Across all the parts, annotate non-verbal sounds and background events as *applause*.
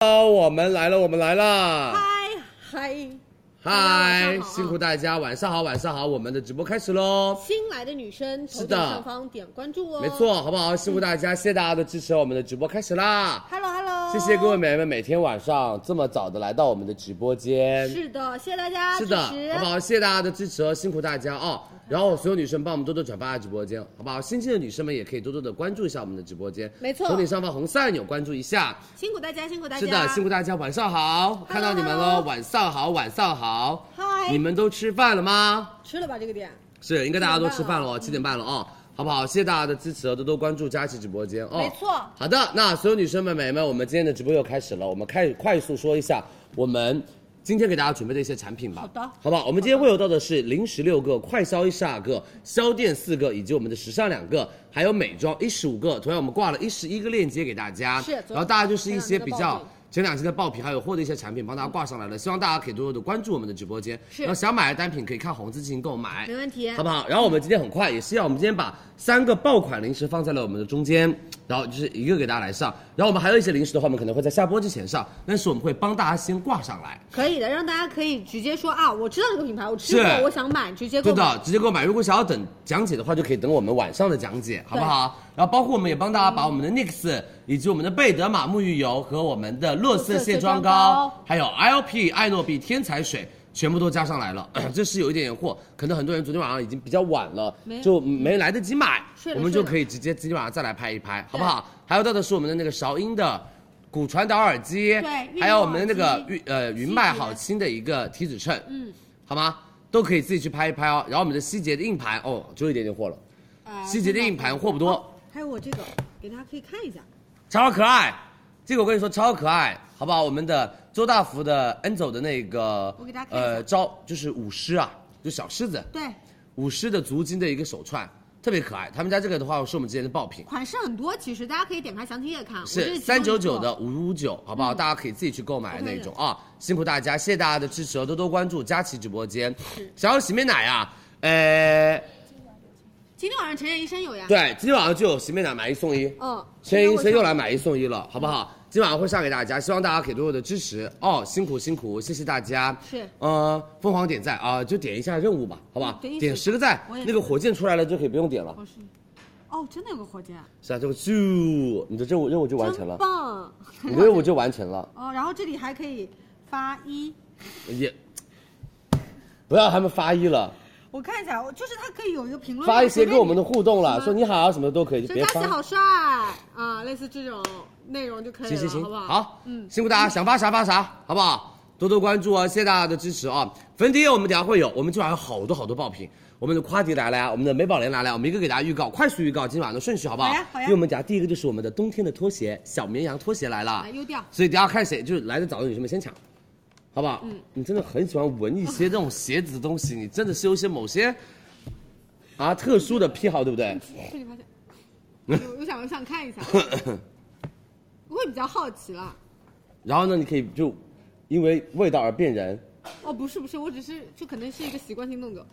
Hello，我们来了，我们来啦！嗨嗨，大嗨家晚上，好啊哦辛苦大家，晚上好，晚上好，我们的直播开始喽。新来的女生头是顶的上方点关注哦。没错，好不好？辛苦大家，谢谢大家的支持，我们的直播开始啦！ ，Hello Hello，谢谢各位。美眉们每天晚上这么早的来到我们的直播间，是啊的，谢谢大家是的，支持好不好？谢谢大家的支持哦，辛苦大家哦。然后所有女生帮我们多多转发下直播间，好不好？新进的女生们也可以多多的关注一下我们的直播间，没错头顶上方红色按钮关注一下。辛苦大家，辛苦大家。是的，辛苦大家，晚上好，看到你们喽， hello 晚上好，晚上好。嗨，你们都吃饭了吗？吃了吧这个店？是，应该大家都吃饭了哦，七点半了哦，好不好？谢谢大家的支持哦，多多关注佳琪直播间哦。没错好的，那所有女生们、美眉们，我们今天的直播又开始了，我们开快速说一下我们。今天给大家准备的一些产品吧，好的好不好？我们今天会有到的是零食六个，快消一十二个，销店四个，以及我们的时尚两个，还有美妆一十五个。同样，我们挂了一十一个链接给大家，是昨然后大家就是一些比前两天的报较纸前两期的爆品，还有货的一些产品，帮大家挂上来了。希望大家可以多多的关注我们的直播间，是然后想买的单品可以看红字进行购买，没问题哎好不好？然后我们今天很快也是要，我们今天把三个爆款零食放在了我们的中间，然后就是一个给大家来上。然后我们还有一些零食的话，我们可能会在下播之前上，但是我们会帮大家先挂上来。可以的，让大家可以直接说啊，我知道这个品牌，我吃是过，我想买，直接购对买。的，直接购买。如果想要等讲解的话，就可以等我们晚上的讲解，好不好？然后包括我们也帮大家把我们的 NYX 以及我们的贝德玛沐浴油和我们的乐色卸妆乐膏色卸妆膏，还有 IOP 爱诺碧天才水。全部都加上来了，呃这是有一点点货，可能很多人昨天晚上已经比较晚了没，就没来得及买睡，了我们就睡了可以直接今天晚上再来拍一拍，好不好？还有到的是我们的那个韶音的骨传导耳机，对哎还有我们的那个运云呃云麦好轻的一个体脂秤，嗯，好吗？都可以自己去拍一拍哦。然后我们的希捷的硬盘哦，只有一点点货了，呃哦希捷的硬盘货不多，还有我这个，给大家可以看一下。超可爱。这个我跟你说超可爱，好不好？我们的周大福的 N 走的那个我给大家看一下呃招就是舞狮啊，就小狮子对，舞狮的足金的一个手串，特别可爱。他们家这个的话是我们之前的爆品。款式很多，其实大家可以点开详情页看。我这是其中三一九个嗯九的，五五九，好不好？大家可以自己去购买那种啊，辛苦大家，谢谢大家的支持哦，多多关注佳琦直播间。想要洗面奶啊，呃，今天晚上陈燕医生有呀。，对，今天晚上就有洗面奶买一送一，嗯，陈医生又来买一送一了，哦好不好？今晚上会上给大家，希望大家给多多的支持哦，辛苦辛苦，谢谢大家。是呃，疯狂点赞啊、就点一下任务吧，好吧？嗯点一点下十个赞我也，那个火箭出来了就可以不用点了，我是，哦，真的有个火箭，是啊，就咻，你的任务任务就完成真了，棒。你的任务就完成了。哦，然后这里还可以发一，也不要他们发一了，我看一下，我就是它可以有一个评论，发一些随便跟我们你的互动了，随说便你好啊什么的都可以，就说别佳琪发。好帅啊，类似这种内容就可以行行了，行，好不好？好，嗯，辛苦大家，想发啥发啥，好不好？多多关注啊，谢谢大家的支持啊！粉底液我们等一下会有，我们今晚有好多好多爆品，我们的夸迪来了呀，我们的美宝莲来了呀，我们一个给大家预告，快速预告今晚的顺序好不好？好呀好呀因为我们讲第一个就是我们的冬天的拖鞋，小绵羊拖鞋来了来，优调，所以等一下看谁就是来的早的女生们先抢，好不好？嗯，你真的很喜欢闻一些那种鞋子的东西，你真的是有一些某些啊特殊的癖好，对不对？ *laughs* 被你发现，我我想我想看 *laughs* 一下，我会比较好奇了。然后呢，你可以就因为味道而变人。哦，不是不是，我只是就可能是一个习惯性动作，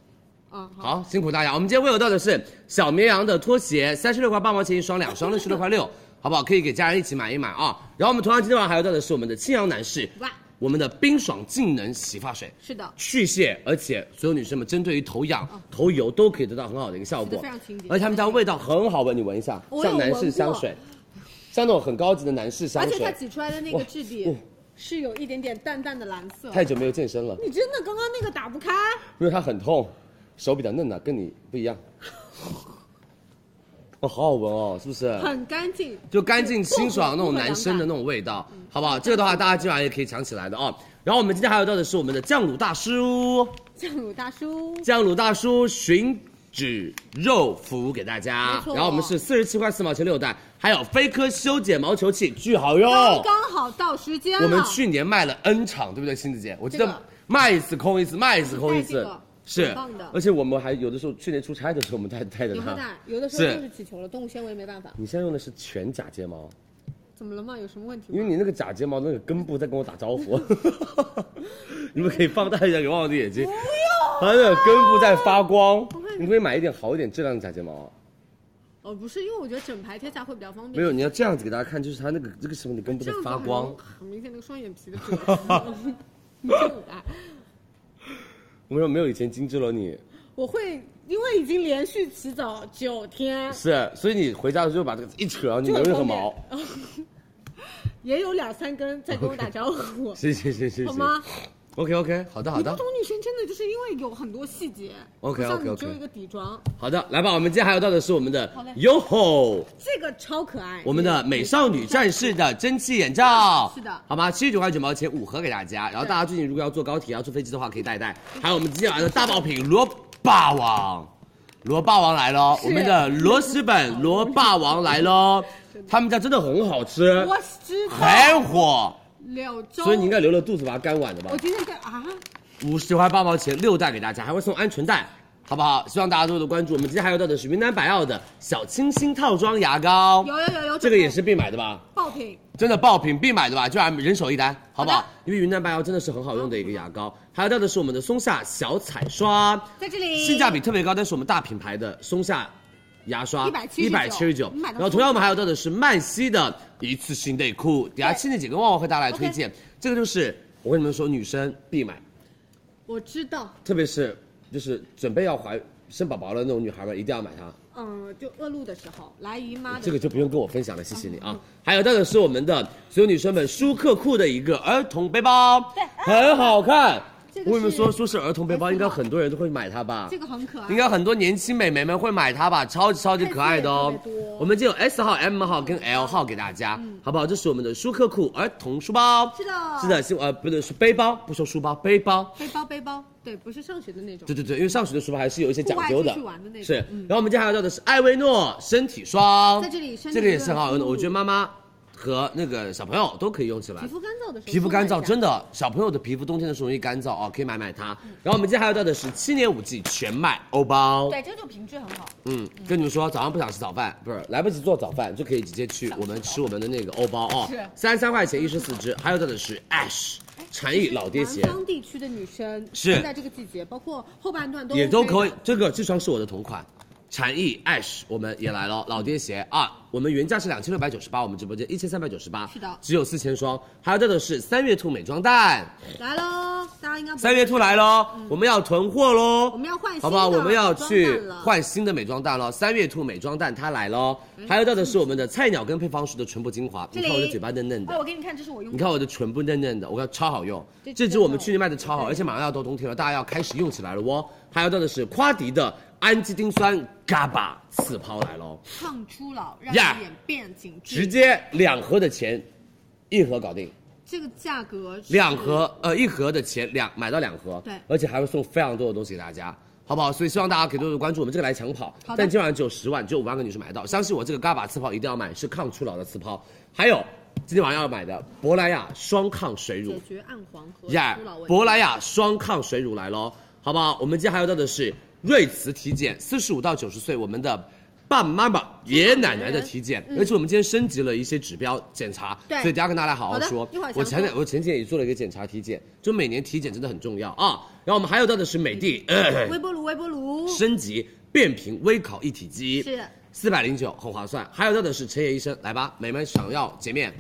啊，好，好，辛苦大家。我们今天会有到的是小绵羊的拖鞋，三十六块八毛钱一双，两双六十六块六，好不好？可以给家人一起买一买啊。然后我们同样今天晚上还有到的是我们的庆阳男士，哇我们的冰爽净能洗发水。是的，去屑，而且所有女生们针对于头痒、头油都可以得到很好的一个效哦是果的非常清洁，而且他们家味道很好闻，你闻一下，我有像男士香水，像那种很高级的男士香而且它水。挤出来的那个质地是有一点点淡淡的蓝色。哦太久没有健身了，你真的刚刚那个打不开？因为它很痛，手比较嫩呐、啊跟你不一样。 *laughs* 哦，好好闻哦，是不是？很干净，就干净清爽那不种不男生的那种味道，好不好？这个的话，大家今晚也可以抢起来的哦。然后我们今天还有到的是我们的酱卤大哦叔，酱乳大叔，酱卤大叔吮指肉服务给大家没。错然后我们是四十七块四毛钱六袋，还有飞科修剪毛球器，巨好用。刚刚好到时间了。哦我们去年卖了 N 场，对不对，星子姐？我记啊这得个卖一次空一次，卖一次空一带次这个，是很棒的。而且我们还有的时候去年出差的时候，我们 *laughs* 带带着有没有它。带？有的时候是就是起球了，动物纤维没办法。你现在用的是全假睫毛。怎么了嘛？有什么问题因为吗？你那个假睫毛那个根部在跟我打招呼， *laughs* 你们可以放大一下给旺旺的眼睛，啊它那个根部在发光，你可以买一点好一点质量的假睫毛，哦，不是，因为我觉得整排贴起来会比较方便。没有，你要这样子给大家看，就是它那个这个时候你根本这在样子发很光容。很明显那个双眼皮的褶子。你真恶啊！我说没有以前精致了你，我会因为已经连续洗澡九天，是，所以你回家的时候把这个一扯， *laughs* 然后你就没有很任何方便 *laughs* 毛。， *laughs* 也有两三根在跟我打招呼，行行行行好行吗？ ，OK OK，好的好你不的懂女生真的就是因为有很多细节 OK，不像 OK，你只有 OK 一个底妆，好的，来吧，我们接下来要到的是我们的嘞 YOHO。这个超可爱。我们的美少女战士的蒸汽眼罩，是的好吗？七十九块九毛钱五盒给大家。然后大家最近如果要坐高铁、要坐飞机的话，可以带一带。嗯还有我们今天晚上的大爆品罗霸王，罗霸王来喽！啊我们的螺蛳粉罗霸王来 *laughs* 喽，他们家真的很好吃，我知道很火，柳 *laughs* 州，所以你应该留了肚子把它干完的吧我？今天在啊，五十九块八毛钱六袋给大家，还会送鹌鹑蛋，好不好？希望大家多多关注。我们今天还有到的是云南白药的小清新套装牙膏，有有有有，哦这个也是必买的吧？爆品，真的爆品必买的吧，就俺人手一单，好不好好的？因为云南白药真的是很好用的一个牙膏。还有到的是我们的松下小彩刷，在这里性价比特别高，但是我们大品牌的松下牙刷179百七十九你买。到然后同样我们还有到的是曼希的一次性内裤，底下倩倩姐跟旺旺会带来推荐。这个就是我跟你们说，女生必买，我知道，特别是就是准备要怀生宝宝的那种女孩们，一定要买它。嗯，就恶露的时候，来姨妈的这个就不用跟我分享了，谢谢你啊。还有这个是我们的所有女生们舒克库的一个儿童背包，对很好看。这个我跟你们是说，说是儿童背包，儿童应该很多人都会买它吧？这个很可爱，应该很多年轻美眉们会买它吧，超级超级可爱的哦配色也特别多。我们就有 S 号、M 号跟 L 号给大家，好不好？这是我们的舒克库儿童书包，嗯是的是的，是呃不对，是背包，不说书包，背包。背包背包，对，不是上学的那种对，对对，因为上学的书包还是有一些讲究户的，外出去玩的那种是。嗯然后我们接下来要到的是艾薇诺身体霜，在这里身体这个也是很好用的，润肤我觉得妈妈和那个小朋友都可以用起来皮。肤干燥的时候，皮肤干燥，真的的，小朋友的皮肤冬天的时候容易干燥啊、可以买买它。然后我们接下来要到的是七年五季全麦欧包，对，这个就品质很好，嗯，跟你们说，早上不想吃早饭，不是来不及做早饭，就可以直接去我们吃我们的那个欧包哦是，三十三块钱一十四支。还有到的是 Ash 蝉翼老爹鞋，南方地区的女生是现在这个季节，包括后半段都也都 OK 的可以。这个这双是我的同款，禅意 Ash 我们也来了，老爹鞋啊，我们原价是两千六百九十八，我们直播间一千三百九十八，是的只有四千双。还有这个是三月兔美妆蛋，来喽，大家应该不三月兔来喽，我们要囤货喽，嗯我们要换新的好不好？我们要去美妆蛋了换新的美妆蛋喽，三月兔美妆蛋它来喽。还有到的是我们的菜鸟跟配方叔的唇部精华，嗯这你里看我的嘴巴嫩嫩的哎，。我给你看，这是我用你看我的唇部嫩嫩的，我看超好用这。嗯这支我们去年卖的超好，而且马上要到冬天了，大家要开始用起来了哦。还有到的是夸迪的氨基丁酸嘎巴次抛来喽，抗初老，让呀脸变紧致。直接两盒的钱，一盒搞定，这个价格是两盒呃一盒的钱两买到两盒，对而且还会送非常多的东西给大家。好不好？所以希望大家可以多多关注我们这个来抢跑，好的但今晚只有十万，只有五万个女生买到。相信我，这个嘎巴次抛一定要买，是抗初老的次抛。还有今天晚上要买的珀莱雅双抗水乳解，决暗黄和哎呀初老，问题。珀莱雅双抗水乳来喽，好不好？我们今天还有到的是瑞慈体检，四十五到九十岁，我们的爸爸妈妈、爷爷奶奶的体检，而且我们今天升级了一些指标检查，嗯对所以大家跟大家好好的说一会儿。我前详说两我前几天也做了一个检查体检，就每年体检真的很重要啊。然后我们还有到的是美的、呃微波炉，微波炉 *clears throat* 升级变频微烤一体机，是四百零九，很划算。还有到的是陈野医生，来吧，美们想要洁面。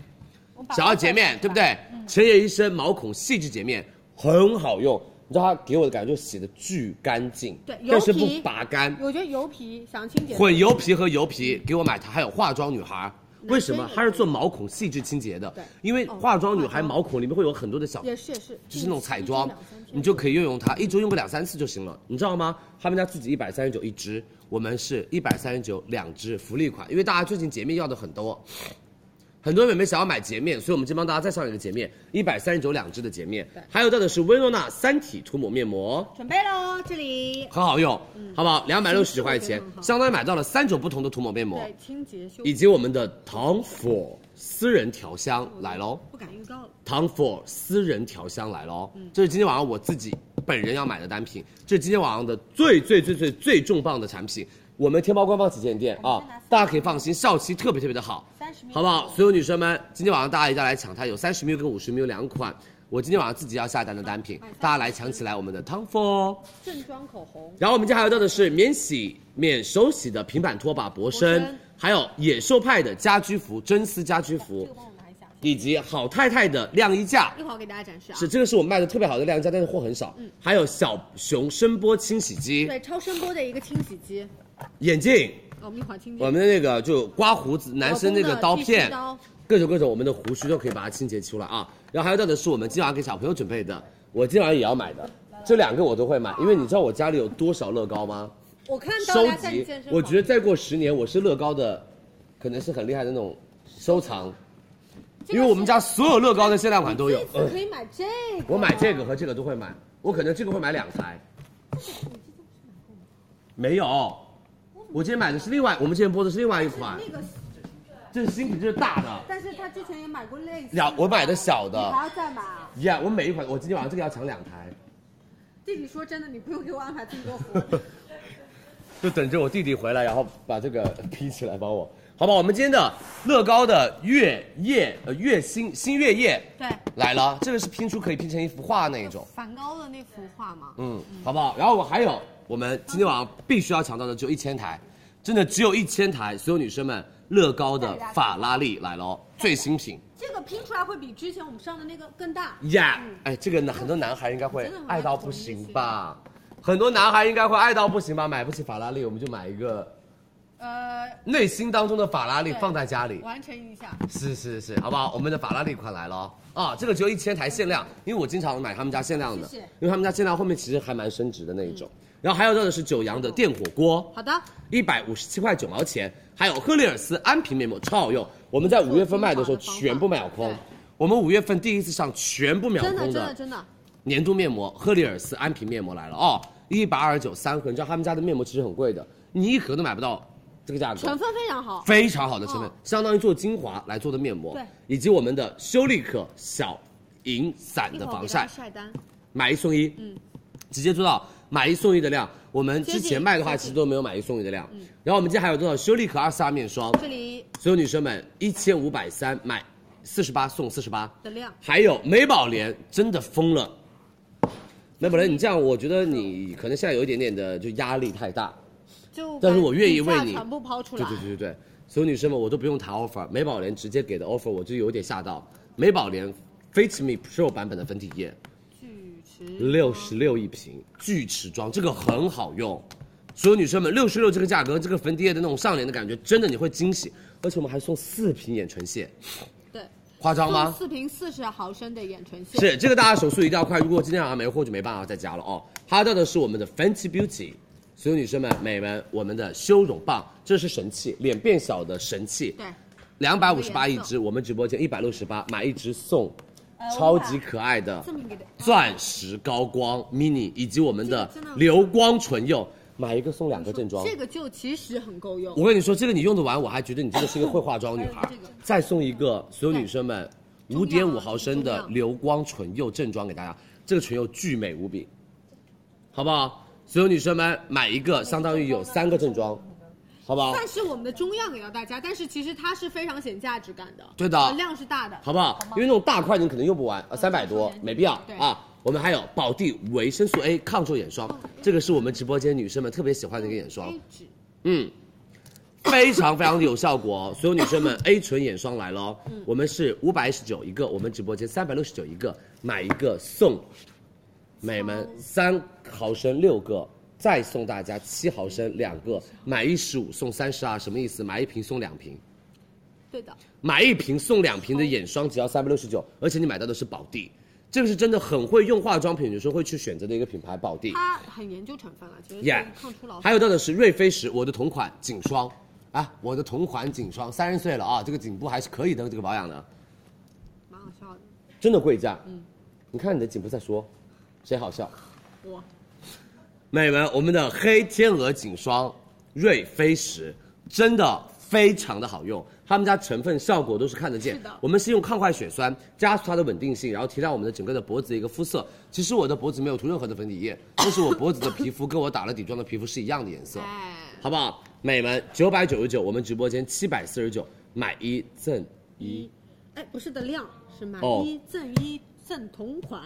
我把想要洁面，对不？对？嗯陈野医生毛孔细致洁面很好用，你知道它给我的感觉就洗的巨干净，对但是油不皮拔干，我觉得油皮想清洁，混油皮和油皮给我买它，还有化妆女孩。为什么男生也它是做毛孔细致清洁的对？因为哦化妆女化孩妆毛孔里面会有很多的小也是也是，就是那种彩一周妆两三，天你就可以用用它，一周用个两三次就行了，你知道吗？他们家自己一百三十九一支，我们是一百三十九两支福利款，因为大家最近洁面要的很多，很多美眉想要买洁面，所以我们今天帮大家再上一个洁面，一百三十九两支的洁面对，还有到的是薇诺娜三体涂抹面膜。准备喽，这里很好用，嗯好不好？两百六十形式九块我觉得钱很，好相当于买到了三种不同的涂抹面膜，对清洁修以及我们的糖果私人调香嗯来喽。不敢预告了，糖佛私人调香来喽，这是今天晚上我自己本人要买的单品，这是今天晚上的最最最最最重磅的产品，我们天猫官方旗舰店我啊们是拿，大家可以放心，效期特别特别的好，三嗯十 ml 好不好？所有女生们，今天晚上大家一定要来抢它，有三十 ml 跟五十 ml 两款。我今天晚上自己要下单的单品，大家来抢起来我们的汤芙哦。正装口红，然后我们家还有到的是免洗免手洗的平板拖把博博生生，还有野兽派的家居服真丝家居这服个，帮我拿一下。以及好太太的晾衣架。一会儿我给大家展示啊。是，这个是我们卖的特别好的晾衣架，但是货很少。还有小熊声波清洗机、嗯对，超声波的一个清洗机，哦眼镜，我们一会儿听听。我们的那个就刮胡子，男生那个刀片，老公的剃须刀各种各种，我们的胡须都可以把它清洁出来啊。然后还有到的是我们今晚给小朋友准备的，我今晚也要买的，这两个我都会买，因为你知道我家里有多少乐高吗？我看到收他在集健身，房，我觉得再过十年，我是乐高的，可能是很厉害的那种收藏，因为我们家所有乐高的限量款都有。这次可以买这个。我买这个和这个都会买，我可能这个会买两台。没有，我今天买的是另外，我们之前播的是另外一款，那个，这是新品，这是大的。但是他之前也买过类似的，两我买的小的你还要再买啊？呀我每一款，我今天晚上这个要抢两台， *laughs* 弟弟说真的，你不用给我安排这么多活，就等着我弟弟回来，然后把这个批起来帮我，好吧？我们今天的乐高的月夜呃月星星月夜 *laughs* 对，来了，这个是拼出可以拼成一幅画那一种。梵高的那幅画嘛，嗯，好不好？然后我还有，我们今天晚上必须要抢到的只有一千台，真的只有一千台，所有女生们，乐高的法拉利来喽，最新品这个拼出来会比之前我们上的那个更大。呀哎，这个呢，很多男孩应该会真的很爱到不行吧？很多男孩应该会爱到不行吧？买不起法拉利，我们就买一个呃，内心当中的法拉利对放在家里。完成一下，是是是，好不好？我们的法拉利款来了哦啊！这个只有一千台限量，因为我经常买他们家限量的，谢谢嗯因为他们家限量后面其实还蛮升值的那一种。然后还有到的是九阳的电火锅，好的，一百五十七块九毛钱，还有赫丽尔斯安瓶面膜超好用，我们在五月份卖的时候全部秒空对，我们五月份第一次上全部秒真的空真的真的，年度面膜赫丽尔斯安瓶面膜来了哦，一百二十九三盒，你知道他们家的面膜其实很贵的，你一盒都买不到这个价格，成分非常好，非常好的成分哦，相当于做精华来做的面膜对，以及我们的修丽可小银伞一的会儿防我给大家晒，晒单，买一送一，嗯，直接做到买一送一的量。我们之前卖的话，接近嗯其实都没有买一送一的量。然后我们今天还有多少修丽可二四二面霜，这里所有女生们一千五百三买四十八送四十八，的量，还有美宝莲真的疯了。美宝莲，你这样，我觉得你可能现在有一点点的就压力太大。就但是把我愿意为底价你全部抛出对来，对对对对，所有女生们我都不用谈 offer，美宝莲直接给的 offer 我就有点吓到。美宝莲 Fit Me Pro 版本的粉底液，巨池六十六一瓶，巨齿妆，这个很好用。所有女生们，六十六这个价格，这个粉底液的那种上脸的感觉，真的你会惊喜。而且我们还送四瓶眼唇卸，对，夸张送吗？四瓶四十毫升的眼唇线，是这个，大家手速一定要快。如果今天晚啊上没货，就没办法再加了哦。还有到的是我们的 Fenty Beauty，所有女生们、美们，我们的修容棒，这是神器，脸变小的神器，对，两百五十八一支，我们直播间一百六十八，买一支送，呃超级可爱的这么给的，钻石高光 mini 以及我们的这个真的流光唇釉，买一个送两个正装。这个就其实很够用，我跟你说，这个你用得完，我还觉得你真的是一个会化妆女孩还有这个。再送一个，所有女生们重要五啊点五毫升重的要流光唇釉正装给大家，这个唇釉巨美无比，好不好？所有女生们买一个，相当于有三个正装，好不好？算是我们的中样给到大家，但是其实它是非常显价值感的，对的呃量是大的，好不好？因为那种大块你可能用不完，呃，三百多没必要对啊。我们还有宝地维生素 A 抗皱眼霜，这个是我们直播间女生们特别喜欢的一个眼霜， A 指嗯，非常非常有效果、哦。所有女生们，A 醇眼霜来了、哦，我们是五百一十九一个，我们直播间三百六十九一个，买一个送，每们三毫升六个。再送大家七毫升两个，买一十五送三十二，什么意思？买一瓶送两瓶，对的，买一瓶送两瓶的眼霜只要三百六十九，而且你买到的是宝地，这个是真的很会用化妆品女生会去选择的一个品牌，宝地。它很研究成分了，其实耶对抗初老，还有到的是瑞菲石，我的同款颈霜啊，我的同款颈霜，三十岁了啊，这个颈部还是可以的，这个保养的，蛮好笑的，真的贵价。嗯，你看你的颈部在说，谁好笑？我美们，我们的黑天鹅颈霜瑞菲石真的非常的好用，他们家成分效果都是看得见。是的我们是用抗坏血酸加速它的稳定性，然后提亮我们的整个的脖子的一个肤色。其实我的脖子没有涂任何的粉底液，但是我脖子的皮肤跟我打了底妆的皮肤是一样的颜色。哎，好不好？美们，九百九十九，我们直播间七百四十九，买一赠一。哎，不是的量是买哦一赠一赠同款，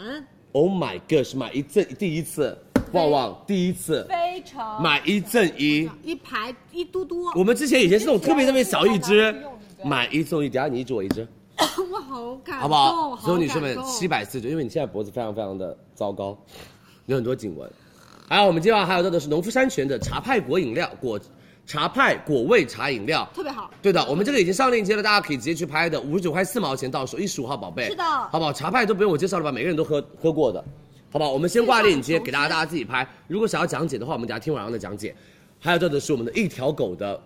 Oh my god，是买一赠第一次，旺旺第一次非常买一赠一。一排一嘟嘟， *laughs* *laughs* 我们之前以前是那种特别特别小一只这个，买一送一，等下你一只我一只，我好感动，好不好？所有啊感女生们，动七百四十九，因为你现在脖子非常非常的糟糕，有很多颈纹。还有我们今晚还有到的是农夫山泉的茶派果饮料果茶派果味茶饮料。特别好，对的，我们这个已经上链接了，大家可以直接去拍的，五十九块四毛钱到手，一十五号宝贝，是的好不好？茶派都不用我介绍了吧，每个人都喝喝过的，好不好？我们先挂链接非常好吃给大家，大家自己拍。如果想要讲解的话，我们等下听晚上的讲解。还有这的是我们的一条狗的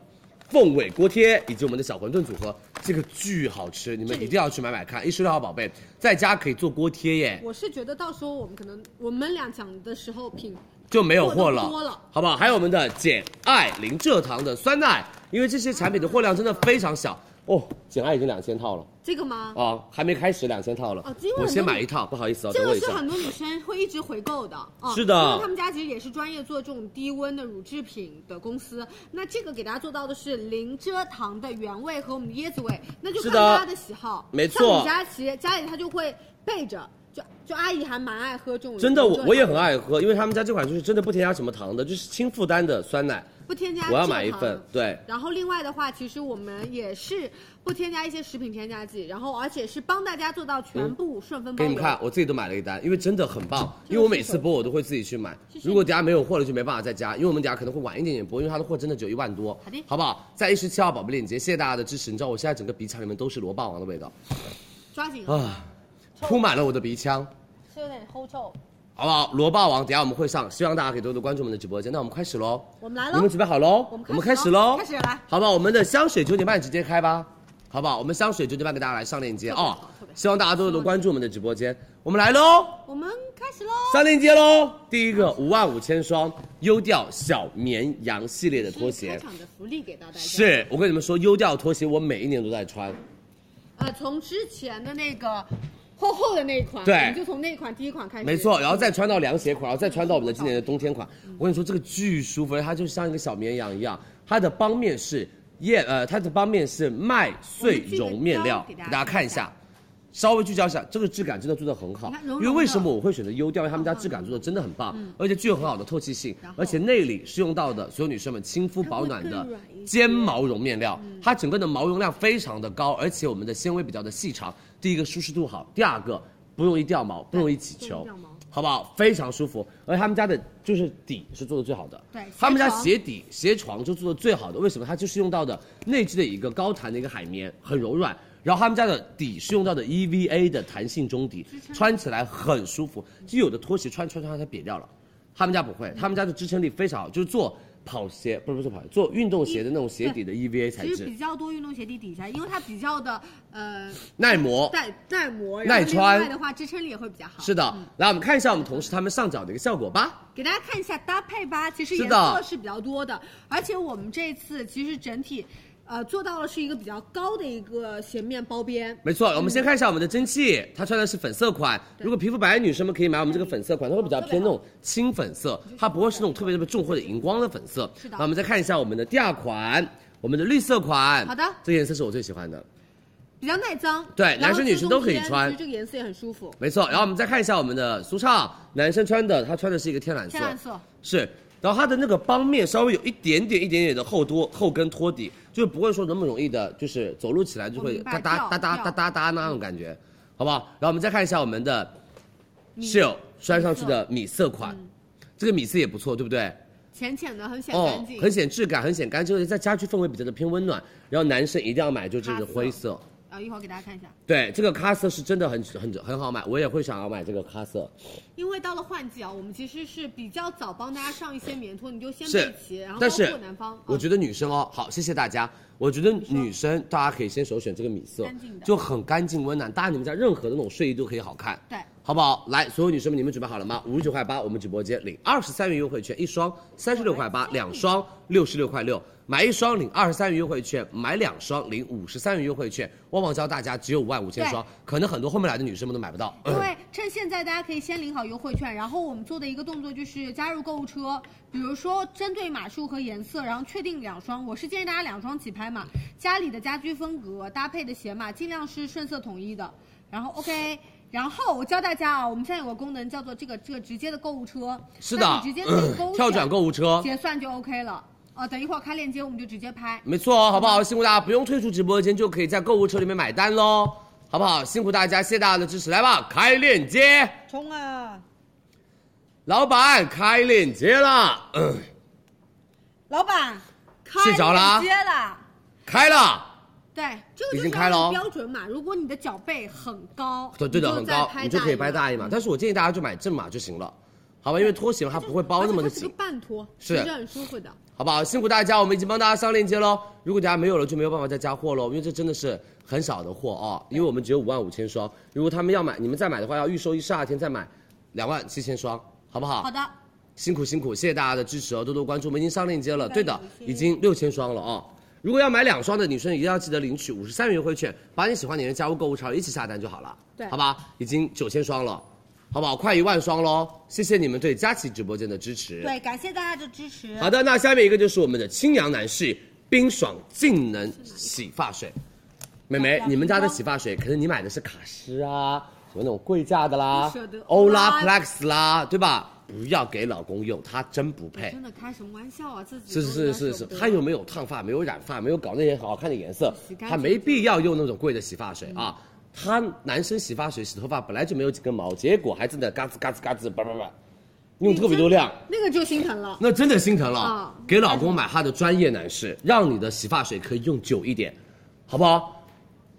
凤尾锅贴，以及我们的小馄饨组合，这个巨好吃，你们一定要去买买看。一十六号宝贝，在家可以做锅贴耶，我是觉得到时候我们可能我们俩讲的时候品就没有货货都多了好不好？还有我们的简爱零蔗糖的酸奶，因为这些产品的货量真的非常小哦，简爱已经两千套了。这个吗？哦，还没开始两千套了。哦今晚我先都买一套，不好意思啊，这等我个一是下很。多女生会一直回购的，啊，是的因为他们家其实也是专业做这种低温的乳制品的公司。那这个给大家做到的是零蔗糖的原味和我们的椰子味，那就是看的大家的喜好。没错像李佳琦家里她就会备着，就就阿姨还蛮爱喝这种零蔗糖。真的，我我也很爱喝，因为他们家这款就是真的不添加什么糖的，就是轻负担的酸奶，不添加我要买一蔗糖份。对，然后另外的话，其实我们也是不添加一些食品添加剂，然后而且是帮大家做到全部顺丰嗯给包邮。你们看，我自己都买了一单，因为真的很棒。这个因为我每次播我都会自己去买，如果等下没有货了就没办法在家，因为我们等下可能会晚一点点播，因为它的货真的只有一万多，好的好不好？在一十七号宝贝链接，谢谢大家的支持。你知道我现在整个鼻腔里面都是螺霸王的味道抓紧，啊，铺满了我的鼻腔。是有点齁臭，好不好？螺霸王，等一下我们会上，希望大家可以多多关注我们的直播间。那我们开始喽，我们来你喽们，准备好喽？我们开开始始喽，喽开始来好不好？我们的香水九点半直接开吧，好不好？我们香水九点半给大家来上链接特别好哦特别，好希望大家多多关注我们的直播间。我们来喽，我们开始喽。上链接喽。第一个五万五千双优调小绵羊系列的拖是鞋开，场的福利给到大家。，是我跟你们说，优调拖鞋我每一年都在穿，呃，从之前的那个厚厚的那一款，对我们就从那一款第一款开始，没错，然后再穿到凉鞋款，然后再穿到我们的今年的冬天款。我跟你说，这个巨舒服，而且它就像一个小绵羊一样。它的帮面是叶呃，它的帮面是麦穗绒面料，我们聚给大个焦给大家家看一下。稍微聚焦一下，这个质感真的做的很好你看柔。柔因的嗯为为什么我会选择优调？因为他们家质感做的真的很棒，而且具有很好的透气性然，后而且内里是用到的所有女生们亲肤保暖它的会更软一些纤毛绒面料，它整个的毛绒量非常的高，而且我们的纤维比较的细长。第一个舒适度好，第二个不容易掉毛，不容易起不容球易掉毛。好不好？非常舒服，而且他们家的就是底是做的最好的，对他们家鞋床鞋底、鞋床就做的最好的。为什么？它就是用到的内置的一个高弹的一个海绵，很柔软。然后他们家的底是用到的 EVA 的弹性中底，穿起来很舒服。就有的拖鞋穿穿穿它瘪掉了，他们家不会，他们家的支撑力非常好，就是做跑鞋不是不是跑鞋，做运动鞋的那种鞋底的 EVA 材其实质，比较多运动鞋底底下，因为它比较的呃耐磨。耐耐磨，然后耐穿另外的话支撑力也会比较好。是的，来我们看一下我们同事他们上脚的一个效果吧。给大家看一下搭配吧，其实是颜的色是比较多的，而且我们这次其实整体，呃，做到了是一个比较高的一个鞋面包边，没错，我们先看一下我们的蒸汽，它穿的是粉色款。如果皮肤白的女生们可以买我们这个粉色款，它会比较偏那种清粉色，它不会是那种特别特别重或者荧光的粉色。是的那我们再看一下我们的第二款，我们的绿色款。好的这个颜色是我最喜欢的，比较耐脏。对然后男生女生都可以秋冬天穿其实这个颜色也很舒服，没错。然后我们再看一下我们的舒畅，男生穿的，他穿的是一个天蓝色，天蓝色。是。然后它的那个帮面稍微有一点点、一点点的厚多后跟托底，就是不会说那么容易的，就是走路起来就我会明哒白哒掉嗯哒哒哒哒哒那种感觉，好不好？然后我们再看一下我们的秀穿上去的米色款，这个米色也不错，对不对？浅浅的，很显哦嗯干净，，很显质感，很显干净，而且在家居氛围比较的偏温暖。然后男生一定要买，就这个灰色，啊，一会儿给大家看一下，对，这个咖色是真的很很很好买，我也会想要买这个咖色。因为到了换季啊，我们其实是比较早帮大家上一些棉拖，你就先是备齐，然后包但是括南方，我嗯觉得女生哦，好，谢谢大家。我觉得女生大家可以先首选这个米色啊干净，的就很干净温暖，搭你们家任何的那种睡衣都可以好看。哦对，好不好？来，所有女生们，你们准备好了吗？五十九块八，我们直播间领二十三元优惠券，一双三十六块八，两双六十六块六，买一双领二十三元优惠券，买两双领五十三元优惠券。旺旺教大家只有五万五千对双，可能很多后面来的女生们都买不到。因为趁现在大家可以先领好优惠券，然后我们做的一个动作就是加入购物车，比如说针对码数和颜色，然后确定两双。我是建议大家两双起拍嘛，家里的家居风格搭配的鞋码尽量是顺色统一的。然后 OK，然后我教大家啊，我们现在有个功能叫做这个这个直接的购物车，是那的你直接自 *clears throat* 己勾，跳转购物车，结算就 OK 了。啊，等一会儿开链接我们就直接拍。没错哦，好不好？辛苦大家，不用退出直播间就可以在购物车里面买单喽，好不好？辛苦大家，谢谢大家的支持，来吧，开链接，冲啊！老板开链接了，嗯老板，开睡着了啊接了，开了，对，这个已就经是开按了哦照标准码。如果你的脚背很高，对对的，你很就再高，你就可以拍拍大大一一码码。但是我建议大家就买正码就行了，好吧？因为拖鞋嘛它不会包那么的而且它是 *laughs* 紧个，半拖，是其实很舒服的。好不好？辛苦大家，我们已经帮大家上链接喽。如果大家没有了，就没有办法再加货喽，因为这真的是很少的货啊、因为我们只有五万五千双，如果他们要买，你们再买的话，要预售一十二天再买，两万七千双，好不好？好的，辛苦辛苦，谢谢大家的支持哦，多多关注。我们已经上链接了， 150对的，已经六千双了哦。如果要买两双的女生，一定要记得领取五十三元优惠券，把你喜欢的人加入购物车一起下单就好了，对好吧？已经九千双了，好不好？快一万双喽！谢谢你们对佳琦直播间的支持。对，感谢大家的支持。好的，那下面一个就是我们的清扬男士冰爽净能洗发水。美眉，哎你们家的洗发水，可是你买的是卡诗啊，什么那种贵价的啦不舍得，欧拉 Plex 啦，对吧？不要给老公用，他真不配真。的开什么玩笑啊？自己哎是是是是是，他又没有烫发，没有染发，没有搞那些很好看的颜色洗，干净嗯他没必要用那种贵的洗发水啊。他男生洗发水洗头发本来就没有几根毛，结果还真的嘎吱嘎吱嘎吱，叭叭叭，用特别多量。那个就心疼了。那真的心疼了。啊给老公买他的专业男士，让你的洗发水可以用久一点，好不好？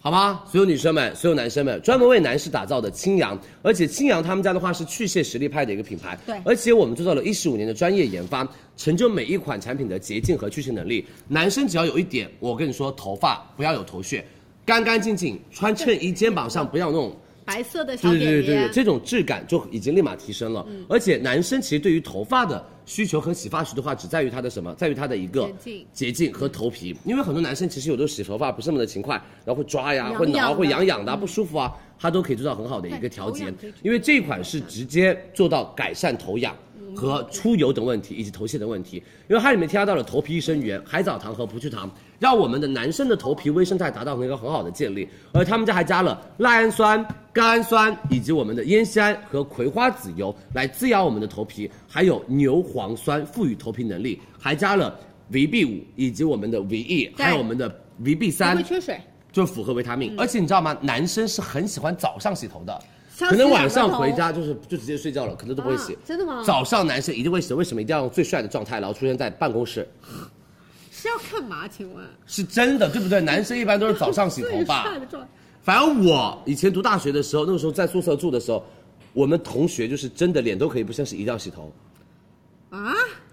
好吗？所有女生们，所有男生们，专门为男士打造的清扬，而且清扬他们家的话是去屑实力派的一个品牌，对而且我们做到了一十五年的专业研发，成就每一款产品的洁净和去屑能力。男生只要有一点，我跟你说，头发不要有头屑，干干净净，穿衬衣，肩膀上不要有那种白色的小对点对点，嗯对对，这种质感就已经立马提升了。而且男生其实对于头发的需求和洗发水的话，只在于它的什么，在于它的一个洁净洁净和头皮。因为很多男生其实有的时候洗头发不是那么的勤快，然后会抓呀，痒会挠，痒的嗯会痒痒的啊，不舒服啊，它都可以做到很好的一个对调节头痒可以去。因为这款是直接做到改善头痒和出油等问题，以及头屑等问题。因为它里面添加到了头皮益生元、海藻糖和葡聚糖，让我们的男生的头皮微生态达到一个很好的建立。而他们家还加了赖氨酸、甘氨酸以及我们的烟酰胺和葵花籽油来滋养我们的头皮，还有牛磺酸赋予头皮能力，还加了 VB 五以及我们的 VE，还有我们的 VB 不三会，缺水。就符合维他命。嗯而且你知道吗？男生是很喜欢早上洗头的，像可能晚洗上两个头回家就是就直接睡觉了，可能都不会洗啊。真的吗早上男生一定会洗的，为什么一定要用最帅的状态，然后出现在办公室？是要干嘛？请问？是真的，对不对？男生一般都是早上洗头 *laughs* 最发帅。的状态反正我以前读大学的时候，那个时候在宿舍住的时候，我们同学就是真的脸都可以不像是一定要洗头。啊！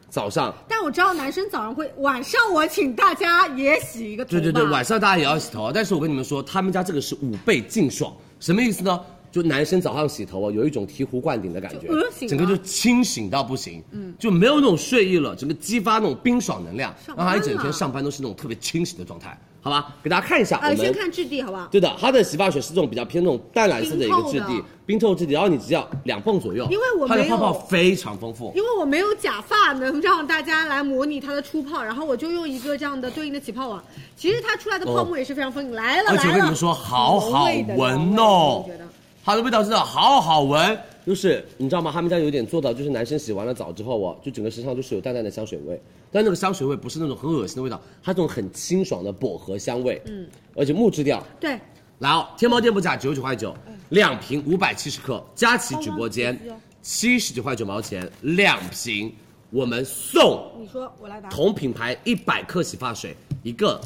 早上，但我知道男生早上会，晚上我请大家也洗一个头对对对，吧呃晚上大家也要洗头啊。但是我跟你们说，他们家这个是五倍净爽，什么意思呢？就男生早上洗头啊，有一种醍醐灌顶的感觉，就呃醒了整个就清醒到不行，嗯，就没有那种睡意了，整个激发那种冰爽能量，上让班啊他一整天了上班都是那种特别清醒的状态，好吧？给大家看一下，我呃，们先看质地好不好？对的，它的洗发水是这种比较偏那种淡蓝色的一个质冰透地的，冰透质地，然后你只要两泵左右，因为我它的没泡有泡非常丰富，因为我没有假发能让大家来模拟它的出泡，然后我就用一个这样的对应的起泡网。其实它出来的泡沫也是非常丰盈，来了 *laughs* 而且我跟来你了们。说，好好闻老哦味的老味的我觉得，它的味道真的好好闻。就是你知道吗？他们家有点做到，就是男生洗完了澡之后哦，就整个身上就是有淡淡的香水味，但那个香水味不是那种很恶心的味道，它这种很清爽的薄荷香味，嗯，而且木质调。对，来哦，天猫店铺价九十九块九，两瓶五百七十克，佳琦直播间七十九块九毛钱两瓶，我们送你说我来答。同品牌一百克洗发水，一个、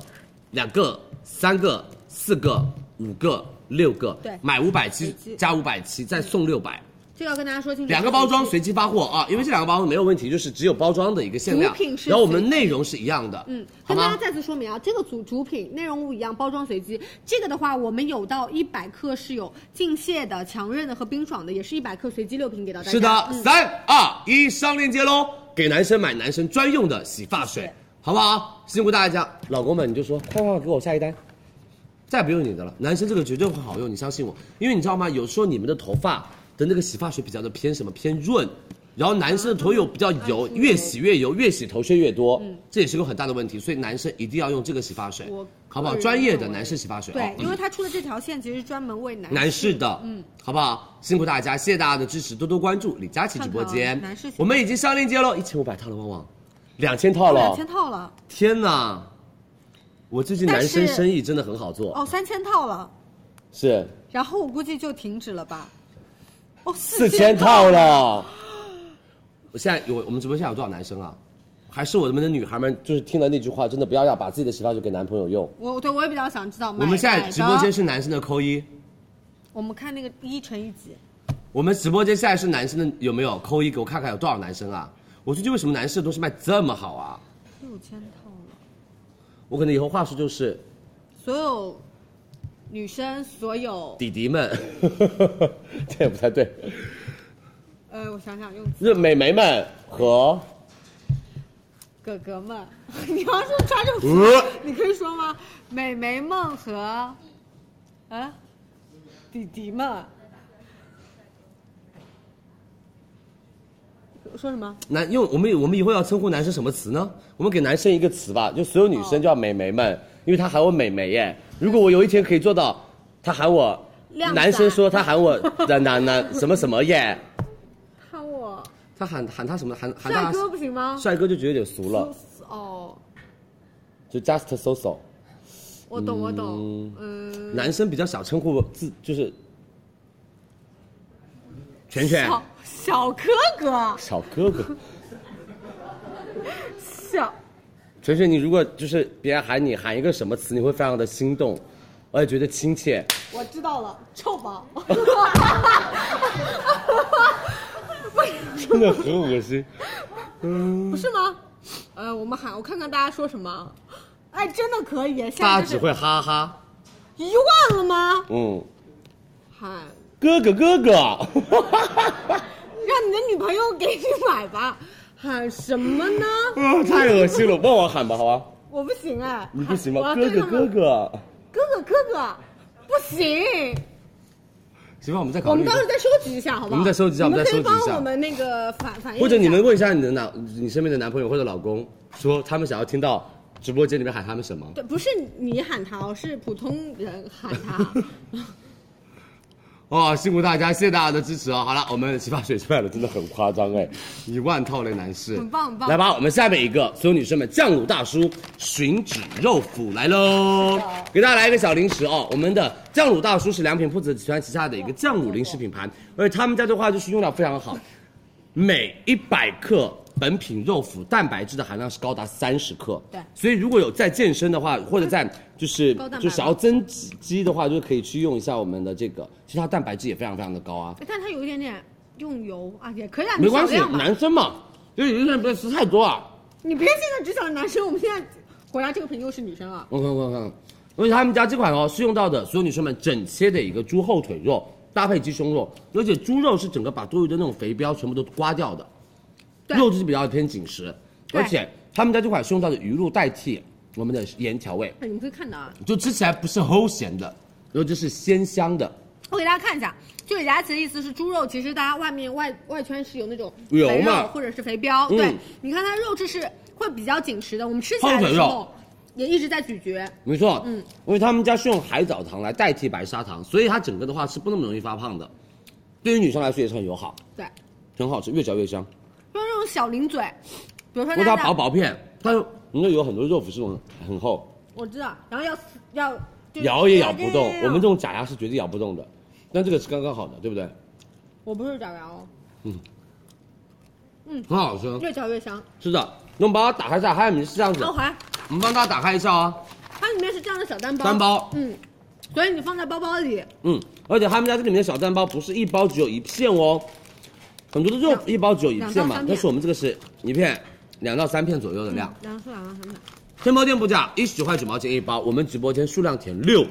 两个、三个、四个、五个、六个，对嗯买五百七累计加五百七再送六百，这个要跟大家说清楚。两个包装随机发货啊，因为这两个包装没有问题，就是只有包装的一个限量毒品，是然后我们内容是一样的，嗯，好跟大家吗？再次说明啊，这个主主品内容物一样，包装随机。这个的话，我们有到一百克是有净泻的、强韧的和冰爽的，也是一百克随机六瓶给到大家。是的，嗯三二一，上链接喽！给男生买男生专用的洗发水，好不好？辛苦大家，老公们你就说快快快给我下一单，再不用你的了。男生这个绝对会好用，你相信我，因为你知道吗？有时候你们的头发的那个洗发水比较的偏什么偏润，然后男生的头油比较嗯油，越洗越油，越洗头屑越多，这也是个很大的问题。所以男生一定要用这个洗发水我，好不好？个人专业的认为男士洗发水，哦对，嗯因为它出的这条线其实专门为男男士的，嗯，好不好？辛苦大家，谢谢大家的支持，多多关注李佳琦直播间。看看男士我们已经上链接喽，一千五百套了，旺旺，两千套两了千，套了，天哪！我最近但男是生生意真的很好做，哦，三千套了，是然后我估计就停止了吧。哦，四千套。了。我现在有我们直播间有多少男生啊？还是我们的女孩们，就是听了那句话，真的不要要把自己的洗发水给男朋友用。我对我也比较想知道。我们现在直播买间的，是男生的扣一，我们看那个一乘以几，我们直播间现在是男生的有没有扣一？给我看看有多少男生啊？我最近为什么男士的东西卖这么好啊？六千套了。我可能以后话术就是所有女生，所有弟弟们， *laughs* 这也不太对，呃，我想想用就是美眉们和哥哥们， *laughs* 你要是抓住词，呃你可以说吗？美眉们和，啊，弟弟们，说什么？男，因为我们我们以后要称呼男生什么词呢？我们给男生一个词吧，就所有女生叫美眉们，因为他喊我美眉耶。如果我有一天可以做到，他喊我靓仔男生说他喊我男男 *laughs* 男什么什么耶，看我他喊喊他什么喊喊帅他哥不行吗？帅哥就觉得有点俗了，哦，就 just so so。我懂，我懂，嗯，男生比较少称呼自就是全全小小哥哥，小哥哥。小纯纯，你如果就是别人喊你喊一个什么词，你会非常的心动，而且觉得亲切。我知道了，臭宝， *laughs* 真的很恶 *laughs* 心。不是吗？呃，我们喊，我看看大家说什么。哎，真的可以，现大家在只就是会哈哈，遗忘了吗？嗯，喊。哥哥哥哥，让你的女朋友给你买吧。喊什么呢？啊 *laughs* 太恶心了，帮我喊吧，好吧？我不行哎，你不行我吗？要哥对哥他哥们，哥，哥哥哥哥，不行。行吧，我们再考我虑们一下到时。候再收集一下，好不好？我们再收集一下你我们再收集一下可以帮我们那个反反映一下，或者你们问一下你的男，你身边的男朋友或者老公，说他们想要听到直播间里面喊他们什么？对，不是你喊他哦，是普通人喊 *laughs* 他。哦，辛苦大家，谢谢大家的支持哦。好了，我们洗发水卖的真的很夸张哎，一万套嘞，男士，很棒很棒来吧，我们下面一个，所有女生们，酱卤大叔吮指肉脯来喽，给大家来一个小零食哦。我们的酱卤大叔是良品铺子集团旗下的一个酱卤零食品牌，而且他们家的话就是用料非常好，每一百克本品肉脯蛋白质的含量是高达三十克。对所以如果有在健身的话，或者在就是高蛋白就想要增肌的话，就可以去用一下我们的这个，其实它蛋白质也非常非常的高啊，但他有一点点用油啊，也可以啊，没关系你少，量吧男生嘛，就是有些人不要吃太多啊。你别现在只想着男生，我们现在回答这个屏又是女生啊了。我看我看，我看而且嗯他们家这款哦是用到的所有女生们整切的一个猪后腿肉搭配鸡胸肉，而且猪肉是整个把多余的那种肥膘全部都刮掉的，对肉质比较偏紧实，对而且他们家这款是用到的鱼露代替我们的盐调味，哎，你们可以看到啊，就吃起来不是齁咸的，然后就是鲜香的，我给大家看一下，就李佳琦的意思是，猪肉其实大家外面外外圈是有那种油肥嘛肉或者是肥膘，嗯对，你看它肉质是会比较紧实的，我们吃起来后的腿时肉候也一直在咀嚼，没错，嗯，因为他们家是用海藻糖来代替白砂糖，所以它整个的话是不那么容易发胖的，对于女生来说也是很友好，对，很好吃，越嚼越香。就是那种小零嘴，比如说因为大它家薄薄片，但是你那有很多肉脯是那种很厚，我知道，然后要要就是咬也咬不动。我们这这种假牙是绝对咬不动的，但这个是刚刚好的，对不对？我不是爪牙哦，很好吃，越嚼越香。是的。那我们帮它打开一下，还有你是这样子然，后还我们帮大家打开一下啊，它里面是这样的小单包，单，包，嗯，所以你放在包包里，嗯，而且他们家这里面的小蛋包不是一包只有一片哦，很多的肉两一包只有一片两到嘛三，片但是我们这个是一片两到三片左右的量。然后是两到三片，天猫店铺价一十九块九毛钱一包，我们直播间数量填六，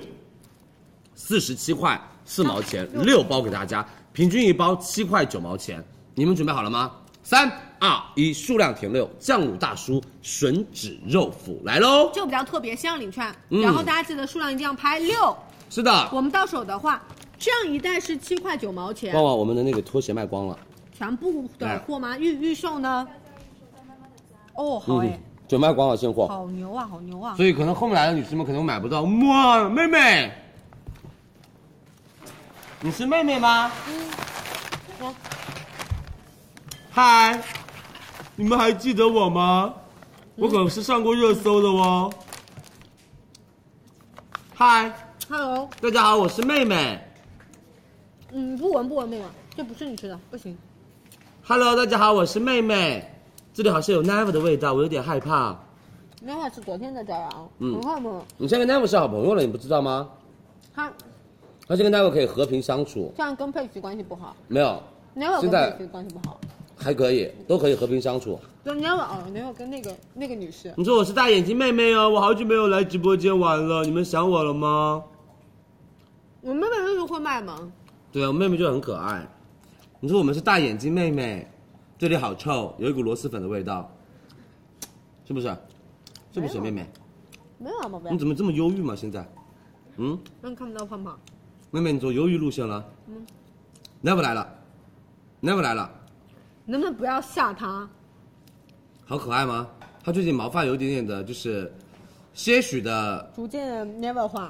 四十七块四毛钱六包给大家，平均一包七块九毛钱。你们准备好了吗？三二一，数量填六，酱卤大叔吮指肉脯来喽！这个比较特别，限量领券，嗯然后大家记得数量一定要拍六。是的，我们到手的话，这样一袋是七块九毛钱旺，旺，我们的那个拖鞋卖光了，全部哎的货吗？预预售呢？哦，好嗯哎，，就卖光了现货。好牛啊，好牛啊！所以可能后面来的女生们可能买不到。哇，妹妹，你是妹妹吗？我嗨，你们还记得我吗？我可是上过热搜的哦。嗨， Hello，大家好，我是妹妹。嗯，不闻不闻不闻，这不是你吃的，不行。 Hello，大家好，我是妹妹。这里好像有 Never 的味道，我有点害怕。那啊会是昨天的炸羊，嗯很好嘛。你现在跟 Never 是好朋友了，你不知道吗？他而且跟 Never 可以和平相处，这样跟佩奇关系不好，没有，哪有现跟在佩奇关系不好？还可以，都可以和平相处。跟哪有哦，哪有跟那个那个女士，你说我是大眼睛妹妹哦，我好久没有来直播间玩了，你们想我了吗？我妹妹就是会卖萌。对啊，我妹妹就很可爱。你说我们是大眼睛妹妹，这里好臭，有一股螺蛳粉的味道，是不是？是不是妹妹？没有啊，宝贝你，怎么这么忧郁嘛？现在，嗯，让你看不到胖胖。妹妹你走忧郁路线了。嗯。Never 来了，Never 来了，能不能不要吓他？好可爱吗？她最近毛发有一点点的，就是些许的，逐渐 never 化，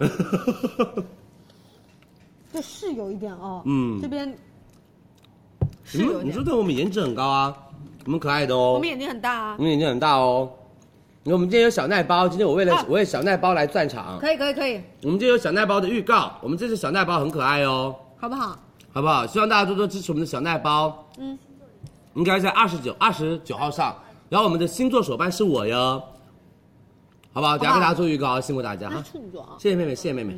这是有一点哦。嗯这边是你有们一你说点。对我们颜值很高啊，我们可爱的哦。我们眼睛很大啊我。们眼睛很大哦。你看，我们今天有小奶包，今天我为了、啊我为小奶包来转场。可以可以可以，我们今天有小奶包的预告，我们这次小奶包很可爱哦，好不好？好不好？希望大家多多支持我们的小奶包。嗯，应该在二十九二十九号上。然后我们的星座手办是我哟，好不好？等下好给大家做预告啊，辛苦大家那是啊！处女座啊，谢谢妹妹，谢谢妹妹。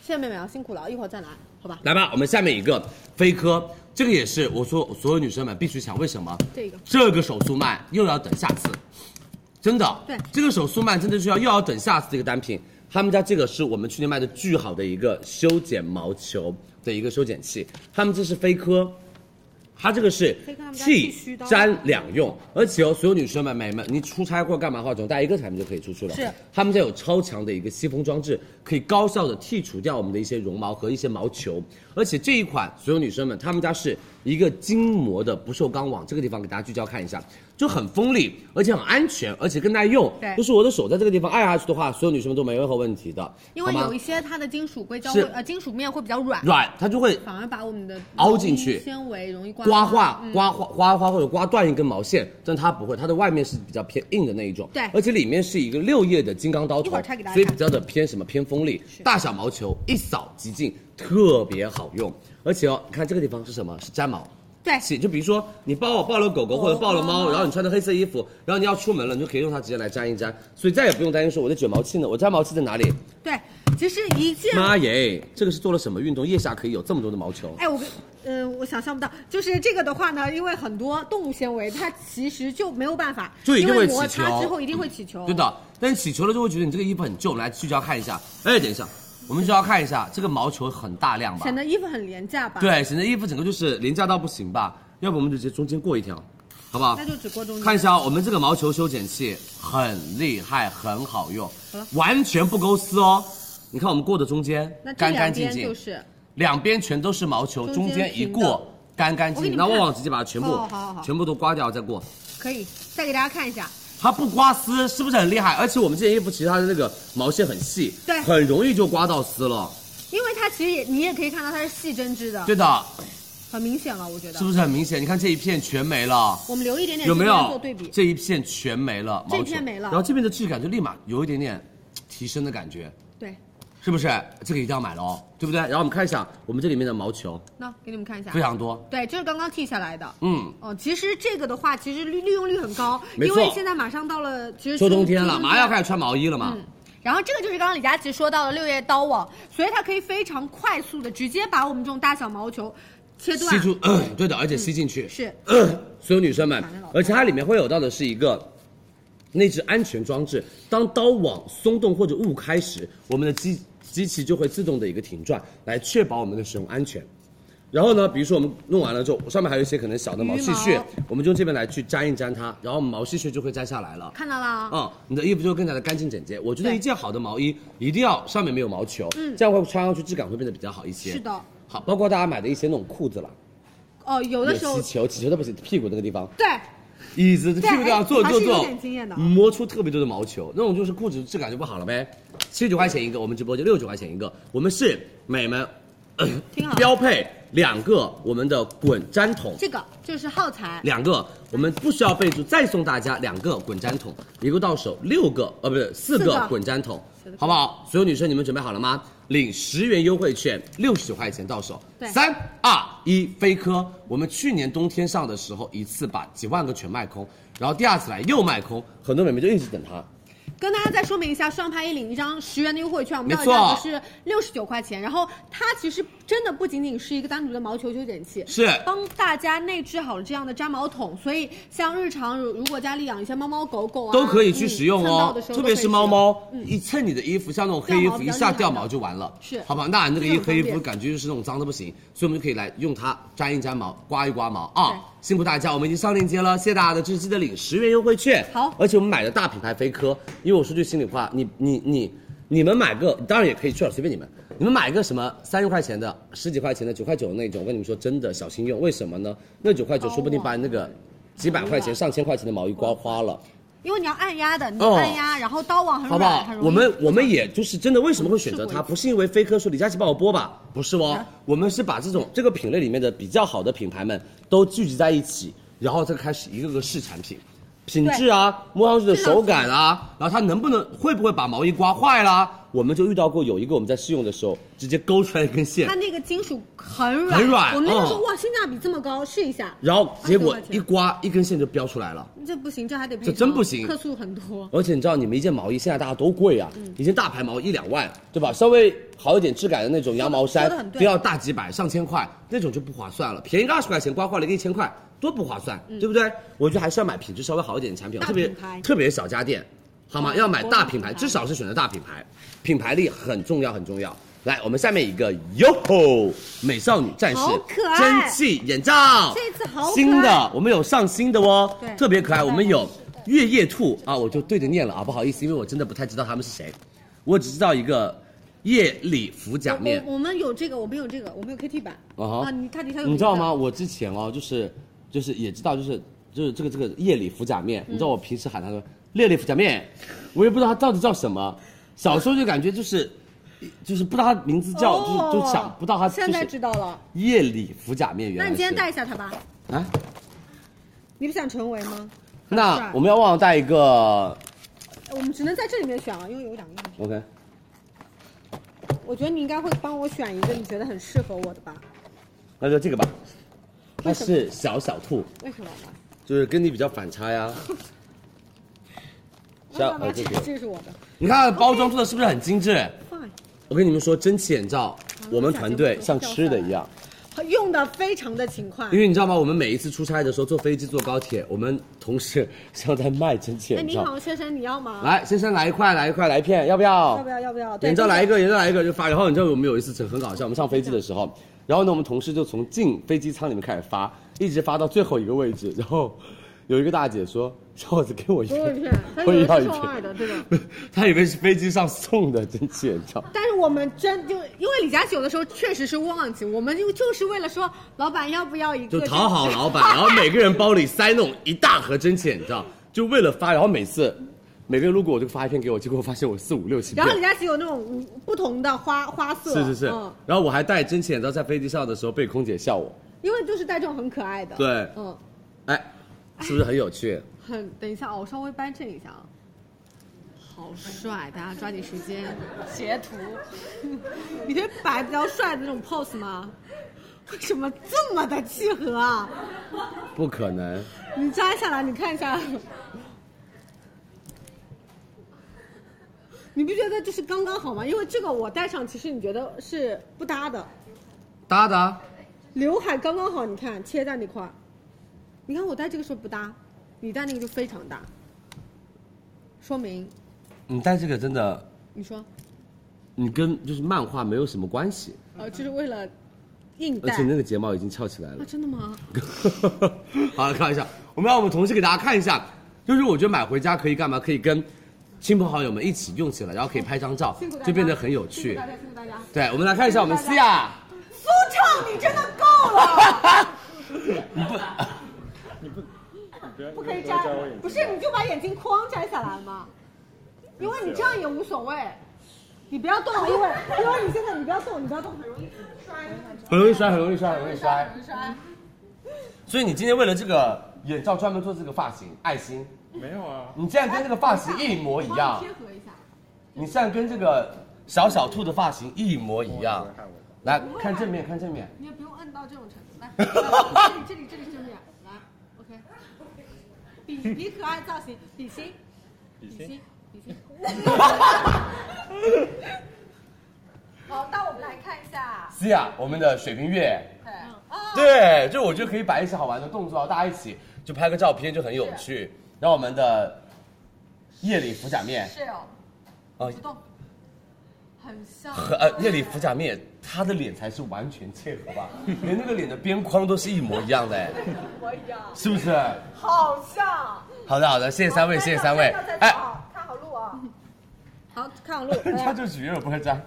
谢谢妹妹啊，辛苦了，一会儿再来，好吧？来吧，我们下面一个飞科，这个也是我所所有女生们必须抢，为什么？这个这个手速慢又要等下次，真的。对这个手速慢真的是要又要等下次的一个单品。他们家这个是我们去年卖的巨好的一个修剪毛球的一个修剪器，他们这是飞科，它这个是飞科他们家剃剃须刀粘两用，而且哦，所有女生们、美们，你出差或干嘛化妆，带一个产品就可以出去了。是，他们家有超强的一个吸风装置，可以高效的剔除掉我们的一些绒毛和一些毛球。而且这一款，所有女生们，他们家是一个筋膜的不锈钢网，这个地方给大家聚焦看一下，就很锋利，而且很安全，而且更耐用。对就是我的手在这个地方按下去的话，所有女生们都没有任何问题的，因为好吗有一些它的金属硅胶是会呃金属面会比较软，软，它就会反而把我们的凹进去纤维容易刮嗯刮化、刮花、刮花或者刮断一根毛线，但它不会，它的外面是比较偏硬的那一种，对而且里面是一个六叶的金刚刀一头会儿拆给大，家所以比看较的偏什么偏锋利，大小毛球一扫即净，特别好用。而且哦，你看这个地方是什么？是粘毛。对哦起就比如说你抱我抱了狗狗或者抱了抱了猫，猫然后你穿着黑色衣服，然后你要出门了，你就可以用它直接来粘一粘，所以再也不用担心说我的卷毛器呢，我粘毛器在哪里？对，其实一件妈耶，这个是做了什么运动？腋下可以有这么多的毛球？哎，我跟，嗯、我想象不到，就是这个的话呢，因为很多动物纤维，它其实就没有办法，就一定因会为起摩擦球嗯之后一定会起球，对，的，但是起球了就会觉得你这个衣服很旧，我们来聚焦看一下。哎，等一下，我们聚焦看一下，这个毛球很大量吧显？得衣服很廉价吧？，对，显得衣服整个就是廉价到不行吧？要不我们就直接中间过一条，好不好那？就只过中间。看一下、哦、我们这个毛球修剪器很厉害，很好用好了，完全不勾丝哦。你看我们过的中间那，这干两干净边净就，是，两边全都是毛球，中中间间一平的过干干净我给净。你那们旺看旺直接把它全部好好好全部都刮掉再过。可以再给大家看一下，它不刮丝，是不是很厉害？而且我们这件衣服其实它的那个毛线很细，对啊很容易就刮到丝了。因为它其实也你也可以看到它是细针织的，对的，很明显了，我觉得是。不是很明显？你看这一片全没了，我们留一点点有没中间做有对比？？这一片全没了，这一毛球片没了然后这边的质感就立马有一点点提升的感觉，对，是不是？这个一定要买了哦，对不对？然后我们看一下我们这里面的毛球那给你们看一下非，常多，对，这是刚刚剃下来的。嗯，哦，其实这个的话，其实利利用率很高，没因为错现在马上到了，其实秋冬天了，秋马上要开始穿毛衣了嘛。嗯，然后这个就是刚刚李佳琦说到的六叶刀网，所以它可以非常快速的直接把我们这种大小毛球切断吸出，嗯对的，而且吸进去。是 *coughs* 所有女生们，而且它里面会有到的是一个内置安全装置，当刀网松动或者误开时，我们的机机器就会自动的一个停转，来确保我们的使用安全。然后呢，比如说我们弄完了之后，上面还有一些可能小的毛细羽血毛，我们就用这边来去粘一粘它，然后毛细血就会粘下来了。看到了啊，嗯，你的衣服就会更加的干净整洁。我觉得对一件好的毛衣一定要上面没有毛球，嗯，这样会穿上去质感会变得比较好一些。是的，好，包括大家买的一些那种裤子啦，哦，有的时候有起球，起球都不行，屁股那个地方，对，椅子屁股都要坐哎坐还是有坐点经验的，啊磨出特别多的毛球，那种就是裤子质感就不好了呗。七十九块钱一个，我们直播就六十九块钱一个，我们是美们、呃听好标配两个我们的滚粘筒，这个就是耗材，两个，我们不需要备注，再送大家两个滚粘筒，一共到手六个，呃，不是四四个个滚粘筒，好不好？所有女生你们准备好了吗？领十元优惠券，六十九块钱到手。对三二一，飞科。我们去年冬天上的时候，一次把几万个全卖空，然后第二次来又卖空，很多美眉就一直等它。跟大家再说明一下，双拍一领一张十元的优惠券，我们没到手价格错是六十九块钱。然后它其实真的不仅仅是一个单独的毛球修剪器，是帮大家内置好了这样的粘毛桶，所以像日常如如果家里养一些猫猫狗狗啊，都可以去使用嗯蹭哦到的，时候特都别可以是使猫用嗯猫，一蹭你的衣服，像那种黑衣掉毛服一比下较厉害掉的毛就完了，是好吧？那那个这个衣很黑衣服方便感觉就是那种脏的不行，所以我们就可以来用它粘一粘毛，刮一刮毛对啊！辛苦大家，我们已经上链接了，谢谢大家的支持，记得领十元优惠券。好而且我们买的大品牌飞科，因为我说句心里话，你你你你们买个，当然也可以去了，随便你们。你们买个什么三十块钱的、十几块钱的、九块九的那种，我跟你们说真的，小心用。为什么呢？那九块九说不啊定把那个几百块钱、上千块钱的毛衣刮花了。因为你要按压的，你哦按压，然后刀网很好软，不哦好很？容易我们我们也就是真的，为什么会选择试过它？一次嗯不是因为飞科说李佳琦帮我播吧，不是哦，我们是把这种这个品类里面的比较好的品牌们都聚集在一起，然后再开始一个个试产品，品质啊，摸上去的手感啊，然后它能不能会不会把毛衣刮坏啦？我们就遇到过有一个我们在试用的时候直接勾出来一根线它，那个金属很软，很软我们那个时候嗯哇，性价比这么高，试一下，然后结果哎对一刮一根线就飙出来了。这不行，这还得赔这偿，真不行克数很多。嗯而且你知道，你们一件毛衣现在大家都贵啊，一件大牌毛一两万，对吧？稍微好一点质感的那种羊毛衫说得很对都要大几百、上千块，那种就不划算了。便宜个二十块钱，刮坏了一个一千块，多不划算，对不对？我觉得还是要买品质稍微好一点的产品，嗯大特别品牌特别小家电，好吗？嗯要买大品国牌，内品牌至少是选择大品牌，品牌力很重要，很重要。来，我们下面一个 YOHO 美少女战士好可爱蒸汽眼罩，这次好可爱新的，我们有上新的哦，对特别可爱。我们有月夜兔啊，我就对着念了啊，不好意思，因为我真的不太知道他们是谁，我只知道一个夜里服甲面。我我们有这个，我们有这个，我们有 KT 版啊哈啊，你看底下有，你知道吗？？我之前哦，就是就是也知道，就是就是这个这个夜里服甲嗯面，你知道我平时喊他说夜里服甲面，我也不知道他到底叫什么。小时候就感觉就是就是不知道他名字叫，哦就是就想不到他就现在知是道了，夜里服甲面原那来你今天是带一下它吧，啊。你不想成为吗？那我们要忘了带一个我们只能在这里面选啊，因为有两个。 OK。我觉得你应该会帮我选一个你觉得很适合我的吧？那就这个吧。它为什么是小小兔，为什么呢？就是跟你比较反差呀。小为呃什这么个，这是我的 *laughs* 你看包装做的是不是很精致？ ，fine，我跟你们说，蒸汽眼罩，嗯我们团队像吃的一样，用的非常的勤快因。为你知道吗？我们每一次出差的时候，坐飞机、坐高铁，我们同事像在卖蒸汽哎，眼你罩。好，先生，你要吗？来，先生来一块，来一块，来一片，要不要？要不要？要不要？对眼罩来一个。个，眼罩来一个就发。然后你知道我们有一次很很搞笑，我们上飞机的时候，然后呢，我们同事就从进飞机舱里面开始发，一直发到最后一个位置，然后有一个大姐说：“小伙子，给我一给我一片片，她以我 *laughs* 为也要是一送外的对吧 *laughs* 片。”她以为是飞机上送的蒸汽眼 *laughs* 罩。但是我们真就因为李佳琦有的时候确实是忘记，我们就就是为了说老板要不要一个就讨好老板，然后每个人包里塞那种一大盒蒸汽眼罩，就为了发，然后每次每个人路过我就发一片给我，结果我发现我四五六七片然后。李佳琦有那种五不同的花花色，是是是嗯，，然后我还戴蒸汽眼罩在飞机上的时候被空姐笑我，因为就是带这种很可爱的，对嗯，哎，是不是很有趣？很等一下啊，我稍微掰正一下啊，好帅，大家抓紧时间截图， *laughs* 你可以摆比较帅的那种 pose 吗？为什么这么的契合啊？不可能，你摘下来，你看一下。你不觉得就是刚刚好吗？因为这个我戴上，其实你觉得是不搭的。搭的啊，刘海刚刚好，你看切在那块儿，你看我戴这个是不是不搭？你戴那个就非常搭，说明你嗯戴这个真的，你说，你跟就是漫画没有什么关系，呃，这是为了硬而戴且那个睫毛已经翘起来了 *laughs* 啊？。真的吗？好了，开玩笑，我们让我们同事给大家看一下，就是我觉得买回家可以干嘛？可以跟亲朋好友们一起用起来，然后可以拍张照辛苦大，家，就变得很有辛苦趣大。家，辛苦大家。对，我们来看一下我们啊思雅，苏畅，你真的够了， *laughs* 不可以摘，不是你就把眼镜框摘下来嘛，因为你这样也无所谓，你不要动，因为因为你现在你不要动，你不要动，很容易很容易摔，很容易摔，很容易摔。摔。所以你今天为了这个眼罩专门做这个发型，爱心，没有啊，你现在跟这个发型一模一样，贴合一下。你现在跟这个小小兔的发型一模一样。来看正面，看正面，你也不用摁到这种程度，来， *laughs* 来这里这里这里这里，来，OK，比比可爱造型，比心，比比心心，比心。好，那我们来看一下，思雅，我们的水冰月，对，啊，对，就我觉得可以摆一些好玩的动作，大家一起就拍个照片就很有趣。然后我们的夜里服假面，是哦，啊，不动，很像，和呃夜里服假面，她的脸才是完全切合 *laughs* 吧，连那个脸的边框都是一模一样的，哎模 *laughs* 一样，是不是？好像。好的好的，谢谢三位，谢谢三位。哎哎，，看好路啊，好看 *laughs* 好路呃他就许愿了，不会粘。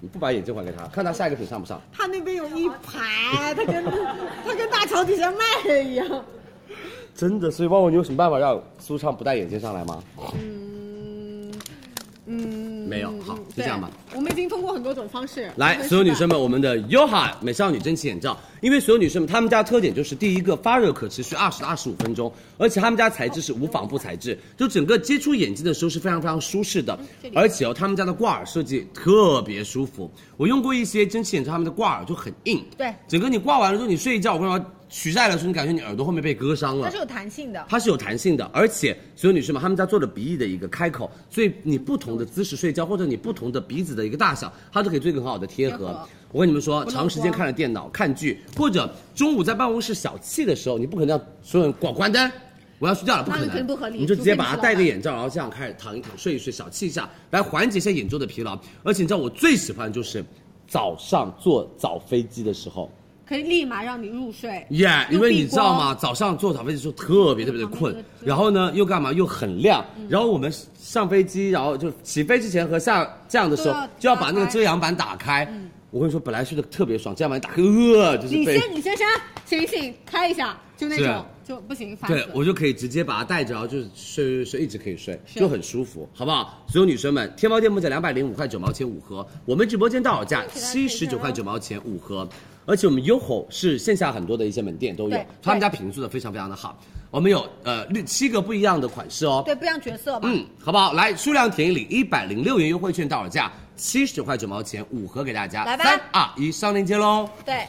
你不把眼镜还给他，看他下一个品上不上。他那边有一排，他跟他跟大桥底下卖人一样。真的，所以旺旺，你有什么办法让苏畅不戴眼镜上来吗？嗯，嗯，没有好嗯就这样吧。对我们已经通过很多种方式来，所有女生，们，我们的 YOHA 美少女蒸汽眼罩，因为所有女生们她们家特点就是第一个发热可持续二十到二十五分钟，而且她们家材质是无纺布材质，就整个接触眼睛的时候是非常非常舒适的，而且哦，她们家的挂耳设计特别舒服。我用过一些蒸汽眼罩，她们的挂耳就很硬，对，整个你挂完了之后，你睡一觉，我跟你说，取下来的时候，你感觉你耳朵后面被割伤了它是。有弹性的，它是有弹性的，而且所有女士们，她们家做的鼻翼的一个开口，所以你不同的姿势睡觉，或者你不同的鼻子的一个大小，它都可以做一个很好的贴贴合合。我跟你们说，长时间看着电脑、看剧，或者中午在办公室小憩的时候，你不可能让所有人关关灯，我要睡觉了，不可那肯能，定不合理你就直接把它除非戴你是老个板眼罩，然后这样开始躺一躺、睡一睡，小憩一下，来缓解一下眼周的疲劳。而且你知道我最喜欢就是早上坐早飞机的时候，可以立马让你入睡。耶因为你知道用吗？早上坐早飞机的时候特别特嗯别的困旁边那，个然后呢又干嘛又很亮，然后我们上飞机，然后就起飞之前和下降的时都候要就要把打那个开遮阳板打开。我跟你说，本来睡得特别爽，遮阳板一打开，呃， *laughs* 就是李被嗯先李先生，醒醒，开一下，就那是啊种就不行，烦死对了。我就可以直接把它带着，然后就是睡睡睡，一直可以睡，就很舒服，好不好？所有女生们，天猫店铺价两百零五块九毛钱五盒，我们直播间到手价七十九块九毛钱五盒，而且我们优吼是线下很多的一些门店都有对，他们家品质做的非常非常的好，我们有呃六七个不一样的款式哦，对，不一样角色吧。嗯，好不好？来，数量填一领一百零六元优惠券到手价七十九块九毛钱五盒给大家，来吧三二一，上链接喽。对，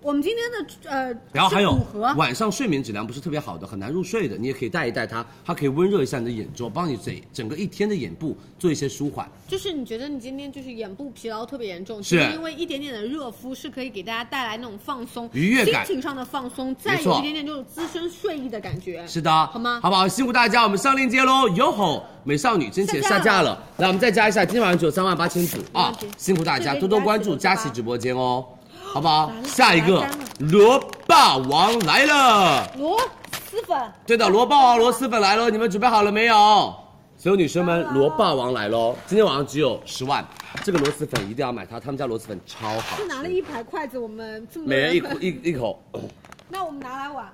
我们今天的呃，然后还有是五盒，晚上睡眠质量不是特别好的，很难入睡的，你也可以戴一戴它，它可以温热一下你的眼周，帮你整整个一天的眼部做一些舒缓。就是你觉得你今天就是眼部疲劳特别严重，是啊其实因为一点点的热敷是可以给大家带来那种放松、愉悦感心情上的放松，再没错有一点点这种滋生睡意的感觉。是的，好吗好不好？辛苦大家，我们上链接喽。哟吼，美少女真姐下下架架了，来，我们再加一下，今天晚上只有三万八千组啊没问题！辛苦大家，这边多多佳琪关注的佳吧琦直播间哦，好不好完？了下一个来单了罗霸王来了，螺蛳粉，对的，罗霸王螺蛳粉来喽，你们准备好了没有？所有女生们，罗霸王来喽！今天晚上只有十万，这个螺蛳粉一定要买它，他们家螺蛳粉超好吃就拿了一排筷子，我们这么多每人一口人，一一口。那我们拿来 *laughs* 碗。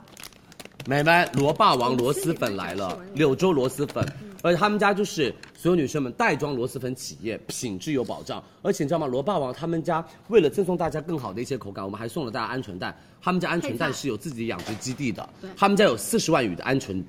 美们，罗霸王螺蛳粉来了，柳州螺蛳粉，而且他们家就是所有女生们袋装螺蛳粉企业，品质有保障。而且你知道吗？罗霸王他们家为了赠送大家更好的一些口感，我们还送了大家鹌鹑蛋。他们家鹌鹑蛋是有自己养殖基地的，他们家有四十万羽的鹌鹑，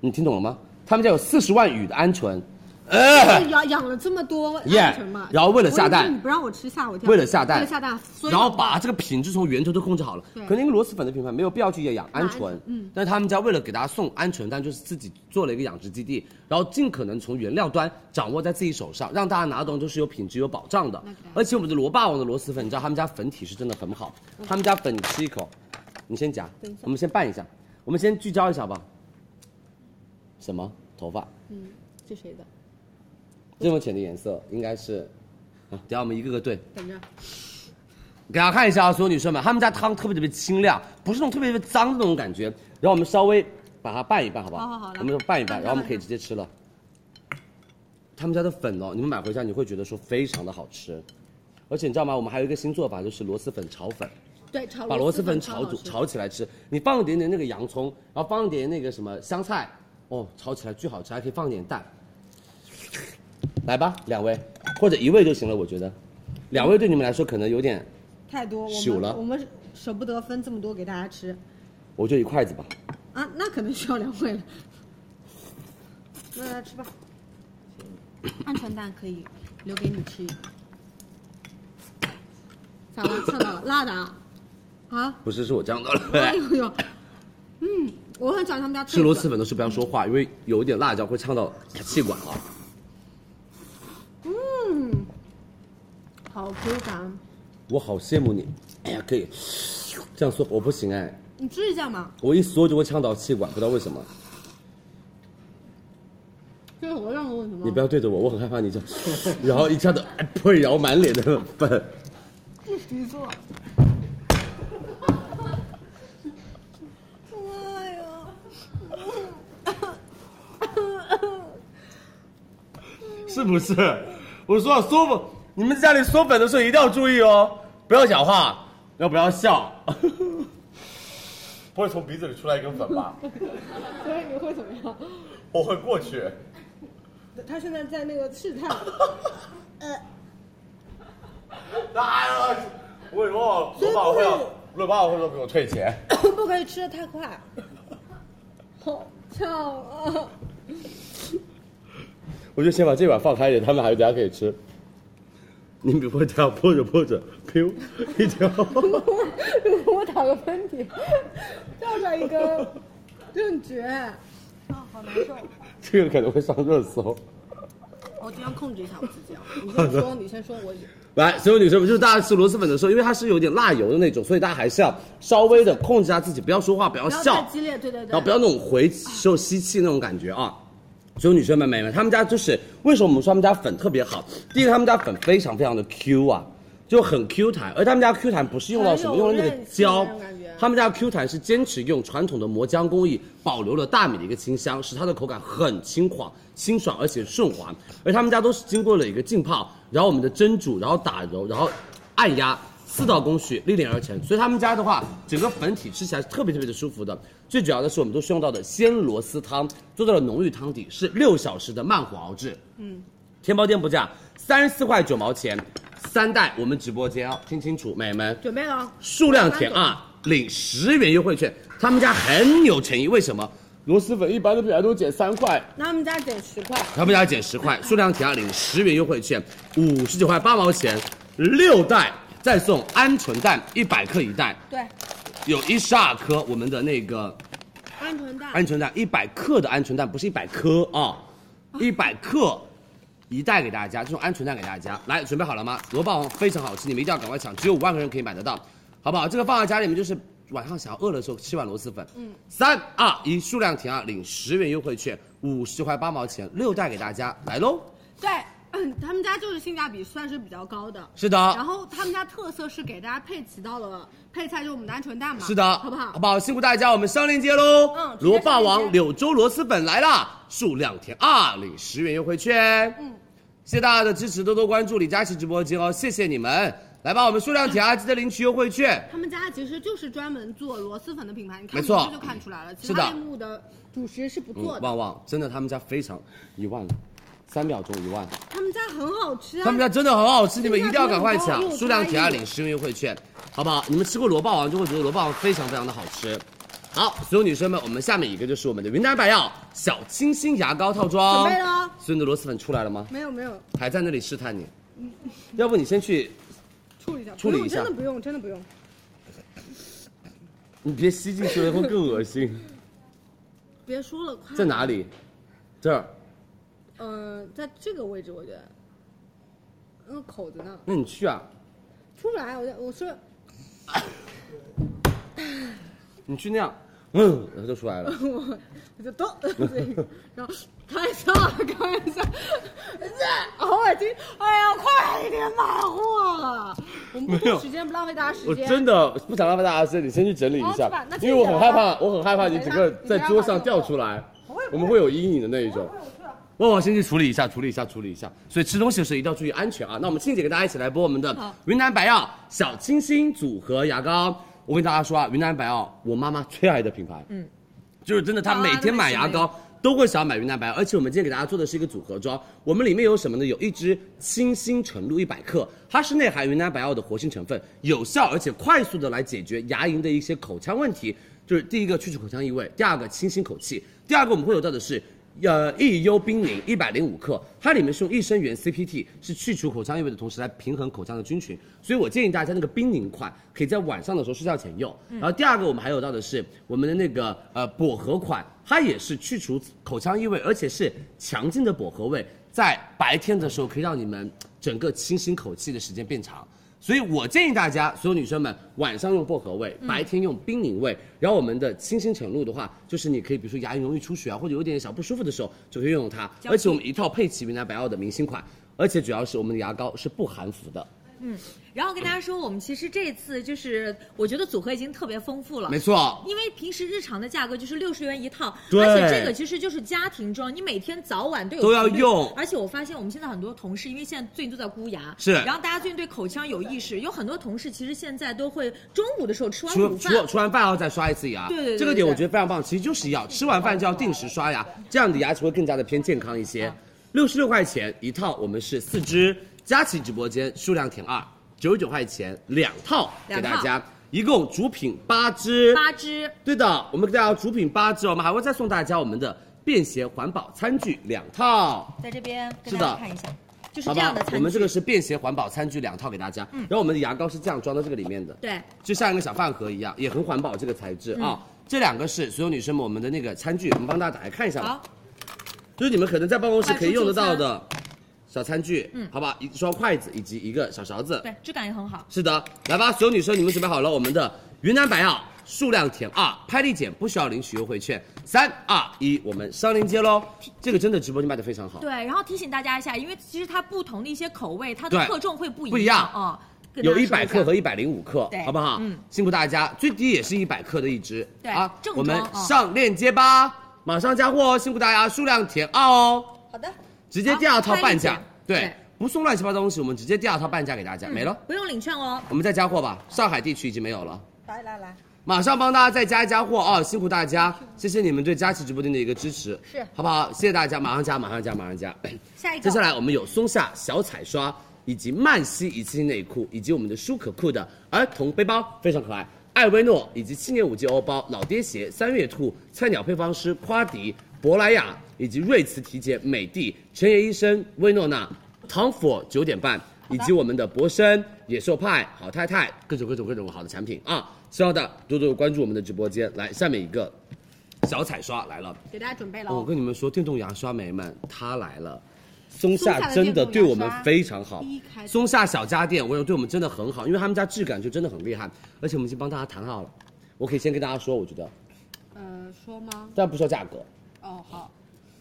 你听懂了吗？他们家有四十万羽的鹌鹑，呃，养养了这么多耶鹌鹑嘛，然后为了下蛋我以为你不让我吃吓我一跳，为了下蛋啊为了下蛋，所以然后把这个品质从源头都控制好了。对可能一个螺蛳粉的品牌没有必要去养鹌鹑，嗯，但是他们家为了给大家送鹌鹑蛋，就是自己做了一个养殖基地，然后尽可能从原料端掌握在自己手上，让大家拿到都是有品质有保障的那给大。家而且我们的罗霸王的螺蛳粉，你知道他们家粉体是真的很好，他们家粉你吃一口，你先夹等一下，我们先拌一下，我们先聚焦一下吧。什么头发？嗯，这谁的？这么浅的颜色应该是，啊，等一下我们一个个对。等着，给大家看一下啊，所有女生们，他们家汤特别特别清亮，不是那种特别特别脏的那种感觉。然后我们稍微把它拌一拌，好不好？好好好来我们拌一拌拌，一拌然后我们可以直接吃了。他们家的粉哦，你们买回家你会觉得说非常的好吃，而且你知道吗？我们还有一个新做法，就是螺蛳粉炒粉，对，炒把螺蛳粉超炒好煮吃炒起来吃。你放一点点那个洋葱，然后放一点那个什么香菜，哦，炒起来巨好吃，还可以放一点蛋。来吧，两位或者一位就行了，我觉得，两位对你们来说可能有点，太多，我朽们了我们舍不得分这么多给大家吃我就一筷子吧。啊，那可能需要两位了。那来吃吧，鹌鹑蛋可以。留给你吃。咋了？呛到了？辣的啊？啊？不是，是我这样的。 *laughs* 哎呦呦，嗯，我很喜欢他们家吃螺蛳粉，粉的时候不要说话，因为有一点辣椒会呛到气管啊。嗯，好 Q 感，我好羡慕你，哎呀，可以这样说，我不行哎，你吃一下嘛，我一缩就会呛到气管，不知道为什么。这是我让的问题吗？你不要对着我，我很害怕你这样，然后一下子，哎呸，然后满脸的粉。这谁做？哎呀，是不是？我说缩粉，你们在家里缩粉的时候一定要注意哦，不要讲话，要不要笑？ *laughs* 不会从鼻子里出来一根粉吧？所以你会怎么样？我会过去。他现在在那个试 *laughs* 探，呃哎啊！我以后所以罗不爸会会要，罗爸会说给我退钱。不可以吃的太快。好呛啊！ *laughs* 我就先把这碗放开一点，他们还有等下可以吃。你们不会这样破着破着，噗一条。如果我打个喷嚏，掉上一根，正绝。啊，好难受！ *laughs* 这个可能会上热搜。我尽量控制一下我自己啊。你先说，你先说，我来，所有女生们，就是大家吃螺蛳粉的时候，因为它是有点辣油的那种，所以大家还是要稍微的控制一下自己，不要说话，不要不要笑太，激烈，对对然后对不。要那种回受吸气那种感觉啊。所有女生们、美们，他们家就是为什么我们说他们家粉特别好？第一个，他们家粉非常非常的 Q 啊，就很 Q 弹，而他们家 Q 弹不是用到什么，很有用了那个韧性胶那种感觉，啊他们家 Q 弹是坚持用传统的磨浆工艺，保留了大米的一个清香，使它的口感很轻滑、清爽而且顺滑。而他们家都是经过了一个浸泡，然后我们的蒸煮，然后打揉，然后按压四道工序历练而成。所以他们家的话，整个粉体吃起来是特别特别的舒服的。最主要的是我们都是用到的鲜螺丝汤，做到了浓郁汤底，是六小时的慢火熬制。天猫店铺价三十四块九毛钱，三袋我们直播间哦，听清楚，美眉们。准备了啊，数量填二，领十元优惠券。他们家很有诚意，为什么？螺蛳粉一般的品牌都减三块，那我们家减十块。他们家减十块，数量填啊二领十元优惠券，五十九块八毛钱，六袋再送鹌鹑蛋一百克一袋，对，有一十二颗我们的那个鹌鹑蛋鹌鹑蛋，一百克的鹌鹑蛋不是一百颗啊，一百克一袋给大家，这种鹌鹑蛋给大家。来，准备好了吗？螺霸王非常好吃，你们一定要赶快抢，只有五万个人可以买得到，好不好？这个放在家里面就是晚上想要饿的时候吃碗螺蛳粉。嗯，三二一，数量填二，领十元优惠券，五十块八毛钱，六袋给大家，来喽。对，嗯他们家就是性价比算是比较高的。是的然，后他们家特色是给大家配齐到了配菜，就是我们的鹌鹑蛋嘛。是的，好不好好？不好？辛苦大家，我们上链接喽。嗯直接上链接螺霸王柳州螺蛳粉来啦，数量填二，领十元优惠券。嗯，谢谢大家的支持，多多关注李佳琦直播间哦，谢谢你们。来吧，我们数量填二，记得领取优惠券。他们家其实就是专门做螺蛳粉的品牌，你看没错名字就看出来了。其是的他类目的主食是不嗯做，的，旺旺，真的他们家非常一万了，三秒钟一万，他们家很好吃啊。他们家真的很好吃，你们一性定价比要赶快很高抢，又数量便宜填二领十元优惠券，好不好？你们吃过螺霸王就会觉得螺霸王非常非常的好吃。好，所有女生们，我们下面一个就是我们的云南白药小清新牙膏套装，准备了。哦所以你的螺蛳粉出来了吗？没有没有，还在那里试探你，要不你先去，处理一下，处理一下不用真的不用，真的不用。你别吸进去了，会更恶心。别说了，快。在？哪里？这儿。嗯、在这个位置，我觉得，嗯，口子呢？那你去啊，出不来，我我说你去那样，嗯，然后就出来了。我 *laughs* 我就咚，这个，然后开玩笑，开玩笑，这好恶心！哎呀，快一点买货了，我们不没多有时间，不浪费大家时我间。真的不想浪费大家时间，你先去整理一哦下是吧那，因为我很害怕，我很害怕你你等整一下个你在不要桌把上这个掉出来，我们会有阴影的那一种。旺旺先去处理一下，处理一下，处理一下。所以吃东西的时候一定要注意安全啊！那我们庆姐跟大家一起来播我们的好云南白药小清新组合牙膏。我跟大家说啊，云南白药我妈妈最爱的品牌，嗯，就是真的，她啊每天买牙那为什么膏都会想要买云南白药。而且我们今天给大家做的是一个组合装，我们里面有什么呢？有一支清新纯露一百克，它是内含云南白药的活性成分，有效而且快速的来解决牙龈的一些口腔问题。就是第一个去除口腔异味，第二个清新口气，第二个我们会有到的是呃，益优冰凝一百零五克，它里面是用益生元 CPT，是去除口腔异味的同时来平衡口腔的菌群，所以我建议大家那个冰凝款可以在晚上的时候睡觉前用。然后第二个我们还有到的是我们的那个呃薄荷款，它也是去除口腔异味，而且是强劲的薄荷味，在白天的时候可以让你们整个清新口气的时间变长。所以我建议大家，所有女生们晚上用薄荷味，白天用冰凝味。然后我们的清新晨露的话，就是你可以比如说牙龈容易出血啊，或者有点小不舒服的时候，就可以用用它。而且我们一套配齐云南白药的明星款，而且主要是我们的牙膏是不含氟的，然后跟大家说，我们其实这次就是，我觉得组合已经特别丰富了。没错。因为平时日常的价格就是六十元一套，对而且这个其实就是家庭装，你每天早晚都有都要频率用而且我发现我们现在很多同事，因为现在最近都在箍牙，是然后大家最近对口腔有意识，有很多同事其实现在都会中午的时候吃完除午除饭，吃完饭后再刷一次牙，对对对对这个点我觉得非常棒。其实就是要吃完饭就要定时刷牙，这样你的牙齿会更加的偏健康一啊些。六十六块钱一套，我们是四支，佳琦直播间数量填二，九十九块钱两套给两套大家，一共主品八支，八支，对的，我们给大家主品八支，我们还会再送大家我们的便携环保餐具两套，在这边跟是大的家看一下，就是好这不样好的餐？具。嗯我们这个是便携环保餐具两套给大家，然后我们的牙膏是这样装到这个里面的，对，就像一个小饭盒一样，也很环保这个材质嗯啊、这两个是所有女生们我们的那个餐具，我们帮大家打开看一下吧，好，就是你们可能在办公室可以用得到的小餐具，嗯，好吧，一双筷子以及一个小勺子，对，质感也很好。是的，来吧，所有女生，你们准备好了？我们的云南白药数量填二，拍立减不需要领取优惠券。三二一，我们上链接喽。这个真的直播间卖的非常好，对，然后提醒大家一下，因为其实它不同的一些口味，它的对克重会不一不一样哦。跟大有家一说百下克和一百零五克对，好不好？嗯，辛苦大家，最低也是一百克的一支。对啊，正装我们啊上链接吧，马上加货哦，辛苦大家，数量填二哦。好的，直接第二套半价好拍立减，对对，嗯不送乱七八糟东西，我们直接第二套半价给大家，没了。不用领券哦。我们再加货吧，上海地区已经没有了。来来来，马上帮大家再加一加货啊！辛苦大家，谢谢你们对佳琦直播间的一个支持，是好不好？谢谢大家，马上加，马上加，马上加。下一个，接下来我们有松下小彩刷，以及曼西一次性内裤，以及我们的舒可酷的儿童背包，非常可爱。艾薇诺以及七年五级欧包、老爹鞋、三月兔、菜鸟配方师、夸迪、珀莱雅以及瑞慈体检、美的、陈爷医生、薇诺娜、唐佛九点半，以及我们的博生、野兽派、好太太，各种各种各种好的产品啊！希望大家多多关注我们的直播间。来，下面一个小彩刷来了。给大家准备了我哦。跟你们说，电动牙刷美们，它来了。松松下下的真的对我电动们牙刷非常好第一开，始松下小家电，我有对我们真的很好，因为他们家质感就真的很厉害，而且我们已经帮大家谈好了。我可以先跟大家说，我觉得，呃，说吗？但不说价格。哦，好，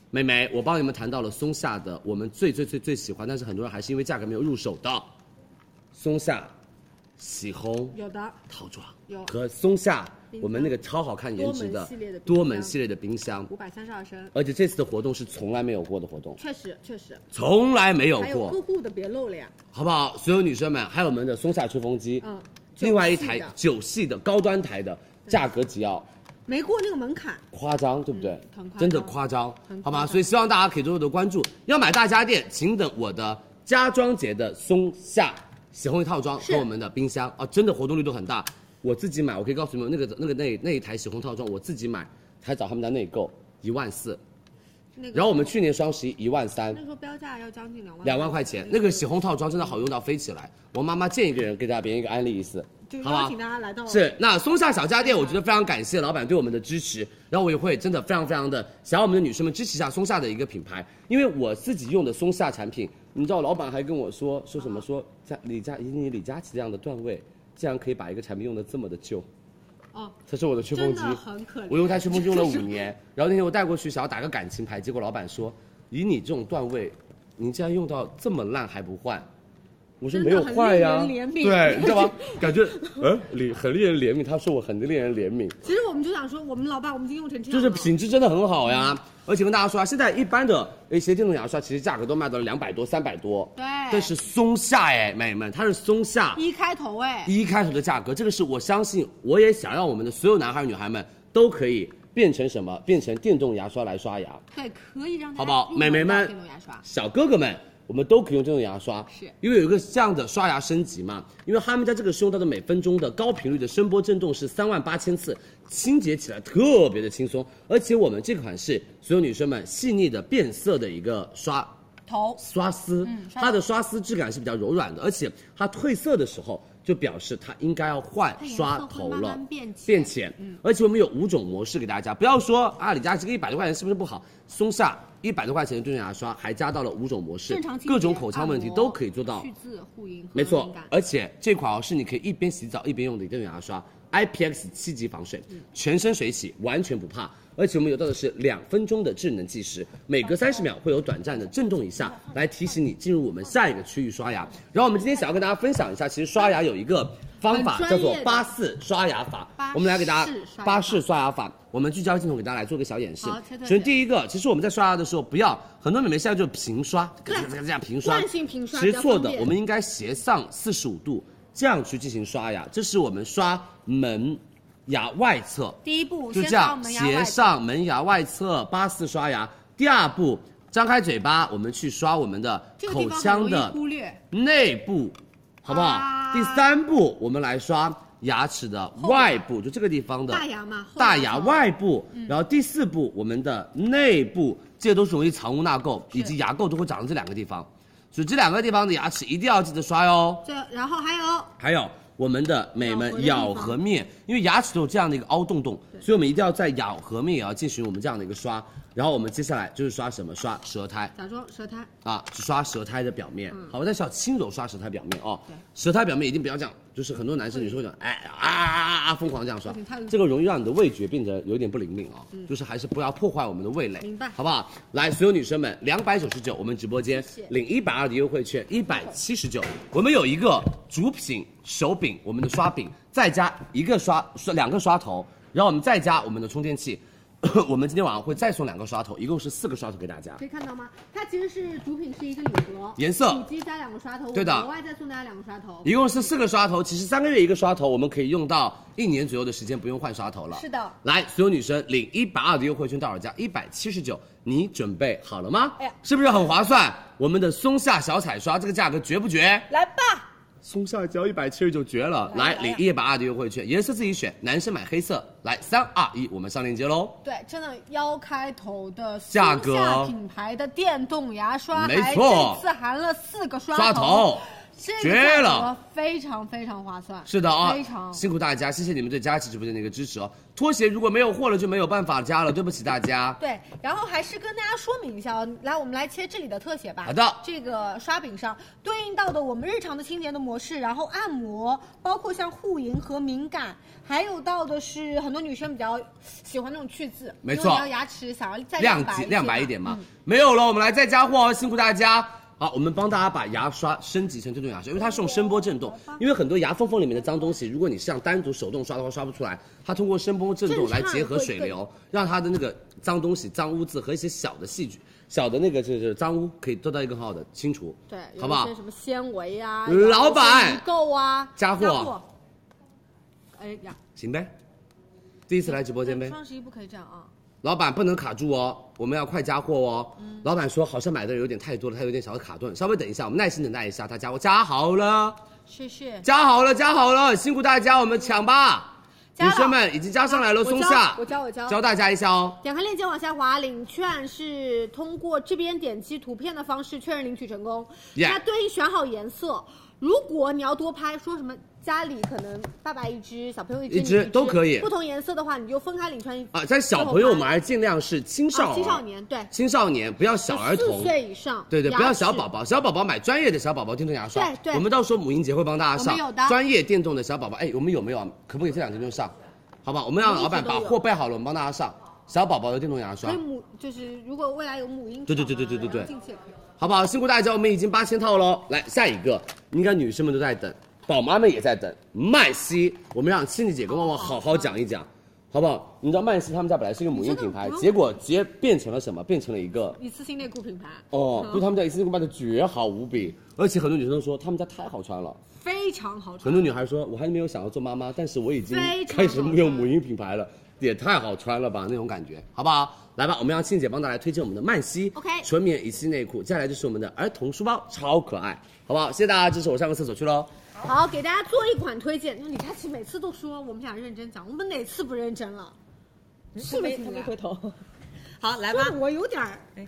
美眉，我帮你们谈到了松下的，我们最最最最喜欢，但是很多人还是因为价格没有入手的，松下洗烘有的。套装有和松下冰箱我们那个超好看颜值多门的系列的冰箱多门系列的冰箱，五百三十二升，而且这次的活动是从来没有过的活动，确实确实，从来没有还有过。客户的别漏了呀。好不好？所有女生们，还有我们的松下吹风机，嗯，另外一九系台的九系的高端台的，价格只要没过那个门槛，夸张，对不对？嗯很夸张真的夸张很，好夸张吗？所以希望大家可以多多的关注。要买大家电，请等我的家装节的松下洗烘一套装和我们的冰箱啊，真的活动力度很大。我自己买，我可以告诉你们，那个那个那那一台喜红套装，我自己买，还找他们家内购一万四，那个然后我们去年双十一一万三那，时候标价要将近两万，两万块钱，那个喜红套装真的好用到飞起来。我妈妈见一个人给大家别人一个安利一次，就好吧邀请大家来到是，那松下小家电，我觉得非常感谢老板对我们的支持，然后我也会真的非常非常的想要我们的女生们支持一下松下的一个品牌，因为我自己用的松下产品，你知道老板还跟我说说什么说佳李佳以你李佳琦这样的段位，竟然可以把一个产品用的这么的旧，哦，这是我的吹风真机的，很可我怜。用它吹风机用了五年，然后那天我带过去想要打个感情牌，结果老板说以你这种段位，你竟然用到这么烂还不换。我说真没的有很坏令呀，人怜悯对，你知 *laughs* 道吗？感觉，嗯，令很令人怜悯。他说我很令人怜悯，其实我们就想说，我们老板我们已经用成这就样是了，品质真的很好嗯呀。而且跟大家说啊，现在一般的一些电动牙刷其实价格都卖到了两百多、三百多，对但是松下哎，美们，它是松下一开头哎，一开头的价格，这个是我相信，我也想让我们的所有男孩女孩们都可以变成什么？变成电动牙刷来刷牙。对，可以让大家好不好用美眉得到们电动牙刷，小哥哥们，我们都可以用这种牙刷，是因为有一个这样的刷牙升级嘛。因为他们家这个是用到的每分钟的高频率的声波震动是三万八千次，清洁起来特别的轻松。而且我们这款是所有女生们细腻的变色的一个刷头刷丝，嗯刷它的刷丝质感是比较柔软的，而且它褪色的时候就表示它应该要换它颜色刷会头了，慢慢变浅嗯而且我们有五种模式给大家，不要说啊，李佳琦一百多块钱是不是不好？松下一百多块钱的对症牙刷还加到了五种模式，正常清洁各种口腔问题按摩都可以做到去。渍护龈和没错敏感，而且这款哦是你可以一边洗澡一边用的电动牙刷，IPX 七级防水，嗯全身水洗，完全不怕。而且我们有到的是两分钟的智能计时，每隔三十秒会有短暂的震动一下，来提醒你进入我们下一个区域刷牙。然后我们今天想要跟大家分享一下，其实刷牙有一个方法很专叫业的做八四刷牙法巴，我们来给大家士刷牙法八式刷牙法，我们聚焦镜头给大家来做个小演示好切。对首先对第一个，其实我们在刷牙的时候，不要很多美眉现在就平刷，这样平刷，惯性平刷其实比较错方的，便我们应该斜上四十五度这样去进行刷牙，这是我们刷门牙外侧，第一步就先这刷我样们牙斜外，上门牙外侧八四刷牙。第二步，张开嘴巴，我们去刷我们的这个地口方很腔容易的忽略，内部，好不好？啊第三步，我们来刷牙齿的外部，就这个地方的大牙嘛后大牙牙嘛外部。嗯然后第四步，我们的内部，这些都是容易藏污纳垢，以及牙垢都会长在这两个地方，所以这两个地方的牙齿一定要记得刷哟。这然后还有还有我们的美们咬咬合的地方合面，因为牙齿都有这样的一个凹洞洞，所以我们一定要在咬合面也要进行我们这样的一个刷。然后我们接下来就是刷什么？刷舌苔。假装舌苔，啊，只刷舌苔的表嗯面，好吧，但是要轻柔刷舌苔表面哦。舌苔表面一定不要这样，就是很多男生女生会讲，哎啊啊啊啊，疯狂这样刷对太，这个容易让你的味觉变得有点不灵敏哦，就是还是不要破坏我们的味蕾，明白好不好？来，所有女生们，两百九十九，我们直播间领一百二的优惠券，一百七十九，我们有一个主品手柄，我们的刷柄，再加一个刷刷两个刷头，然后我们再加我们的充电器。 *coughs* 我们今天晚上会再送两个刷头，一共是四个刷头给大家。可以看到吗？它其实是主品是一个礼盒，颜色主机加两个刷头，对的我们额外再送大家两个刷头。一共是四个刷头，其实三个月一个刷头，我们可以用到一年左右的时间，不用换刷头了。是的，来，所有女生领一百二的优惠券到手价一百七十九，你准备好了吗？哎呀是不是很划算？我们的松下小彩刷这个价格绝不绝？来吧，松下只要一百七十九，绝了！来来来领一百二的优惠券，颜色自己选，男生买黑色。来，三二一，我们上链接喽。对，真的幺开头的价格松下品牌的电动牙刷，没还错这次含了四个刷刷头这个绝价格了非常非常划算。是的啊、非常。辛苦大家，谢谢你们对佳琦直播间的一个支持哦。拖鞋如果没有货了就没有办法加了，对不起大家。对，然后还是跟大家说明一下哦，来，我们来切这里的特写吧。好的这个刷柄上对应到的我们日常的清洁的模式，然后按摩，包括像护龈和敏感，还有到的是很多女生比较喜欢那种去渍，没因错为你要牙齿想要再亮白级一亮些白一嘛点嘛。嗯没有了，我们来再加货哦，辛苦大家。好，我们帮大家把牙刷升级成这种牙刷，因为它是用声波震哦动，因为很多牙缝缝里面的脏东西，如果你是像单独手动刷的话，刷不出来，它通过声波震动来结合水流，让它的那个脏东西、脏污渍和一些小的细菌、小的那个就是脏污，可以得到一个很好的清除，对，有好不一好些？什么纤维啊，老板购啊，加货哎呀，行呗，第一次来直播间呗。双十一不可以这样啊！老板不能卡住哦，我们要快加货哦。嗯老板说好像买的人有点太多了，他有点小的卡顿，稍微等一下，我们耐心等待一下，大家我加好了。是是，加好了，加好了，辛苦大家，我们抢吧！加女了生们已经加上来了，我松教下我教我教教大家一下哦。点开链接往下滑，领券是通过这边点击图片的方式确认领取成功。 Yeah 那对应选好颜色，如果你要多拍，说什么家里可能爸爸一只，小朋友一只，一只你都可以不同颜色的话，你就分开领穿一啊，但小朋友们啊还是尽量是青少儿青少年对，青少年不要小儿童四。岁以上，对对，不要牙齿小宝。宝，小宝宝买专业的小宝宝电动牙刷。对对我们到时候母婴节会帮大家上我们有的专业电动的小宝宝。哎，我们有没有啊？可不可以这两天就上？好吧，我们让我们一老直板都把有货备好了，我们帮大家上小宝宝的电动牙刷所以，母就是如果未来有母婴场啊，对对对对对对对然后进去也可以。好不好？辛苦大家，我们已经八千套喽。来下一个，应该女生们都在等，宝妈们也在等。麦西，我们让亲姐姐跟旺旺好好讲一讲，好不好？你知道麦西他们家本来是一个母婴真的品牌不，用结果直接变成了什么？变成了一个一次性内裤品牌哦，嗯就他们家一次性卖的绝好无比，而且很多女生都说他们家太好穿了。非常好很穿，多女孩说，我还没有想要做妈妈，但是我已经非常开始用母婴品牌了，也太好穿了吧，那种感觉，好不好？来吧，我们让庆姐帮大家推荐我们的曼西 OK 纯棉一气内裤，接下来就是我们的儿童书包，超可爱，好不好？谢谢大家支持，我上个厕所去喽。好，给大家做一款推荐。那李佳琦每次都说我们俩认真讲，我们哪次不认真了？是没他没回头，好，来吧就是，我有点儿哎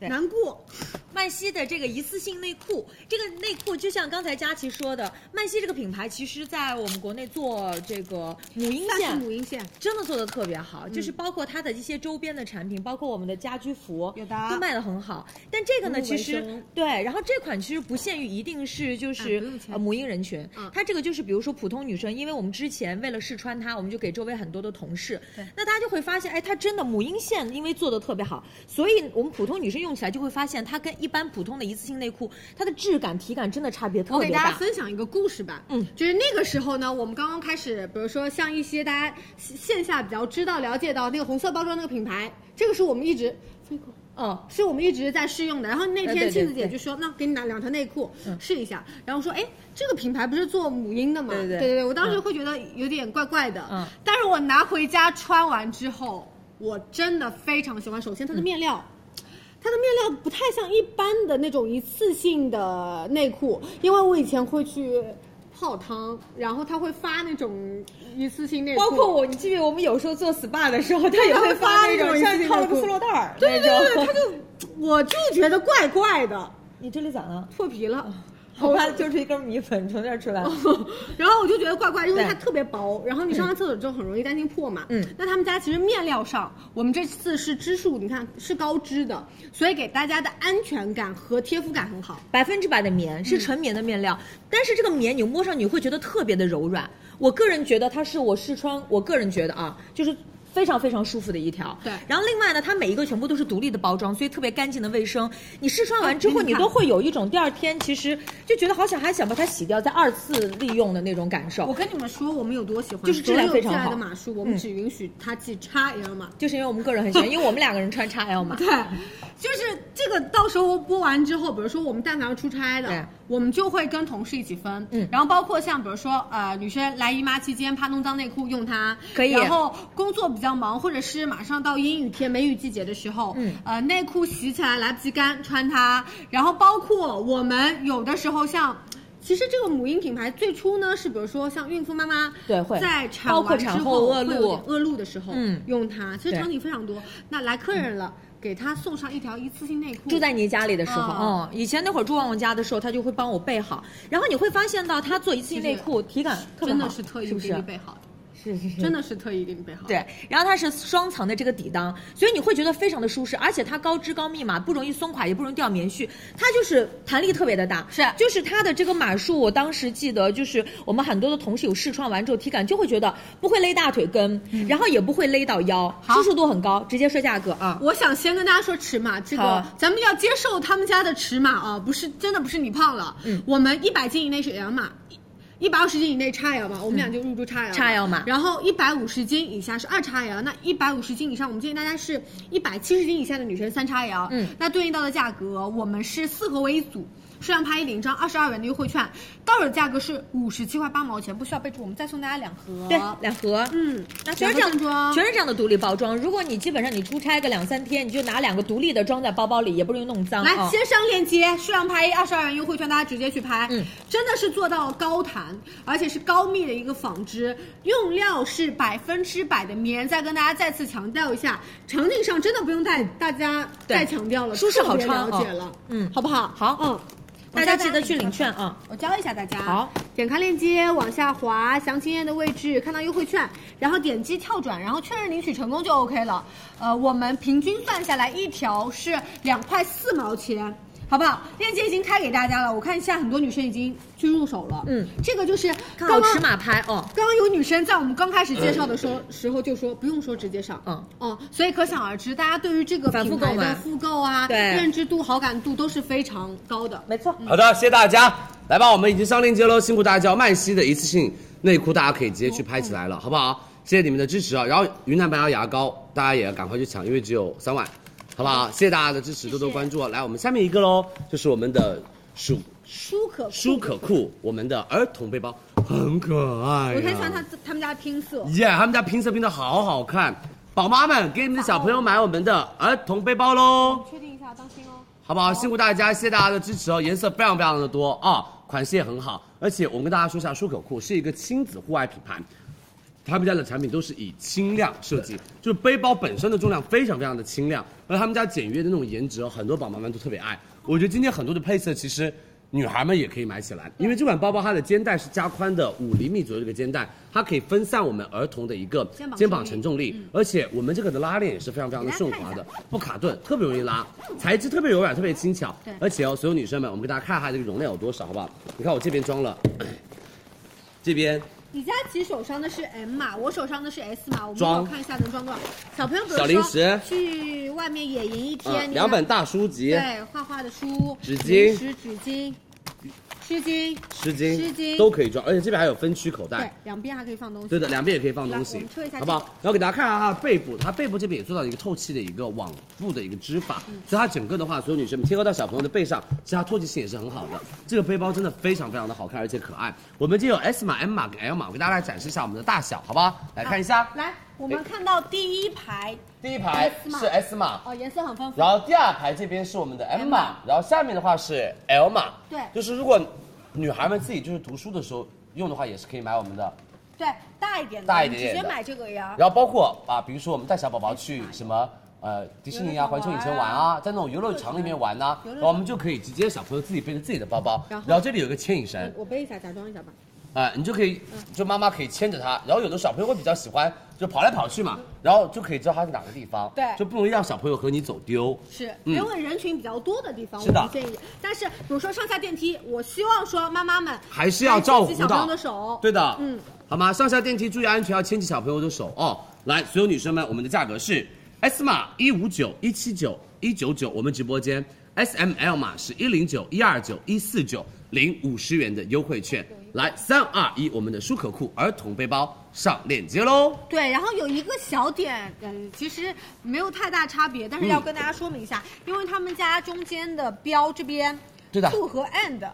对难过。 *laughs* 曼西的这个一次性内裤，这个内裤就像刚才佳琪说的，曼西这个品牌其实在我们国内做这个母婴但是线。母婴线，真的做的特别好，嗯就是包括它的一些周边的产品，包括我们的家居服，有的都卖的很好。但这个呢，母乳其为实生对，然后这款其实不限于一定是就啊是不用钱呃母婴人群嗯，它这个就是比如说普通女生，因为我们之前为了试穿它，我们就给周围很多的同事对，那大家就会发现，哎，它真的母婴线因为做的特别好，所以我们普通女生用起来就会发现，它跟一般普通的一次性内裤，它的质感体感真的差别特我给别大家大。分享一个故事吧。嗯，就是那个时候呢，我们刚刚开始，比如说像一些大家线线下比较知道、了解到那个红色包装那个品牌，这个是我们一直哦，是我们一直在试用的。然后那呃对天对庆子姐对就说：“那给你拿两条内裤嗯试一下。”然后说：“哎，这个品牌不是做母婴的吗？”对对对对我当时嗯会觉得有点怪怪的。嗯但是我拿回家穿完之后，我真的非常喜欢。首先，它的面料。嗯它的面料不太像一般的那种一次性的内裤，因为我以前会去泡汤，然后它会发那种一次性内裤，包括我，你记不记得我们有时候做 SPA 的时候，它也它会会发发那那种种像一次性套了内个裤塑料袋儿，对对对，那种它就我就觉得怪怪的， *laughs* 你这里咋了？破皮嗯了。 *laughs* 我怕揪出一根米粉从这儿出来。 *laughs* 然后我就觉得怪怪，因为对它特别薄，然后你上完厕所之后很容易担心破嘛。嗯那他们家其实面料上，我们这次是支数，你看是高支的，所以给大家的安全感和贴肤感很好。百分之百的棉是纯棉的面料，但是这个棉你摸上你会觉得特别的柔软。我个人觉得它是我试穿，我个人觉得啊，就是非常非常舒服的一条。对然后另外呢，它每一个全部都是独立的包装，所以特别干净的卫生。你试穿完之哎后，哦你你看都会有一种第二天其实就觉得好想还想把它洗掉，再二次利用的那种感受我。跟你们说，我们有多喜欢，哦就是质量非常所好嗯有寄来的码数，我们只允许它寄 XL 码。就是因为我们个人很喜欢，因为我们两个人穿 XL *laughs* 码。对，就是这个，到时候播完之后，比如说我们但凡要出差对的，我们就会跟同事一起分。嗯然后包括像比如说呃，女生来姨妈期间怕弄脏内裤用它，可以然后工作比较忙，或者是马上到阴雨天梅雨季节的时候，嗯呃，内裤洗起来来不及干，穿它。然后包括我们有的时候像。其实这个母婴品牌最初呢是，比如说像孕妇妈妈对会在产包括完之产后后恶会有露点恶露的时候，嗯用它。其实对场景非常多。那来客人了，给他送上一条一次性内裤，住在你家里的时候，哦嗯，以前那会儿住旺旺家的时候，他就会帮我备好，然后你会发现到他做一次性内裤体感特别好，真的是特意是不给你是？备好的，是是是真的是特意给你备好的。对，然后它是双层的这个底裆，所以你会觉得非常的舒适，而且它高支高密码，不容易松垮，也不容易掉棉絮，它就是弹力特别的大。是就是它的这个码数，我当时记得，就是我们很多的同事有试穿完之后，体感就会觉得不会勒大腿根，然后也不会勒到腰，好舒适度很高，直接说价格啊。我想先跟大家说尺码，这个好咱们要接受他们家的尺码啊，不是真的不是你胖了，嗯我们一百斤以内是 L 码，一百二十斤以内 XL 码，我们俩就入驻 XL XL 嗯码然后一百五十斤以下是二 XL，那一百五十斤以上，我们建议大家是一百七十斤以下的女生三啊 XL，嗯那对应到的价格我们是四盒为一组。数量拍一领一张二十二元的优惠券，到手价格是五十七块八毛钱，不需要备注，我们再送大家两盒。对，两盒，嗯，那全是这两盒正样，装全是这样的独立包装。如果你基本上你出差个两三天，你就拿两个独立的装在包包里，也不容易弄脏。来啊先上链接，数量拍一二十二元优惠券，大家直接去拍，嗯，真的是做到了高弹，而且是高密的一个纺织，用料是百分之百的棉。再跟大家再次强调一下，场景上真的不用带大家对再强调了，舒适好穿特别了解了，嗯好不好？好嗯，大家记得去领券啊。我教一下大家。好，点开链接往下滑，详情页的位置看到优惠券，然后点击跳转，然后确认领取成功就 OK 了。呃，我们平均算下来一条是两块四毛钱。好不好？链接已经开给大家了，我看现在很多女生已经去入手了。嗯，这个就是看刚好刚尺码牌哦。刚刚有女生在我们刚开始介绍的时候时候就说不用说直接上，嗯哦，所以可想而知，大家对于这个反复品购牌买的复购啊、对认知度、好感度都是非常高的。没错，好的，谢谢大家。来吧，我们已经上链接喽，辛苦大家叫曼西的一次性内裤，大家可以直接去拍起来了，好不好？谢谢你们的支持啊！然后云南白药牙膏，大家也要赶快去抢，因为只有三晚，好不好？谢谢大家的支持，多多关注啊！来，我们下面一个喽，就是我们的舒舒可舒可酷，我们的儿童背包很可哎爱、呀我很喜欢他他们家的拼色，耶他们家拼色拼的好好看，宝妈们给你们的小朋友买我们的儿童背包喽。确定一下，当心哦。好不好？辛苦大家，谢谢大家的支持哦，颜色非常非常的多啊、款式也很好，而且我们跟大家说一下，舒可酷是一个亲子户外品牌。他们家的产品都是以轻量设计，就是背包本身的重量非常非常的轻量，而他们家简约的那种颜值哦，很多宝妈们都特别爱。我觉得今天很多的配色其实女孩们也可以买起来，因为这款包包它的肩带是加宽的五厘米左右的一个肩带，它可以分散我们儿童的一个肩膀肩膀承承重力，而且我们这个的拉链也是非常非常的顺滑的，不卡顿，特别容易拉，材质特别柔软，特别轻巧嗯对。而且哦，所有女生们，我们给大家看一下这个容量有多少，好不好？你看我这边装了，这边李佳琦手上的是 M 码，我手上的是 S 码，我们一会装儿看一下能装多少。小朋友，比如小说零食去外面野营一呃天，你两拿本大书籍，对画画的书、纸零巾食、纸巾、湿巾，湿巾，湿巾都可以装，而且这边还有分区口对袋。，两边还可以放东西。对的，两边也可以放来东我西们测一下，好不好？然后给大家看一下它的背部，它背部这边也做到一个透气的一个网布的一个织法，嗯所以它整个的话，所有女生们贴合到小朋友的背上，其实它透气性也是很好的。这个背包真的非常非常的好看，而且可爱。我们就有 S 码、M 码跟 L 码，我给大家来展示一下我们的大小，好不好？来看一下，来，我们看到第一排第一排 S 码是 S 码，哦，颜色很丰富。然后第二排这边是我们的 M 码，然后下面的话是 L 码。对就是如果女孩们自己就是读书的时候用的话，也是可以买我们的。对，大一点的，大一点点的你直接买这个呀。然后包括啊，比如说我们带小宝宝哎去什么。呃，迪士尼啊，环球影城玩啊，在那种游乐场里面玩呐、啊游乐场然后我们就可以直接小朋友自己背着自己的包包，然后嗯这里有个牵引绳，我背一下，假装一下吧。啊、你就可以，就妈妈可以牵着他，然后有的小朋友会比较喜欢，就跑来跑去嘛，然后就可以知道他在哪个地方，嗯对就不容易让小朋友和你走丢。是，嗯因为人群比较多的地方，是的我们建议。但是比如说上下电梯，我希望说妈妈们还是要照顾牵起到小朋友的手。对的，嗯，好吗？上下电梯注意安全，要牵起小朋友的手哦。来，所有女生们，我们的价格是 S 码一五九一七九一九九，我们直播间 S M L 码是一零九一二九一四九领五十元的优惠券。来，三二一，我们的舒可酷儿童背包上链接喽。对，然后有一个小点，嗯，其实没有太大差别，但是嗯要跟大家说明一下，因为他们家中间的标这边，对的 to 和 and。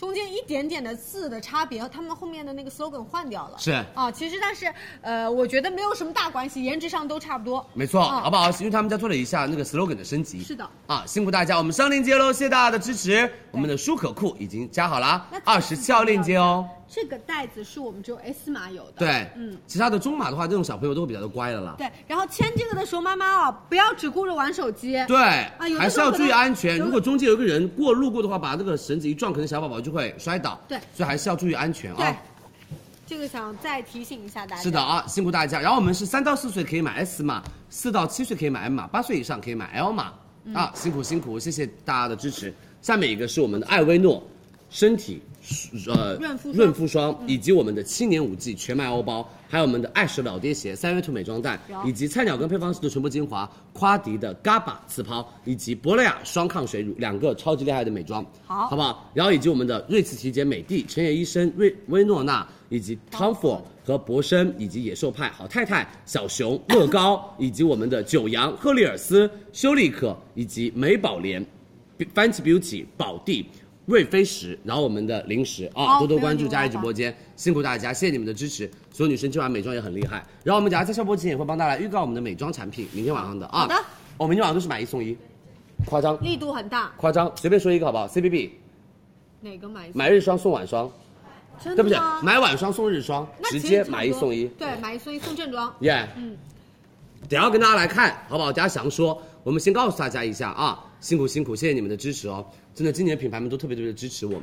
中间一点点的字的差别，他们后面的那个 slogan 换掉了，是啊，其实但是，呃，我觉得没有什么大关系，颜值上都差不多，没错，嗯好不好？因为他们家做了一下那个 slogan 的升级。是的。啊，辛苦大家，我们上链接喽，谢谢大家的支持。我们的舒可酷已经加好啦那，二十七号链接哦。这个袋子是我们只有 S 码有的，对，嗯，其他的中码的话，这种小朋友都会比较的乖的啦。对，然后牵这个的时候，妈妈啊，不要只顾着玩手机。对，啊有的还是要注意安全。时候可能如果中间有一个人过路过的话，把这个绳子一撞，可能小宝宝就会摔倒。对所以还是要注意安全啊、对，这个想再提醒一下大家。是的，啊，辛苦大家。然后我们是三到四岁可以买 S 码，四到七岁可以买 M 码，八岁以上可以买 L 码、嗯啊，辛苦辛苦，谢谢大家的支持。下面一个是我们的艾薇诺身体呃润肤霜嗯润肤霜，以及我们的七年五季全麦欧包，还有我们的爱石老爹鞋、三元兔美妆蛋，以及菜鸟跟配方师的唇部精华、夸迪的 GABA 次抛，以及珀莱雅双抗水乳两个超级厉害的美妆，好好不好？然后以及我们的瑞慈体检美的、陈野医生、瑞薇诺娜以及汤佛和博生以及野兽派、好太太、小 *laughs* 熊、乐高以及我们的九阳、赫丽尔斯、修丽可以及美宝莲、番茄 Beauty、宝地、瑞飞石，然后我们的零食啊，好多多关没注问题佳我怡好直播间，辛苦大家，谢谢你们的支持。所有女生今晚美妆也很厉害，然后我们等下在下播之前也会帮大家预告我们的美妆产品，明天晚上的啊。好的我、明天晚上都是买一送一，夸张力度很大，夸张，随便说一个好不好？CBB 哪个买一送？买日霜送晚霜，真对的不起吗，？买晚霜送日霜，那直其实接差不买一多送一。嗯对，买一送一送正装。耶、嗯，等一下跟大家来看，好不好？大家详说，我们先告诉大家一下啊，辛苦辛苦，谢谢你们的支持哦，真的，今年品牌们都特别特别的支持我们，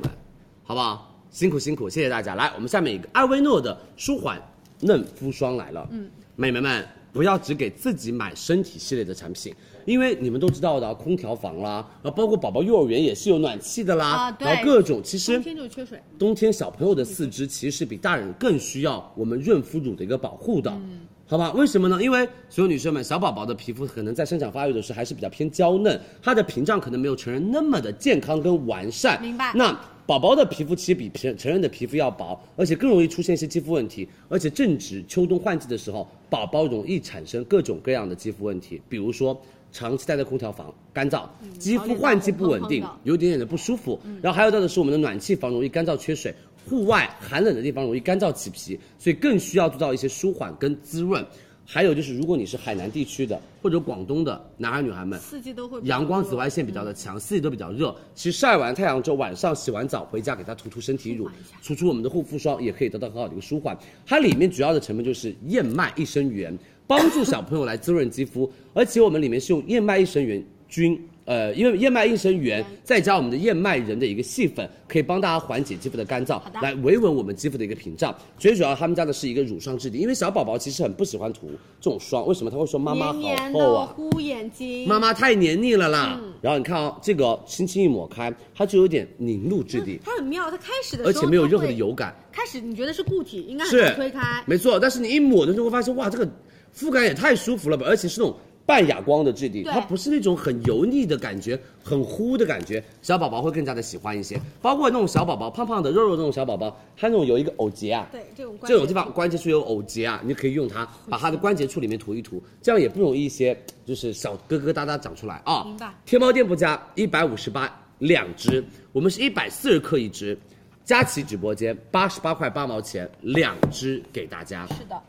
好不好？辛苦辛苦，谢谢大家。来，我们下面一个艾薇诺的舒缓嫩肤霜来了，嗯，美眉们不要只给自己买身体系列的产品，因为你们都知道的，空调房啦，然后包括宝宝幼儿园也是有暖气的啦，啊对然后各种其实冬天就是缺水。冬天小朋友的四肢其实是比大人更需要我们润肤乳的一个保护的，嗯好吧？为什么呢？因为所有女生们，小宝宝的皮肤可能在生长发育的时候还是比较偏娇嫩，它的屏障可能没有成人那么的健康跟完善。明白那宝宝的皮肤其实比成成人的皮肤要薄，而且更容易出现一些肌肤问题，而且正值秋冬换季的时候，宝宝容易产生各种各样的肌肤问题，比如说。长期待在空调房，干燥，肌肤换季不稳定，嗯有一点点的不舒服。然后还有到的是我们的暖气房容易干燥缺水，户外寒冷的地方容易干燥起皮，所以更需要做到一些舒缓跟滋润。还有就是，如果你是海南地区的或者广东的男孩女孩们，四季都会比较嗯阳光多紫外线比较的强，四季都比较热。其实晒完太阳之后，晚上洗完澡回家给它涂涂身体乳，涂涂我们的护肤霜，也可以得到很好的一个舒缓。它里面主要的成分就是燕麦益生元，帮助小朋友来滋润肌肤，而且我们里面是用燕麦益生元菌。呃，因为燕麦益生元再加我们的燕麦仁的一个细粉，可以帮大家缓解肌肤的干燥好的，来维稳我们肌肤的一个屏障。最主要他们家的是一个乳霜质地，因为小宝宝其实很不喜欢涂这种霜，为什么他会说妈妈黏好黏厚的啊？糊眼睛。妈妈太黏腻了啦。嗯然后你看哦，这个哦轻轻一抹开，它就有点凝露质地，它很妙，它开始的嗯时候而且没有任何的它会油感，开始你觉得是固体，应该很是嗯难推开，没错。但是你一抹的时候会发现，哇，这个肤感也太舒服了吧，而且是那种。半哑光的质地，对它不是那种很油腻的感觉，很糊的感觉，小宝宝会更加的喜欢一些。包括那种小宝宝胖胖的、肉肉的那种小宝宝，它那种有一个藕结啊，对这种关嗯这种地方关节处有藕结啊，你可以用它把它的关节处里面涂一涂，这样也不容易一些就是小疙疙瘩瘩长出来啊。明白天猫店铺价一百五十八两支，我们是一百四十克一支，佳琦直播间八十八块八毛钱两支给大家，是的，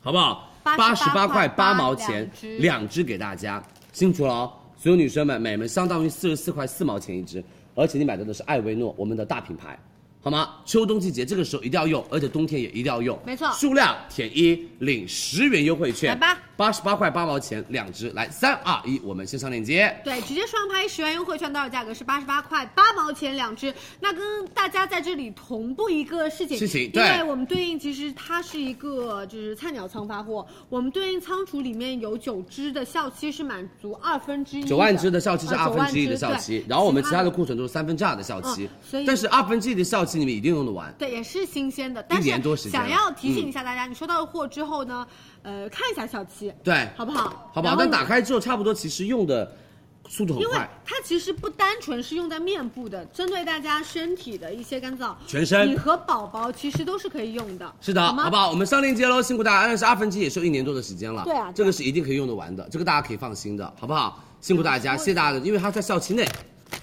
好不好？ 88十八块八毛两钱支两支给大家，清楚了哦。所有女生们，每们相当于四十四块四毛钱一支，而且你买到的是艾薇诺，我们的大品牌，好吗？秋冬季节这个时候一定要用，而且冬天也一定要用，没错数量填一，领十元优惠券，来吧，八十八块八毛钱两支，来三二一，我们线上链接。对，直接双拍十元优惠券，到手价格是八十八块八毛钱两支。那跟大家在这里同步一个事情，事情因为对我们对应其实它是一个就是菜鸟仓发货，我们对应仓储里面有九支的效期是满足二分之一的，九万支的效期是呃二分之一的9效万支期对，然后我们其他的的库存都是三分之二的效期嗯，所以但是二分之一的效期你们一定用得完，对，也是新鲜的，但是年多时间嗯想了要提醒一下大家，你收到货之后呢，呃，看一下效期，对，好不好？好不好？然后但打开之后，差不多其实用的速度很因为快，它其实不单纯是用在面部的，针对大家身体的一些干燥，全身你和宝宝其实都是可以用的。是的，好吗好不？好？我们上链接喽，辛苦大家。但是二分之一也是有一年多的时间了，对啊对啊这个是一定可以用得完的，这个大家可以放心的，好不好？辛苦大家，谢谢大家的，因为它在效期内，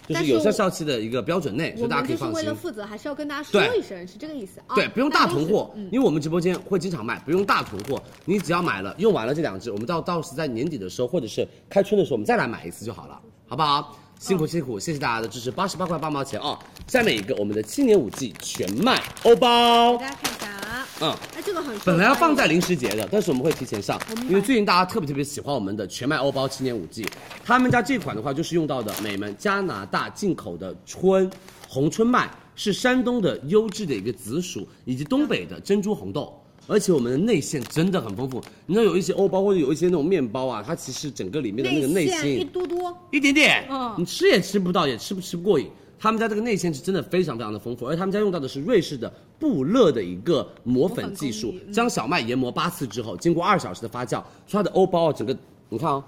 就但是是有效我效期的一个标准内，所我以大们家可以就是放为心了。负责，还是要跟大家说对一声，是这个意思啊。对，不用大都囤是货，嗯，因为我们直播间会经常卖，不用大囤货。你只要买了，用完了这两支，我们到到时在年底的时候，或者是开春的时候，我们再来买一次就好了，好不好？辛哦苦辛苦，谢谢大家的支持，八十八块八毛钱哦。下面一个我们的七年五季全麦欧给包，大家看一下啊，嗯，哎，这个很受本来要欢放迎在零食节的，但是我们会提前上我明，白因为最近大家特别特别喜欢我们的全麦欧包七年五季，他们家这款的话就是用到的美们加拿大进口的春红春麦，是山东的优质的一个紫薯，以及东北的珍珠红豆。而且我们的内馅真的很丰富，你知道有一些欧包或者有一些那种面包啊，它其实整个里面的那个内馅一心嘟嘟，一点点，嗯你吃也吃不到，也吃不吃不过瘾。他们家这个内馅是真的非常非常的丰富，而他们家用到的是瑞士的布勒的一个磨粉技术磨粉工艺，嗯将小麦研磨八次之后，经过二小时的发酵，所以它的欧包啊整个你看哦。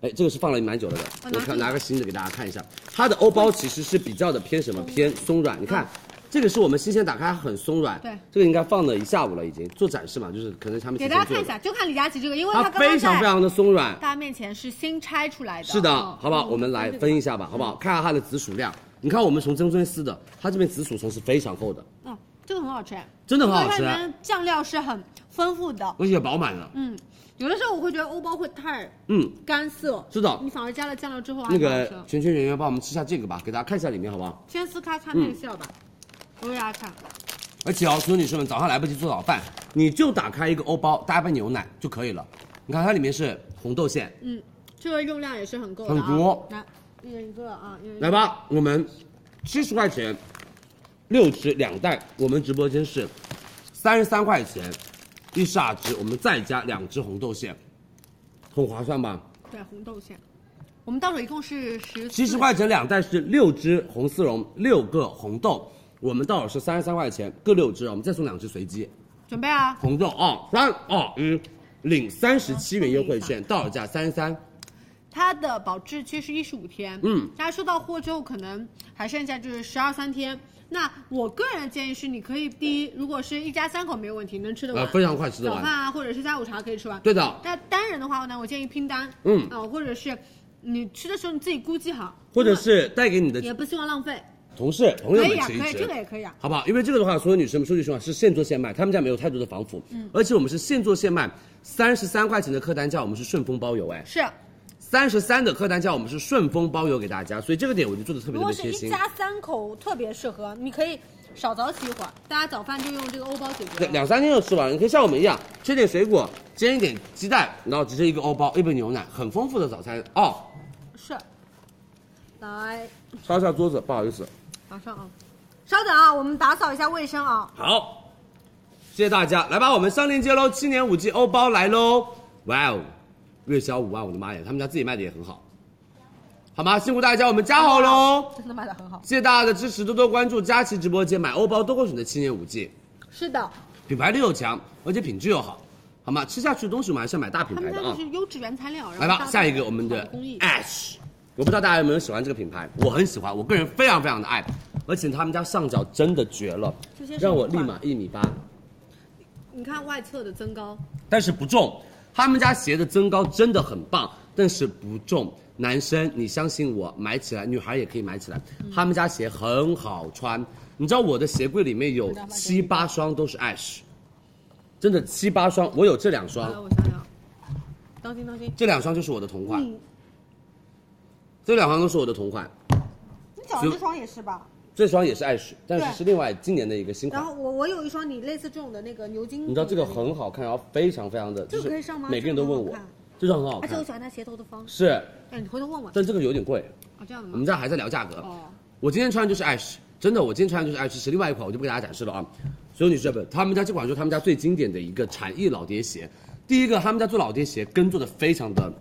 哎，这个是放了蛮久了的，哦我拿看出来拿个新的给大家看一下。它的欧包其实是比较的偏什么？偏松软。你看，这个是我们新鲜打开，很松软。嗯对这个应该放了一下午了，已经做展示嘛，就是可能他们给提大家前做看一的。下，就看李佳琦这个，因为它刚刚非常在非常的松软，大家面前是新拆出来的。是的，嗯好不好？我们来分一下吧，嗯好不好？看一下它的紫薯量，你看我们从珍尊丝的，它这边紫薯层是非常厚的，嗯，这个很好吃，真的很好它吃里，面酱料是很丰富的，而且饱满的。嗯，有的时候我会觉得欧包会太嗯，干涩，是的你反而加嗯了酱料之后还那蛮个好吃圈圈圆圆帮我们吃下这个吧，给大家看一下里面好不好？先撕开看内馅吧，我给大家看，而且哦，所有女生们早上来不及做早饭，你就打开一个欧包，搭一杯牛奶就可以了。你看它里面是红豆馅，嗯，这个用量也是很够的、啊，很足来，一人一个啊，一人一个来吧，我们七十块钱六只两袋，我们直播间是三十三块钱一傻只，我们再加两只红豆馅，很划算吧？对，红豆馅。我们到手一共是十七十块钱两袋是六只红丝绒，六个红豆，我们到手是三十三块钱各六只，我们再送两只随机。准备啊，红豆啊，三啊嗯，领三十七元优惠券，到手价三十三。它的保质期是一十五天，嗯，大家收到货之后可能还剩下就是十二三天。那我个人的建议是，你可以第一，如果是一家三口没有问题，能吃得完，呃非常快吃得早完饭啊，或者是下午茶可以吃完。对的，那单人的话呢，我建议拼单，嗯啊、或者是你吃的时候你自己估计好，或者是带给你因为也的不希望浪费，同事朋友可们以啊，吃一可以，这吃个。也可以啊，好不好？因为这个的话，所有女生们说句实话是现做现卖，他们家没有太多的防腐，嗯，而且我们是现做现卖，三十三块钱的客单价我们是顺丰包邮，哎，是。三十三的客单价我们是顺丰包邮给大家，所以这个点我就做的特别如特果别是贴一心。家三口，特别适合，你可以少早起一会儿，大家早饭就用这个欧包解决两了。两三天就吃完了，你可以像我们一样切点水果，煎一点鸡蛋，然后直接一个欧包，一杯牛奶，很丰富的早餐哦。是，来，烧一下桌子，不好意思。马上啊，稍等啊，我们打扫一下卫生啊。好，谢谢大家，来吧，我们上链接喽，七年五 G 欧包来喽！哇哦，月销五万，我的妈呀，他们家自己卖的也很好，好吗？辛苦大家，我们加好喽！真的卖的很好。谢谢大家的支持，多多关注佳琦直播间，买欧包都会选择七年五 G，是的，品牌力又强，而且品质又好，好吗？吃下去的东西我们还是要买大品他牌们的家啊就！是优质原材料。然后来搭吧，配下一个我们的哎手工艺 Ash，我不知道大家有没有喜欢这个品牌，我很喜欢，我个人非常非常的爱，而且他们家上脚真的绝了这些，是让我木立板马一米八。你看外侧的增高，但是不重。他们家鞋的增高真的很棒，但是不重。男生，你相信我，买起来，女孩也可以买起来。嗯他们家鞋很好穿，你知道我的鞋柜里面有七八双都是 Ash，真的七八双，我有这两来双，哎我想想，当心当心，这两双就是我的同款，嗯这两双都是我的同款，你脚上这双也是吧？这双也是 Ash，但是对是另外今年的一个新然款后。我我有一双你类似这种的那个牛津，你知道这个，很好看，然后非常非常的，这就个可以是上吗每个人都问这我个很好看，啊这双很好而且我看，喜欢它斜头的方式。是，哎，你回头问我，但这个有点贵，哦这样的我吗们？这还在聊价格。哦，我今天穿的就是 Ash，真的，我今天穿的就是 Ash，是另外一款，我就不给大家展示了啊。所有女士们，他们家这款就是他们家最经典的一个禅意老爹鞋。第一个，他们家做老爹鞋跟做的非常的，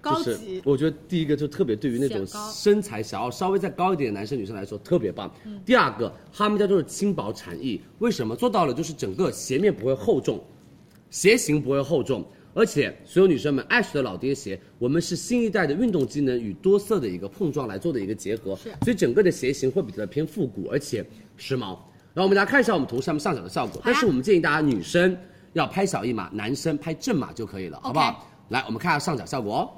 高就是级，我觉得第一个就特别对于那种显高身材想要稍微再高一点的男生女生来说特别棒。嗯第二个，他们家就是轻薄禅意，为什么做到了？就是整个鞋面不会厚重，鞋型不会厚重，而且所有女生们，Ash 的老爹鞋，我们是新一代的运动机能与多色的一个碰撞来做的一个结合，是所以整个的鞋型会比较偏复古，而且时髦。然后我们大家看一下我们图上面上脚的效果，但是我们建议大家女生要拍小一码，男生拍正码就可以了，好不好？来，我们看一下上脚效果哦。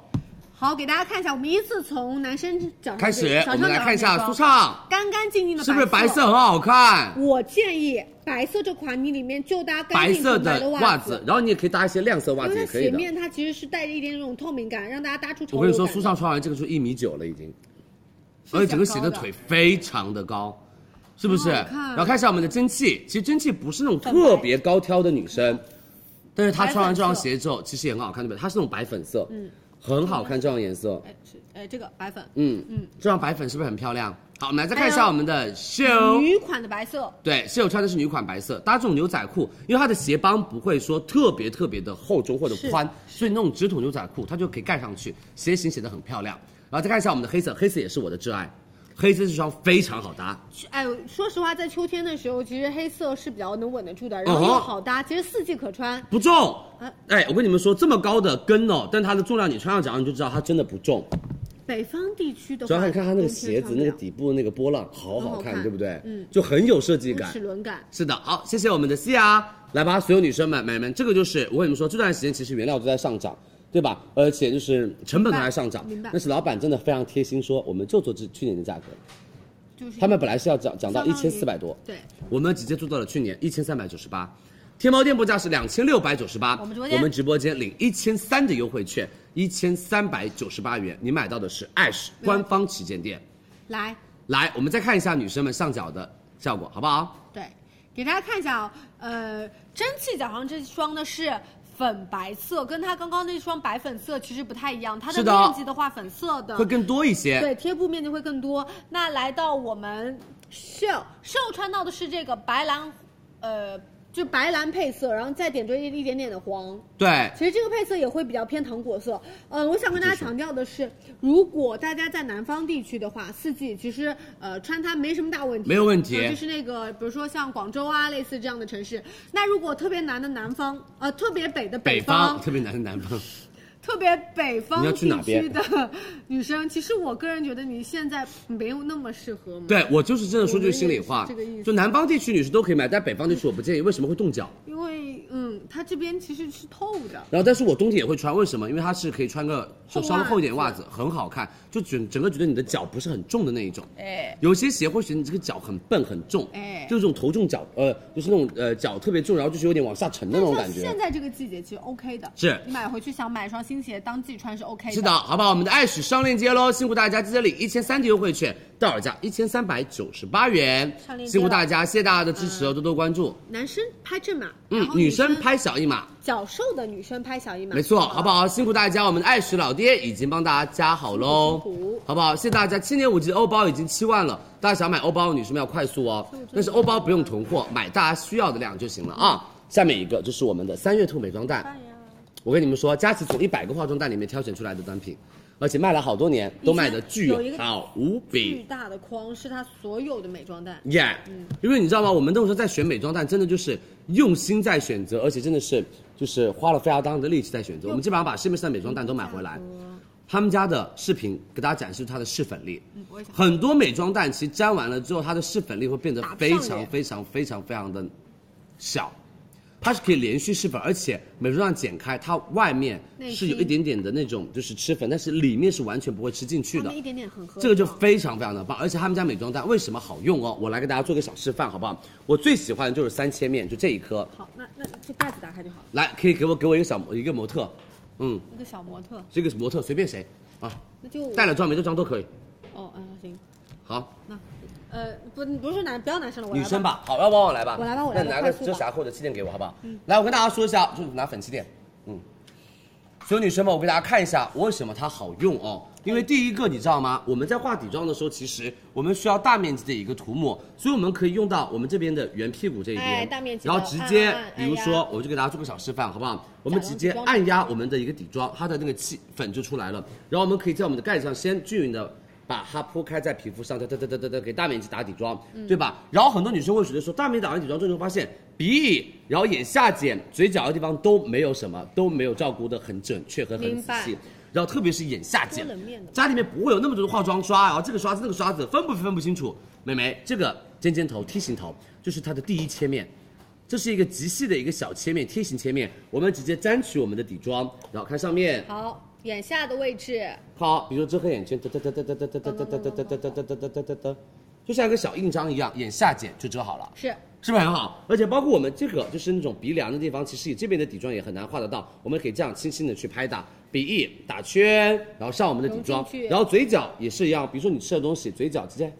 好，给大家看一下，我们依次从男生脚上开始，小我上脚们来上看一下这舒双畅干干净净的，是不是白色？很好看？我建议白色这款你里面就搭干白净色纯白的袜袜子，，然后你也可以搭一些亮色袜因子为也它可以鞋的。面它其实是带着一点这种透明感，让大家搭出潮流我跟你说，感舒畅穿完这个就一米九了已经，是而且整个显显高得的腿非常的高，是不是？很好看然后看一下我们的蒸汽，其实蒸汽不是那种特别高挑的女生，但是她穿完这双鞋之后，其实也很好看，对不对？它是那种白粉色，嗯，很好看这双颜色，哎是哎这个白粉，嗯嗯，哎这双白粉是不是很漂亮？好，我们来再看一还下有我们的秀。女款的白色，对，室友穿的是女款白色，搭这种牛仔裤，因为它的鞋帮不会说特别特别的厚重或者宽，所以那种直筒牛仔裤它就可以盖上去，鞋型显得很漂亮。然后再看一下我们的黑色，黑色也是我的挚爱，黑色这双非常好搭，哎说实话，在秋天的时候，其实黑色是比较能稳得住的，然后嗯又哼好搭，其实四季可穿。不重啊。哎，我跟你们说，这么高的跟哦，但它的重量你穿上脚上你就知道它真的不重。北方地区的话，主要看你看它那个冬天鞋子穿不那个了底部那个波浪，好很好好看，看对不对？嗯就很有设计有感。齿轮感，是的，好，谢谢我们的西亚，来吧，所有女生们、美眉们，这个就是我跟你们说，这段时间其实原料都在上涨，对吧？而且就是成本都在上涨明白明白，哎但是老板真的非常贴心说，我们就做这去年的价格，就是他们本来是要讲讲到相一当于千四百多，对，我们直接做到了去年一千三百九十八，天猫店铺价是两千六百九十八，我们直播间间领一千三的优惠券，一千三百九十八元，你买到的是 Ash 官方旗舰店。来，来，我们再看一下女生们上脚的效果，好不好？对，给大家看一下啊、呃，蒸汽脚上这双呢是粉白色，跟它刚刚那双白粉色其实不太一样，它是的面积的话，粉色的会更多一些。对贴布面积会更多。那来到我们秀秀穿到的是这个白蓝，呃，就白蓝配色，然后再点缀一点点的黄。对其实这个配色也会比较偏糖果色。呃，我想跟大家强调的是，如果大家在南方地区的话，四季其实呃穿它没什么大问题，没有问题呃就是那个比如说像广州啊类似这样的城市，那如果特别南的南方，呃特别北的北方，方特别难的南方，特别北方你要去地哪区边的女生，其实我个人觉得你现在没有那么适合嘛。对我就是真的说句心里我话们也是这个意，思就南方地区女生都可以买，但北方地区我不建议。为什么会冻脚？因为嗯，它这边其实是透的，然后，但是我冬天也会穿，为什么？因为它是可以穿个就稍微厚一点袜子，很好看，就整整个觉得你的脚不是很重的那一种。哎，有些鞋会显得你这个脚很笨很重，哎就是这种头重脚，呃，就是那种呃脚特别重，然后就是有点往下沉的那种感像觉现。在这个季节其实 OK 的，是你买回去想买双新鞋当季穿是 OK 的。是的，好不好？我们的爱许上链接喽，辛苦大家，记得领一千三的优惠券，到手价一千三百九十八元上链，接辛苦大家，谢谢大家的支持哦，多多关注。男生拍正码，嗯然，后女生生拍小一码，脚瘦的女生拍小一啊码，没错，好不？好？辛苦大家，我们的爱许老爹已经帮大家加好喽嗯辛苦辛苦，好不好？谢谢大家，七年五级的欧包已经七万了，大家想买欧包的女生们要快速哦，但是欧包不用囤货，买大家需要的量就行了啊。下面一个就是我们的三月兔美妆蛋，我跟你们说，佳琦从一百个化妆蛋里面挑选出来的单品，而且卖了好多年，都卖的巨有一个好无巨比。大的框是它所有的美妆蛋，耶、因为你知道吗？我们那个时候在选美妆蛋，真的就是用心在选择，而且真的是就是花了非常大的力气在选择。我们基本上把市面上的美妆蛋都买回来，嗯他们家的视频给大家展示它的试粉力。嗯我也想嗯很多美妆蛋其实粘完了之后，它的试粉力会变得打不非上脸常非常非常非常的小，它是可以连续试粉，而且美妆蛋剪开，它外面内是有一心点点的那种就是吃粉，但是里面是完全不会吃进去它的。们一点点很合适。这个就非常非常的棒，而且他们家美妆蛋为什么好用哦？我来给大家做个小示范，好不好？我最喜欢的就是三千面，就这一颗。好，那那这盖子打开就好了，来，可以给我给我一个小一个模特，嗯，一个小模特，这个模特随便谁啊，那就带了妆没带妆都可以。哦，嗯，行，好，那呃，不，你不是男，不要男生了，我来女吧生，吧，好，要不要我来吧？我来吧我那来吧你拿个快速遮吧嗯瑕或者气垫给我，好不好？来，我跟大家说一下，就是拿粉气垫，嗯。所有女生们，我给大家看一下为什么它好用哦。因为第一个，你知道吗？我们在画底妆的时候，其实我们需要大面积的一个涂抹，所以我们可以用到我们这边的圆屁股这一边，哎大面积的啊哎然后直接，按按按比如按说压，我就给大家做个小示范，好不好？我们直接假装底妆按压我们的一个底妆，它的那个气粉就出来了。然后我们可以在我们的盖子上先均匀的把它铺开在皮肤上，哒哒哒哒哒哒，给大面积打底妆，对吧？然后很多女生会觉得说，大面积打完底妆之后，你会发现鼻翼，然后眼下睑、嘴角的地方都没有什么，都没有照顾的很准确和很明仔白细。然后特别是眼下睑多冷面的，家里面不会有那么多的化妆刷，然后这个刷子那个刷子分不分不清楚。美眉，这个尖尖头、梯形头就是它的第一切面，这是一个极细的一个小切面、梯形切面。我们直接沾取我们的底妆，然后看上面，好，眼下的位置，好，比如说遮黑眼圈，哒哒哒哒哒哒哒哒哒哒哒哒哒哒哒哒哒哒，就像一个小印章一样，眼下睑就遮好了。是是不是很好？而且包括我们这个就是那种鼻梁的地方，其实你这边的底妆也很难画得到，我们可以这样轻轻的去拍打鼻翼，打圈，然后上我们的底妆融进去，然后嘴角也是一样，比如说你吃的东西，嘴角直接。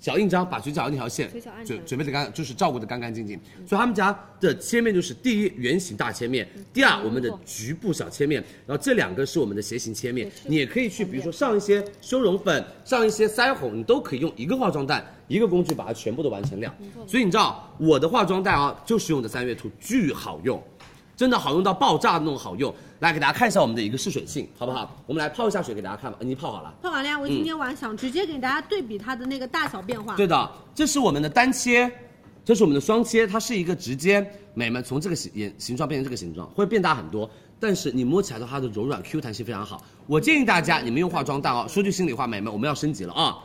小印章把嘴角那条线嘴角按下准来准备的干，就是照顾的干干净净。所以他们家的切面就是第一圆形大切面，第二我们的局部小切面，然后这两个是我们的斜形切面。你也可以去，比如说上一些修容粉，上一些腮红，你都可以用一个化妆蛋一个工具把它全部都完成了。所以你知道我的化妆蛋啊，就是用的三月兔，巨好用。真的好用到爆炸的那种好用，来给大家看一下我们的一个试水性，好不好？我们来泡一下水给大家看吧，呃你泡好了。泡完了呀，我今天晚上想直接给大家对比它的那个大小变化，嗯对的，这是我们的单切，这是我们的双切，它是一个直接美们从这个形眼形状变成这个形状，会变大很多。但是你摸起来的话，它的柔软 Q 弹性非常好。我建议大家你们用化妆蛋哦。说句心里话，美们，我们要升级了啊！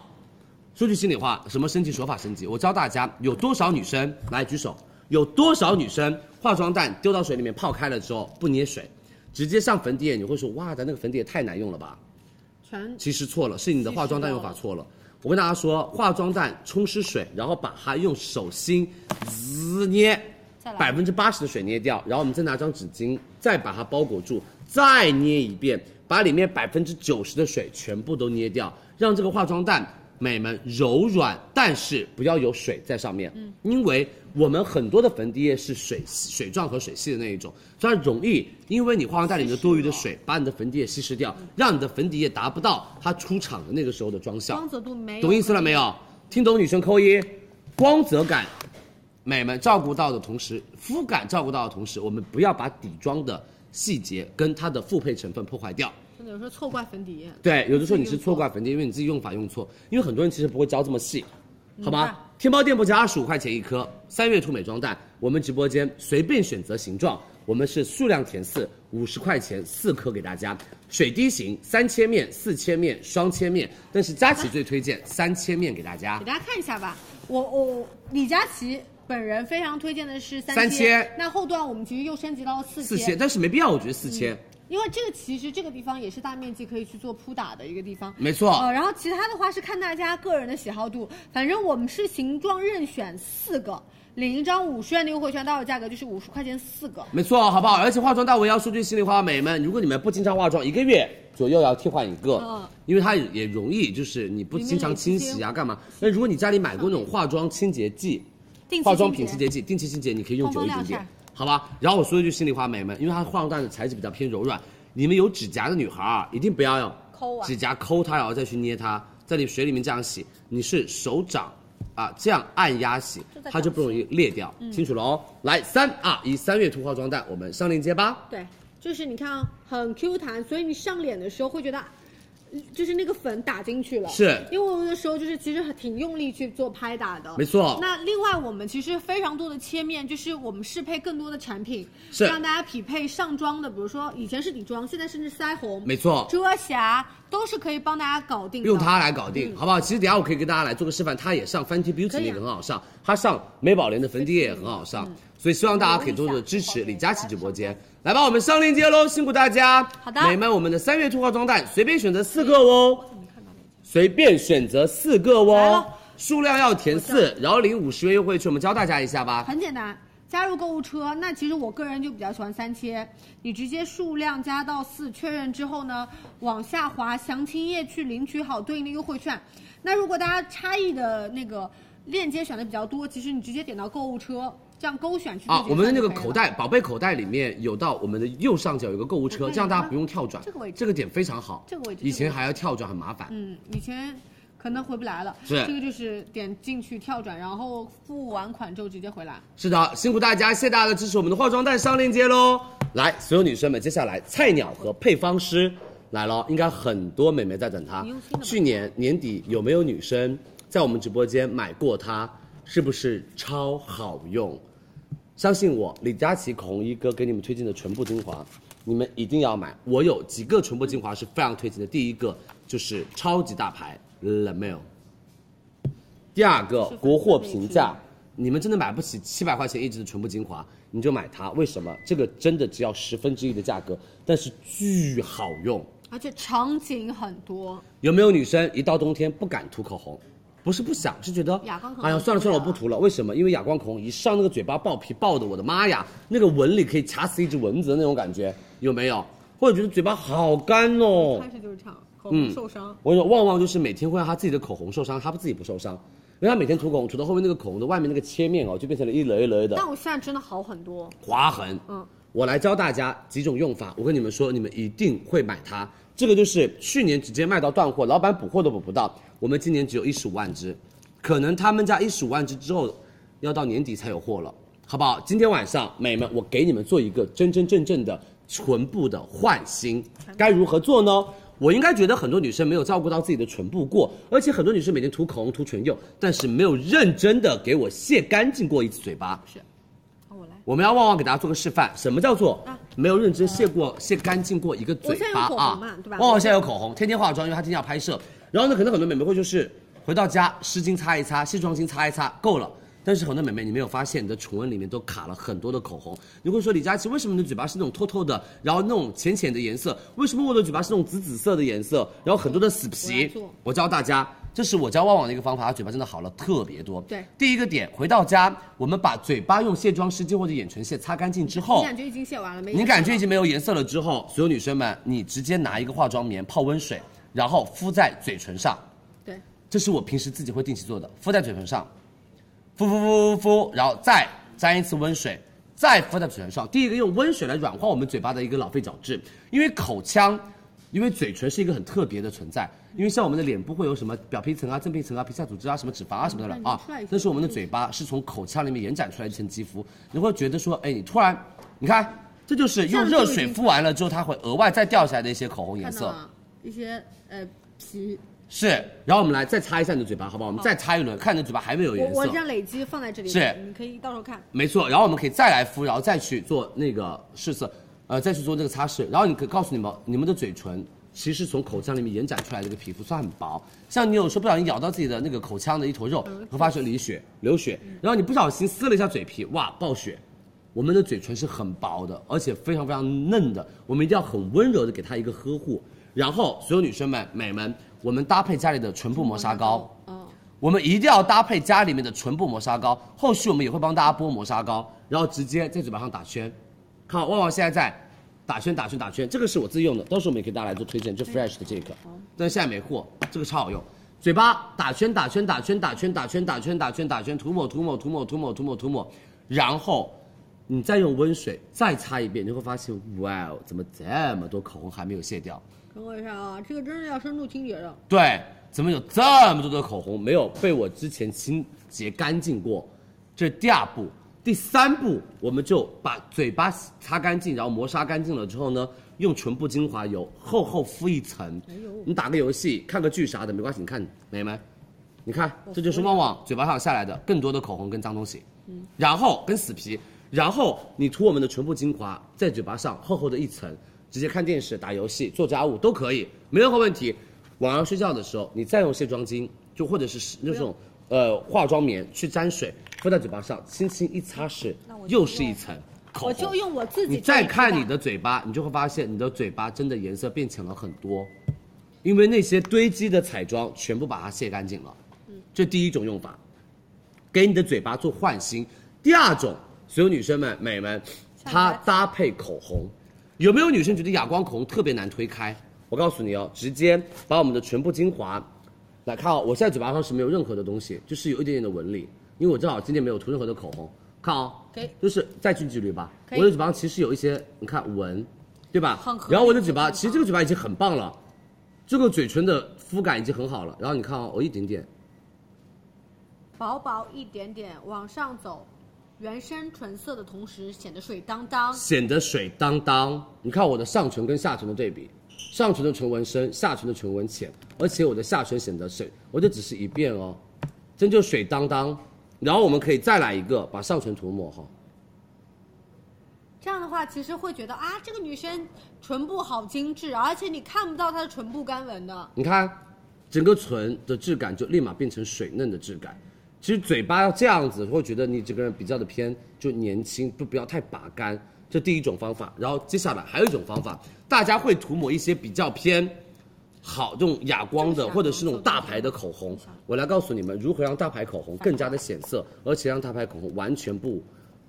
说句心里话，什么升级手法升级？我教大家有多少女生来举手？有多少女生化妆蛋丢到水里面泡开了之后不捏水，直接上粉底液？你会说哇，咱那个粉底液太难用了吧？全其实错了，是你的化妆蛋用法错了。我跟大家说，化妆蛋冲湿水，然后把它用手心滋捏再，来百分之八十的水捏掉，然后我们再拿张纸巾再把它包裹住，再捏一遍，把里面百分之九十的水全部都捏掉，让这个化妆蛋。美们柔软，但是不要有水在上面，嗯，因为我们很多的粉底液是水水状和水系的那一种，所以它容易因为你化妆蛋里面的多余的水把你的粉底液稀释掉，让你的粉底液达不到它出厂的那个时候的妆效。光泽度没有，懂意思了没？有？听懂女生扣一。光泽感，美们照顾到的同时，肤感照顾到的同时，我们不要把底妆的细节跟它的复配成分破坏掉。真的有时候错怪粉底液，对，有的时候你是错怪粉底，因为你自己用法用错，因为很多人其实不会教这么细，好嗯明白吗？天猫店铺价二十五块钱一颗，三月兔美妆蛋，我们直播间随便选择形状，我们是数量填四，五十块钱四颗给大家。水滴型三切面、四切面、双切面，但是佳琦最推荐三切面给大家给。大家看一下吧。我我李佳琦本人非常推荐的是三三切那后段我们其实又升级到了四嗯四切，但是没必要，我觉得四切、因为这个其实这个地方也是大面积可以去做铺打的一个地方。没错。呃，然后其他的话是看大家个人的喜好度，反正我们是形状任选四个，领一张五十元的优惠券，到手价格就是五十块钱四个。没错，好不好？而且化妆蛋我也要说句心里话，美们，如果你们不经常化妆，一个月左右要替换一个，嗯因为它也容易就是你不经常清洗啊，干嘛？那如果你家里买过那种化妆清洁剂、哦定期化妆品清清洁洁剂、定期清洁，你可以用久一点通风亮点，好吧？然后我说一句心里话，美们，因为它化妆蛋的材质比较偏柔软，你们有指甲的女孩啊，一定不要用抠啊指甲抠它，然后再去捏它，在你水里面这样洗，你是手掌啊这样按压洗就在，嗯它就不容易裂掉，清楚了哦。来，三二一，三月涂化妆蛋，我们上链接吧。对，就是你看啊，很 Q 弹，所以你上脸的时候会觉得。就是那个粉打进去了，是因为我有的时候就是其实还挺用力去做拍打的，没错那另外我们其实非常多的切面，就是我们适配更多的产品，是让大家匹配上妆的，比如说以前是底妆，现在甚至腮红，没错遮瑕都是可以帮大家搞定的。用它来搞定，好不好？其实等一下我可以给大家来做个示范，它也上 Fenty 嗯可 Beauty 以那啊嗯个很好上，它上美宝莲的粉底液也很好上，所以希望大家可以多多地支持李佳琦直播间。来吧，我们上链接喽，辛苦大家。好的嗯美们，我们的三月兔化妆蛋随便选择四个哦，随便选择四个来哦了，数量要填四，然后领五十元优惠券，我们教大家一下吧。很简单，加入购物车。那其实我个人就比较喜欢三切，你直接数量加到四，确认之后呢，往下滑详情页去领取好对应的优惠券。那如果大家差异的那个链接选的比较多，其实你直接点到购物车，这样勾选去做啊，结我们的算那就个可以口了。袋宝贝口袋里面有到我们的右上角有个购物车，嗯这样大家不用跳转，这个位置点非常好，这个位置以前这个还要跳转很麻烦。嗯，以前可能回不来了。是这个就是点进去跳转，然后付完款之后直接回来。是的，辛苦大家，谢谢大家的支持，我们的化妆蛋上链接喽。来，所有女生们，接下来菜鸟和配方师来了，应该很多美眉在等它你用心的。吧去年年底有没有女生在我们直播间买过它？是不是超好用？相信我，李佳琦、口红一哥给你们推荐的唇部精华，你们一定要买。我有几个唇部精华是非常推荐的，第一个就是超级大牌 La Mer，第二个是粉色国货那一平支价，你们真的买不起七百块钱一支的唇部精华，你就买它。为什么？这个真的只要十分之一的价格，但是巨好用。而且场景很多，有没有女生一到冬天不敢涂口红？不是不想，是觉得哑光口红啊哎呀，算了算了，我不涂了。为什么？因为哑光口红一上那个嘴巴爆皮爆的，我的妈呀，那个纹理可以掐死一只蚊子的那种感觉，有没有？或者觉得嘴巴好干哦。开始就是场口嗯受伤。我跟你说，旺旺就是每天会让他自己的口红受伤，他不自己不受伤，因为他每天涂口红，涂到后面那个口红的外面那个切面哦，就变成了一痨一痨的但我现在真的好很多。划痕。嗯，我来教大家几种用法，我跟你们说，你们一定会买它。这个就是去年直接卖到断货，老板补货都补不到，我们今年只有一十五万支，可能他们家一十五万支之后，要到年底才有货了，好不好？今天晚上，美们，我给你们做一个真真正正的唇部的焕新，该如何做呢？我应该觉得很多女生没有照顾到自己的唇部过，而且很多女生每天涂口红、涂唇釉，但是没有认真的给我卸干净过一次嘴巴。好，哦我来。我们要旺旺给大家做个示范，什么叫做啊没有认真卸过、卸干净过一个嘴巴我现在有口红啊嘛对吧？旺旺现在有口红，天天化妆，因为她天天要拍摄。然后呢，可能很多美眉会就是回到家湿巾擦一擦，卸妆巾擦一擦，够了。但是很多美眉，你没有发现你的唇纹里面都卡了很多的口红。你会说李佳琦，为什么你的嘴巴是那种透透的，然后那种浅浅的颜色？为什么我的嘴巴是那种紫紫色的颜色？然后很多的死我来皮做。我教大家，这是我教旺旺的一个方法，她嘴巴真的好了特别多。对第一个点，回到家，我们把嘴巴用卸妆湿巾或者眼唇卸擦干净之后，你感觉已经卸完了没？你哦感觉已经没有颜色了之后，所有女生们，你直接拿一个化妆棉泡温水，然后敷在嘴唇上。对，这是我平时自己会定期做的，敷在嘴唇上，敷敷敷敷敷，然后再沾一次温水，再敷在嘴唇上。第一个用温水来软化我们嘴巴的一个老废角质，因为口腔，因为嘴唇是一个很特别的存在，因为像我们的脸部会有什么表皮层啊、正皮层啊、皮下组织啊、什么脂肪啊什么的了啊那你出来一下，但是我们的嘴巴是从口腔里面延展出来一层肌肤，你会觉得说，哎，你突然，你看。这就是用这样就热已水经敷完了之后，它会额外再掉下来的一些口红颜看色。到了一些呃皮，是，然后我们来再擦一下你的嘴巴，好不好？我们再擦一轮，看你的嘴巴还没有我颜我色这。样累积放在这里，是你可以到时候看。没错，然后我们可以再来敷，然后再去做那个试色，呃，再去做那个擦拭。然后你可以告诉你们，你们的嘴唇其实是从口腔里面延展出来的一个皮肤，虽然很薄，像你有时候不小心咬到自己的那个口腔的一坨肉，嗯会发生流血、流血。然后你不小心撕了一下嘴皮，哇，爆血。我们的嘴唇是很薄的，而且非常非常嫩的，我们一定要很温柔的给它一个呵护。然后，所有女生们、美们，我们搭配家里的唇部磨砂膏，嗯，我们一定要搭配家里面的唇部磨砂膏，后续我们也会帮大家拨磨砂膏，然后直接在嘴巴上打圈。好，旺旺现在在打圈打圈打圈，这个是我自己用的，到时候我们也给大家来做推荐，就 Fresh 的这个，但是现在没货，这个超好用。嘴巴打圈打圈打圈打圈打圈打圈打圈打圈，涂抹涂抹涂抹涂抹涂抹涂抹，然后你再用温水再擦一遍，你会发现，哇哦，怎么这么多口红还没有卸掉？等我一下啊，这个真是要深度听觉的。对，怎么有这么多的口红没有被我之前清洁干净过？这是第二步，第三步我们就把嘴巴擦干净，然后磨砂干净了之后呢，用唇部精华油厚厚敷一层。嗯你打个游戏、看个剧啥的没关系，你看美眉，你看这就是旺旺嘴巴上下来的更多的口红跟脏东西，嗯然后跟死皮，然后你涂我们的唇部精华在嘴巴上厚厚的一层，直接看电视、打游戏、做家务都可以，没任何问题。晚上睡觉的时候，你再用卸妆巾，就或者是那种呃化妆棉去沾水敷在嘴巴上，轻轻一擦拭，又是一层口红。我就用我自己你这一再支吧看你的嘴巴，你就会发现你的嘴巴真的颜色变浅了很多，因为那些堆积的彩妆全部把它卸干净了。嗯这第一种用法，给你的嘴巴做焕新。第二种，所有女生们、美们，它搭配口红，有没有女生觉得哑光口红特别难推开？我告诉你哦，直接把我们的唇部精华，来看哦，我现在嘴巴上是没有任何的东西，就是有一点点的纹理，因为我正好今天没有涂任何的口红。看哦，可以就是再近距离吧。可以我的嘴巴上其实有一些，你看纹，对吧很合？理然后我的嘴巴，其实这个嘴巴已经很棒了，这个嘴唇的肤感已经很好了。然后你看哦，我一点点，薄薄一点点往上走，原生唇色的同时显得水当当。显得水当当。你看我的上唇跟下唇的对比，上唇的唇纹深，下唇的唇纹浅，而且我的下唇显得水，我这只是一遍哦，真就水当当。然后我们可以再来一个，把上唇涂抹哈。这样的话，其实会觉得啊，这个女生唇部好精致，而且你看不到她的唇部干纹的。你看，整个唇的质感就立马变成水嫩的质感。其实嘴巴要这样子，会觉得你整个人比较的偏就年轻，不不要太拔干。这第一种方法，然后接下来还有一种方法，大家会涂抹一些比较偏好这种哑光的，或者是那种大牌的口红。我来告诉你们如何让大牌口红更加的显色，而且让大牌口红完全不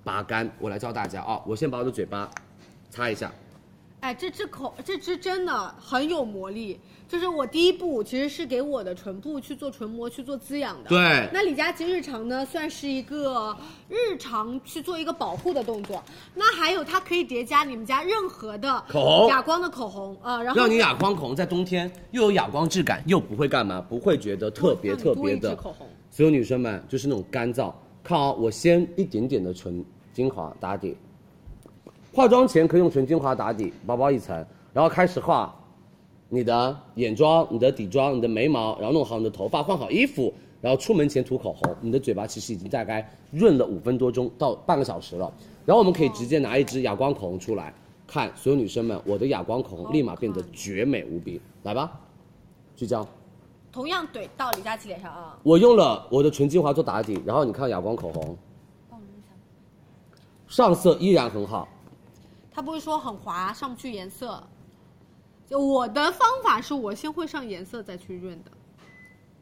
拔干。我来教大家啊，我先把我的嘴巴擦一下，哎，这支口这支真的很有魔力。就是我第一步其实是给我的唇部去做唇膜去做滋养的。对那李佳琦日常呢，算是一个日常去做一个保护的动作。那还有它可以叠加你们家任何的口红哑光的口红啊、然后让你哑光口红在冬天又有哑光质感，又不会干嘛，不会觉得特别让你特多别一支的。口红。所有女生们就是那种干燥，看啊、我先一点点的唇精华打底，化妆前可以用唇精华打底，薄薄一层，然后开始画你的眼妆、你的底妆、你的眉毛，然后弄好你的头发，换好衣服，然后出门前涂口红。你的嘴巴其实已经大概润了五分多钟到半个小时了，然后我们可以直接拿一支哑光口红出来，看所有女生们，我的哑光口红立马变得绝美无比，来吧，聚焦。同样怼到李佳琦脸上啊，我用了我的唇精华做打底，然后你看哑光口红，上色依然很好。他不会说很滑，上不去颜色。就我的方法是我先会上颜色再去润的，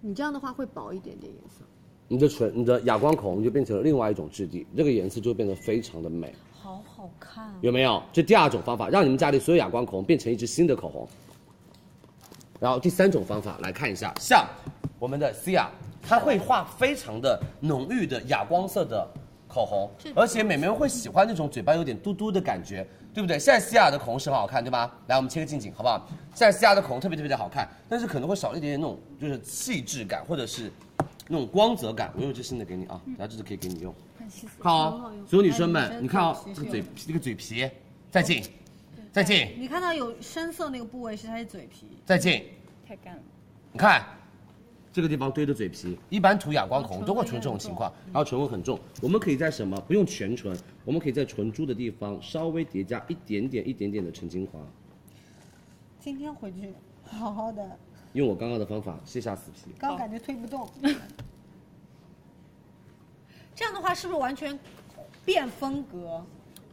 你这样的话会薄一点点颜色。你的唇，你的哑光口红就变成了另外一种质地，这个颜色就变得非常的美，好好看、啊。有没有？这第二种方法，让你们家里所有哑光口红变成一支新的口红。然后第三种方法来看一下，像我们的 Cia，它会画非常的浓郁的哑光色的口红，而且美眉们会喜欢那种嘴巴有点嘟嘟的感觉，对不对？现在 Cia 的口红是很好看，对吧？来，我们切个近景好不好？现在 Cia 的口红特别特别的好看，但是可能会少一点点那种就是气质感，或者是那种光泽感。我有一支新的给你啊，然后这支可以给你用。看哦，所有女生们，你看哦，这个嘴皮这个嘴皮，再近，再近，你看到有深色那个部位是它的嘴皮，再近。太干了。你看，这个地方堆着嘴皮，一般涂哑光口红都会出现这种情况，然后唇纹很重。我们可以在什么？不用全唇，我们可以在唇珠的地方稍微叠加一点点、一点点的陈精华，今天回去好好的，用我刚刚的方法卸下死皮。刚感觉推不动，这样的话是不是完全变风格？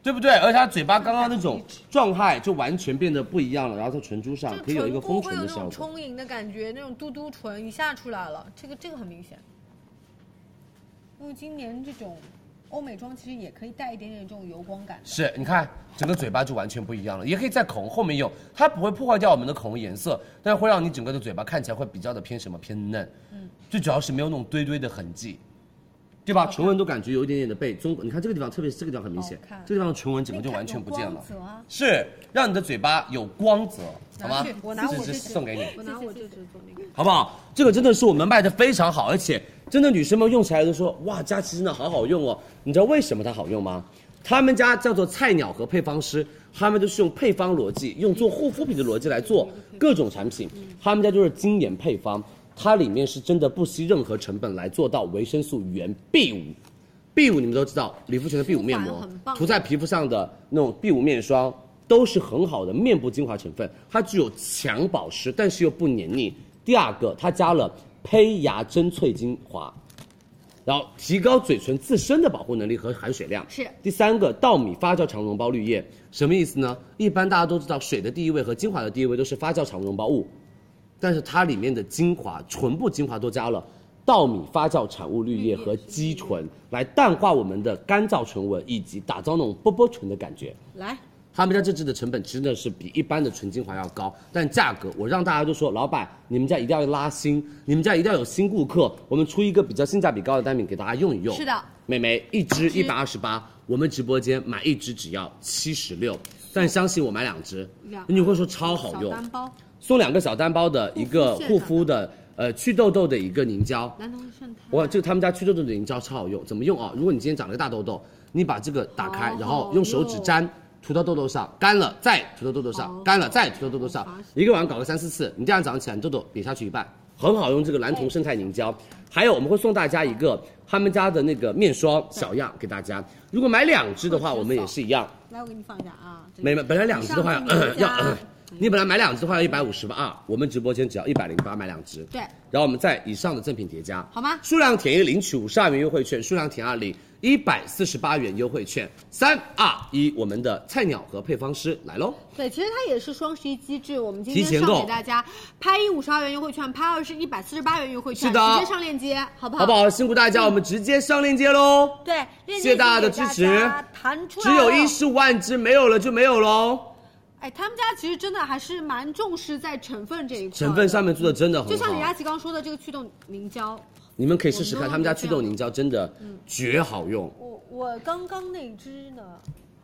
对不对？而且它嘴巴刚刚那种状态就完全变得不一样了，然后它唇珠上就可以有一个部丰会唇有的那效种果。充盈的感觉，那种嘟嘟唇一下出来了，这个这个很明显。因为今年这种欧美妆其实也可以带一点点这种油光感。是，你看整个嘴巴就完全不一样了，也可以在口红后面用，它不会破坏掉我们的口红颜色，但会让你整个的嘴巴看起来会比较的偏什么偏嫩，嗯，最主要是没有那种堆堆的痕迹，对吧？唇纹都感觉有一点点的被中，你看这个地方，特别是这个地方很明显好看，这个地方的唇纹整个就完全不见了那，你看有光泽啊是让你的嘴巴有光泽，好吗拿去？我拿我这这支支送给你。我拿我这支做那个。好不好？这个真的是我们卖的非常好，而且真的女生们用起来都说哇，佳琦真的好好用哦。你知道为什么它好用吗？他们家叫做菜鸟和配方师，他们就是用配方逻辑，用做护肤品的逻辑来做各种产品。他们家就是精研配方，它里面是真的不惜任何成本来做到维生素原 B 五。B 五你们都知道，理肤泉的 B 五面膜很棒，涂在皮肤上的那种 B 五面霜都是很好的面部精华成分，它具有强保湿，但是又不黏腻。第二个，它加了胚芽珍萃精华，然后提高嘴唇自身的保护能力和含水量。是第三个，稻米发酵长绒包滤液，什么意思呢？一般大家都知道，水的第一位和精华的第一位都是发酵长绒包物，但是它里面的精华，唇部精华都加了稻米发酵产物滤液和肌醇，来淡化我们的干燥唇纹，以及打造那种波波唇的感觉。来，他们家这支的成本真的是比一般的纯精华要高，但价格我让大家都说，老板你们家一定要拉新，你们家一定要有新顾客，我们出一个比较性价比高的单品给大家用一用。是的，美眉一支一百二十八，我们直播间买一支只要七十六，但相信我买两支两，你会说超好小用，单包，送两个小单包的一个护护肤线上的肤的呃去痘痘的一个凝胶，南通顺泰。哇，这个他们家祛痘痘的凝胶超好用，怎么用啊？如果你今天长了个大痘痘，你把这个打开好，然后用手指沾，涂到痘痘上，干了再涂到痘痘上，干了再涂到痘痘上哦好，一个晚上搞个三四次，你第二天早上起来你痘痘瘪下去一半，很好用这个蓝铜生态凝胶。还有我们会送大家一个他们家的那个面霜小样给大家，如果买两支的话，我们也是一样，来，我给你放一下啊。这个没没本来两支的话上面要加要， *clears throat* 你本来买两支的话要一百五十吧，啊我们直播间只要一百零八买两支。对，然后我们在以上的赠品叠加，好吗数量填一领取五十二元优惠券，数量填二领一百四十八元优惠券。三二一，我们的菜鸟和配方师来喽！对，其实它也是双十一机制，我们今提天前上购给大家拍一五十二元优惠券，拍二是一百四十八元优惠券，是的直接上链接，好不好？好不？好？辛苦大嗯家，我们直接上链接喽！对，链接谢谢大家的支持已经给大家弹出来只有了一十五万只，没有了就没有喽。哎，他们家其实真的还是蛮重视在成分这一块的，成分上面做的真的很啊好，就像李佳琦刚说的这个祛痘凝胶，你们可以试试看，我们都他们家这祛样嗯痘凝胶真的绝好用。我我刚刚那支呢，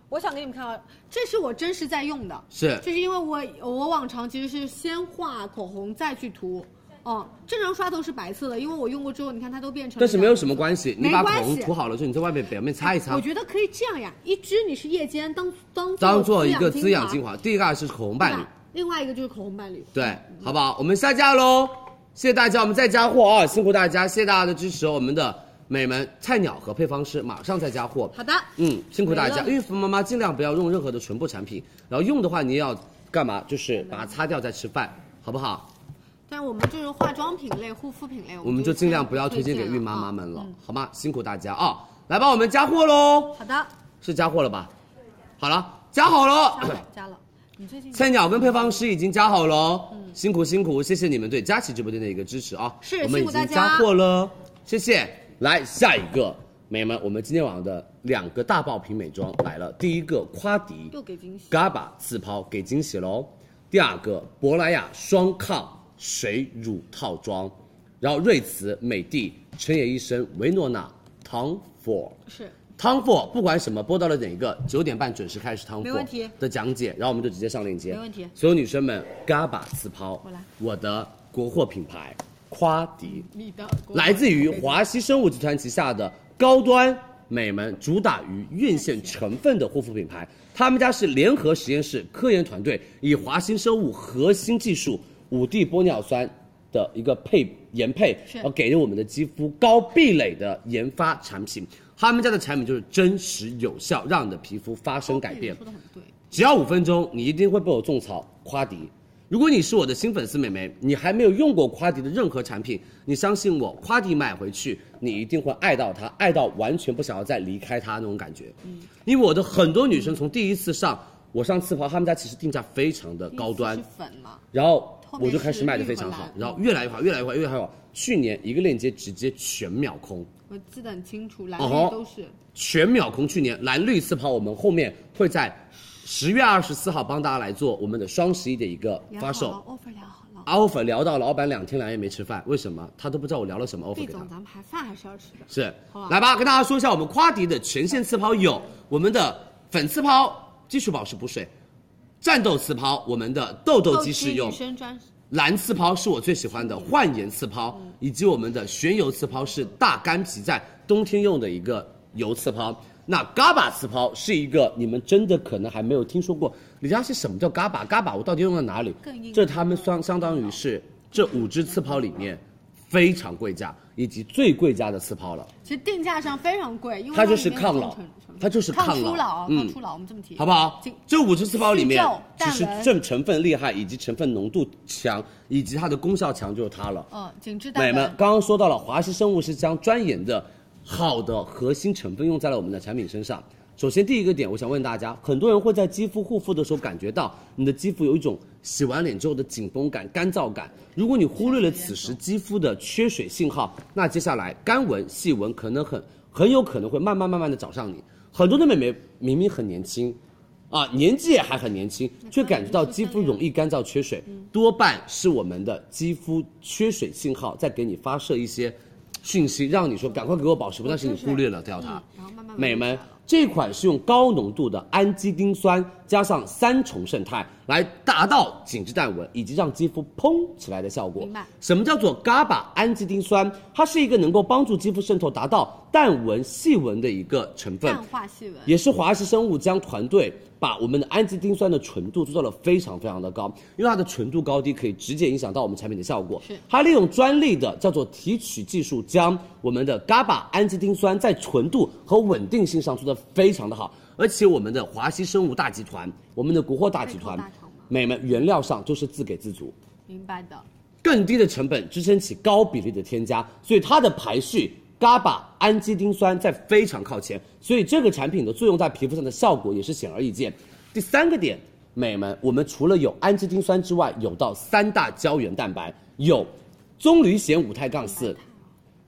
我想给你们看啊，这是我真实在用的，是就是因为我我往常其实是先画口红再去涂，哦、正常刷头是白色的，因为我用过之后，你看它都变成了但是没有这样什么关系，你没把口关红系涂好了之后，你在外面表面擦一擦我，觉得可以这样呀，一支你是夜间当当当做一个滋养精精华，华。第一个是口红伴侣，另外一个就是口红伴侣。对，好不好？我们下架喽，谢谢大家，我们再加货啊、辛苦大家，谢谢大家的支持哦，我们的美们菜鸟和配方师马上再加货。好的，嗯，辛苦大没家，了孕妇妈妈尽量不要用任何的唇部产品，然后用的话你也要干嘛？就是把它擦掉再吃饭，好不好？但是我们就是化妆品类、护肤品类，我们就尽量不要推荐给孕妈妈了们了，好吗？辛苦大家啊、来吧，我们加货喽啊。，好的，是加货了吧？好了，加好了。加了加了，你最近菜鸟跟配方师已经加好了哦，辛苦辛苦，谢谢你们对佳琦直播间的一个支持啊！是我们已辛苦大经家加货了，谢谢。来下一个，美们，我们今天晚上的两个大爆品美妆来了，第一个夸迪又给惊喜， GABA 次抛给惊喜喽，第二个珀莱雅双抗水乳套装，然后瑞慈、美的、陈野医生、维诺娜、Tom Ford。是 Tom Ford 不管什么播到了哪一个，九点半准时开始 Tom 没问题 Ford 的讲解，然后我们就直接上链接。没问题所有女生们，GABA 次抛，我来我的国货品牌夸迪，你的国来自于华熙生物集团旗下的高端美门，主打于院线成分的护肤品牌。他们家是联合实验室科研团队，以华新生物核心技术五 D 玻尿酸的一个配研配是，呃，给了我们的肌肤高壁垒的研发产品。他们家的产品就是真实有效，让你的皮肤发生改变。说的很对，只要五分钟，你一定会被我种草夸迪。如果你是我的新粉丝美眉，你还没有用过夸迪的任何产品，你相信我，夸迪买回去，你一定会爱到它，爱到完全不想要再离开它那种感觉。嗯，因为我的很多女生从第一次上我上次跑，他们家其实定价非常的高端第一，次是粉嘛，然后后面我就开始卖的非常是好绿和，蓝然后越来越好，越来越好，越来越好。去年一个链接直接全秒空，我记得很清楚，蓝哦绿都是全秒空。去年蓝绿次抛，我们后面会在十月二十四号帮大家来做我们的双十一的一个量发好售。啊了，offer 量好了。 offer 聊到老板两天两夜没吃饭，为什么？他都不知道我聊了什么 offer 毕给他总，。咱们还饭还是要吃的。是好啊吧，来吧，跟大家说一下，我们夸迪的全线次抛有我们的粉刺抛、基础保湿补水、战斗次抛，我们的痘痘肌适用女，生专蓝刺抛是我最喜欢的焕颜刺抛，以及我们的旋油刺抛是大干皮在冬天用的一个油刺抛。那 GABA 刺抛是一个你们真的可能还没有听说过，李佳琦什么叫 GABA？GABA 我到底用在哪里更硬？这他们相相当于是这五支刺抛里面非常贵价以及最贵价的刺抛了。其实定价上非常贵，因为它就是里面抗有老成成它就是抗抗老初老，啊嗯抗初老，我们这么提好不好进？这五支次包里面去皱，其淡实纹正成分厉害，以及成分浓度强，以及它的功效强，就是它了。嗯，紧致淡美们纹，刚刚说到了，华熙生物是将专研的好的核心成分用在了我们的产品身上。首先第一个点，我想问大家，很多人会在肌肤护肤的时候感觉到你的肌肤有一种洗完脸之后的紧绷感、干燥感。如果你忽略了此时肌肤的缺水信号，那接下来干纹、细纹可能很很有可能会慢慢慢慢的找上你。很多的美眉明明很年轻，啊，年纪也还很年轻，却感觉到肌肤容易干燥缺水，嗯多半是我们的肌肤缺水信号在给你发射一些讯息，让你说赶快给我保湿吧，但是你忽略了掉它。嗯然后慢慢慢慢美们出来了，这款是用高浓度的氨基丁酸加上三重胜肽来达到紧致淡纹以及让肌肤嘭起来的效果明白。什么叫做 GABA 氨基丁酸？它是一个能够帮助肌肤渗透达到淡纹细纹的一个成分淡。化细纹，也是华氏生物将团队把我们的氨基丁酸的纯度做到了非常非常的高，因为它的纯度高低可以直接影响到我们产品的效果。是它利用专利的叫做提取技术，将我们的 GABA 氨基丁酸在纯度和稳定性上做得非常的好，而且我们的华熙生物大集团，我们的国货大集团被扣大厂吗，美们原料上就是自给自足。明白的。更低的成本支撑起高比例的添加，所以它的排序 GABA 氨基丁酸在非常靠前，所以这个产品的作用在皮肤上的效果也是显而易见。第三个点，美们，我们除了有氨基丁酸之外，有到三大胶原蛋白，有棕榈酰五肽杠四，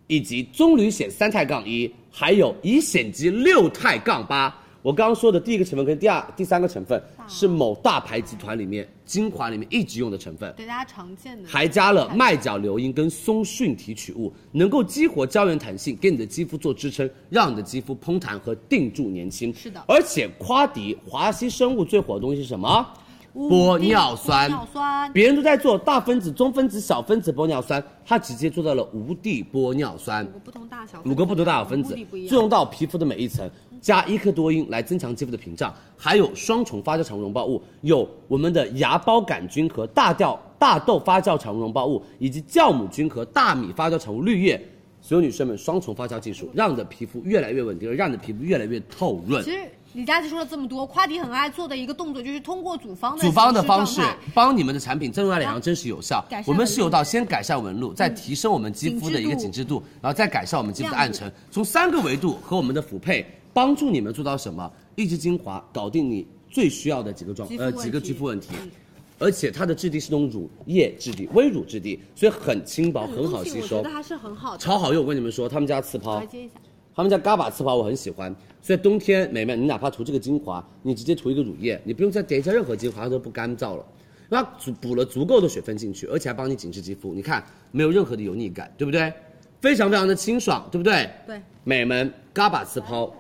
以及棕榈酰三肽杠一，还有乙酰基六肽杠八。我刚刚说的第一个成分跟第二、第三个成分是某大牌集团里面精华里面一直用的成分，对大家常见的还加了麦角硫因跟松蕈提取物，能够激活胶原弹性，给你的肌肤做支撑，让你的肌肤嘭弹和定住年轻。是的而且夸迪华熙生物最火的东西是什么？五玻滴尿酸玻尿酸别人都在做大分子、中分子、小分子玻尿酸，它直接做到了无地玻尿酸。五个不同大小，五个不同大小分子目的不一，样作用到皮肤的每一层，加伊克多因来增强肌肤的屏障，还有双重发酵产物溶胞物，有我们的芽孢杆菌和大调大豆发酵产物溶胞物，以及酵母菌和大米发酵产物绿叶。所有女生们，双重发酵技术让你的皮肤越来越稳定，让你的皮肤越来越透润其。实李佳琦说了这么多，夸迪很爱做的一个动作就是通过组方的组方的方形式式状态帮你们的产品增润亮阳真实有效改善纹。路我们是有到先改善纹路，再提升我们肌肤的一个嗯紧紧致致度，然后再改善我们肌肤的暗沉，从三个维度和我们的辅配，帮助你们做到什么？抑制精华，搞定你最需要的几个状肌肤呃问几个题肌肤问题嗯，而且它的质地是那种乳液质地、微乳质地，所以很轻薄，这种很好东西吸嗯我收觉得，还是很好的。超好用。我跟你们说，他们家次我抛来，接一下，他们家嘎巴次抛我很喜欢，所以冬天美眉你哪怕涂这个精华，你直接涂一个乳液，你不用再叠加任何精华，它都不干燥了。那足补了足够的水分进去，而且还帮你紧致肌肤，你看没有任何的油腻感，对不对？非常非常的清爽，对不对？对，美们，嘎巴次抛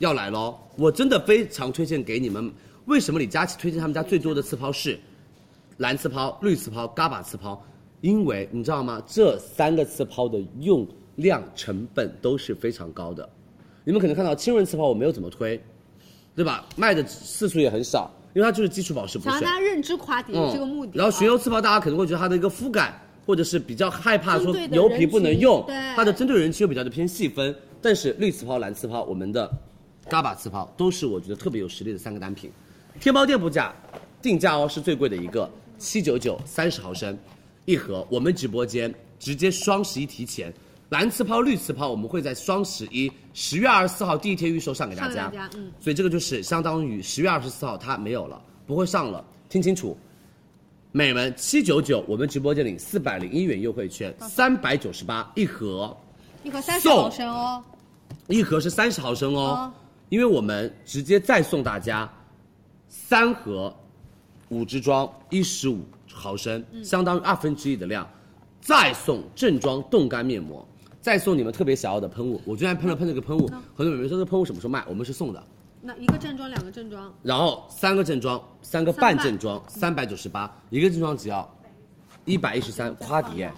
要来喽！我真的非常推荐给你们。为什么李佳琦推荐他们家最多的次抛是蓝次抛、绿次抛、嘎巴次抛？因为你知道吗？这三个次抛的用量成本都是非常高的。你们可能看到清润次抛我没有怎么推，对吧？卖的次数也很少，因为它就是基础保湿补想让水大。家认知夸迪嗯，这个目的。然后啊寻油次抛，大家可能会觉得它的一个肤感，或者是比较害怕说针对的油皮不能用人群对，它的针对人群又比较的偏细分。但是绿次抛、蓝次抛，我们的嘎巴次抛都是我觉得特别有实力的三个单品。天猫店铺价定价哦是最贵的一个，七九九三十毫升一盒，我们直播间直接双十一提前。蓝次抛、绿次抛，我们会在双十一十月二十四号第一天预售上给大上家给大家嗯，所以这个就是相当于十月二十四号它没有了，不会上了，听清楚，美们七九九，我们直播间领四百零一元优惠券，三百九十八一盒，一盒三十送毫升哦，一盒是三十毫升哦哦，因为我们直接再送大家三盒五支装，一十五毫升，相当于二分之一的量，再送正装冻干面膜，再送你们特别想要的喷雾。我居然喷了喷这个喷雾，很多美眉说这喷雾什么时候卖，我们是送的。那一个正装，两个正装，然后三个正装，三个半正装，三百九十八，一个正装只要一百一十三，夸迪耶！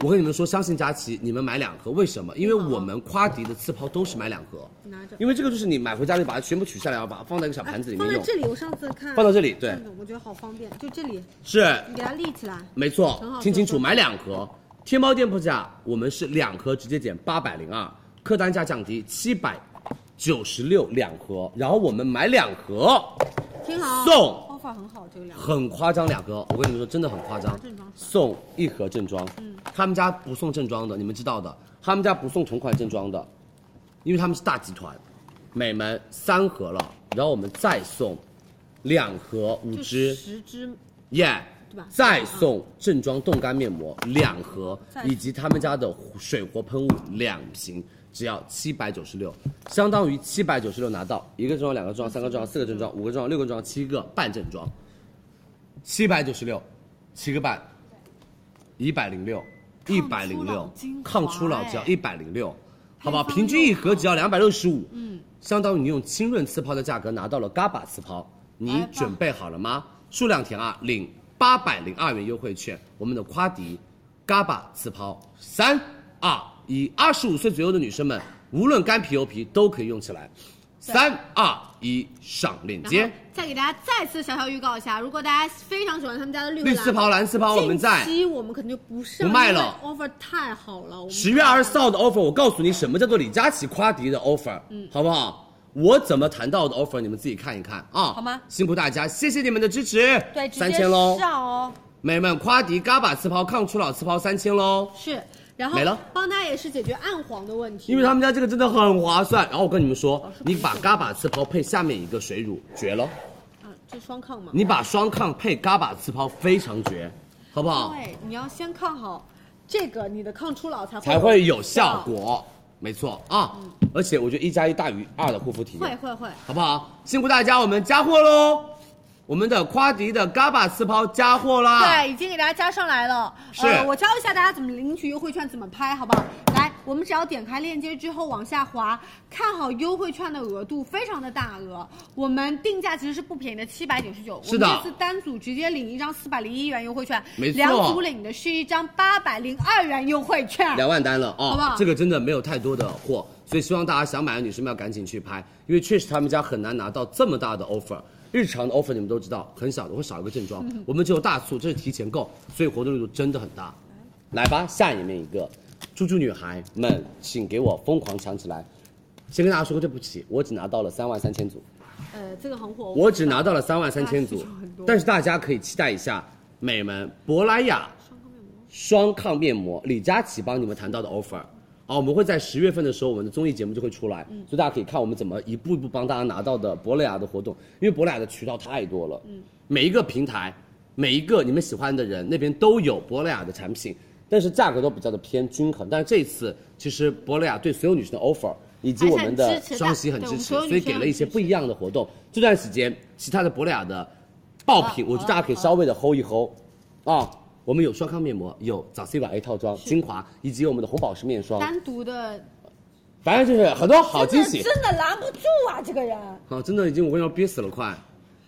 我跟你们说，相信佳琪，你们买两盒，为什么？因为我们夸迪的次抛都是买两盒，拿着。哎因为这个就是你买回家就把它全部取下来，然后把它放在一个小盘子里面放在用，这里，我上次看放到这里，对这，种我觉得好方便，就这里，是你给它立起来。没很错好，听清楚，做买两盒。天猫店铺价我们是两盒直接减八百零二，客单价降低七百九十六两盒，然后我们买两盒，听好，送方法很好，这个两个很夸张，两哥，我跟你们说，真的很夸张正装。嗯是送一盒正装，他们家不送正装的，你们知道的，他们家不送同款正装的，因为他们是大集团。每门三盒了，然后我们再送两盒五就支，十支，耶、对吧嗯再送正装冻干面膜两盒再，送以及他们家的水活喷雾两瓶，只要七百九十六，相当于七百九十六拿到一个正装、两个嗯正装、三个正装、四个正装、五个正装、六个正装、七个半正装，七百九十六，七个半，一百零六，一百零六，抗抗初初老老只精要华一百零六，好吧，配方平均一又好盒只要两百六十五，嗯，相当于你用清润次抛的价格拿到了嘎巴次抛，来你吧准备好了吗？数量填二，领八百零二元优惠券，我们的夸迪嘎巴次抛，三二一，二十五岁左右的女生们，无论干皮油皮都可以用起来，三二一，上链接然后。再给大家再次小小预告一下，如果大家非常喜欢他们家的绿绿次抛、蓝次抛，我们在近期我们可能就不上不卖了因为，offer 太好了，我们十月二十四号的 offer，我告诉你什么叫做李佳琦夸迪的 offer，嗯，好不好？我怎么谈到的 offer，你们自己看一看啊，好吗辛苦大家，谢谢你们的支持，对直接三千喽，上哦。美们，夸迪嘎巴次抛抗初老次抛三千喽，是，然后没了帮大家也是解决暗黄的问题，因为他们家这个真的很划算。然后我跟你们说，你把嘎巴次抛配下面一个水乳，绝了。啊，这双抗嘛，你把双抗配嘎巴次抛，非常绝，好不好？对，你要先抗好这个，你的抗初老才才会有效。果，没错啊。而且我觉得一加一大于二的护肤体验，会会会，好不好？辛苦大家，我们加货喽！我们的夸迪的嘎巴次抛加货啦！对，已经给大家加上来了。啊是呃，我教一下大家怎么领取优惠券，怎么拍，好不好？来，我们只要点开链接之后往下滑，看好优惠券的额度非常的大额，我们定价其实是不便宜的，七百九十九。是的我们这次单组直接领一张四百零一元优惠券，没错两组领的是一张八百零二元优惠券。两万单了啊！好不好这个真的没有太多的货，所以希望大家想买的女生们要赶紧去拍，因为确实他们家很难拿到这么大的 offer。日常的 offer 你们都知道，很小的会少一个正装，嗯我们只有大促，这是提前购，所以活动力度真的很大。来吧，下一面一个，猪猪女孩们，请给我疯狂抢起来！先跟大家说个对不起，我只拿到了三万三千组。呃，这个很火，我只拿到了三万三千那组是很，多但是大家可以期待一下美们珀莱雅双抗面膜，李佳琦帮你们谈到的 offer，哦，我们会在十月份的时候，我们的综艺节目就会出来，嗯所以大家可以看我们怎么一步一步帮大家拿到的珀莱雅的活动，因为珀莱雅的渠道太多了，嗯，每一个平台，每一个你们喜欢的人那边都有珀莱雅的产品，但是价格都比较的偏均衡。但是这一次其实珀莱雅对所有女生的 offer 以及我们而且的很支持的双十一很对支我们持，所有所女以生给很了一些支持不一样的活动。这段时间其他的珀莱雅的爆品，好我觉得大家可以稍微的 hold 一 hold，啊。我们有双康面膜，有早 C 晚 A 套装、精华，以及我们的红宝石面霜。单独的反正就是很多好惊喜。真的拦不住啊，这个人。好，真的已经我跟你说憋死了，快！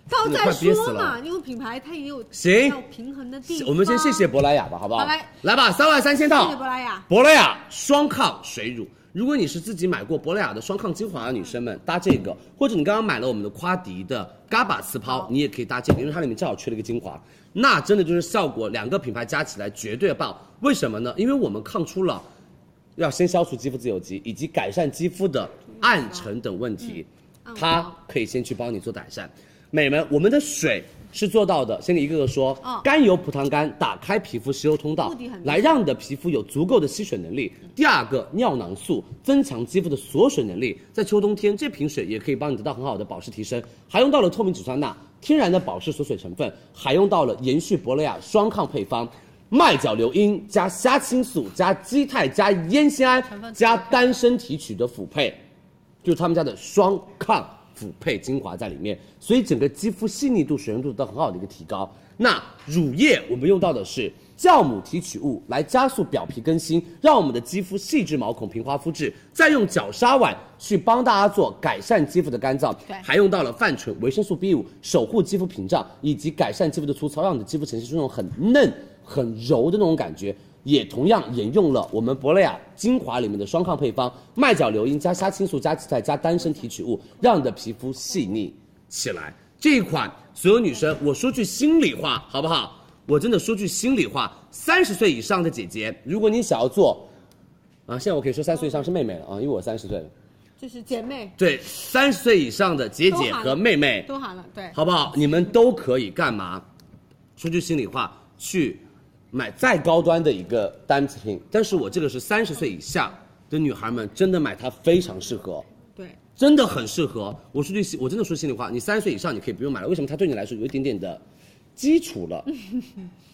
到快再憋死说嘛，了因为品牌它也有行要平衡的地方。我们先谢谢珀莱雅吧，好不好？好嘞来吧，三万三千谢套谢。珀莱雅。珀莱雅双抗水乳。如果你是自己买过珀莱雅的双抗精华的女生们，搭这个，或者你刚刚买了我们的夸迪的嘎巴次嗯抛，你也可以搭这个，因为它里面正好缺了一个精华，那真的就是效果，两个品牌加起来绝对爆。为什么呢？因为我们抗出了要先消除肌肤自由基以及改善肌肤的暗沉等问题，嗯它可以先去帮你做改善。美们，我们的水是做到的，先给一个个说。嗯甘油葡萄干打开皮肤吸收通道目的很，明来让你的皮肤有足够的吸水能力。第二个，尿囊素增强肌肤的锁水能力，在秋冬天这瓶水也可以帮你得到很好的保湿提升，还用到了透明质酸钠，天然的保湿锁水成分，还用到了延续珀莱雅双抗配方。麦角硫因加虾青素加基肽加烟酰胺加丹参提取的辅配，就是他们家的双抗辅配精华在里面，所以整个肌肤细腻度、水润度得到很好的一个提高。那乳液我们用到的是酵母提取物来加速表皮更新，让我们的肌肤细致毛孔、平滑肤质，再用角鲨烷去帮大家做改善肌肤的干燥对，还用到了泛醇、维生素 B 五，守护肌肤屏障以及改善肌肤的粗糙，让你的肌肤呈现出那种很嫩、很柔的那种感觉。也同样沿用了我们珀莱雅精华里面的双抗配方，麦角硫因加虾青素加荠菜加丹参提取物，让你的皮肤细腻起来。这一款所有女生，我说句心里话，好不好？我真的说句心里话，三十岁以上的姐姐，如果你想要做，啊，现在我可以说三十岁以上是妹妹了啊，因为我三十岁了。就是姐妹对，三十岁以上的姐姐和妹妹，都喊了，对，好不好？你们都可以干嘛？说句心里话，去买再高端的一个单品，但是我这个是三十岁以下的女孩们，真的买它非常适合，对，真的很适合。我说句心，我真的说心里话，你三十岁以上你可以不用买了，为什么？它对你来说有一点点的基础 *laughs* 了，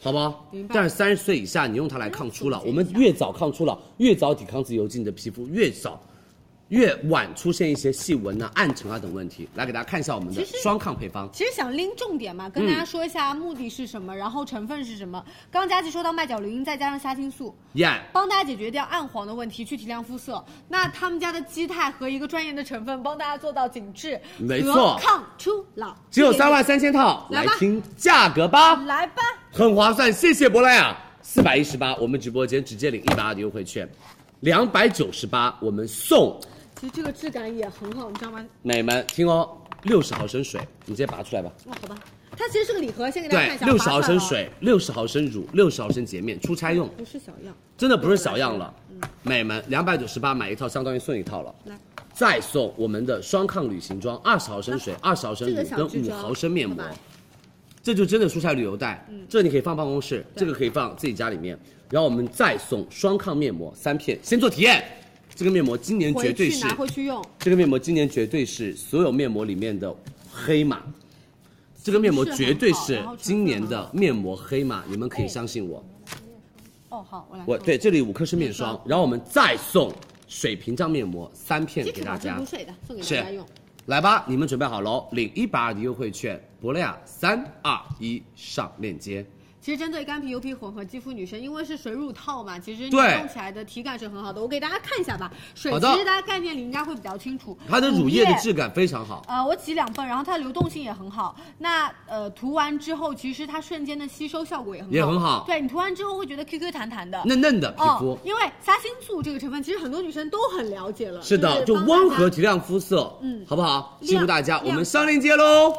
好不好？但是三十岁以下你用它来抗初老，我们越早抗初老，越早抵抗自由基，你的皮肤越早。越晚出现一些细纹呐、暗沉啊等问题，来给大家看一下我们的其实双抗配方。其实想拎重点嘛，跟嗯大家说一下目的是什么，然后成分是什么。刚佳琪说到麦角硫因，再加上虾青素，耶、帮大家解决掉暗黄的问题，去提亮肤色。那他们家的基肽和一个专业的成分，帮大家做到紧致，没错和抗初老，只有三万三啊千套，来来吧听价格吧，来吧，很划算，谢谢珀莱雅，四百一十八，我们直播间直接领一百二的优惠券，两百九十八我们送其实这个质感也很好，你知道吗？美们听哦，六十毫升水，你直接拔出来吧，哇，哦好吧，它其实是个礼盒，先给大家对看一下，，六划十算毫升哦，水，六十毫升乳，六十毫升洁面，出差用，不是小样，真的不是小样了，嗯美们两百九十八买一套，相当于送一套了，来再送我们的双抗旅行装，二十毫升水，二十毫升乳这个小支跟五装毫升面膜好吧，这就真的蔬菜旅游袋。嗯这你可以放办公室，这个可以放自己家里面。然后我们再送双抗面膜三片，先做体验。这个面膜今年绝回对去是拿回去用，这个面膜今年绝对是所有面膜里面的黑马，这个面膜绝对形式是很好然后成分今年的面膜黑马，你们可以相信我。哦，好，我来，我对这里五克是面霜，然后我们再送水屏障面膜三片这给个大保家证补。水的，送给是大家用。来吧，你们准备好喽，领一百二的优惠券，珀莱雅三二一上链接。其实针对干皮、油皮混合肌肤女生，因为是水乳套嘛，其实你对用起来的体感是很好的。我给大家看一下吧，水好其的实大家概念里应该会比较清楚。它的乳液的质感非常好，呃，我挤两份，然后它流动性也很好。那呃，涂完之后，其实它瞬间的吸收效果也很好，也很好对你涂完之后会觉得 Q Q 弹弹的，嫩嫩的皮肤哦，，因为虾青素这个成分，其实很多女生都很了解了。是的，就就是帮温大家和提亮肤色，嗯好不好？亮辛苦大家，亮我们上链接喽。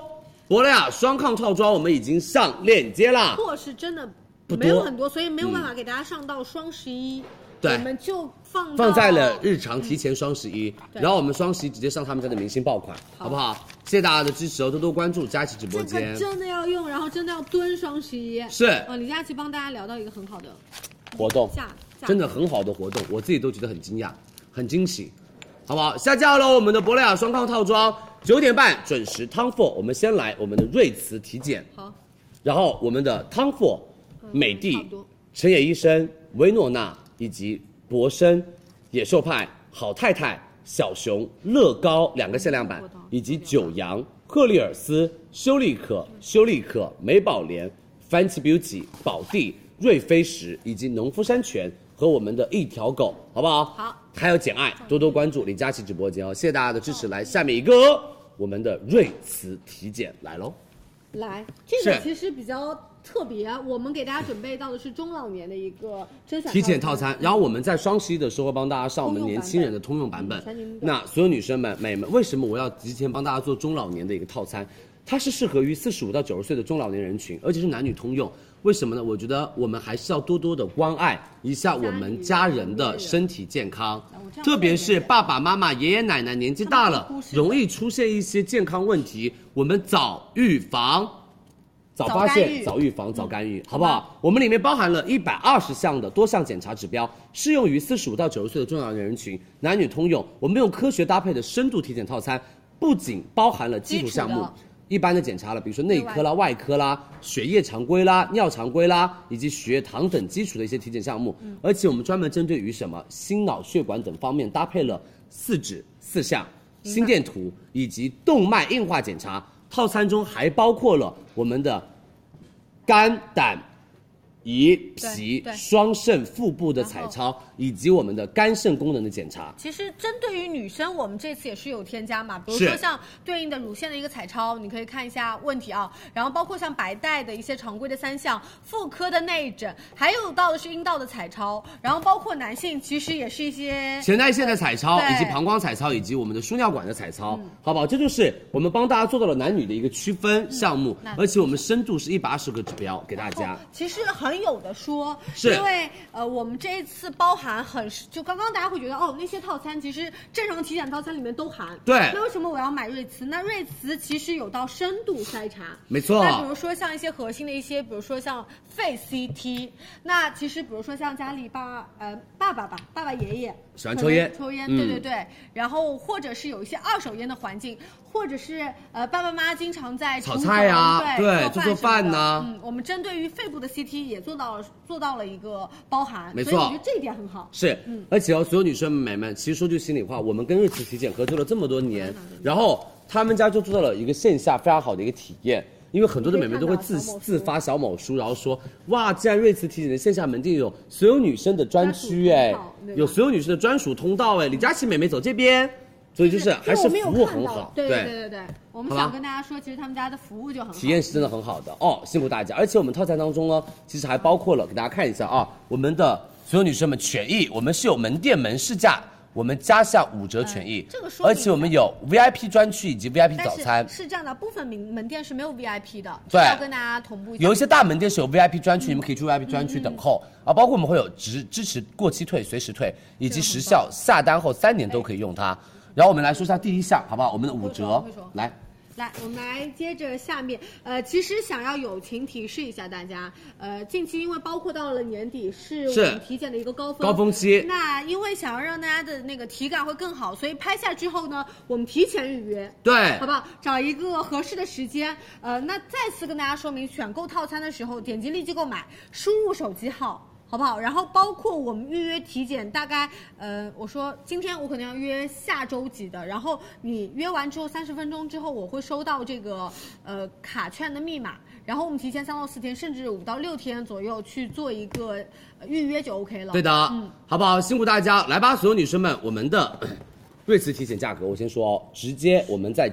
珀莱雅双抗套装我们已经上链接啦，货是真的不没有多嗯很多，所以没有办法给大家上到双十一。对我们就放放在到了日常提前双十一，对然后我们双十一直接上他们家的明星爆款，好不好？谢谢大家的支持哦，多多关注佳琦直播这间个。真的要用，然后真的要蹲双十一。是呃，李佳琦帮大家聊到一个很好的活动价价，真的很好的活动，我自己都觉得很惊讶，很惊喜，好不好？下架喽！我们的珀莱雅双抗套装，九点半准时 Tom Ford，我们先来我们的瑞慈体检，好，嗯然后我们的 Tom Ford、美差的不多、陈野医生、薇诺娜以及博生、野兽派、好太太、小熊、乐高两个限量版我懂，以及九阳、克丽尔斯、修丽可、修丽可、美宝莲、Fenty Beauty、宝地、瑞飞石以及农夫山泉和我们的一条狗，好不好？好。还有简爱，多多关注李佳琦直播间哦，谢谢大家的支持。来，下面一个哦我们的瑞慈体检来喽。来，这个是其实比较特别，我们给大家准备到的是中老年的一个甄选体检套餐，然后我们在双十一的时候帮大家上我们年轻人的通用版本通用版。本那所有女生们、美们，为什么我要提前帮大家做中老年的一个套餐？它是适合于四十五到九十岁的中老年人群，而且是男女通用。为什么呢？我觉得我们还是要多多的关爱一下我们家人的身体健康啊我这，样特别是爸爸妈妈、爷爷奶奶年纪大了他们会忽，视的容易出现一些健康问题，我们早预防。早发现、早早预嗯防、早干预，好不好？我们里面包含了一百二十项的多项检查指标，适用于四十五到九十岁的中老年人群，男女通用。我们用科学搭配的深度体检套餐，不仅包含了基础项基础目的。一般的检查了，比如说内科啦、外科啦、血液常规啦、尿常规啦，以及血糖等基础的一些体检项目。嗯而且我们专门针对于什么心脑血管等方面搭配了四指四项、心电图以及动脉硬化检查。套餐中还包括了我们的肝胆。胰脾对对双肾腹部的彩超，以及我们的肝肾功能的检查，其实针对于女生，我们这次也是有添加嘛，比如说是像对应的乳腺的一个彩超，你可以看一下问题啊，然后包括像白带的一些常规的三项，妇科的内诊，还有到的是阴道的彩超，然后包括男性其实也是一些前列腺的彩超，对以及膀胱彩超，以及我们的输尿管的彩超，好不好？这就是我们帮大家做到了男女的一个区分项目，那而且我们深度是一百二十个指标给大家。其实很有的说，是因为呃，我们这一次包含很是，就刚刚大家会觉得哦，那些套餐其实正常体检套餐里面都含。对那为什么我要买瑞慈？那瑞慈其实有到深度筛查，没错那比如说像一些核心的一些，比如说像肺 CT，那其实比如说像家里爸呃爸爸吧，爸爸爷爷喜欢可抽能烟抽烟，嗯对对对。然后或者是有一些二手烟的环境，或者是呃爸爸妈妈经常在炒厨菜啊房对对做做做饭什么的呐嗯，我们针对于肺部的 CT 也做到了做到了一个包含，没错所以我觉得这一点很好。嗯是，而且哦，所有女生美们，其实说句心里话，我们跟瑞慈体检合作了这么多年，然嗯后他们家就做到了一个线下非常好的一个体验。因为很多的美眉都会自你可以看到小某书自发小某书，然后说哇，既然瑞慈体检的线下门店有所有女生的专区哎专属通道，嗯对吧有所有女生的专属通道哎，李佳琦美眉走这边，所以就是还是因为服我们务有看很到好，对对对对对，我们好想吧跟大家说，其实他们家的服务就很好。体验是真的很好的哦，辛苦大家。而且我们套餐当中呢，其实还包括了给大家看一下啊，我们的所有女生们权益，我们是有门店门市价，我们加下五折权益，哎这个说明而且我们有 VIP 专区以及 VIP 但早是餐。是这样的，部分门门店是没有 VIP 的，对这要跟大家同步一下。有一些大门店是有 VIP 专嗯区，你们可以去 VIP 专区等候啊，包括我们会有支支持过期退、随时退，以及时效下单后三年都可以用它。然后我们来说一下第一项，好不好？我们的五我折会说我会说，来，来，我们来接着下面，呃，其实想要友情提示一下大家，呃，近期因为包括到了年底是我是们体检的一个高峰高峰期那因为想要让大家的那个体感会更好，所以拍下之后呢，我们提前预约。对好不好？找一个合适的时间，呃，那再次跟大家说明，选购套餐的时候点击立即购买，输入手机号，好不好？然后包括我们预约体检，大概呃，我说今天我可能要约下周几的，然后你约完之后三十分钟之后，我会收到这个呃卡券的密码，然后我们提前三到四天，甚至五到六天左右去做一个呃预约就 OK 了。对的，嗯，好不好？辛苦大家，来吧，所有女生们，我们的 *clears throat* 瑞慈体检价格，我先说哦，直接我们在，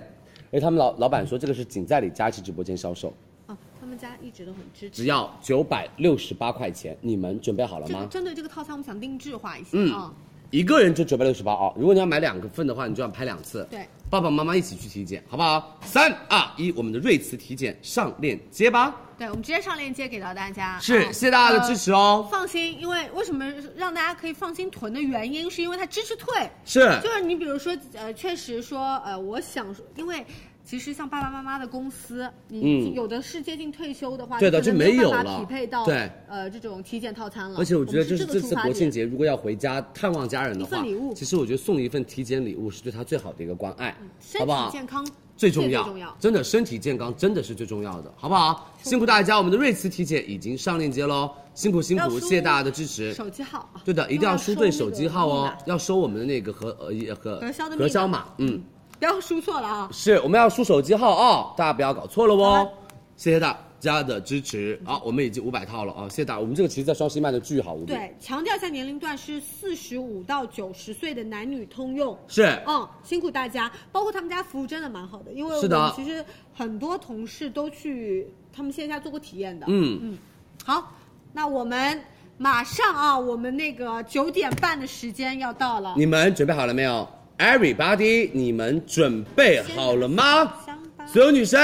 哎，他们老老板说这个是仅在李佳琦直播间销售，啊，他们家一直都很支持。只要九百六十八块钱，你们准备好了这个吗？针对这个套餐，我们想定制化一些嗯啊。一个人就九百六十八哦，如果你要买两个份的话，你就要拍两次。对，爸爸妈妈一起去体检，好不好？三二一，我们的瑞慈体检上链接吧。对，我们直接上链接给到大家。是，啊谢谢大家的支持哦。放心，因为为什么让大家可以放心囤的原因，是因为它支持退，是，就是你比如说，呃，确实说，呃，我想，因为。其实像爸爸妈妈的公司，嗯你有的是接近退休的话，对的你可能就没有办了法匹配到对呃这种体检套餐了。而且我觉得，啊们就是是个这出次发国点庆节，如果要回家探望家人的话一份礼物，嗯其实我觉得送一份体检礼物是对他最好的一个关爱，好身不体好？健康最重重要，真的身体健康真的是最重要的，好不好？辛苦大家，我们的瑞慈体检已经上链接喽，辛苦辛要苦，输谢谢大家的支持。手机号啊，对的，一定要输对手机号收那哦个嗯密，要收我们的那个核呃也和核销的密码核销码，嗯，不要输错了啊！是我们要输手机号哦，大家不要搞错了好哦吧。谢谢大家的支持，好，我们已经五百套了啊，谢谢大家。我们这个其实，在双十一卖的巨好无比，对，强调一下年龄段是四十五到九十岁的男女通用。是，嗯，辛苦大家，包括他们家服务真的蛮好的，因为我是的们其实很多同事都去他们线下做过体验的。嗯，嗯，好，那我们马上啊，我们那个九点半的时间要到了。你们准备好了没有？Everybody，你们准备好了吗？香吧所有女生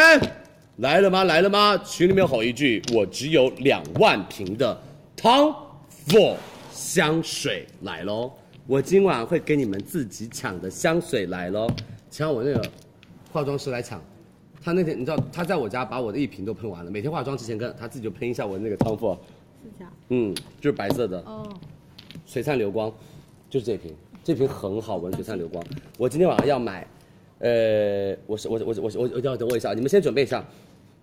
来了吗？来了吗？群里面吼一句，我只有两万瓶的 Tom Ford 香水来喽！我今晚会给你们自己抢的香水来喽，请我那个化妆师来抢。他那天你知道，他在我家把我的一瓶都喷完了。每天化妆之前跟他自己就喷一下我那个 Tom Ford，试一下。嗯，就是白色的。哦，璀璨流光，就是这瓶，这瓶很好闻，璀璨流光。我今天晚上要买，呃，我是我我我我我要等我一下，你们先准备一下。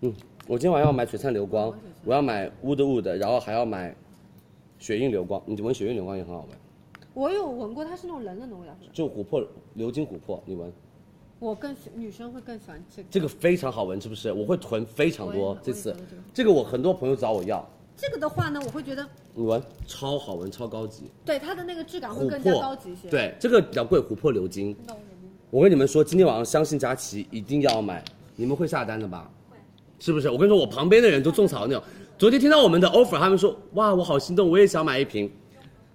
嗯，我今天晚上要买璀璨流光，我要买 Wood Wood，然后还要买雪印流光。你闻雪印流光也很好闻，我有闻过，它是那种冷冷的味道，是吧？就琥珀鎏金琥珀，你闻我更喜女生会更喜欢这个。这个非常好闻，是不是？我会囤非常我多也这次我也觉得，这个我很多朋友找我要，这个的话呢，我会觉得你闻超好闻，超高级。对它的那个质感会琥更加珀高级一些。，对，这个比较贵，琥珀鎏金。我跟你们说，今天晚上相信佳琪一定要买，你们会下单的吧？是不是？我跟你说，我旁边的人都种草那种。昨天听到我们的 offer，他们说哇，我好心动，我也想买一瓶。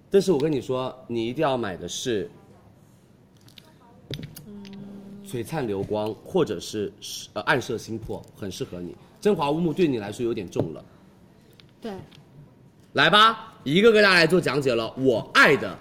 但是我跟你说，你一定要买的是璀璨流光，或者是呃暗色星珀，很适合你。真华乌木对你来说有点重了。对，来吧，一个个大家来做讲解了。我爱的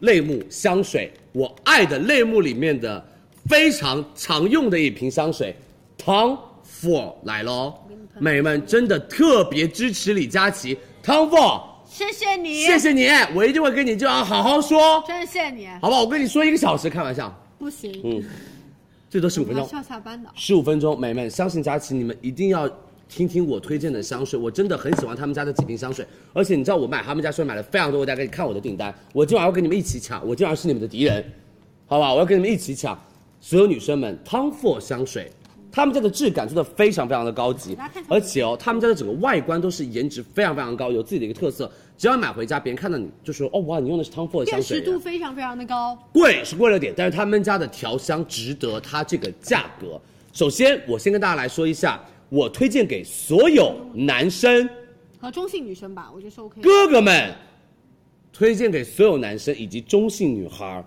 类目香水，我爱的类目里面的非常常用的一瓶香水，Tom Ford 来喽！美们真的特别支持李佳琦，Tom Ford，谢谢你，谢，谢你，我一定会跟你这样好好说，真是谢谢你。好不好？我跟你说一个小时，开玩笑，不行，嗯，最多十五我分要钟。上下班的。十五分钟，美们，相信佳琪，你们一定要听听我推荐的香水，我真的很喜欢他们家的几瓶香水，而且你知道我买他们家香水买了非常多，我再给你看我的订单，我今晚要跟你们一起抢，我今晚是你们的敌人，好吧，我要跟你们一起抢，所有女生们，Tom Ford 香水。他们家的质感做的非常非常的高级来看，看而且哦，他们家的整个外观都是颜值非常非常高，有自己的一个特色。只要买回家，别人看到你就说哦哇，你用的是 Tom Ford 辨香水识耶，度非常非常的高，贵是贵了点，但是他们家的调香值得它这个价格。首先，我先跟大家来说一下，我推荐给所有男生和中性女生吧，我觉得是 OK 的。哥哥们，推荐给所有男生以及中性女孩儿，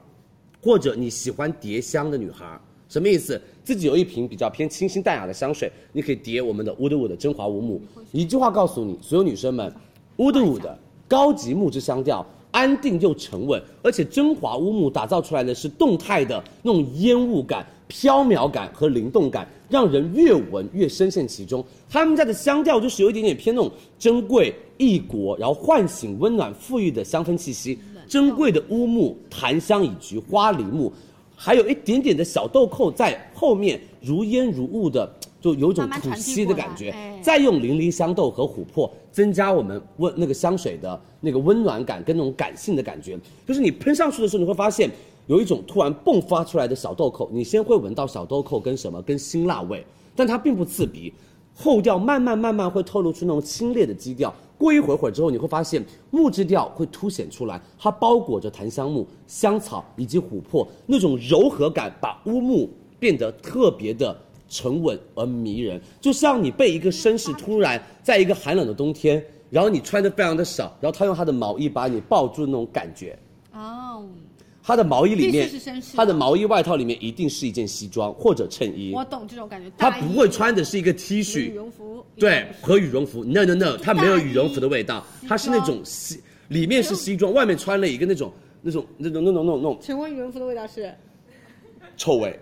或者你喜欢叠香的女孩儿，什么意思？自己有一瓶比较偏清新淡雅的香水，你可以叠我们的 Wood Wood 真华五母。一句话告诉你，所有女生们，Wood Wood 高级木质香调。安定又沉稳，而且真华乌木打造出来的是动态的那种烟雾感、飘渺感和灵动感，让人越闻越深陷其中。他们家的香调就是有一点点偏那种珍贵、异国，然后唤醒温暖馥郁的香氛气息。珍贵的乌木、檀香以及花梨木，还有一点点的小豆蔻在后面如烟如雾的，就有一种慢慢吐传递息的过来感觉。哎再用零零香豆和琥珀增加我们温那个香水的那个温暖感跟那种感性的感觉，就是你喷上去的时候，你会发现有一种突然迸发出来的小豆蔻，你先会闻到小豆蔻跟什么跟辛辣味，但它并不刺鼻，后调慢慢慢慢会透露出那种清冽的基调。过一会儿会儿之后，你会发现木质调会凸显出来，它包裹着檀香木、香草以及琥珀那种柔和感，把乌木变得特别的沉稳而迷人，就像你被一个绅士突然在一个寒冷的冬天，然后你穿的非常的少，然后他用他的毛衣把你抱住的那种感觉。哦，他的毛衣里面必须是绅，士他的毛衣外套里面一定是一件西装或者衬衣我，懂这种感觉。他大衣不会穿的是一个 T 什么恤羽，绒服，对，和羽绒服，no no no，它没有羽绒服的味道西，装它是那种西，里面是西装，外面穿了一个那种那种那种那种那种那种请问羽绒服的味道是？臭味，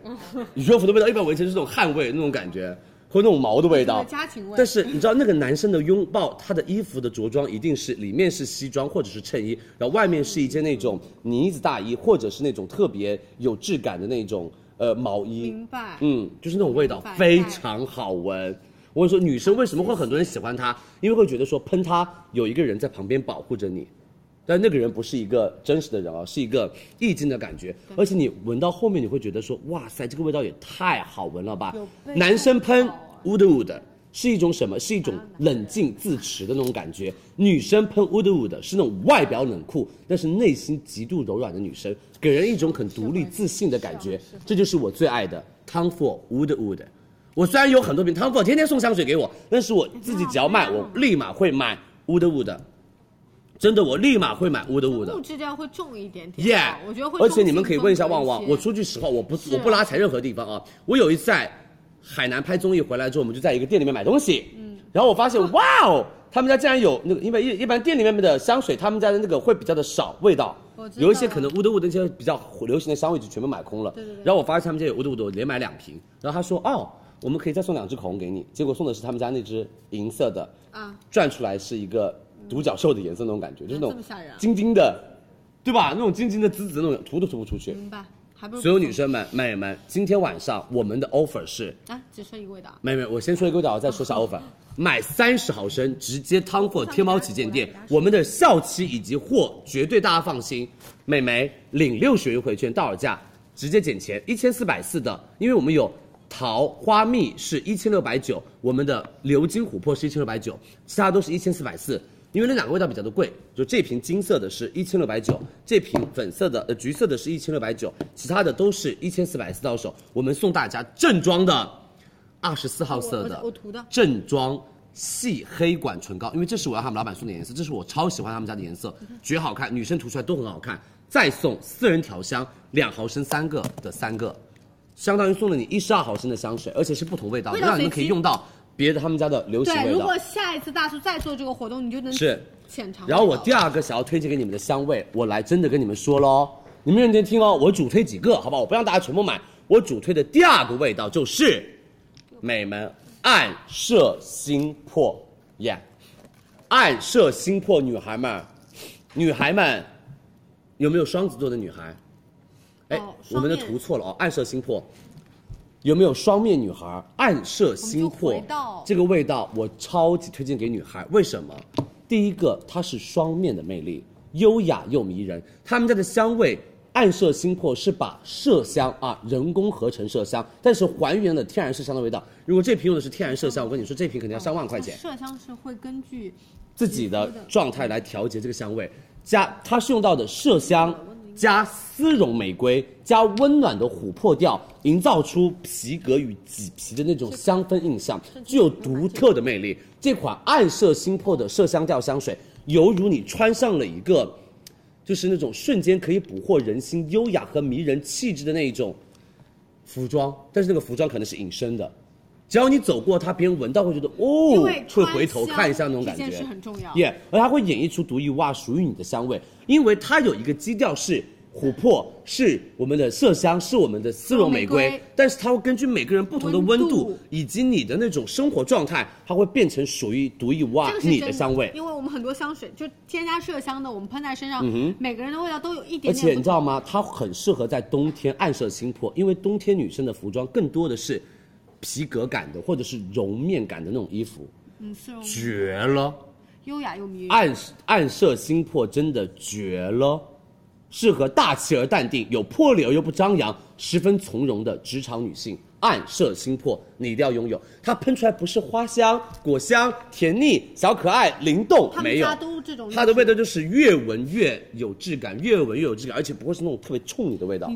羽绒服的味道一般闻起来就是那种汗味那种感觉，或者那种毛的味道，就是家禽味但是你知道那个男生的拥抱，他的衣服的着装一定是里面是西装或者是衬衣，然后外面是一件那种呢子大衣，或者是那种特别有质感的那种呃毛衣。明白嗯，就是那种味道白非常好闻。我跟你说，女生为什么会很多人喜欢它？因为会觉得说喷它有一个人在旁边保护着你，但那个人不是一个真实的人啊，是一个意境的感觉。而且你闻到后面，你会觉得说，哇塞，这个味道也太好闻了吧！男生喷 wood wood 是一种什么？是一种冷静自持的那种感觉。女生喷 wood wood 是那种外表冷酷，但是内心极度柔软的女生，给人一种很独立自信的感觉。这就是啊我最爱的 Tom Ford wood wood。我虽然有很多瓶 Tom Ford 天天送香水给我，但是我自己只要卖，我立马会买 wood wood。真的，我立马会买 wood wood。木质调会重一点点耶、啊我觉得会重而心更多些。且你们可以问一下旺旺，我说句实话，我不我不拉踩任何地方啊。我有一次在海南拍综艺回来之后，我们就在一个店里面买东西，嗯然后我 *laughs* 发现哇哦，他们家竟然有那个，因为一一般店里面的香水，他们家的那个会比较的少味道我，知道有一些可能乌的乌的那些比较流行的香味就全部买空了。对对对然后我发现他们家有乌的乌的，我连买两瓶。然后他说哦，我们可以再送两支口红给你，结果送的是他们家那支银色的，啊，转出来是一个独角兽的颜色那种感觉，就是那这种么吓人啊晶晶的，对吧？那种晶晶的滋滋那种，涂都涂不出去。明白，还不如所有女生们、妹妹们，今天晚上我们的 offer 是，啊，只说一个味道，妹妹，我先说一个味道，再说下 offer。买三十毫升，直接汤货天猫旗舰店，我们的效期以及货绝对大家放心。妹妹领六十元优惠券，到手价直接减钱，一千四百四的，因为我们有桃花蜜是一千六百九，我们的鎏金琥珀是一千六百九，其他都是一千四百四。因为那两个味道比较的贵，就这瓶金色的是一千六百九，这瓶粉色的呃橘色的是一千六百九，其他的都是一千四百四到手。我们送大家正装的二十四号色的哦我我涂的正装细黑管唇膏，因为这是我要他们老板送的颜色，这是我超喜欢他们家的颜色，嗯绝好看，女生涂出来都很好看。再送私人调香两毫升三个的三个，相当于送了你一十二毫升的香水，而且是不同味道，味道让你们随可以机用到别的他们家的流行对，味如道果。下一次大叔再做这个活动，你就能是浅尝。然后我第二个想要推荐给你们的香味，我来真的跟你们说喽，你们认真听哦，我主推几个，好不好？我不让大家全部买，我主推的第二个味道就是美门暗射心魄耶暗射心魄，女孩们，女孩们，有没有双子座的女孩？哎，哦我们的双面图错了哦，暗射心魄。有没有双面女孩暗射心我魄们就回到？这个味道我超级推荐给女孩，为什么？第一个，它是双面的魅力，优雅又迷人。他们家的香味暗射心魄是把麝香啊人工合成麝香，但是还原了天然麝香的味道。如果这瓶用的是天然麝香，我跟你说这瓶肯定要上万块钱。麝香是会根据自己的状态来调节这个香味，加它是用到的麝香加丝绒玫瑰加温暖的琥珀调，营造出皮革与麂皮的那种香氛印象，具有独特的魅力。这款暗射心魄的麝香调香水，犹如你穿上了一个，就是那种瞬间可以捕获人心优雅和迷人气质的那一种服装，但是那个服装可能是隐身的。只要你走过它，别人闻到会觉得因哦为，会穿回头香看一下那种感觉，这件事很重要耶而它会演绎出独一无二、属于你的香味，因为它有一个基调是琥珀，是我们的麝香，是我们的丝绒玫玫瑰瑰，但是它会根据每个人不同的温温度度以及你的那种生活状态，它会变成属于独一无二这个是你真的香味。嗯因为我们很多香水就添加麝香的，我们喷在身上，每个人的味道都有一而点且你点知不同。道吗？它很适合在冬天暗射心魄，因为冬天女生的服装更多的是皮革感的或者是绒面感的那种衣服，嗯，丝绒绝了！优雅又迷人。暗暗射心魄真的绝了，适合大气而淡定，有魄力而又不张扬，十分从容的职场女性。暗射心魄，你一定要拥有。它喷出来不是花香、果香、甜腻、小可爱、灵动，他们没有家。都这种，它的味道就是越闻越有质感，越闻越有质感，而且不会是那种特别冲你的味道。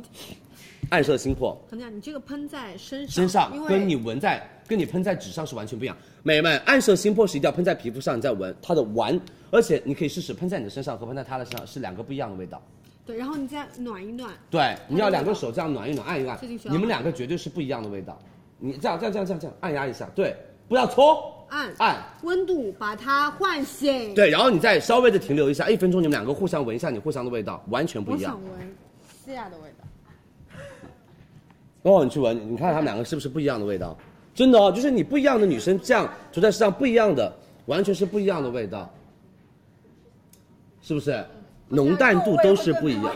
暗射心魄，怎么讲？你这个喷在身上，身上因为跟你闻在跟你喷在纸上是完全不一样。美眉们，暗射心魄是一定要喷在皮肤上，你再闻它的完，而且你可以试试喷在你的身上和喷在它的身上是两个不一样的味道。对，然后你再暖一暖，对，你要两个手这样暖一暖，按一按最近，需要你们两个绝对是不一样的味道。你这样这样这样这样这样按压一下，对，不要搓，按按。温度把它唤醒。，啊对，然后你再稍微的停留一下，一分钟，你们两个互相闻一下你互相的味道，完全不我一样想。闻西亚的味道。包括你去闻，你看它们两个是不是不一样的味道？真的哦，就是你不一样的女生这样涂在身上不一样的，完全是不一样的味道，是不是？浓淡度都是不一样。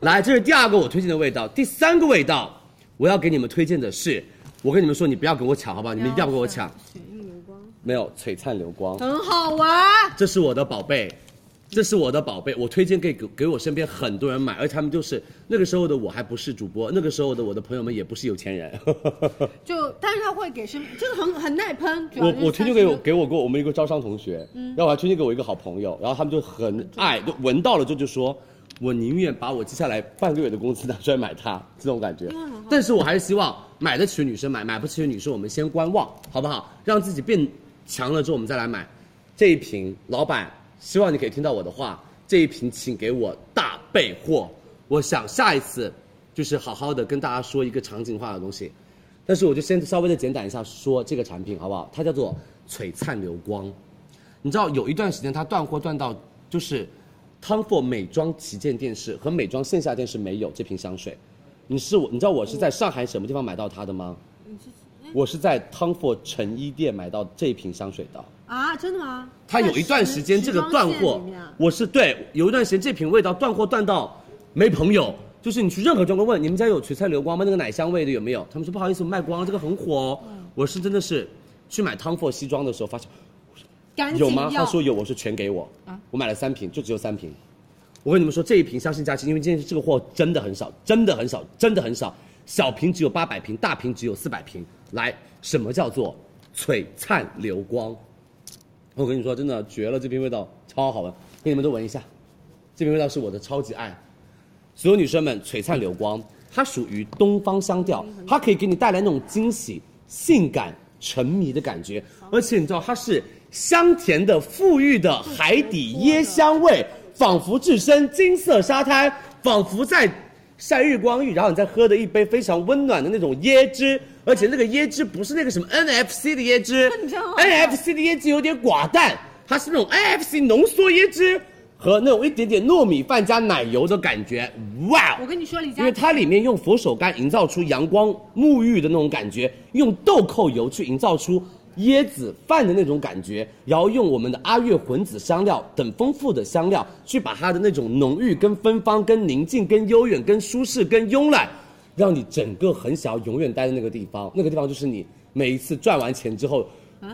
来，这是第二个我推荐的味道，第三个味道我要给你们推荐的是，我跟你们说，你不要跟我抢，好不好？你们一定要跟我抢。没有璀璨流光，很好闻，这是我的宝贝，这是我的宝贝，我推荐给给给我身边很多人买，而他们就是那个时候的我还不是主播，那个时候的我的朋友们也不是有钱人。就但是它会给身，这个很很耐喷。主要我啊就是我推荐给我它是嗯给我给我我们一个招商同学，然后我还推荐给我一个好朋友，然后他们就很爱，就闻到了就就说，我宁愿把我接下来半个月的工资拿出来买它，这种感觉。但是我还是希望买得起的女生买，买不起的女生我们先观望，好不好？让自己变强了之后我们再来买。这一瓶，老板，希望你可以听到我的话，这一瓶请给我大备货。我想下一次就是好好的跟大家说一个场景化的东西。但是我就先稍微的简短一下说这个产品好不好？它叫做璀璨流光，你知道有一段时间它断货断到就是，Tom Ford 美妆旗舰店是和美妆线下店是没有这瓶香水。你是我，你知道我是在上海什么地方买到它的吗？我是在 Tom Ford 成衣店买到这瓶香水的。啊，真的吗？它有一段时间这个断时货装线里面，啊我是对有一段时间这瓶味道断货断到没朋友，就是你去任何专柜问你们家有璀璨流光吗？那个奶香味的有没有？他们说不好意思，我们卖光了，这个很火哦。嗯我是真的是去买 Tom Ford 西装的时候发现赶紧有吗？要啊他说有，我说全给我，我买了三瓶，就只有三瓶。我跟你们说，这一瓶相信佳琪，因为今天这个货真的很少，真的很少，真的很少，小瓶只有八百瓶，大瓶只有四百瓶。来，什么叫做璀璨流光？我跟你说，真的绝了，这瓶味道超好闻，给你们都闻一下，这瓶味道是我的超级爱。所有女生们，璀璨流光，它属于东方香调，它可以给你带来那种惊喜、性感、沉迷的感觉，而且你知道它是香甜的、馥郁的海底椰香味，仿佛置身金色沙滩，仿佛在晒日光浴，然后你再喝的一杯非常温暖的那种椰汁，而且那个椰汁不是那个什么 NFC 的椰汁，NFC 的椰汁有点寡淡，它是那种 NFC 浓缩椰汁。和那种一点点糯米饭加奶油的感觉，哇！我跟你说，李佳因为它里面用佛手柑营造出阳光沐浴的那种感觉，用豆蔻油去营造出椰子饭的那种感觉，然后用我们的阿月混子香料等丰富的香料，去把它的那种浓郁、跟芬芳、跟宁静、跟悠远、跟舒适、跟慵懒，让你整个很想要永远待在那个地方。那个地方就是你 *laughs* 每一次赚完钱之后，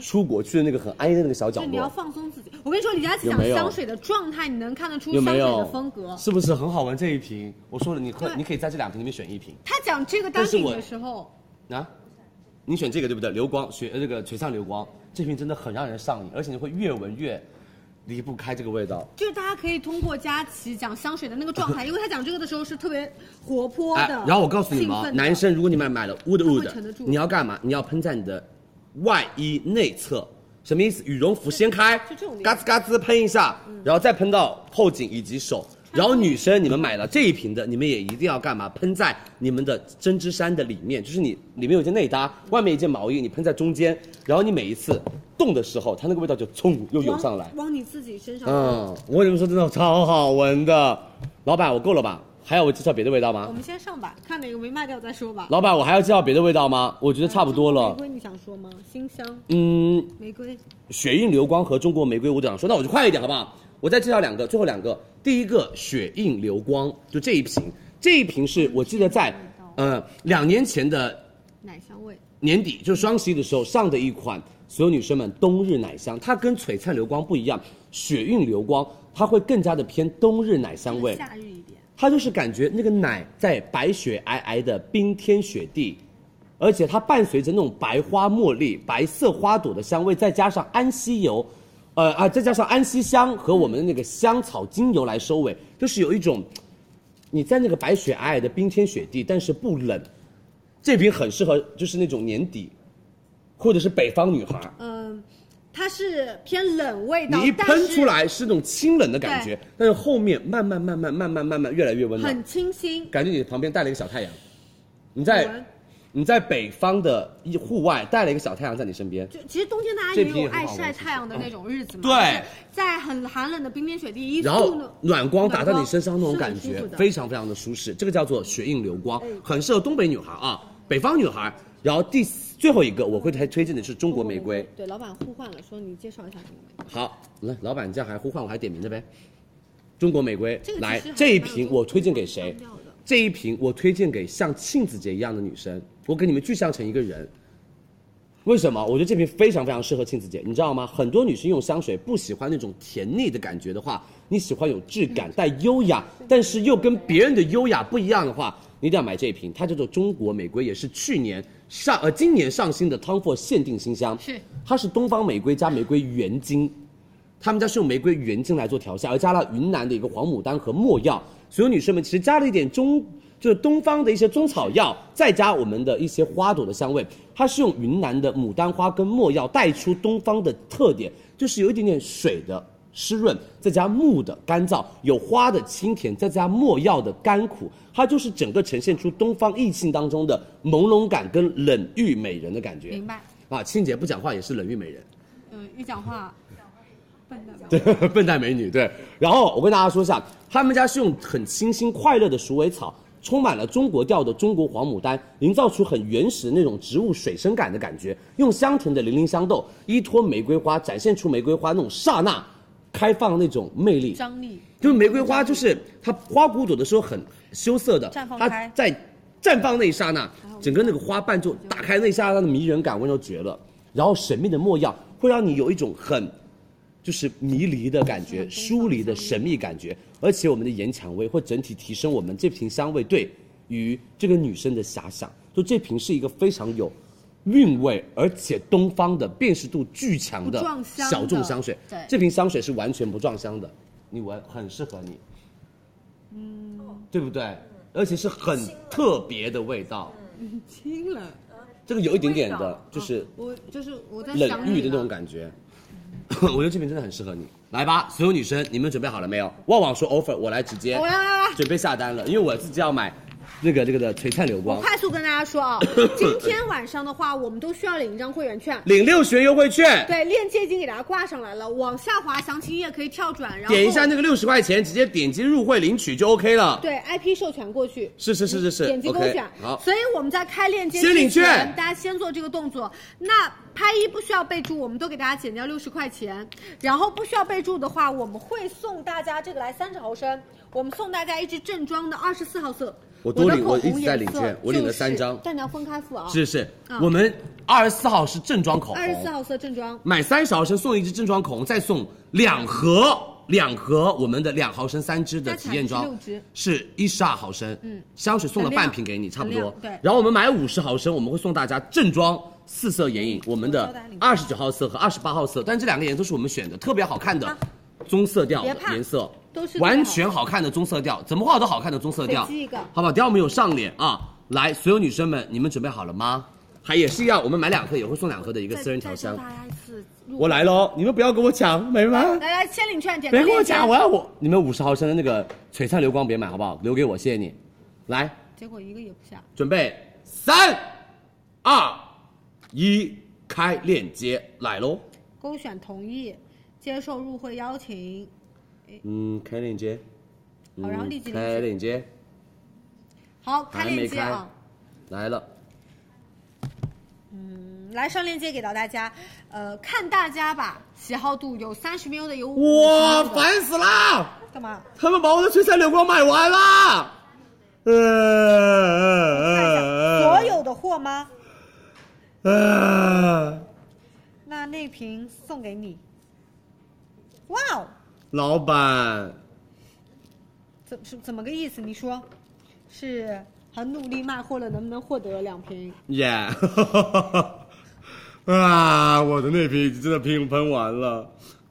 出国去的那个很安逸的那个小角就落。你要放松自己。我跟你说，李佳琦有讲没有香水的状态，你能看得出有香没水有的风格。是不是很好闻这一瓶？我说了，你喝，对你可以在这两瓶里面选一瓶他讲这个单但是品我的时候，啊。你选这个对不对？流光雪呃这个璀璨流光，这瓶真的很让人上瘾，而且你会越闻越离不开这个味道。就是大家可以通过佳琦讲香水的那个状 *laughs* 态，因为他讲这个的时候是特别活泼的。哎然后我告诉你们兴啊，奋的男生如果你买买了 Wood 它会沉得 Wood，住你要干嘛？你要喷在你的外衣内侧，什么意思？羽绒服掀开就这种，地嗯嘎方吱嘎吱喷一下，然后再喷到后颈以及手。然后女生，你们买了这一瓶的，你们也一定要干嘛？喷在你们的针织衫的里面，就是你里面有一件内搭，外面一件毛衣，你喷在中间，然后你每一次动的时候，它那个味道就冲又涌上来。往你自己身上。嗯，我跟你们说，真的超好闻的。老板，我够了吧？还要我介绍别的味道吗我？们先上吧，看哪个没卖掉再说吧。老板，我还要介绍别的味道吗？我觉得差不多玫了。瑰，你想说吗？新香嗯，玫瑰，雪印流光和中国玫瑰，我都想说，那我就快一点好不好？我再介绍两个，最后两个。第一个雪印流光，就这一瓶，这一瓶是我记得在，呃，两年前的奶香味，年底就是双十一的时候上的一款，所有女生们冬日奶香，它跟璀璨流光不一样，雪印流光它会更加的偏冬日奶香味。夏日一点，它就是感觉那个奶在白雪皑皑的冰天雪地，而且它伴随着那种白花茉莉、白色花朵的香味，再加上安息油，呃啊，再加上安息香和我们的那个香草精油来收尾，就是有一种你在那个白雪皑皑的冰天雪地，但是不冷。这瓶很适合就是那种年底，或者是北方女孩，嗯，它是偏冷味道，你一但喷嗯是出来是那种清冷的感觉对，但是后面慢慢慢慢慢慢慢慢越来越温暖。很清新。感觉你旁边带了一个小太阳，你在闻你在北方的一户外带了一个小太阳在你身边，就其实冬天大家这也批也有很爱好晒玩嗯太阳的那种日子嘛，对，在很寒冷的冰天雪地，一然速后呢暖光打到你身上那种暖光感是很舒觉服的非常非常的舒适，这个叫做雪印流光，很适合东北女孩啊，北方女孩。然后第四最后一个我会推推荐的是中国玫瑰，对，老板呼唤了，说你介绍一下这个玫瑰。好，来老板这样还呼唤我还点名的呗，中国玫瑰这个其实来还这一蛮有瓶中我推荐给谁中国香料的？这一瓶我推荐给像庆子姐一样的女生，我给你们具象成一个人，为什么？我觉得这瓶非常非常适合庆子姐，你知道吗？很多女生用香水不喜欢那种甜腻的感觉的话，你喜欢有质感、带优雅，但是又跟别人的优雅不一样的话，你一定要买这一瓶，它叫做中国玫瑰，也是去年上呃今年上新的 Tom Ford 限定新香，是它是东方玫瑰加玫瑰原精。他们家是用玫瑰原精来做调香，而加了云南的一个黄牡丹和没药。所有女生们其实加了一点中，就是东方的一些中草药，再加我们的一些花朵的香味。它是用云南的牡丹花跟没药带出东方的特点，就是有一点点水的湿润，再加木的干燥，有花的清甜，再加没药的甘苦，它就是整个呈现出东方意境当中的朦胧感跟冷遇美人的感觉明。白，啊，青姐不讲话也是冷遇美人。嗯，一讲话，笨的。对，笨蛋美女，对。然后我跟大家说一下，他们家是用很清新快乐的鼠尾草，充满了中国调的中国黄牡丹，营造出很原始那种植物水生感的感觉，用香甜的零陵香豆依托玫瑰花，展现出玫瑰花那种刹那开放那种魅力。张力，就是玫瑰花，就是它花骨朵的时候很羞涩的，绽放它开在绽放那一刹那，整个那个花瓣就打开那一刹那的迷人感，温柔绝了。然后神秘的墨药会让你有一种很。就是迷离的感觉，疏离的神秘感觉，而且我们的岩蔷薇会整体提升我们这瓶香味对于这个女生的遐想。就这瓶是一个非常有韵味，而且东方的辨识度巨强的不撞香的小众香水。对这瓶香水是完全不撞香的，你闻很适合你，嗯，对不对？而且是很特别的味道，嗯听了，这个有一点点的，就是我就是我在冷想遇你的那种了感觉。 *laughs* 我觉得这瓶真的很适合你，来吧，所有女生，你们准备好了没有？旺旺说 offer，我来直接，我来来来来准备下单了，因为我自己要买那个这个的璀璨流光我，快速跟大家 *coughs* 说啊，今天晚上的话，我们都需要领一张会员券。领六十元优惠券，对，链接已经给大家挂上来了，往下滑详情页可以跳转，然后点一下那个六十块钱，直接点击入会领取就 OK 了。对 IP 授权过去，是是是是是点击勾选 OK，。好所以我们在开链接先领之前券大家先做这个动作。那拍一不需要备注，我们都给大家减掉六十块钱。然后不需要备注的话，我们会送大家这个来三十毫升，我们送大家一支正装的二十四号色。我多领我我的口一红直在颜领色券我领了就是三张但你要分开付啊。是是嗯，我们二十四号是正装口红，二十四号色正装，买三十毫升送一支正装口红，再送两盒两盒我们的两毫升三支的体验装加起来16支，是一十二毫升。嗯，香水送了半瓶给你，差不很多亮。对然后我们买五十毫升，我们会送大家正装。四色眼影，我们嗯的二十九号色和二十八号色，但这两个颜色是我们选的，特别好看的棕色调别怕颜色，都是特别好看完全好看的棕色调，怎么画都好看的棕色调。累积一个好不好？等一下我们有上脸啊！来，所有女生们，你们准备好了吗？还也是一样，我们买两盒也会送两盒的一个再私人调香再送。大家一次入啊我来喽！你们不要跟我抢，美们，来来，先领券，点别跟我链接抢，我要我你们五十毫升的那个璀璨流光别买好不好？留给我，谢谢你。来，结果一个也不下，准备三、二、一，开链接来喽！勾选同意，接受入会邀请。嗯，开链接。好然后立即嗯领取开链接，好，开还没链接开啊。，来了。来上链接给到大家，呃，看大家吧，喜好度有三十 ml 的，有五哇，的，烦死啦！干嘛？他们把我的璀璨流光买完啦！呃，所有的货吗？呃，那那瓶送给你。哇哦，老板，怎是怎么个意思？你说，是很努力卖货了，能不能获得两瓶？耶、 *laughs* 啊，我的那瓶已经真的喷喷完了，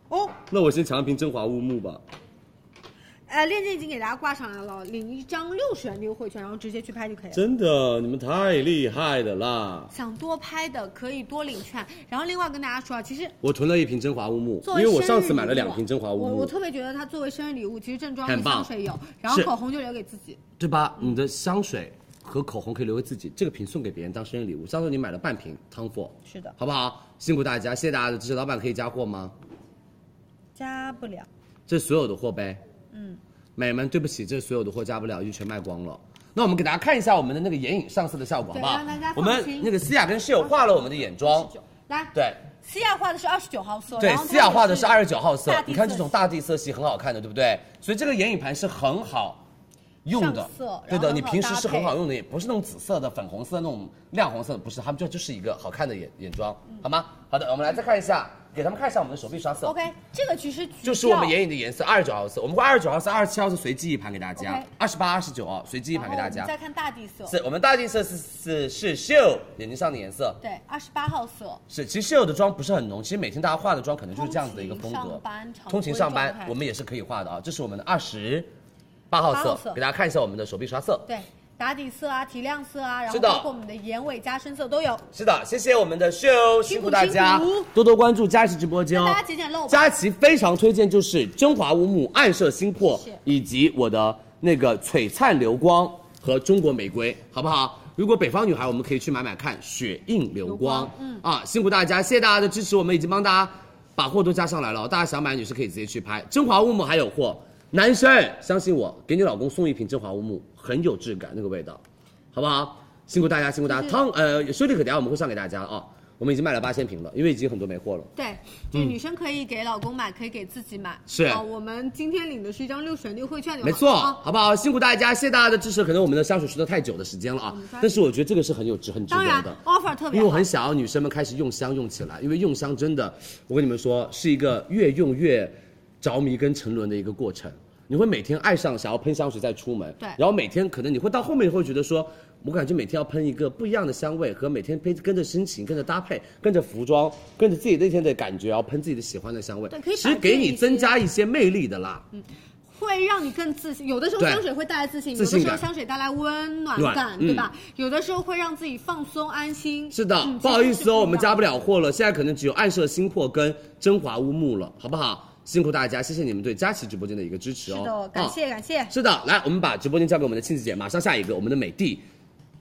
哦，那我先抢一瓶真华乌木吧。呃，链接已经给大家挂上来了，领一张六十元的优惠券，然后直接去拍就可以了。真的，你们太厉害的啦！想多拍的可以多领券，然后另外跟大家说啊，其实我囤了一瓶真华乌木，作因为为我生日上次买了礼物两瓶真华乌我我木，特别觉得它作为生日礼物，其实正装很跟棒香水有，然后是口红就留给自己。对吧？你的香水、和口红可以留给自己，这个瓶送给别人当生日礼物。上次你买了半瓶 Tom Ford，是的，好不好？辛苦大家，谢谢大家的支持。老板可以加货吗？加不了。这是所有的货呗。嗯，美们，对不起，这是所有的货加不了，就全卖光了。那我们给大家看一下我们的那个眼影上色的效果，好对不好让大家？我放们心那个西雅跟室友画了我们的眼妆，来，对西亚画的是二十九号色，对然，后它西雅画的是也二十九号色大，地你看这色种系大地色系很好看的，对不对？所以这个眼影盘是很好用的上色，对的，然后很好你平时是搭配很好用的，也不是那种紫色的、粉红色那种亮红色的，不是，他们就就是一个好看的眼眼妆，嗯好吗？好的，我们来再看一下，给他们看一下我们的手臂刷色。 OK，这个其实橘就是我们调眼影的颜色，二十九号色，我们会二十九号色、二十七号色随机一盘给大家 OK，二十八、二十九哦，随机一然盘后给大我家们。再看大地色，是我们大地色是是是秀眼睛上的颜色，对，二十八号色，是其实秀的妆不是很浓，其实每天大家化的妆可能就是这样子的一个风通勤格上班。常通勤规上状班态，我们也是可以化的啊。这是我们的二十八号八色号，色给大家看一下我们的手臂刷色。对，打底色啊，提亮色啊，然是后的包括我们的眼尾加深色都有。是的，谢谢我们的秀，辛苦大家辛苦辛苦多多关注佳琪直播间哦跟。大家解解漏吧佳琪非常推荐就是中华乌木暗射星廓是，以及我的那个璀璨流光和中国玫瑰，好不好？如果北方女孩，我们可以去买买看雪映流光。嗯啊，辛苦大家，谢谢大家的支持，我们已经帮大家把货都加上来了，大家想买女士可以直接去拍。中华乌木还有货，男生相信我，给你老公送一瓶中华乌木，很有质感那个味道。好不好？辛苦大家，辛苦大家。汤呃，修丽可等下我们会上给大家啊、我们已经卖了八千瓶了，因为已经很多没货了。对，就是女生可以给老公买，可以给自己买。嗯是啊，我们今天领的是一张六选六惠券的，没错，啊。好不好？辛苦大家，谢谢大家的支持。可能我们的香水吃的太久的时间了啊，但是我觉得这个是很有值、很值嗯得当然的。 ，offer 特别因为我好很，想要女生们开始用香用起来，因为用香真的，我跟你们说是一个越用越着迷跟沉沦的一个过程。你会每天爱上想要喷香水再出门，对然后每天可能你会到后面会觉得说，我感觉每天要喷一个不一样的香味，和每天喷跟着心情、跟着搭配、跟着服装、跟着自己那天的感觉，然后喷自己的喜欢的香味，对可以其实摆给进你一些增加一些魅力的啦。会让你更自信。有的时候对香水会带来自信，自信有的时候感香水带来温暖暖感，嗯对吧？有的时候会让自己放松安心。是的嗯，不好意思哦，我们。其实是一样加不了货了，现在可能只有暗射新货跟真华乌木了，好不好？辛苦大家，谢谢你们对佳琦直播间的一个支持哦。是的，感谢感谢啊。。是的，来，我们把直播间交给我们的庆子姐，马上下一个我们的美的。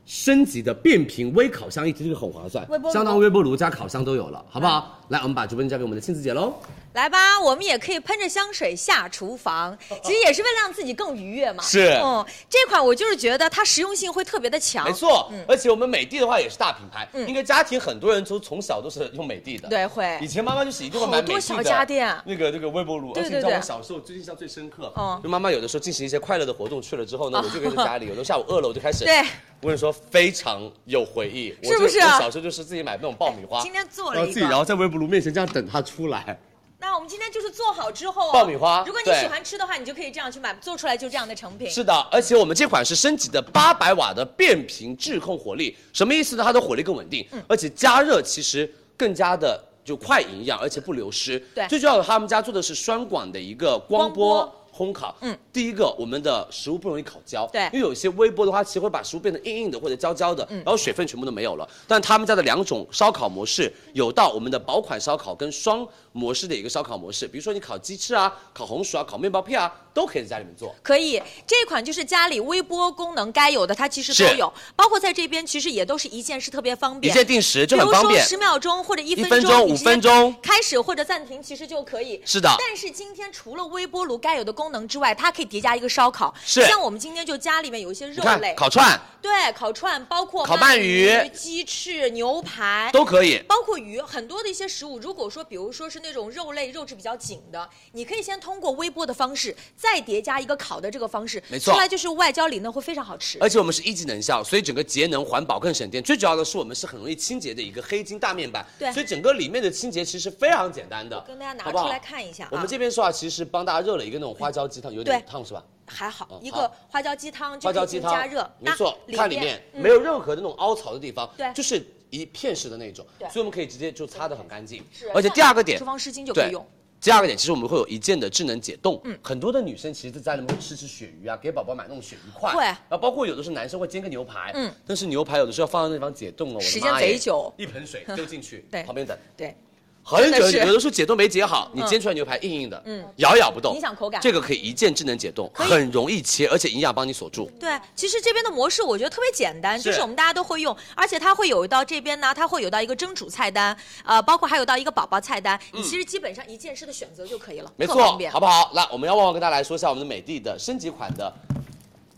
升级的变频微烤箱一体，这个很划算微波，炉相当于微波炉加烤箱都有了，好不好？来，我们把直播间交给我们的庆子姐喽。来吧，我们也可以喷着香水下厨房，哦其实也是为了让自己更愉悦嘛。是嗯，这款我就是觉得它实用性会特别的强。没错，嗯，而且我们美的的话也是大品牌，嗯应该家庭很多人从从小都是用美的的。对会以前妈妈就是一定会买哎好美的多小家电啊那个那个微波炉。对而且你知道对对我小时候最印象最深刻，嗯就妈妈有的时候进行一些快乐的活动去了之后呢，我就跟着家里，有的时候下午饿了我就开始。对我跟你说，非常有回忆，我是不就是我啊小时候就是自己买那种爆米花，今天做然了后一自己，然个。后在微波炉面前这样等它出来。那我们今天就是做好之后、啊，爆米花如果你对喜欢吃的话，你就可以这样去买，做出来就这样的成品。是的，而且我们这款是升级的八百瓦的变频质控火力，什么意思呢？它的火力更稳定，嗯而且加热其实更加的就快营养，而且不流失。对最重要的他们家做的是双管的一个光波光。烘烤，嗯，第一个我们的食物不容易烤焦，对嗯因为有一些微波的话，其实会把食物变得硬硬的或者焦焦的，然后水分全部都没有了。但他们家的两种烧烤模式有到我们的薄款烧烤跟双模式的一个烧烤模式，比如说你烤鸡翅啊、烤红薯啊、烤面包片啊，都可以在家里面做。可以，这款就是家里微波功能该有的，它其实都是有，包括在这边其实也都是一键式，特别方一便。键定时就很方便。十秒钟或者一一分钟你直接五分钟开始或者暂停，其实就可以。是的但是今天除了微波炉该有的功能之外，它可以叠加一个烧烤。是像我们今天就家里面有一些你肉看类，烤串对烤串，包括烤鳗鱼鸡翅、牛排。都可以，包括鱼，很多的一些食物，如果说，比如说是那种肉类肉质比较紧的，你可以先通过微波的方式，再叠加一个烤的这个方式，没错哎出来就是外焦里嫩，会非常好吃。而且我们是一级能效，所以整个节能环保更省电。最主要的是我们是很容易清洁的一个黑金大面板，对所以整个里面的清洁其实非常简单的。跟大家拿好不好出来看一下啊我们这边说啊，其实帮大家热了一个那种花椒鸡汤，有点对烫是吧？还好嗯，一好个花椒鸡汤就花可椒以鸡进汤加热，没错，那看里面嗯没有任何的那种凹槽的地方，对就是一片式的那种，对所以我们可以直接就擦的很干净是。而且第二个点厨，房湿巾就可对以用。第二个点，其实我们会有一键的智能解冻。嗯很多的女生其实在家里面会吃吃鳕鱼啊，给宝宝买那种鳕鱼块。会然后包括有的是男生会煎个牛排。嗯但是牛排有的时候要放到那地方解冻了，我的时间妈耶贼久一盆水丢进去， *laughs* 对旁边等。对，很久真的是有的时候解冻没解好，你煎出来牛排硬硬的，嗯咬也咬不动，影响口感这个可以一键智能解冻，可以很容易切，而且营养帮你锁住。对，其实这边的模式我觉得特别简单，就是是我们大家都会用，而且它会有到这边呢，它会有到一个蒸煮菜单，呃，包括还有到一个宝宝菜单，你其实基本上一键式的选择就可以了，嗯没特错方便，好。不好？来，我们要旺旺跟大家来说一下我们的美的的升级款的，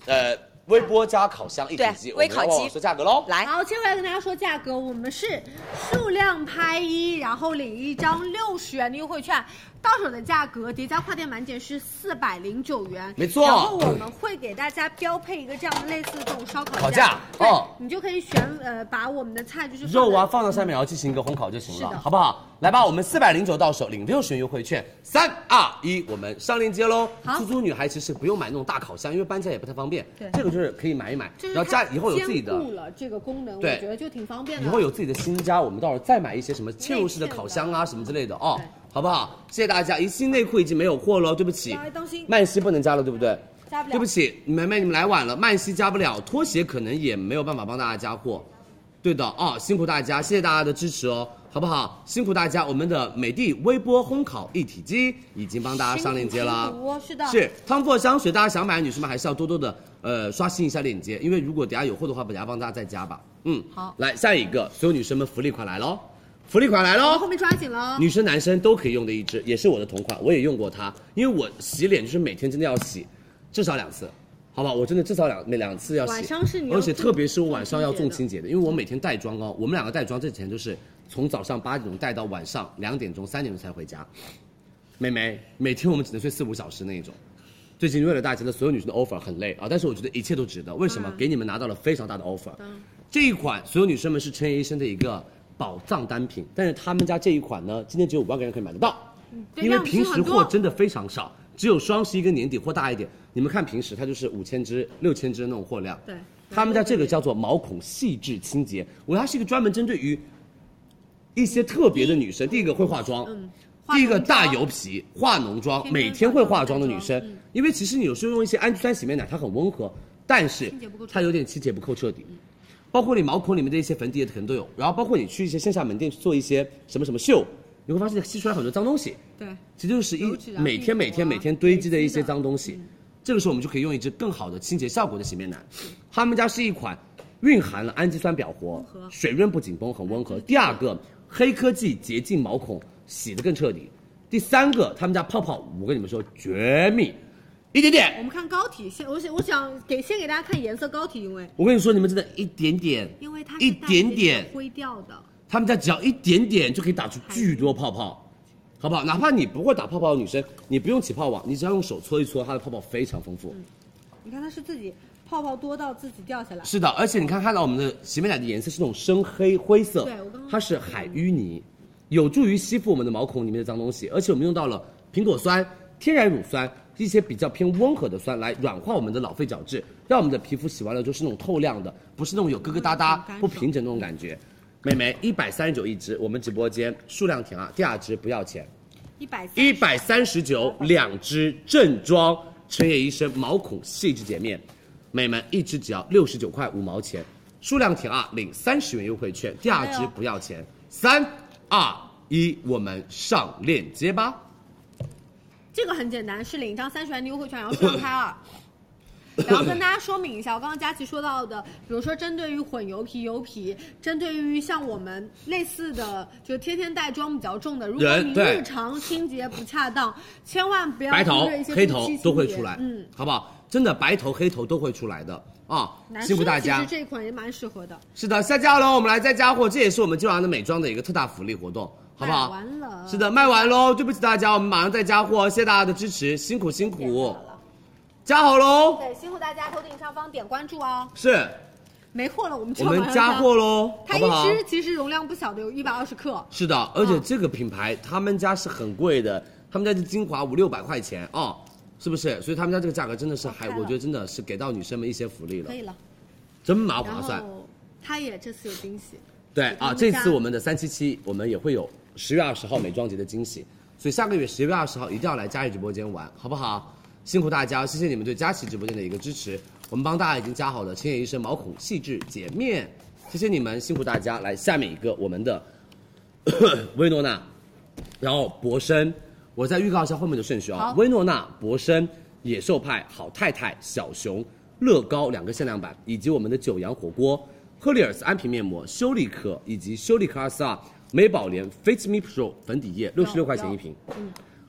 呃，微波加烤箱一体对机，微烤我们要旺旺机说价格喽。来，好，接回来跟大家说价格，我们是数量拍一，然后领一张六十元的优惠券，到手的价格叠加跨店满减是四百零九元，没错然后我们会给大家标配一个这样类似这种烧烤烤架对哦你就可以选呃把我们的菜就是肉啊放放到上面，然后进行一个烘烤就行是了，的好不好？来吧，我们四百零九到手，领六十元优惠券。三二一，我们上链接喽。好出租女孩其实不用买那种大烤箱，因为搬家也不太方便。对这个就是可以买一买在，就是然后家以后有自己兼顾的，了这个功能，我对觉得就挺方便的。以后有自己的新家，我们到时候再买一些什么嵌入式的内嵌的烤箱啊什么之类的哦对，好不好？谢谢大家。一新内裤已经没有货喽，对不起大家，当心曼西不能加了，对不对？加不了对不起，梅梅你们来晚了，曼西加不了，拖鞋可能也没有办法帮大家加货。对的哦，辛苦大家，谢谢大家的支持哦，好不好？辛苦大家，我们的美的微波烘烤一体机已经帮大家啊上链接辛啦苦辛。苦哦是的是汤复香水，大家想买的女生们还是要多多的呃刷新一下链接，因为如果等下有货的话，等下帮大家再加吧。嗯，好来下一个，所有女生们福利款来喽，福利款来我喽们后。面抓紧了哦。女生男生都可以用的一支，也是我的同款，我也用过它，因为我洗脸就是每天真的要洗，至少两次，好吧，我真的至少两每两次要洗。晚上是你要而且重特别是我晚上要重清洁的，因为我每天带妆哦，我们两个带妆这几天就是从早上八点钟带到晚上两点钟、三点钟才回家。美眉，每天我们只能睡四五小时那一种。最近为了大家的所有女生的 offer 很累啊，但是我觉得一切都值得。为什嗯么？给你们拿到了非常大的 offer。这一款所有女生们是陈医生的一个宝藏单品，但是他们家这一款呢，今天只有五万个人可以买得到，对因为量平是时很多货真的非常少，只有双十一跟年底货大一点。你们看平时它就是五千只、六千只那种货量。对他们家这个叫做毛孔细致清洁，我它是一个专门针对于一些特别的女生。第一个会化妆，嗯化第一个浓妆大油皮化浓妆，天天每天会化化妆的浓女生妆嗯，因为其实你有时候用一些氨基酸洗面奶，它很温和，但是清洁不够彻底嗯它有点清洁不够彻底。包括你毛孔里面的一些粉底液可能都有，然后包括你去一些线下门店去做一些什么什么秀，你会发现吸出来很多脏东西。对，其实就是一油脂啊每天病毒啊每天每天堆积的一嗯累积些的脏东西。这个时候我们就可以用一支更好的清洁效果的洗面奶。他们家是一款蕴含了氨基酸表活和、水润不紧绷，很温和。第二个，黑科技洁净毛孔，洗得更彻底。第三个，他们家泡泡，我跟你们说绝密，一点我点。们看高体，先我想我想给先给大家看颜色高体，因为我跟你说，你们真的一点点，因为它是一带点点灰掉的，他们家只要一点点就可以打出巨多泡泡，好不好？哪怕你不会打泡泡的女生，你不用起泡网，你只要用手搓一搓，它的泡泡非常丰富。你看它是自己泡泡多到自己掉下来，是的，而且你看，看到我们的洗面奶的颜色是那种深黑灰色，对我刚刚它是海淤泥，有助于吸附我们的毛孔里面的脏东西，而且我们用到了苹果酸、天然乳酸一些比较偏温和的酸来软化我们的老废角质，让我们的皮肤洗完了就是那种透亮的，不是那种有疙疙瘩瘩嗯、干爽不平整那种感觉。美眉一百三十九一支，我们直播间数量填啊，第二支不要钱。一百一百三十九两支正装陈野医生毛孔细致洁面，美们一支只要六十九块五毛钱，数量填啊，领三十元优惠券，第二支不要钱。三二一，我们上链接吧。这个很简单，是领一张三十元的优惠券，然后双开 *coughs* 二。然后跟大家说明一下，我刚刚佳琪说到的，比如说针对于混油皮、油皮，针对于像我们类似的，就天天带妆比较重的，如果人你对日常清洁不恰当，千万不要白头忽略一、些黑定头期都清会洁出来，嗯，，好不好？真的白头黑头都会出来的啊！男辛生苦大其家实。这一款也蛮适合的，是的，下架喽，我们来再加货，这也是我们今晚的美妆的一个特大福利活动，好不好？卖哎完了是的，卖完喽，对不起大家，我们马上再加货，谢谢大家的支持，辛苦辛苦，加好喽，对，辛苦大家，头顶上方点关注哦。是没货了，我们就我要们马上加货喽，它好不好一？支其实容量不小的，有一百二十克。是的，而且这个品牌他们家是很贵的，他们家的精华五六百块钱哦，是不是？所以他们家这个价格真的是还，开了我觉得真的是给到女生们一些福利了可，以了。真蛮然划算。后它也这次有惊喜，对他啊，们这家次我们的三七七，我们也会有十月二十号美妆节的惊喜，所以下个月十月二十号一定要来佳怡直播间玩，好不好？辛苦大家，谢谢你们对佳琦直播间的一个支持。我们帮大家已经加好了千叶医生毛孔细致洁 *coughs* 面，谢谢你们，辛苦大家。来，下面一个我们的薇诺娜然后博生，我再预告一下后面的顺序啊好：薇诺娜、博生、野兽派、好太太、小熊、乐高两个限量版，以及我们的九阳火锅、赫丽尔斯安瓶面膜、修丽可以及修丽可二四二、美宝莲 Fit Me Pro 粉底液，六十六块钱一瓶，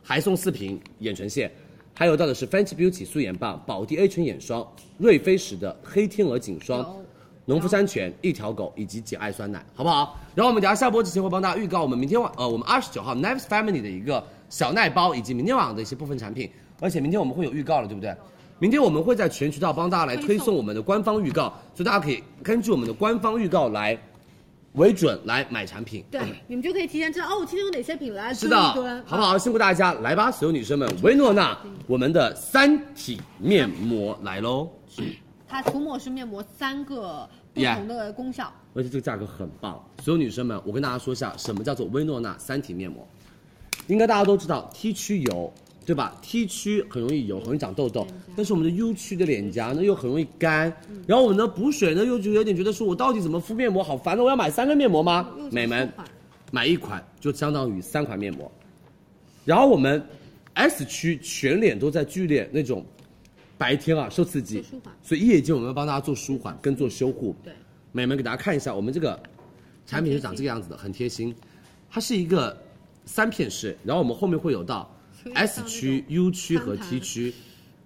还送四瓶眼唇线。还有到的是 Fenty Beauty 素颜棒、宝地 A 醇眼霜、瑞菲时的黑天鹅颈霜有、农夫山泉、一条狗以及简爱酸奶，好不好？然后我们等一下下播之前会帮大家预告我们明天晚呃我们二十九号 Nice Family 的一个小奈包以及明天晚上的一些部分产品，而且明天我们会有预告了，对不对？明天我们会在全渠道帮大家来推送我们的官方预告，所以大家可以根据我们的官方预告来为准来买产品。对，你们就可以提前知道哦，我今天有哪些品来嗯是蹲的一呃蹲，，好不好？辛苦大家，来吧，所有女生们，薇诺娜，我们的三体面膜来喽，它涂抹式面膜三个不同的功效而且这个价格很棒。所有女生们，我跟大家说一下，什么叫做薇诺娜三体面膜？应该大家都知道，T 区油，对吧？T 区很容易油，很容易长痘痘，但是我们的 U 区的脸颊呢又很容易干，然后我们的补水呢又就有点觉得说我到底怎么敷面膜，好烦的，我要买三个面膜吗又？是美们四款，买一款就相当于三款面膜。然后我们 S 区全脸都在剧烈那种白天啊受刺激做舒缓，所以夜间我们要帮大家做舒缓跟做修护。对，美们给大家看一下，我们这个产品是长这个样子的，很贴心。它是一个三片式，然后我们后面会有到所以像 S 区、U 区和餐 T 盘区，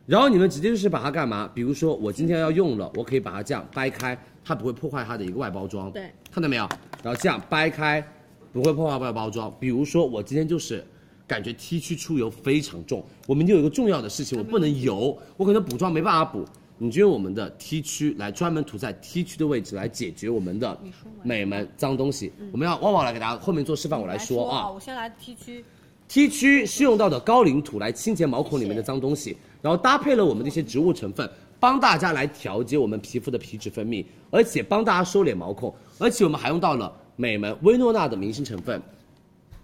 然后你们直接就是把它干嘛？比如说我今天要用了，我可以把它这样掰开，它不会破坏它的一个外包装。对，看到没有？然后这样掰开，不会破坏外包装。比如说我今天就是。感觉 T 区出油非常重，我明天有一个重要的事情，我不能油，我可能补妆没办法补，你就用我们的 T 区来专门涂在 T 区的位置来解决我们的美们脏东西。我们要旺旺来给大家后面做示范，嗯我来说啊。我先来 T 区， T 区是用到的高岭土来清洁毛孔里面的脏东西，然后搭配了我们的一些植物成分，帮大家来调节我们皮肤的皮脂分泌，而且帮大家收敛毛孔，而且我们还用到了美门薇诺娜的明星成分，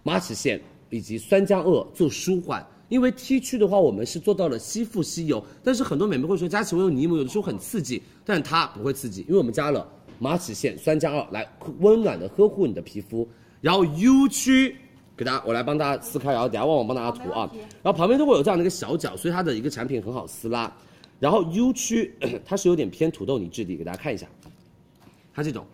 马齿苋以及酸浆鳄做舒缓。因为 T 区的话，我们是做到了吸附吸油，但是很多美眉会说佳琪，我有泥膜，有的时候很刺激，但是它不会刺激，因为我们加了马齿苋、酸浆鳄来温暖的呵护你的皮肤。然后 U 区，给大家我来帮大家撕开，然后等下旺旺帮大家涂啊。然后旁边都会有这样的一个小角，所以它的一个产品很好撕拉。然后 U 区 *coughs* 它是有点偏土豆泥质地，给大家看一下，它这种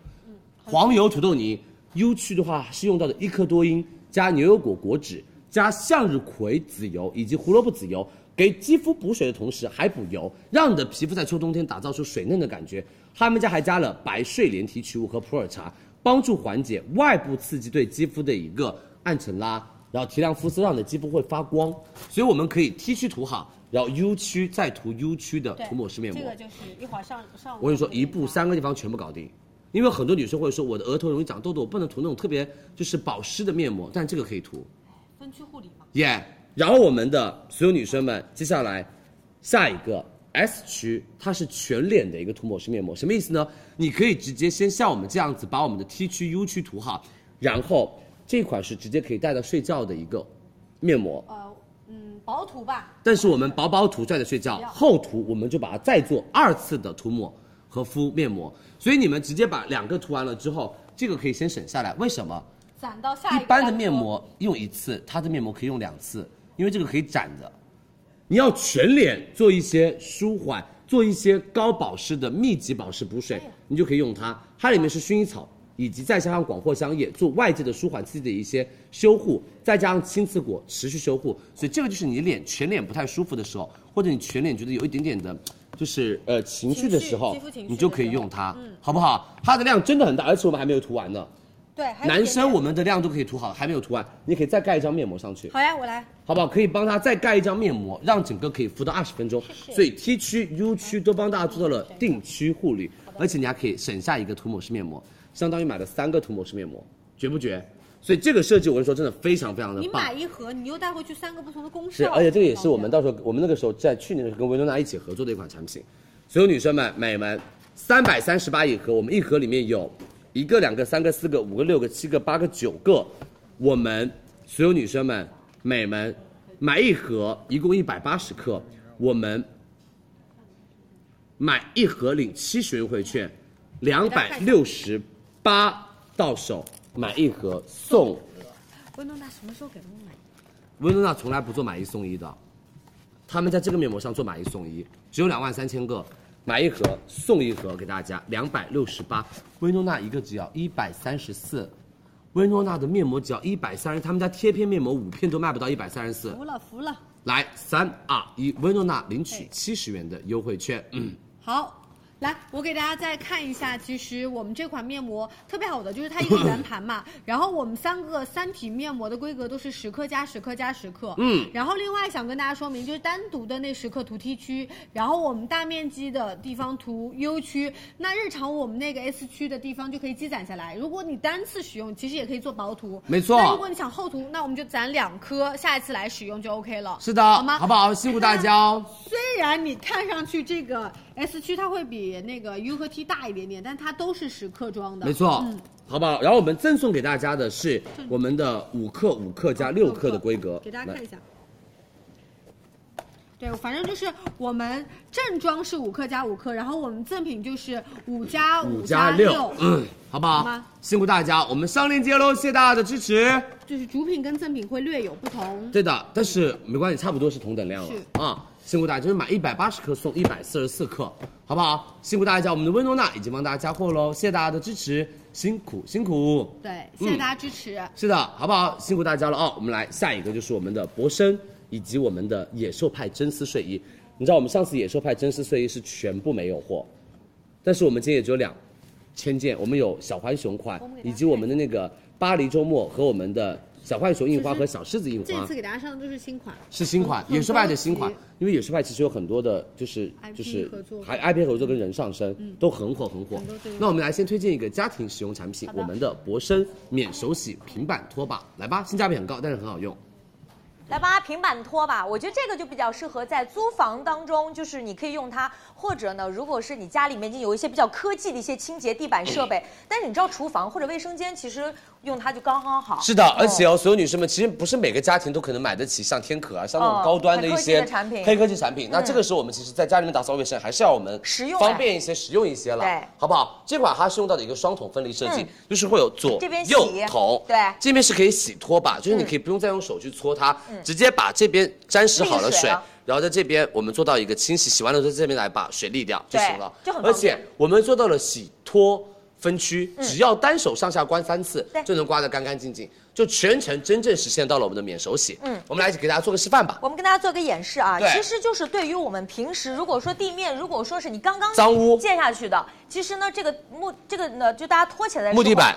黄油土豆泥。U 区的话是用到的一克多因加牛油果果脂加向日葵籽油以及胡萝卜籽油，给肌肤补水的同时还补油，让你的皮肤在秋冬天打造出水嫩的感觉。他们家还加了白睡莲提取物和普洱茶，帮助缓解外部刺激对肌肤的一个暗沉啦，然后提亮肤色，让你的肌肤会发光。所以我们可以 T 区涂好，然后 U 区再涂 U 区的涂抹式面膜。就是一会儿上上。我跟你说，一步三个地方全部搞定。因为很多女生会说，我的额头容易长痘痘，我不能涂那种特别就是保湿的面膜，但这个可以涂，分区护理嘛。耶、然后我们的所有女生们，接下来下一个 S 区，它是全脸的一个涂抹式面膜，什么意思呢？你可以直接先像我们这样子，把我们的 T 区、U 区涂好，然后这款是直接可以带到睡觉的一个面膜，呃，嗯，薄涂吧，但是我们薄薄涂在的睡觉，厚涂我们就把它再做二次的涂抹和敷面膜。所以你们直接把两个涂完了之后，这个可以先省下来。为什么？攒到下一个般的再面说膜用一次，它的面膜可以用两次，因为这个可以展的。你要全脸做一些舒缓，做一些高保湿的密集保湿补水，哎你就可以用它。它里面是薰衣草，以及再加上广藿香叶，做外界的舒缓刺激的一些修护，再加上青刺果持续修护。所以这个就是你脸全脸不太舒服的时候，或者你全脸觉得有一点点的，就是呃情绪的时候情绪肌肤，情绪你就可以用它，好不好？它的量真的很大，而且我们还没有涂完呢。对，还有一男点生点我们的量都可以涂好，还没有涂完，你可以再盖一张面膜上去，好呀，我来。好不好？可以帮他再盖一张面膜，让整个可以敷到二十分钟。所以 T 区、U 区都帮大家做到了定区护理，而且你还可以省下一个涂抹式面膜，相当于买了三个涂抹式面膜，绝不绝？所以这个设计我跟你说真的非常非常的你棒买。一盒，你又带回去三个不同的功效。是，而且这个也是我们到时候我们那个时候在去年的时候跟维多纳一起合作的一款产品，所有女生们、美们，三百三十八一盒，我们一盒里面有一个、两个、三个、四个、五个、六个、七个、八个、九个，我们所有女生们、美们买一盒，一共一百八十克，我们买一盒领七十元优惠券，两百六十八到手，买一盒送薇诺娜什么时候给我买？薇诺娜从来不做买一送一的，他们在这个面膜上做买一送一，只有两万三千个，买一盒送一盒给大家，两百六十八。薇诺娜一个只要一百三十四，薇诺娜的面膜只要一百三十，他们家贴片面膜五片都卖不到一百三十四。服了服了。来，三二一，薇诺娜领取七十元的优惠券。嗯，好，来，我给大家再看一下，其实我们这款面膜特别好的就是它一个圆盘 *laughs* 嘛，然后我们三个三匹面膜的规格都是十克加十克加十克，嗯，然后另外想跟大家说明，就是单独的那十克涂 T 区，然后我们大面积的地方涂 U 区，那日常我们那个 S 区的地方就可以积攒下来。如果你单次使用，其实也可以做薄涂，没错那如果你想厚涂，那我们就攒两颗，下一次来使用就 OK 了。是的，好吗？不好？辛苦大家哦。虽然你看上去这个 S 区它会比那个 U 和 T 大一点点，但它都是十克装的，没错，嗯，好不好？然后我们赠送给大家的是我们的五克、五克加六克的规格，嗯给大家看一下。下。对，反正就是我们正装是五克加五克，然后我们赠品就是五加五加加六，嗯，好不好好吗？辛苦大家，我们上链接喽，谢谢大家的支持。就是主品跟赠品会略有不同。对的，但是没关系，差不多是同等量了是啊、辛苦大家，就是买一百八十克送一百四十四克，好不好？辛苦大家，我们的薇诺娜已经帮大家加货喽，谢谢大家的支持，辛苦辛苦。对，谢谢大家支持。是的，好不好？辛苦大家了啊、我们来下一个就是我们的博生以及我们的野兽派真丝睡衣。你知道我们上次野兽派真丝睡衣是全部没有货，但是我们今天也只有两千件，我们有小浣熊款，以及我们的那个巴黎周末和我们的小浣熊印花和小狮子印花。这次给大家上的都是新款，是新款，很野兽派的新款很高，因为野兽派其实有很多的，就是 IP 就是合作嗯还 IP 合作跟人上身都很火很火很多都有。那我们来先推荐一个家庭使用产品，我们的博生免手洗平板拖把，来吧，性价比很高，但是很好用。来吧，平板拖吧，我觉得这个就比较适合在租房当中，就是你可以用它，或者呢，如果是你家里面已经有一些比较科技的一些清洁地板设备，嗯但是你知道厨房或者卫生间，其实用它就刚刚好。是的，而且哦，所有女生们，其实不是每个家庭都可能买得起像天可啊，像那种哦高端的很一科技些的产品嗯黑科技产品。那这个时候我们其实在家里面打扫卫生，还是要我们实用哎方便一些、实用一些了，对好不好？这款它是用到的一个双筒分离设计嗯，就是会有左这边洗右筒，对这边是可以洗拖把，就是你可以不用再用手去搓它，直接把这边沾湿好了沥嗯水水啊了。然后在这边我们做到一个清洗，洗完了之后这边来把水沥掉就对行了，就很而方便且我们做到了洗脱分区，只要单手上下关三次嗯对，就能刮得干干净净，就全程真正实现到了我们的免手洗。嗯我们来给大家做个示范吧。我们跟大家做个演示啊，对其实就是对于我们平时如果说地面如果说是你刚刚脏污建下去的，其实呢这个木这个呢就大家拖起来的时候木地板，，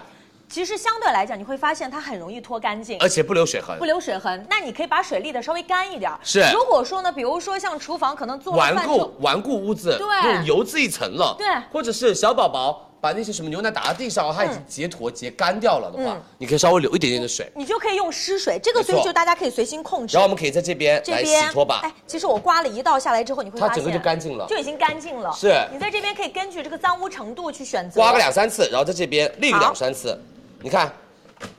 其实相对来讲你会发现它很容易拖干净，而且不留水痕不。留水痕。那你可以把水沥的稍微干一点儿。是如果说呢，比如说像厨房可能做了顽饭之后固顽固污渍，对那种油渍一层了，对或者是小宝宝把那些什么牛奶打到地上，它已经结坨结干掉了的话嗯，你可以稍微留一点点的水，你就可以用湿水，这个没错所以就大家可以随心控制。然后我们可以在这边这来洗边拖把。哎，其实我刮了一道下来之后，你会发它现整个就干净了就已经干净了。是你在这边可以根据这个脏污程度去选择刮个两三次，然后在这边沥个好两三次，你看，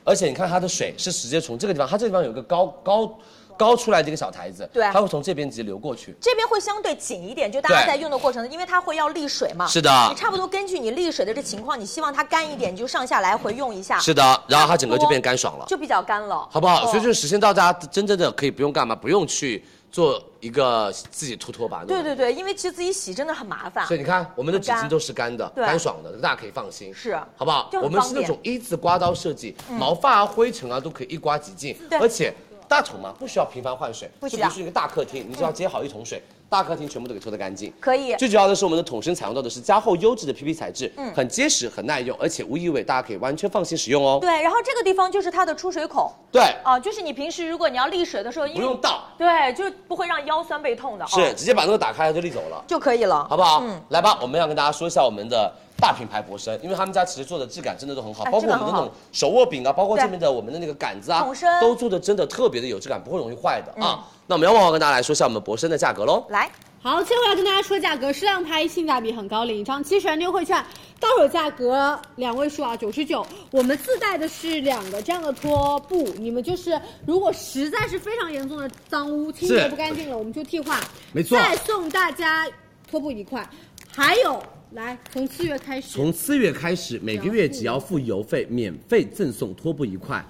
而且你看它的水是直接从这个地方，它这个地方有一个高高高出来的一个小台子，对它会从这边直接流过去。这边会相对紧一点，就大家对在用的过程中，因为它会要沥水嘛。是的你差不多根据你沥水的这情况，你希望它干一点，你就上下来回用一下。是的，然后它整个就变干爽了，啊就比较干了，好不好？嗯所以就是实现到大家真正的可以不用干嘛，不用去做一个自己吐拖把。对对。对，因为其实自己洗真的很麻烦所。以你看，我们的纸很巾干都是干的，对干爽的，大家可以放心，是好不好就？很我们是方那便嗯种一字刮刀设计，毛发啊、灰尘啊都可以一刮即净，对而且大桶嘛不需要频繁换水，不需就要嗯比如说一个大客厅，你只要接好一桶水，大客厅全部都给拖得干净。可以最主要的是，我们的桶身采用到的是加厚优质的 PP 材质，嗯很结实、很耐用，而且无异味，大家可以完全放心使用哦。对，然后这个地方就是它的出水口对，啊、就是你平时如果你要沥水的时候，因不为用倒，对，就是不会让腰酸背痛的，是哦、直接把那个打开就立走了。就可以了，好不好？嗯，来吧，我们要跟大家说一下我们的大品牌博生，因为他们家其实做的质感真的都很好，哎包括我们质的感很那好种手握柄啊，包括对这边的我们的那个杆子啊桶身，嗯都做的真的特别的有质感，不会容易坏的啊。那我们要旺旺跟大家来说一下我们博生的价格喽。来，好，接下来跟大家说价格，适量拍，性价比很高，领一张七十元的优惠券，到手价格两位数啊，九十九。我们自带的是两个这样的拖布，你们就是如果实在是非常严重的脏污、清洁是不干净了，我们就替换，没错再送大家拖布一块，还有来从四月开始，从四月开始，每个月只要付邮费，免费赠送拖布一块。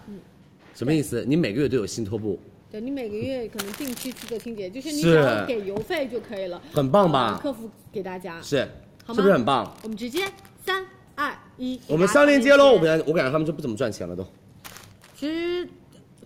什么意思？你每个月都有新拖布，对你每个月可能定期去做清洁，就是你只是要给邮费就可以了， *laughs* 很棒吧呃客服给大家，是，好是吗不是很棒？我们直接三二一，我们上链接喽！我感觉我感觉他们就不怎么赚钱了都，其实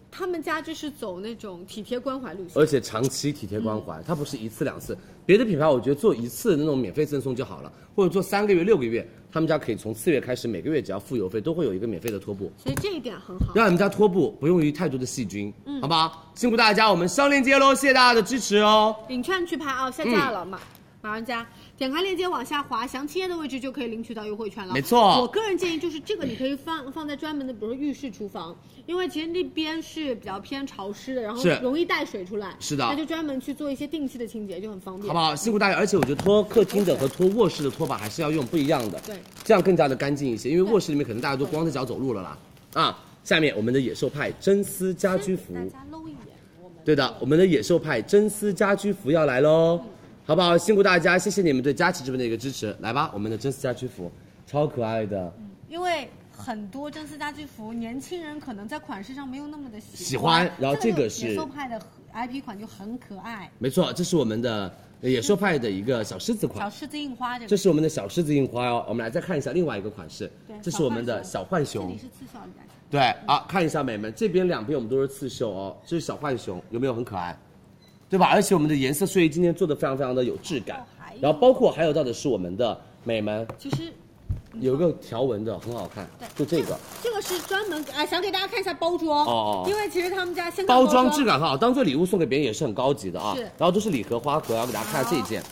他们家就是走那种体贴关怀路线，而且长期体贴关嗯怀，它不是一次两次。别的品牌我觉得做一次那种免费赠送就好了，或者做三个月、六个月，他们家可以从四月开始，每个月只要付邮费都会有一个免费的拖布，所以这一点很好。让你们家拖布不用于太多的细菌，嗯好不好？辛苦大家，我们上链接喽！谢谢大家的支持哦。领券去拍啊，下架了嘛，嗯马上加。点开链接往下滑，详情页的位置就可以领取到优惠券了。没错我个人建议就是这个，你可以放 *coughs* 放在专门的，比如说浴室、厨房，因为其实那边是比较偏潮湿的，然后是容易带水出来。是的那就专门去做一些定期的清洁，就很方便。好不好？辛苦大家，而且我觉得拖客厅的和拖卧室的拖把还是要用不一样的，对，这样更加的干净一些，因为卧室里面可能大家都光着脚走路了啦。啊，下面我们的野兽派真丝家居服，大家搂一眼，我们对的，我们的野兽派真丝家居服要来喽，好不好？辛苦大家，谢谢你们对佳琦这边的一个支持，来吧，我们的真丝家居服，超可爱的，因为很多真丝家居服，年轻人可能在款式上没有那么的喜喜欢然后这个个是野兽派的 IP 款就很可爱，没错，这是我们的野兽派的一个小狮子款小，狮子印花这个这是我们的小狮子印花哦，我们来再看一下另外一个款式，这是我们的小浣熊，这里是刺绣里边。对啊，看一下美们，这边两边我们都是刺绣哦，这是小浣熊，有没有很可爱？对吧？而且我们的颜色睡衣今天做的非常非常的有质感，然后包括哦还有到的是我们的美们，其实有一个条纹的很好看，就这个这个是专门哎，想给大家看一下包装，哦哦因为其实他们家现在包装装质感很好，当做礼物送给别人也是很高级的啊。是然后都是礼盒花盒，然后给大家看下这一件，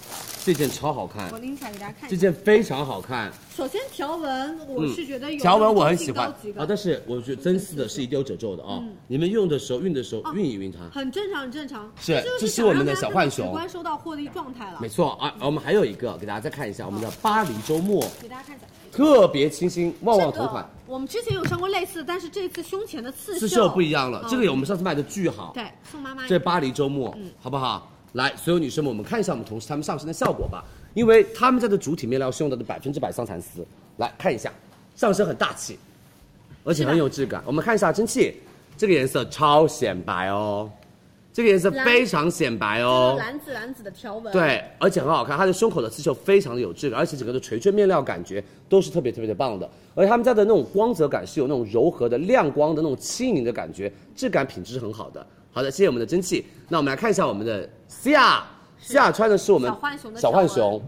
这件超好看我，拎起来给大家看一这下，件非常好看，首先条纹我是觉得有嗯条纹我很中喜性欢高级嗯啊，感但是我觉得真丝的是一定有褶皱的啊，你们用的时候熨的时哦候熨一熨它。很正常，很正常。是就这是想我们让的大家小更浣直熊观收到获利状态了。没错啊，我们还有一个给大家再看一下我们的巴黎周末，给大家看一下，特别清新，旺旺这同个款，我们之前有上过类似，但是这次胸前的刺刺绣绣不一样了嗯，这个有我们上次卖的巨好，对，送妈妈一这个。巴黎周末，好不好？来，所有女生们，我们看一下我们同事他们上身的效果吧，因为他们家的主体面料是用到的百分之百桑蚕丝，来看一下，上身很大气，而且很有质感。我们看一下蒸汽，这个颜色超显白哦，这个颜色非常显白哦，蓝紫蓝紫的条纹，，对，而且很好看，它的胸口的刺绣非常的有质感，而且整个的垂坠面料感觉都是特别特别的棒的。而他们家的那种光泽感是有那种柔和的亮光的那种轻盈的感觉，质感品质是很好的。好的，谢谢我们的蒸汽。那我们来看一下我们的西亚，西亚穿的是我们小浣熊的小条浣纹熊，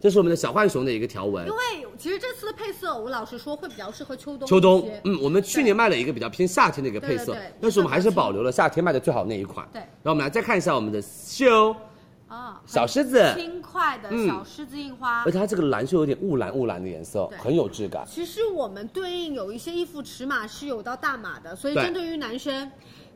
这是我们的小浣熊的一个条纹因。为其实这次的配色，我老实说会比较适合秋冬一些。秋冬，嗯，我们去年卖了一个比较偏夏天的一个配色对对对，但是我们还是保留了夏天卖的最好那一款。对然后我们来再看一下我们的修啊，小狮子，嗯轻快的小狮子印花而。且它这个蓝是有点雾蓝雾蓝的颜色，对很有质感。其实我们对应有一些衣服尺码是有到大码的，所以对针对于男生，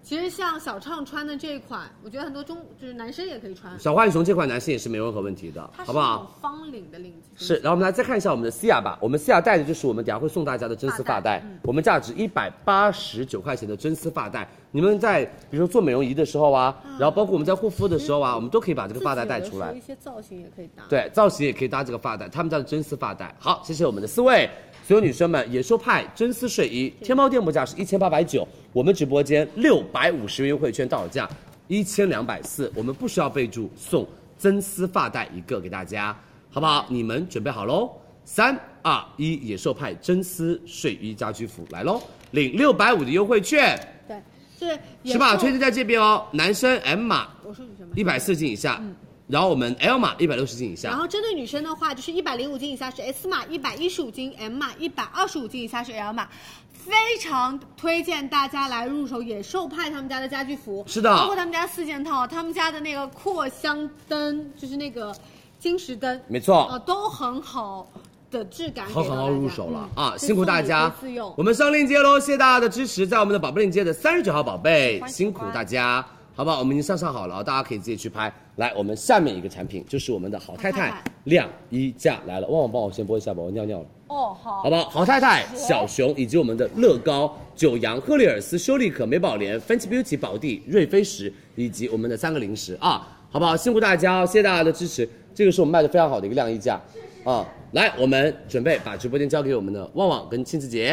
其实像小畅穿的这一款，我觉得很多中就是男生也可以穿，小浣熊这款男性也是没有任何问题的，它是好不那种好？方领的领子，是，然后我们来再看一下我们的西亚吧。我们西亚带的就是我们等下会送大家的真丝发发带，带嗯我们价值一百八十九块钱的真丝发带。你们在比如说做美容仪的时候啊，嗯然后包括我们在护肤的时候啊，我们都可以把这个发带带出来一。些造型也可以搭。对，造型也可以搭这个发带，他们家的真丝发带。好，谢谢我们的四位。所有女生们，野兽派真丝睡衣，天猫店铺价是一千八百九，我们直播间六百五十元优惠券到手价一千两百四，我们不需要备注送真丝发带一个给大家，好不好？你们准备好喽，三二一，野兽派真丝睡衣家居服来喽，领六百五的优惠券，对，就是也尺码是推荐在这边哦，男生 M 码我说女生吧。一百四十斤以下，然后我们 L 码一百六十斤以下，然后针对女生的话，就是一百零五斤以下是 S 码，一百一十五斤 M 码，一百二十五斤以下是 L 码。非常推荐大家来入手野兽派他们家的家居服，是的包括他们家四件套，他们家的那个扩香灯，就是那个金石灯，没错呃，都很好的质感，好好好入手了、啊！辛苦大家嗯自用，。我们上链接喽，谢谢大家的支持，在我们的宝贝链接的三十九号宝贝，辛苦大家，好不好？我们已经上上好了，大家可以自己去拍。来，我们下面一个产品就是我们的好太好太太太晾衣架来了，旺旺帮我先播一下吧，我尿尿了。哦，好好，不好？好太太、小熊以及我们的乐高、九阳、赫丽尔斯、修丽可、美宝莲、Fenty Beauty、宝地、瑞菲石以及我们的三个零食啊，好不好？辛苦大家哦，谢谢大家的支持，这个是我们卖的非常好的一个晾衣架啊。来，我们准备把直播间交给我们的旺旺跟亲子姐。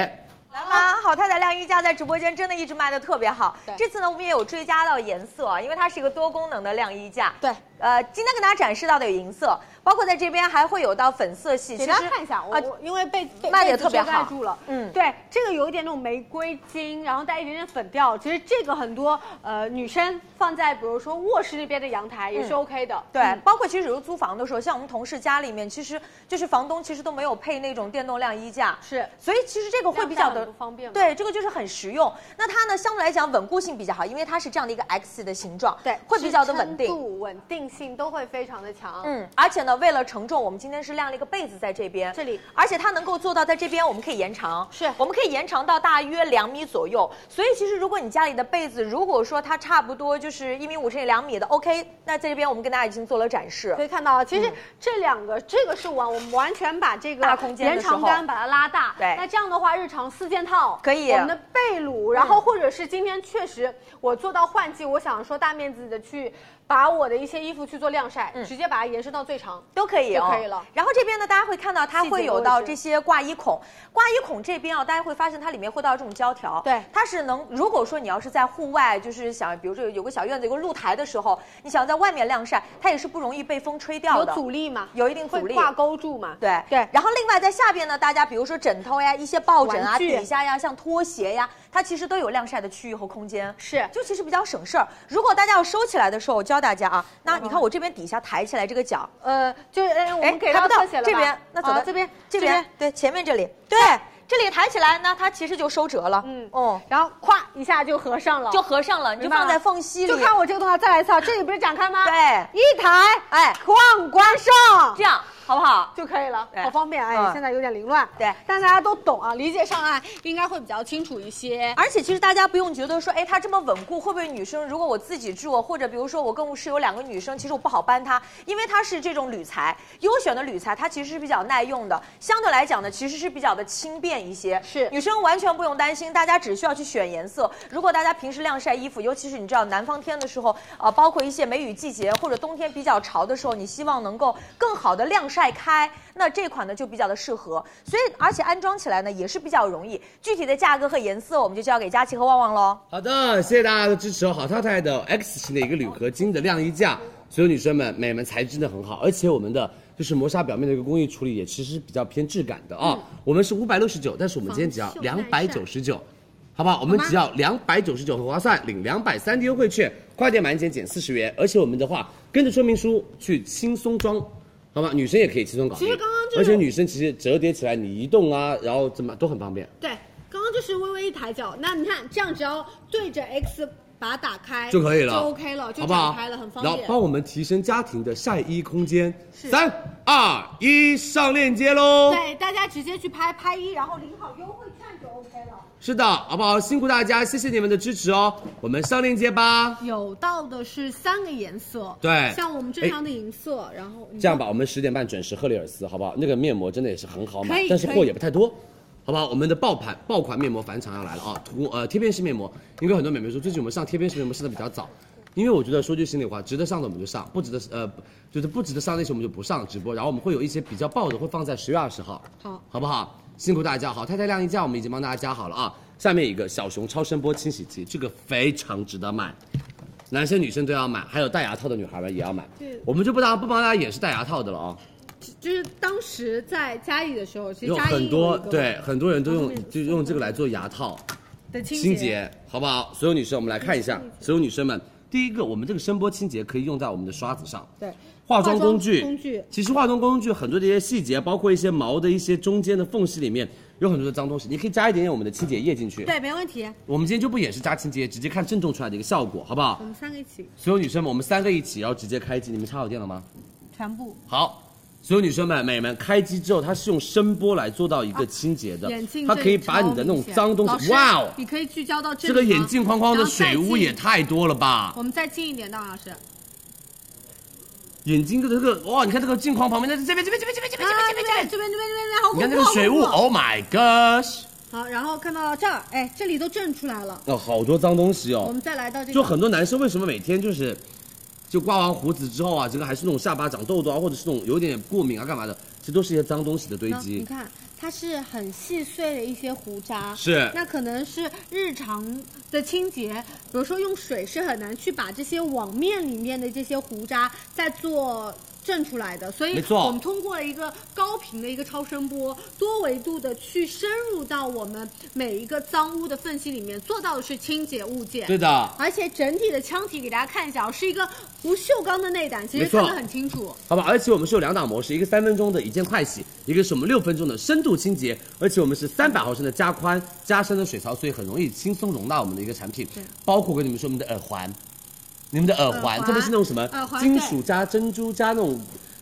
来吧，好太太晾衣架在直播间真的一直卖的特别好。这次呢，我们也有追加到颜色啊，因为它是一个多功能的晾衣架。对呃，今天给大家展示到的有银色，包括在这边还会有到粉色系。给其大实家看一下，我、啊我因为被被卖被得子特别遮盖好住了，嗯对，这个有一点那种玫瑰金，然后带一点点粉调，其实这个很多呃女生放在比如说卧室那边的阳台也是嗯 OK 的，对，嗯包括其实有时候租房的时候，像我们同事家里面，其实就是房东其实都没有配那种电动晾衣架，是所以其实这个会比较晾的晒很不方便嘛对，这个就是很实用。那它呢，相对来讲稳固性比较好，因为它是这样的一个 X 的形状，对，会比较的稳支撑定。度、稳定性都会非常的强。嗯，而且呢，为了承重，我们今天是晾了一个被子在这边，这里而且它能够做到在这边，我们可以延长，是我们可以延长到大约两米左右。所以其实如果你家里的被子，如果说它差不多就是一米五乘以两米的，OK，那在这边我们跟大家已经做了展示可。以看到啊，其实这两个，这个是完我们完全把这个嗯大空间的延时候长杆把它拉大。对那这样的话，日常四件套可以嗯我们的被褥，然后或者是今天确实我做到换季，我想说大面积的去把我的一些衣服去做晾晒，嗯直接把它延伸到最长。都可以哦，就可以了然后这边呢，大家会看到它会有到细节的位置这些挂衣孔，挂衣孔这边啊，大家会发现它里面会到这种胶条。对它是能，如果说你要是在户外，就是想，比如说有个小院子、有个露台的时候，你想在外面晾晒，它也是不容易被风吹掉有的。阻力嘛？有一定阻会力挂钩住嘛？对对然后另外在下边呢，大家比如说枕头呀、一些抱枕啊、玩具底下呀、像拖鞋呀，它其实都有晾晒的区域和空间。是就其实比较省事儿。如果大家要收起来的时候，我教大家啊，那你看我这边底下抬起来这个角，呃，就哎，嗯我哎，们给还到不到特写了吧这边，那走到、啊这边，这边，对，前面 *laughs* 这里，对，这里抬起来，那它其实就收折了，嗯嗯，哦，然后咵一下就合上了，就合上了，你就明白放在了缝隙里，就看我这个动作，再来一次啊！这里不是展开吗？对一抬，哎框关上这样好不好？就可以了对，好方便。哎，嗯现在有点凌乱，对但大家都懂啊，理解上岸应该会比较清楚一些。而且其实大家不用觉得说，哎，它这么稳固，会不会女生如果我自己住，或者比如说我跟我室友两个女生，其实我不好搬它，因为它是这种铝材，优选的铝材，它其实是比较耐用的，相对来讲呢，其实是比较的轻便一些。是女生完全不用担心，大家只需要去选颜色。如果大家平时晾晒衣服，尤其是你知道南方天的时候，呃，包括一些梅雨季节或者冬天比较潮的时候，你希望能够更好的晾晒开，那这款呢就比较的适合。所以而且安装起来呢也是比较容易。具体的价格和颜色我们就交给佳琪和旺旺喽。好的，谢谢大家的支持哦！好太太的 X 型的一个铝合金的晾衣架，所有女生们、美们材质真的很好，而且我们的就是磨砂表面的一个工艺处理也其实是比较偏质感的啊、我们是五百六十九，但是我们今天只要嗯防两锈百耐九晒十九，好不好？我们只要两百九十九很划算，领两百三的优惠券，快点满减减四十元，而且我们的话跟着说明书去轻松装。好吗？女生也可以轻松搞定。其实刚刚这而且种女生其实折叠起来，你移动啊，然后怎么都很方便。对，刚刚就是微微一抬脚，那你看这样只要对着 X 把它打开就可以了，哎就 OK 了，就好不好展开了，很方然后便。帮我们提升家庭的晒衣空间。三二一，上链接喽！对，大家直接去拍拍一，然后领好优惠券就 OK 了。是的，好不好？辛苦大家，谢谢你们的支持哦。我们上链接吧。有到的是三个颜色，对像我们正常的银色，然后这样吧，我们十点半准时赫丽尔斯，好不好？那个面膜真的也是很好可买以，但是可以货也不太多，好不好？我们的爆款爆款面膜返场要来了啊！涂呃贴片式面膜，因为很多美眉说最近我们上贴片式面膜上的比较早，因为我觉得说句心里话，值得上的我们就上，不值得呃不就是不值得上那些我们就不上直播，然后我们会有一些比较爆的会放在十月二十号，好，好不好？辛苦大家，好太太晾衣架我们已经帮大家加好了啊。下面一个小熊超声波清洗机，这个非常值得买。男生女生都要买，还有戴牙套的女孩们也要买。对我们就不当不帮大家演示戴牙套的了啊、就是当时在家里的时候，其实有家里很多有一个对很多人都方用便就用这个来做牙套的清洁，清洁，好不好？所有女生，我们来看一下，所有女生们，第一个，我们这个声波清洁可以用在我们的刷子上，对，化妆工具，化妆工具其实化妆工具很多的一些细节，包括一些毛的一些中间的缝隙里面有很多的脏东西，你可以加一点点我们的清洁液进去。对，没问题，我们今天就不演示加清洁，直接看震动出来的一个效果，好不好我？们三个一起，所有女生们，我们三个一起，然后直接开机，你们插好电了吗？全部好，所有女生们、美们，开机之后它是用声波来做到一个清洁的，眼镜它这里超明显，可以把你的那种脏东老西，师哇哦，你可以聚焦到这这里个吗眼镜框框的然后再水污近也太多了吧！我们再近一点，当老师，眼睛的这个哇，你看这个镜框旁边，那这边这边这边这边这边这边这边，啊这边这边这边这边好恐怖，你看这个水雾好恐怖，Oh my gosh！好，然后看到这儿，哎，这里都震出来了，哦，好多脏东西我哦们，再来到这就个，很多男生为什么每天就是，就刮完胡子之后啊，这个还是那种下巴长痘痘啊，或者是那种有一点点过敏啊干嘛的，其实都是一些脏东西的堆那你积。看，它是很细碎的一些胡渣，是那可能是日常的清洁，比如说用水是很难去把这些网面里面的这些胡渣再做。震出来的，所没以错我们通过了一个高频的一个超声波，多维度的去深入到我们每一个脏污的缝隙里面，做到的是清洁物件。对的，而且整体的腔体给大家看一下哦，是一个不锈钢的内胆，其实没错看得很清楚。好吧，而且我们是有两档模式，一个三分钟的一键快洗，一个是我们六分钟的深度清洁，而且我们是三百毫升的加宽加深的水槽，所以很容易轻松容纳我们的一个产品。包括我跟你们说，我们的耳环，你们的耳环，耳环特别是那种什么耳环金属加珍珠加那种。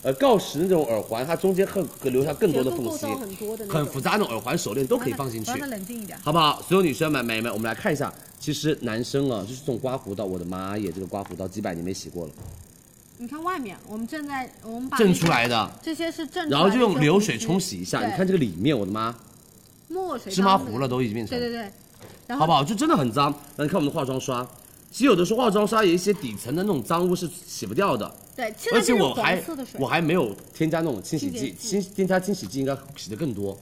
呃，锆石那种耳环，它中间很可留下更多的缝隙结构构造很多的，那种很复杂那种耳环、手链都可以放进去。让他冷静一点。好不好？所有女生们、美眉们，我们来看一下，其实男生啊，就是这种刮胡刀，我的妈耶，这个刮胡刀几百年没洗过了，你看外面，我们正在我们把震出来的，这些是正，然后就用流水冲洗洗一下。对你看这个里面，我的妈，墨水芝麻糊了，都已经变成对，对对，然好后不好？就真的很脏。那你看我们的化妆刷，其实有的时候化妆刷有一些底层的那种脏污是洗不掉的，对，现而在且这我种还黄色的水我，还没有添加那种清洗剂，清清添加清洗剂应该洗的更多。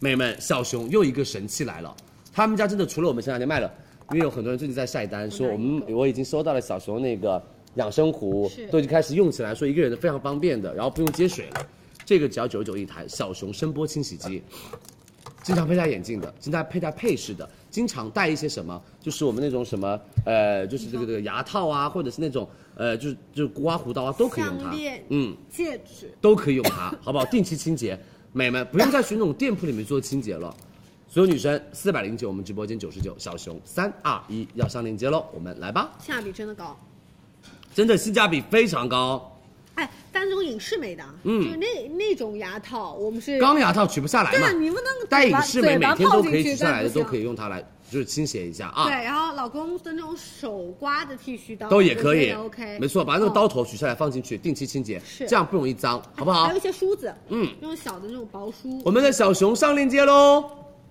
美们，小熊又一个神器来了，他们家真的除了我们前两天卖了，因为有很多人最近在晒单，说我们我已经收到了小熊那个养生壶，都已经开始用起来，说一个人非常方便的，然后不用接水了。这个只要九十九一台，小熊声波清洗机，经常佩戴眼镜的，经常佩戴配饰的，经常戴一些什么，就是我们那种什么，呃，就是这个这个牙套啊，或者是那种呃，就是就是刮胡刀啊，都可以用它项链。嗯，戒指，都可以用它，好不好？定期清洁，美们不用再去那种店铺里面做清洁了。所有女生四百零九，我们直播间九十九，小熊三二一要上链接喽，我们来吧，性价比真的高。真的性价比非常高，哎，但是这种影视美的，啊嗯就是那那种牙套，我们是钢牙套取不下来对嘛啊，，你们那个戴嘴隐巴适美嘴每巴天泡都进可以去取下但来不的，都行可以用它来就是清洁一下啊。对，然后老公的那种手刮的剃须刀都也可我觉得以哦也，OK，没错，把那个哦刀头取下来放进去，定期清洁，是这样不容易 *laughs* 脏，好不好还有？一些梳子，嗯，那种小的那种薄梳，我们的小熊上链接喽，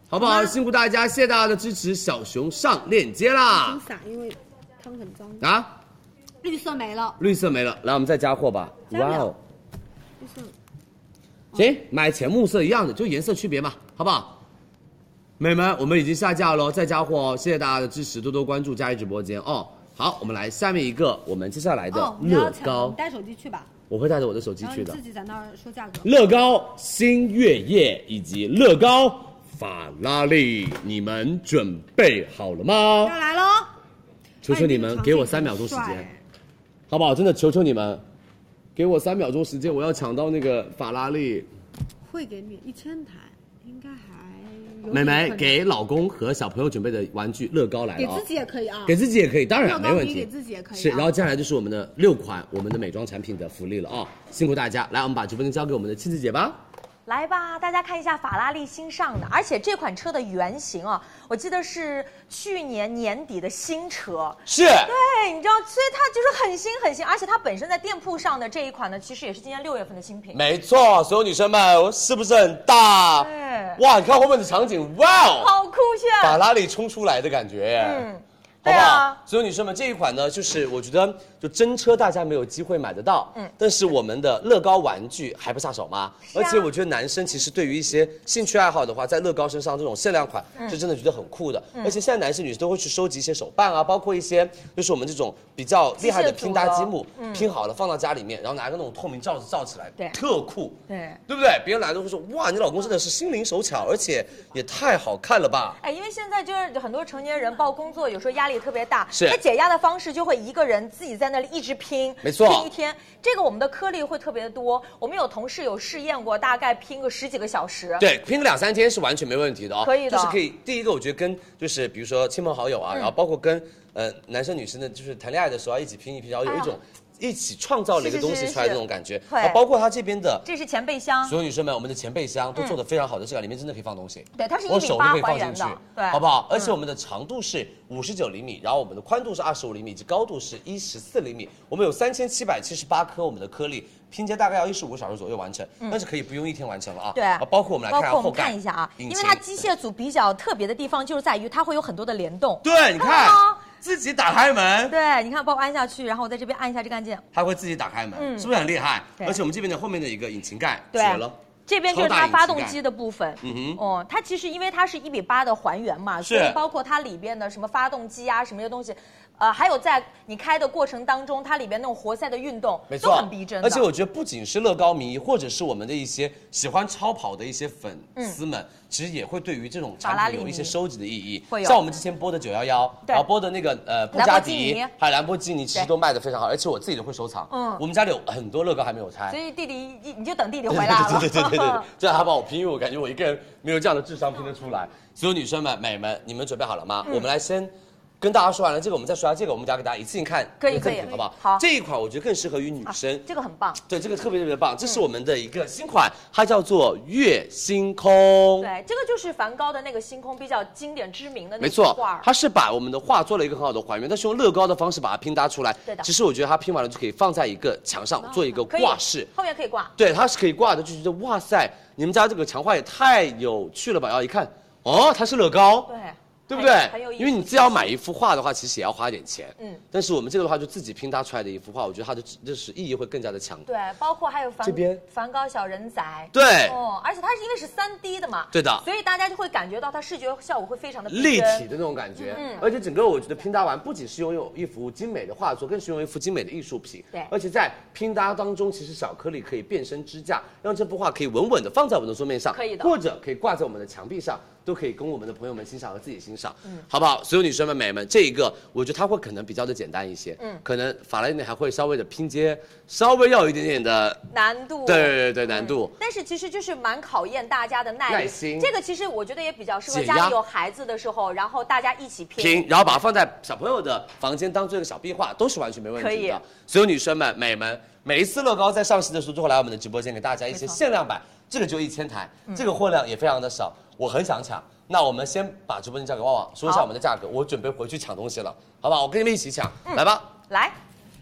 好不好啊好？吧辛苦大家，谢谢大家的支持，小熊上链接很啦！洒，因为汤很脏。啊，绿色没了，绿色没了，来我们再加货吧。加不哇了哦哦，行，买浅木色一样的，就颜色区别嘛，好不好？美们，我们已经下架喽，再加货哦！谢谢大家的支持，多多关注佳怡直播间哦。好，我们来下面一个，我们接下来的哦，你要乐抢高，你带手机去吧，我会带着我的手机然后去你的嗯自。己在那儿说价格。乐高新越野以及乐高法拉利，你们准备好了吗？要来喽！求求你们，给我三秒钟时哎间，好不好？真的求求你们，给我三秒钟时间，我要抢到那个法拉利。会给你一千台，应该还有点美眉可能给老公和小朋友准备的玩具乐高来给了啊、自己也可以啊，给自己也可以，当乐然高没问笔题，给自己也可以啊是，然后接下来就是我们的六款我们的美妆产品的福利了啊、辛苦大家，来，我们把直播间交给我们的亲子姐吧。来吧，大家看一下法拉利新上的，而且这款车的原型啊，我记得是去年年底的新车。是，对，你知道，所以它就是很新很新，而且它本身在店铺上的这一款呢，其实也是今年六月份的新品。没错，所有女生们是不是很大？对哇，你看后面的场景，哇哦，好酷法 *laughs* 炫！拉利冲出来的感觉耶，嗯，好对不好？啊，所有女生们，这一款呢，就是我觉得就真车大家没有机会买得到，嗯嗯，啊但是我们的乐高玩具还不下手吗？而且我觉得男生其实对于一些兴趣爱好的话，在乐高身上这种限量款嗯是真的觉得很酷的，而且现在男生女生都会去收集一些手办啊，包括一些就是我们这种比较厉害的机械组拼搭的积木，拼好了放到家里面，然后拿个那种透明罩子罩起来，对特酷，对。对不对？别人来都会说哇，你老公真的是心灵手巧，而且也太好看了吧？哎，因为现在就是很多成年人，包括工作，有时候压力特别大，是他解压的方式就会一个人自己在那里一直拼，没错拼一天。这个我们的颗粒会特别多，我们有同事有试验过，大概拼个十几个小时。对，拼个两三天是完全没问题的哦。可以的嗯就是可以。第一个，我觉得跟就是比如说亲朋好友啊，然后包括跟呃男生女生的，就是谈恋爱的时候啊一起拼一拼，然后有一种一起创造了一个是是东西是哎是出来的那种感觉。会然后包括它这边的这是前备箱，所有女生们，我们的前备箱都做的非常好的质感，里面真的可以放东西。对它是我1.8手都可以放还进原去的，对嗯好不好？而且我们的长度是五十九厘米，然后我们的宽度是二十五厘米，以及高度是一十四厘米。我们有三千七百七十八颗我们的颗粒，拼接大概要一十五个小时左右完成，但是可以不用一天完成了啊。嗯对啊，包括我们来看一下包括我后们盖，看一下啊，引因擎为它机械组比较特别的地方就是在于它会有很多的联动。对，你看看到吗自己打开门，对，你看，包括按下去，然后我在这边按一下这个按键，它会自己打开门，嗯是不是很厉害？对而且我们这边的后面的一个引擎盖对绝了，这边就是超大它引擎发动盖机的部分，嗯哼哦，它其实因为它是一比八的还原嘛，是所以包括它里边的什么发动机啊，什么些东西，呃，还有在你开的过程当中，它里边那种活塞的运动，没错，都很逼真的。而且我觉得不仅是乐高迷，或者是我们的一些喜欢超跑的一些粉嗯丝们，其实也会对于这种法拉产利品有一些迷收集的意义。会有像我们之前播的九幺幺，对然后播的那个呃布兰博加基尼迪还有兰博基尼，其实对都卖的非常好，而且我自己都会收藏。嗯嗯，我们家里有很多乐高还没有拆所。以弟弟一你就等弟弟回来了。对对对对对 *laughs* 对，这样他帮我拼，因为我感觉我一个人没有这样的智商拼得出来。所有女生们、美们，你们准备好了吗？嗯我们来先跟大家说完了这个，我们再说下这个，我们等下给大家一次性看可以一个赠可以品好不好？好这一款我觉得更适合于女啊生，这个很棒。对，这个特别特别棒，这是我们的一个新款，它叫做月星空。对，这个就是梵高的那个星空比较经典知名的那没幅错画儿，它是把我们的画做了一个很好的还原，但是用乐高的方式把它拼搭出来。对的嗯其实我觉得它拼完了就可以放在一个墙上做一个可以挂饰。后面可以挂。对，它是可以挂的，就觉得哇塞，你们家这个墙画也太有趣了吧！然后一看，哦，它是乐高。对，对不很对？很有意思。因为你自己要买一幅画的话，其实也要花点钱。嗯嗯，但是我们这个的话，就自己拼搭出来的一幅画，我觉得它的就是意义会更加的强。对，包括还有梵这边梵高小人仔。对哦，而且它是因为是三 D 的嘛，对的所以大家就会感觉到它视觉效果会非常的逼立真体的那种感觉，嗯而且整个我觉得拼搭完不仅是拥有一幅精美的画作，更是拥有一幅精美的艺术品。对而且在拼搭当中，其实小颗粒可以变身支架，让这幅画可以稳稳的放在我们的桌面上，可以的或者可以挂在我们的墙壁上，都可以供我们的朋友们欣赏和自己欣赏，嗯，好不好？所有女生们、美们，这一个我觉得它会可能比较的简单一些，嗯嗯，可能法拉利还会稍微的拼接，稍微要有一点点的，难度。嗯对对对对，难度。但是其实就是蛮考验大家的耐力耐心这个其实我觉得也比较适合解家压里有孩子的时候，然后大家一起拼。拼，然后把它放在小朋友的房间当做一个小壁画，都是完全没问可题以的。所有女生们、美们，每一次乐高在上市的时候，都会来我们的直播间给大家一些限量版，这个就一千台，嗯这个货量也非常的少，我很想抢。那我们先把直播间价格旺旺说一下好我们的价格，我准备回去抢东西了，好不好？我跟你们一起抢，嗯来吧。来，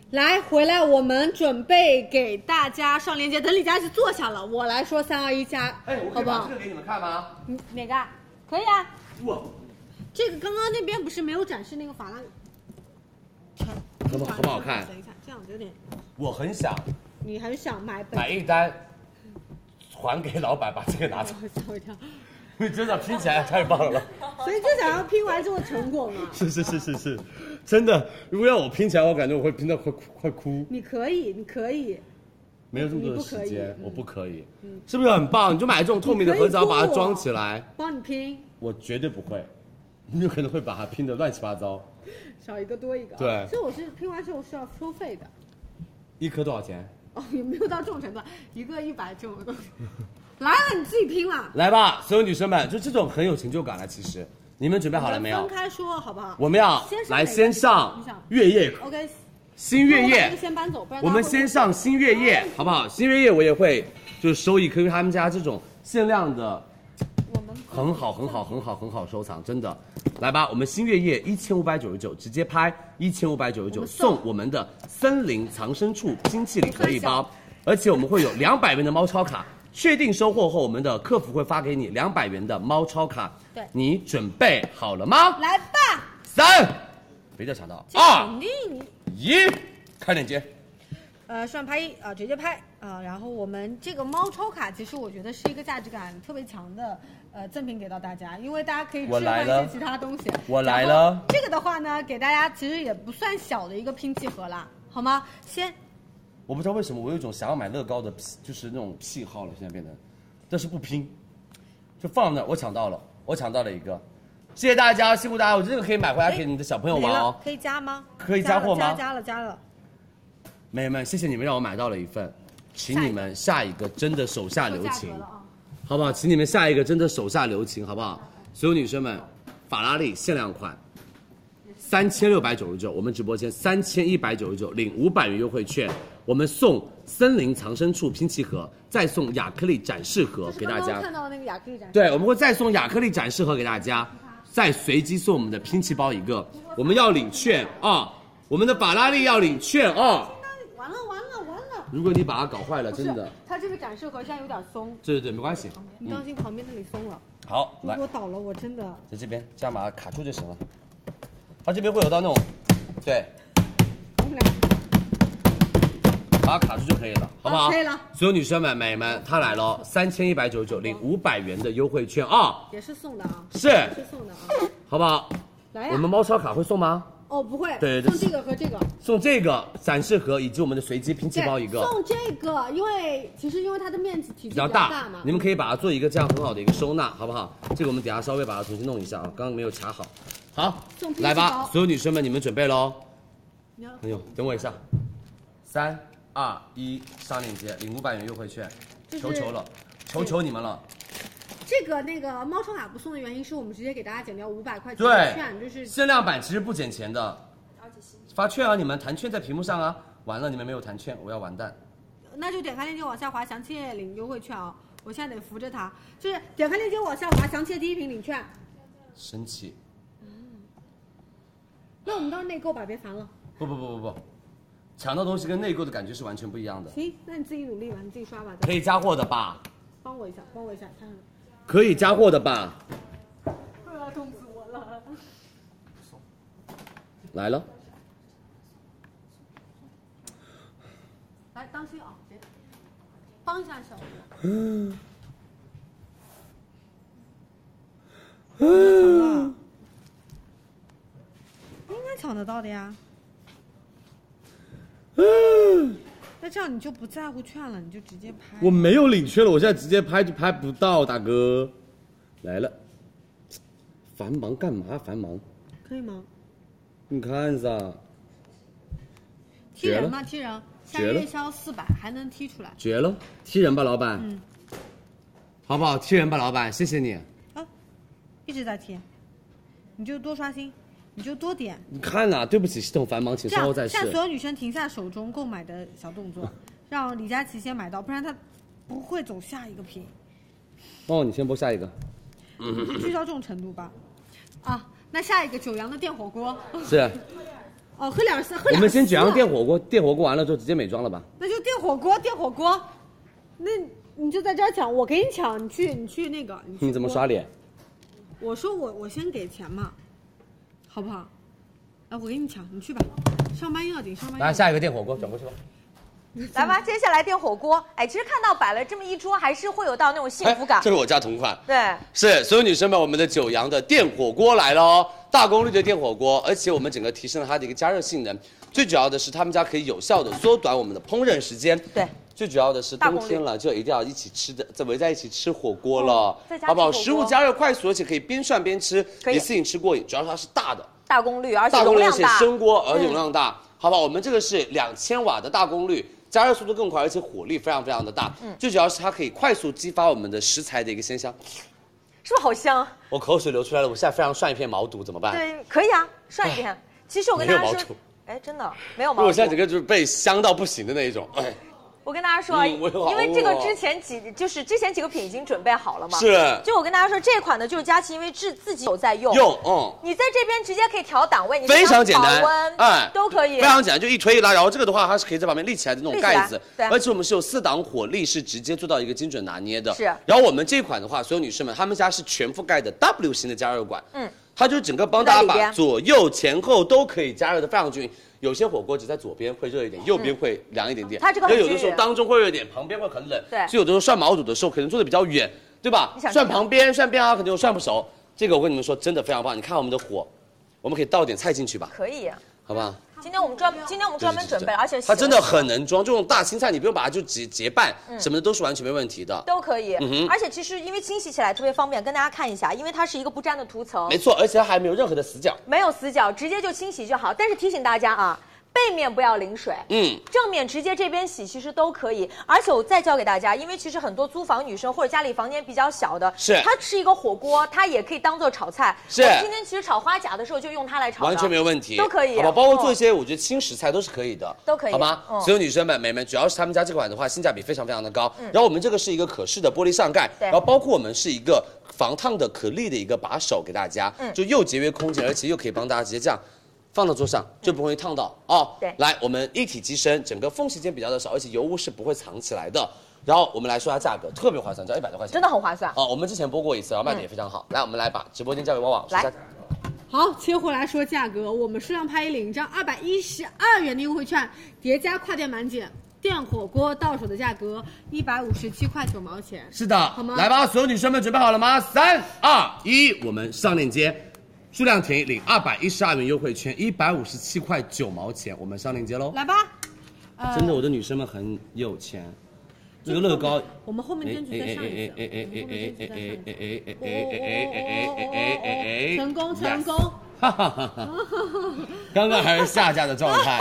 来，回来，我们准备给大家上链接。等李佳琦坐下了，我来说三二一加，哎好不好？嗯个给你们看吗？哪个？可以啊。哇，这个刚刚那边不是没有展示那个法拉利？好不好好不好看？等一下，这样有点，我很想你还是想买本？买一单，还给老板把这个拿走，我吓我一跳。你真的听起来太棒了。所以就想要拼完这个成果嘛。是是是是是，真的，如果让我拼起来，我感觉我会拼到快快哭，你可以，你可以，没有这么多的你不可时以间，嗯我不可以，是不是很棒？你就买这种透明的盒子，然后把它装起来，帮你拼，我绝对不会，你有可能会把它拼的乱七八糟。少一个多一个啊。对这我是拼完之后是要收费的。一颗多少钱？哦，也没有到这种程度，一个一百这种东西。来了，你自己拼了。来吧，所有女生们，就这种很有成就感了。其实，你们准备好了没分有？开说好不好？我们要先上来哪个先你上想月夜 OK，新月那我把夜这个，先搬走，不然我们大家会先上新月夜哎好不好？新月夜我也会就是收一颗，因为他们家这种限量的我们很好，很好，很好，很好收藏，真的。来吧，我们新月夜一千五百九十九，直接拍一千五百九十九，送我们的森林藏身处金气礼盒一包，而且我们会有两百元的猫超卡。确定收货后，我们的客服会发给你两百元的猫超卡。对你准备好了吗？来吧。三，别再抢到，二肯定。一，开链接。呃，上拍一啊、直接拍啊、然后我们这个猫超卡，其实我觉得是一个价值感特别强的呃赠品给到大家，因为大家可以置我换来一了些其他东西。我来然后了这个的话呢，给大家其实也不算小的一个拼契合啦，好吗？先我不知道为什么我有一种想要买乐高的癖，就是那种癖好了，现在变成，但是不拼，就放那儿。我抢到了，我抢到了一个，谢谢大家，辛苦大家，我这个可以买回来给你的小朋友没玩哦了，。可以加吗？可以加加货吗了加了加了，美人们，谢谢你们让我买到了一份，请你们下一个真的手下留加价情格，了啊！好不好？请你们下一个真的手下留情，好不好？所有女生们，法拉利限量款。三千六百九十九，我们直播间三千一百九十九，领五百元优惠券，我们送森林藏身处拼契盒，再送亚克力展示盒就是给大刚家刚。看到的那个亚克力展示，对，我们会再送亚克力展示盒给大家，再随机送我们的拼气包一个。我们要领券啊、我们的法拉利要领券啊、完了完了完了！如果你把它搞坏了，真不的是，，它这个展示盒现在有点松，对对对，没关系。你当心旁边那里松了，好，如嗯来果，倒了我真的。在这边这样把它卡住就行了。它这边会有到那种，对，我们俩把它卡住就可以了，好不好？啊可以了。所有女生们、美们，它来了，三千一百九十九领五百元的优惠券啊，也是送的啊，是，是送的啊。好不好？来哎呀我们猫超卡会送吗？哦，不会，对对送这个和这个，送这个展示盒以及我们的随机拼气包一个，送这个，因为其实因为它的面积体积比比较大大嘛，你们可以把它做一个这样很好的一个收纳，好不好？这个我们等一下稍微把它重新弄一下啊，刚刚没有卡好。好送，拼来气吧包，所有女生们，你们准备喽。你要哎呦，等我一下，三二一，上链接领五百元优惠券，就是求求了，求求你们了。这个那个猫超卡不送的原因是我们直接给大家减掉五百块钱的对券，就是限量版其实不减钱的，发券啊，你们弹券在屏幕上啊。完了，你们没有弹券，我要完蛋。那就点开链接往下滑，详情页领优惠券啊、我现在得扶着它，就是点开链接往下滑，详情页第一屏领券。生气，那我们到时候内购吧，别烦了。不不不不不，抢到东西跟内购的感觉是完全不一样的。行，那你自己努力吧，你自己刷吧，再可以加货的吧？帮我一下，帮我一下，看看。可以加货的吧？不要冻死我了。来了，来，当心啊，别帮一下小哥。 *laughs* 嗯。应该抢得到的 *laughs* 呀。那这样你就不在乎券了，你就直接拍。我没有领券了，我现在直接拍就拍不到，大哥。来了，繁忙干嘛繁忙？可以吗？你看噻，踢人吗？踢人，下绝了月销四百还能踢出来。绝了，踢人吧，老板。嗯好不好？踢人吧，老板，谢谢你。一直在贴，你就多刷新，你就多点。你看呐、对不起，系统繁忙，请这稍样后再试让。所有女生停下手中购买的小 *laughs* 动作，让李佳琦先买到，不然她不会走下一 *laughs* 个品，哦，你先播下一个。聚到这种程度吧。啊，那下一个九阳的电火 *laughs* 锅，是哦，喝两喝我两。们先卷上电火锅，电火锅完了之后直接美妆了吧？那就电火锅，电火锅。那你就在这儿抢，我给你抢，你去你去那个，你去你怎么刷脸？我说我我先给钱嘛，好不好？哎，我给你抢，你去吧。上班要紧，上班要来紧。下一个电火锅，转过去吧。来吧，接下来电火锅。哎，其实看到摆了这么一桌，还是会有到那种幸福感。哎这是我家同款。对，是，所有女生们，我们的九阳的电火锅来了哦，大功率的电火锅，而且我们整个提升了它的一个加热性能。最主要的是，他们家可以有效的缩短我们的烹饪时间。对。最主要的是大功冬率天了，就一定要一起吃的，在围在一起吃火锅了，在家好不好？吃食火锅物加热快速，而且可以边涮边吃，可以一次性吃过瘾。主要是它是大的，大功率，而且大功容率，而量且大。嗯生锅，而且容量大，好吧？我们这个是两千瓦的大功率，加热速度更快，而且火力非常非常的大。嗯，最主要是它可以快速激发我们的食材的一个鲜香。是不是好香？我口水流出来了，我现在非常涮一片毛肚，怎么办？对，可以啊，涮一遍。其实我跟大哎没有家毛说肚，哎，真的没有因为毛我现在肚整。个就是被香到不行的那一种。哎，我跟大家说啊，嗯我有好因为这个饿之前几就是之前几个品已经准备好了嘛。是就我跟大家说，这款呢就是佳琦，因为自自己有在用。用，嗯，你在这边直接可以调档位，你非常调简单保温，哎都可以。非常简单，就一推一拉，然后这个的话它是可以在旁边立起来的那种盖立起来子，对而且我们是有四档火力，是直接做到一个精准拿捏的。是然后我们这款的话，所有女生们，她们家是全覆盖的 W 型的加热管，嗯嗯，它就整个帮大家在里边把左右前后都可以加热的非常均匀。有些火锅只在左边会热一点，右边会凉一点点。嗯它这个很因为有的时均候匀当中会热一点，旁边会很冷。对所以有的时候涮毛肚的时候，可能做的比较远，对吧你想？涮吃旁边、涮边啊，可能又涮不熟。这个我跟你们说，真的非常棒。你看我们的火，我们可以倒点菜进去吧，可以。好吧？今天我们专今天我们专门准备了，而且它真的喜欢很能装，这种大青菜你不用把它就结结拌，嗯什么的都是完全没问题的。都可以嗯哼，而且其实因为清洗起来特别方便，跟大家看一下，因为它是一个不粘的涂层没，错，而且它还没有任何的死角。没有死角，直接就清洗就好。但是提醒大家啊，背面不要淋水。嗯，正面直接这边洗其实都可以，而且我再教给大家，因为其实很多租房女生或者家里房间比较小的，是它吃一个火锅，它也可以当做炒菜。是我今天其实炒花甲的时候就用它来炒的，完全没有问题，都可以，好吧？包括做一嗯些我觉得轻食菜都是可以的，都可以好吗嗯？所有女生们、美们，主要是他们家这款的话，性价比非常非常的高。然后我们这个是一个可视的玻璃上盖，对然后包括我们是一个防烫的可立的一个把手给大家嗯，就又节约空间，而且又可以帮大家直接这样。放到桌上就不容易烫到哦。嗯对来，我们一体机身，整个缝隙间比较的少，而且油污是不会藏起来的。然后我们来说一下价格，特别划算，只要一百多块钱。真的很划算。哦，我们之前播过一次，然后卖的也非常好。来，我们来把直播间交给旺旺，说一下来好，切回来说价格，我们数量拍一领一张二百一十二元的优惠券，叠加跨店满减，电火锅到手的价格一百五十七块九毛钱。是的好吗，来吧，所有女生们准备好了吗？三二一，我们上链接，数量填一领二百一十二元优惠券，一百五十七块九毛钱，我们上链接喽。来吧，呃真的，我的女生们很有钱，这个乐高。哎我们后面争取再上一次。成功成功！哈哈哈哈！刚刚还是下架的状态，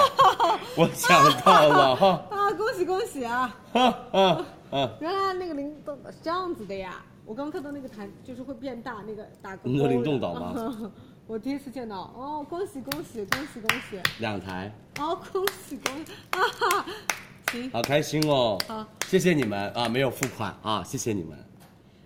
我想到了哈啊，恭喜恭喜啊！哈哈哈！原来那个灵动岛是这样子的呀，我刚看到那个弹就是会变大那个打勾勾的。你说灵动岛吗？ *laughs* 我第一次见到哦，恭喜恭喜恭喜恭喜！两台，哦，恭喜恭喜啊！哈，行，好开心哦！好谢谢你们啊，没有付款啊，谢谢你们，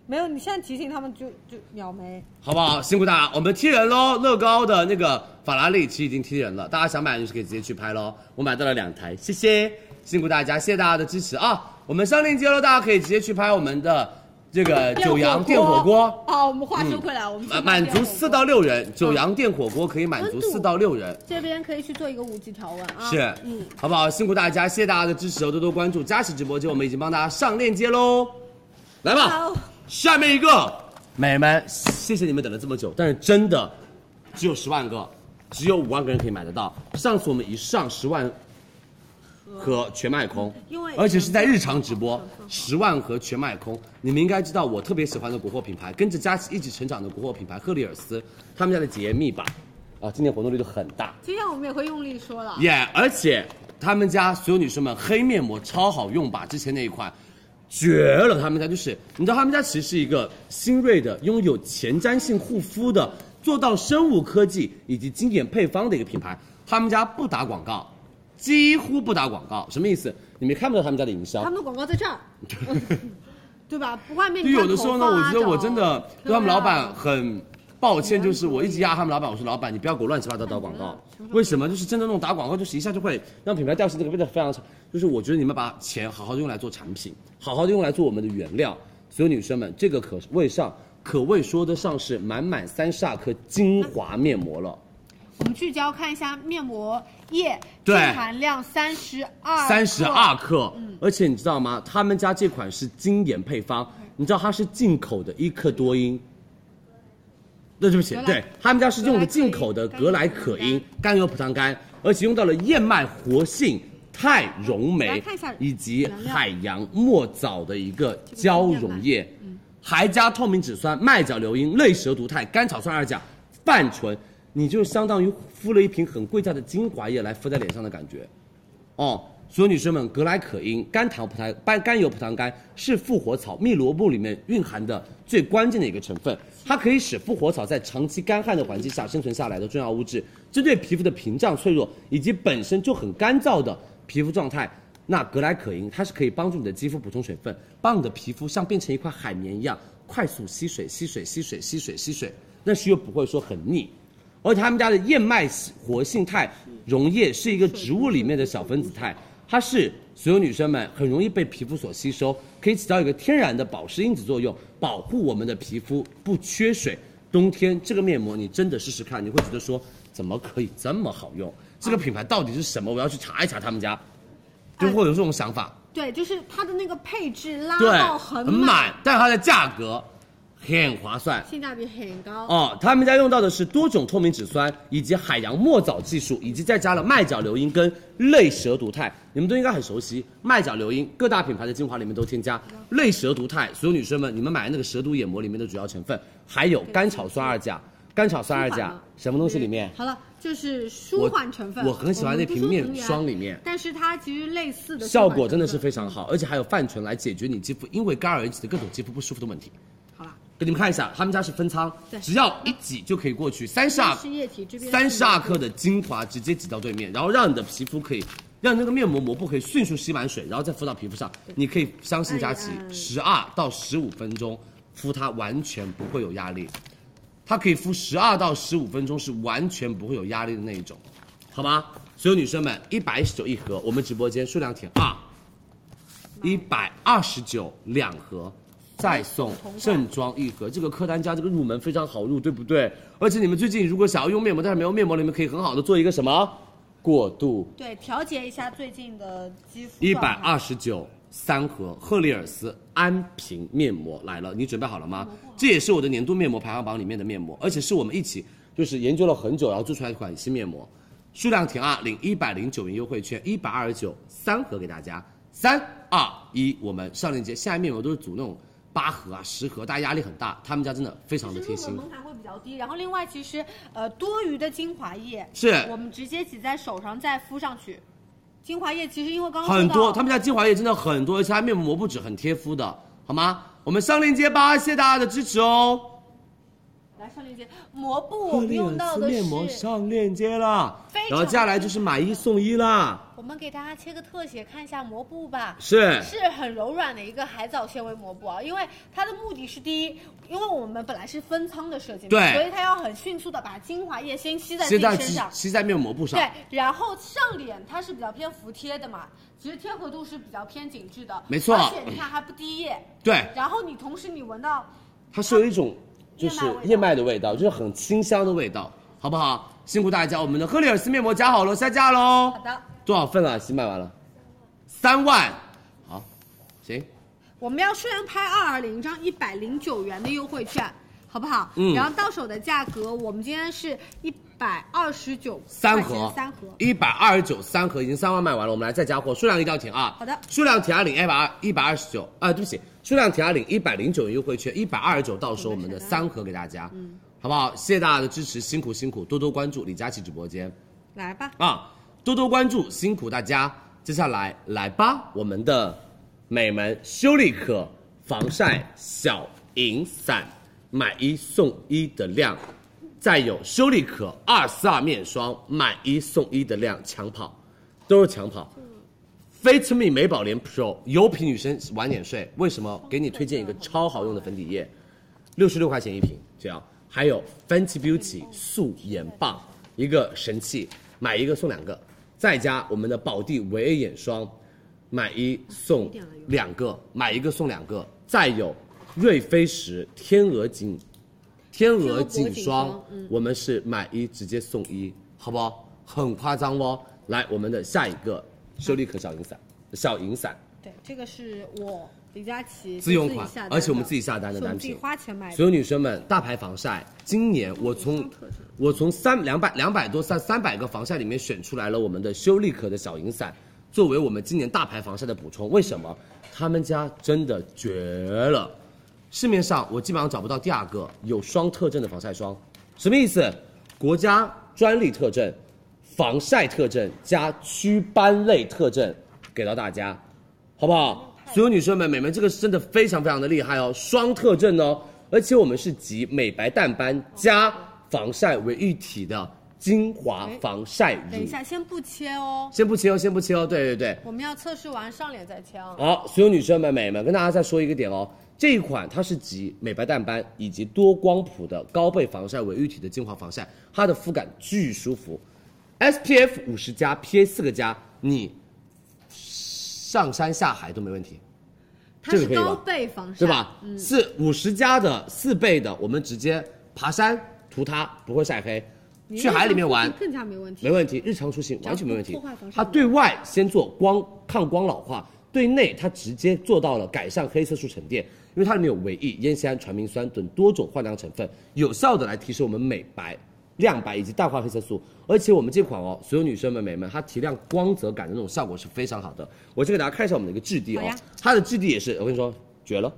没有，你现在提醒他们就就秒没。好不好？辛苦大家，我们踢人喽！乐高的那个法拉利其实已经踢人了，大家想买的就是可以直接去拍喽。我买到了两台，谢谢，辛苦大家，谢谢大家的支持啊！我们上链接喽，大家可以直接去拍我们的这个九阳电火锅。好，我们话说回来，我们满满足四到六人，九阳电火锅可以满足四到六人，这边可以去做一个五级调温啊。是，嗯，好不好？辛苦大家，谢谢大家的支持哦，多多关注佳琦直播间，我们已经帮大家上链接喽，来吧，下面一个，美们，谢谢你们等了这么久，但是真的只有十万个，只有五万个人可以买得到，上次我们一上十万。盒全卖空，因为嗯而且是在日常直播，十万盒全卖空。你们应该知道，我特别喜欢的国货品牌，跟着佳琦一起成长的国货品牌赫丽尔斯，他们家的洁面吧，啊，今年活动力度很大，今天我们也会用力说了，耶、而且他们家所有女生们黑面膜超好用吧？之前那一款，绝了！他们家就是，你知道他们家其实是一个新锐的、拥有前瞻性护肤的、做到生物科技以及经典配方的一个品牌。他们家不打广告，几乎不打广告，什么意思？你们看不到他们家的营销他。们的广告在这 *laughs* 儿，对吧？不外面就有的时候呢，看头我发啊觉得我真的找对他们老板很抱歉，就是我一直压他们老板，我说老板你不要给我乱七八糟打广告，为什么？就是真的那种打广告，就是一下就会让品牌调性这个变得非常差。就是我觉得你们把钱好好的用来做产品，好好的用来做我们的原料。所有女生们，这个可谓上可谓说得上是满满三十二颗精华面膜了，我们聚焦看一下面膜液对净含量三十二，嗯三十二克。而且你知道吗？他们家这款是经典配方，你知道它是进口的伊克多因。那对不起格，莱对他们家是用的进口的格莱可因甘油葡萄干，而且用到了燕麦活性肽溶来酶看一下以及海洋墨藻的一个胶溶液，嗯还加透明质酸、麦角硫因、类蛇毒肽、甘草酸二钾、泛醇，你就相当于敷了一瓶很贵价的精华液来敷在脸上的感觉。哦，所有女生们，格莱可因、甘糖葡萄、甘甘油葡萄干是复活草、蜜萝卜里面蕴含的最关键的一个成分，它可以使复活草在长期干旱的环境下生存下来的重要物质，针对皮肤的屏障、脆弱以及本身就很干燥的皮肤状态。那格莱可因它是可以帮助你的肌肤补充水分，帮你的皮肤像变成一块海绵一样快速吸水、吸水、吸水、吸水、吸水，但是又不会说很腻。而且他们家的燕麦活性肽溶液是一个植物里面的小分子肽，它是所有女生们很容易被皮肤所吸收，可以起到一个天然的保湿因子作用，保护我们的皮肤不缺水。冬天这个面膜你真的试试看，你会觉得说怎么可以这么好用？这个品牌到底是什么？我要去查一查他们家，哎就会有这种想法。对，就是它的那个配置拉对到，很很满，满，但是它的价格很划算。性价比很高。哦，他们家用到的是多种透明质酸，以及海洋墨藻技术，以及再加了麦角硫因跟类蛇毒肽，你们都应该很熟悉。麦角硫因各大品牌的精华里面都添加，类蛇毒肽，所有女生们，你们买的那个蛇毒眼膜里面的主要成分，还有甘草酸二钾，甘草酸二钾什么东西里面？好了，就是舒缓成分。我我很喜欢那们不瓶说面平原霜里面但是它其实类似的舒缓效果真的是成非分常好，而且还有泛醇来解决你肌肤因为干而引起的各种肌肤不舒服的问题。好啦，给你们看一下，他们家是分仓，只要一挤就可以过去，三十二是液体这边三十二克的精华直接挤到对面，然后让你的皮肤可以，让那个面膜膜布可以迅速吸满水，然后再敷到皮肤上。你可以相信佳琪，哎十二到十五分钟敷它完全不会有压力，它可以敷十二到十五分钟是完全不会有压力的那一种，好吗？所有女生们，一百一十九一盒，我们直播间数量填二，一百二十九两盒。再送正装一盒，这个客单价这个入门非常好入，对不对？而且你们最近如果想要用面膜，但是没有面膜，你们可以很好的做一个什么过渡对，调节一下最近的肌肤一状百态二十九三盒赫丽尔斯安瓶面膜来了，你准备好了吗？这也是我的年度面膜排行榜里面的面膜，而且是我们一起就是研究了很久，然后做出来的一款新面膜，数量填二，领一百零九元优惠券，一百二十九三盒给大家。三二一，我们上链接。现在面膜都是组那种八盒啊、十盒，大家压力很大，他们家真的非常的贴就是心入门。门槛会比较低，然后另外其实呃多余的精华液是我们直接挤在手上再敷上去。精华液其实因为刚刚很说多，到他们家精华液真的很多，而且它面膜不止很贴肤的，好吗？我们上链接吧，谢谢大家的支持哦。来上链接膜布，我们用到的面膜是上链接了非，常然后接下来就是买一送一啦，我们给大家切个特写看一下膜布吧。是是很柔软的一个海藻纤维膜布啊，因为它的目的是第一，因为我们本来是分仓的设计嘛，对所以它要很迅速的把精华液先吸在现自己在身吸上，吸在面膜布上，对，然后上脸它是比较偏服帖的嘛，其实贴合度是比较偏紧致的，没错而且你看还不滴液，对，然后你同时你闻到它是有一种就是燕燕麦麦的味道，就是很清香的味道，好不好？辛苦大家，我们的赫丽尔斯面膜加好了，下架喽。好的，多少份啊？新卖完了，三万，好，行，我们要顺人拍二二零张一百零九元的优惠券，好不好？嗯然后到手的价格我们今天是一百二十九三盒，三盒，一百二十九三盒，已经三万卖完了，我们来再加货，数量一定要填啊。好的数量填二领一百二一百二十九啊，对不起，数量填二领一百零九元优惠券，一百二十九到手我们的三盒给大家，嗯，好不好？谢谢大家的支持，辛苦辛苦，多多关注李佳琦直播间来吧。啊，多多关注，辛苦大家。接下来来吧，我们的美门修丽可防晒小银伞，买一送一的量。再有修丽可二四二面霜，买一送一的量抢跑，都是抢跑。Fit Me 美宝莲 Pro 油皮女生晚点睡，为什么？给你推荐一个超好用的粉底液，六十六块钱一瓶，这样。还有 Fenty Beauty 素颜棒，一个神器，买一个送两个，再加我们的宝地维 A 眼霜，买一送两个，买一个送两个，再有瑞菲石天鹅颈天鹅颈霜，嗯我们是买一直接送一，好不好？很夸张哦。来，我们的下一个修丽可小银伞，小银伞对，这个是我李佳琦自用款己下单，的而且我们自己下单的是我单们自己品。花钱买的。所有女生们，大牌防晒，今年我从我从三两百两百多三三百个防晒里面选出来了我们的修丽可的小银伞，作为我们今年大牌防晒的补充。为什么？他们家真的绝了，市面上我基本上找不到第二个有双特证的防晒霜，什么意思？国家专利特证、防晒特证加祛斑类特证给到大家，好不好？所有女生们，美们这个是真的非常非常的厉害哦，双特证哦，而且我们是集美白淡斑加防晒为一体的精华防晒哎等一乳。下，先不切哦，先不切哦，先不切哦，对对对。我们要测试完上脸再切啊。好，所有女生们、美们，跟大家再说一个点哦，这一款它是集美白淡斑以及多光谱的高倍防晒为一体的精华防晒，它的肤感巨舒服，SPF 五十加 PA 四个加，你上山下海都没问题，它这是啊个可以吧高倍防晒，对吧？是五十加的四倍的，我们直接爬山涂它不会晒黑，去海里面玩更加没问题。没问题，日常出行完全没问题破坏防。晒它对外先做光抗光老化，对内它直接做到了改善黑色素沉淀，因为它里面有维 E、烟酰胺、传明酸等多种焕亮成分，有效的来提升我们美白、亮白以及淡化黑色素。而且我们这款哦，所有女生们、美们，它提亮光泽感的那种效果是非常好的。我先给大家看一下我们的一个质地哦好呀，它的质地也是，我跟你说绝了，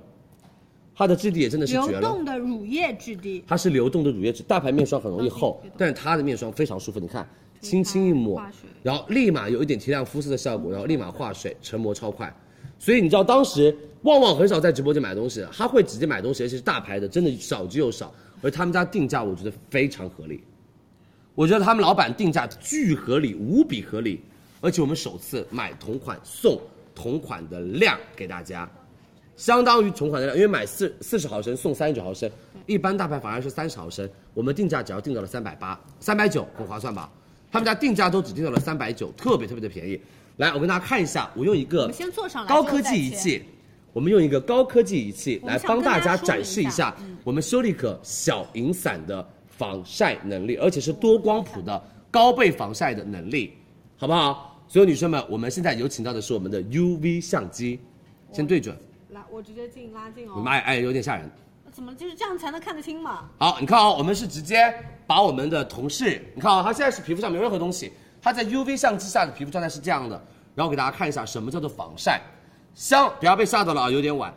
它的质地也真的是绝流了。动的乳液质地，它是流动的乳液质，大牌面霜很容嗯易厚，但是它的面霜非常舒服，你看，轻轻一抹化水，然后立马有一点提亮肤色的效果，然后立马化水，成膜超快。所以你知道当时旺旺很少在直播间买东西的，他会直接买东西，而且是大牌的，真的少之又少。而他们家定价我觉得非常合理，我觉得他们老板定价巨合理，无比合理。而且我们首次买同款送同款的量给大家，相当于同款的量，因为买四四十毫升送三十九毫升，一般大牌反而是三十毫升，我们定价只要定到了三百八、三百九，很划算吧？他们家定价都只定到了三百九，特别特别的便宜。来，我跟大家看一下，我用一我个们先坐上来呃高科技仪器，我们用一个高科技仪器我们来想帮跟大大家家说展明示一一下嗯下我们修丽可小银伞的防晒能力，而且是多光谱的高倍防晒的能力。好不好？所有女生们，我们现在有请到的是我们的 UV 相机，先对准。来，我直接进拉近你哦。呃妈呀，哎，有点吓人。怎么就是这样才能看得清嘛？好，你看啊、我们是直接把我们的同事，你看啊、他现在是皮肤上没有任何东西，他在 UV 相机下的皮肤状态是这样的。然后给大家看一下什么叫做防晒，香，不要被吓到了啊，有点晚。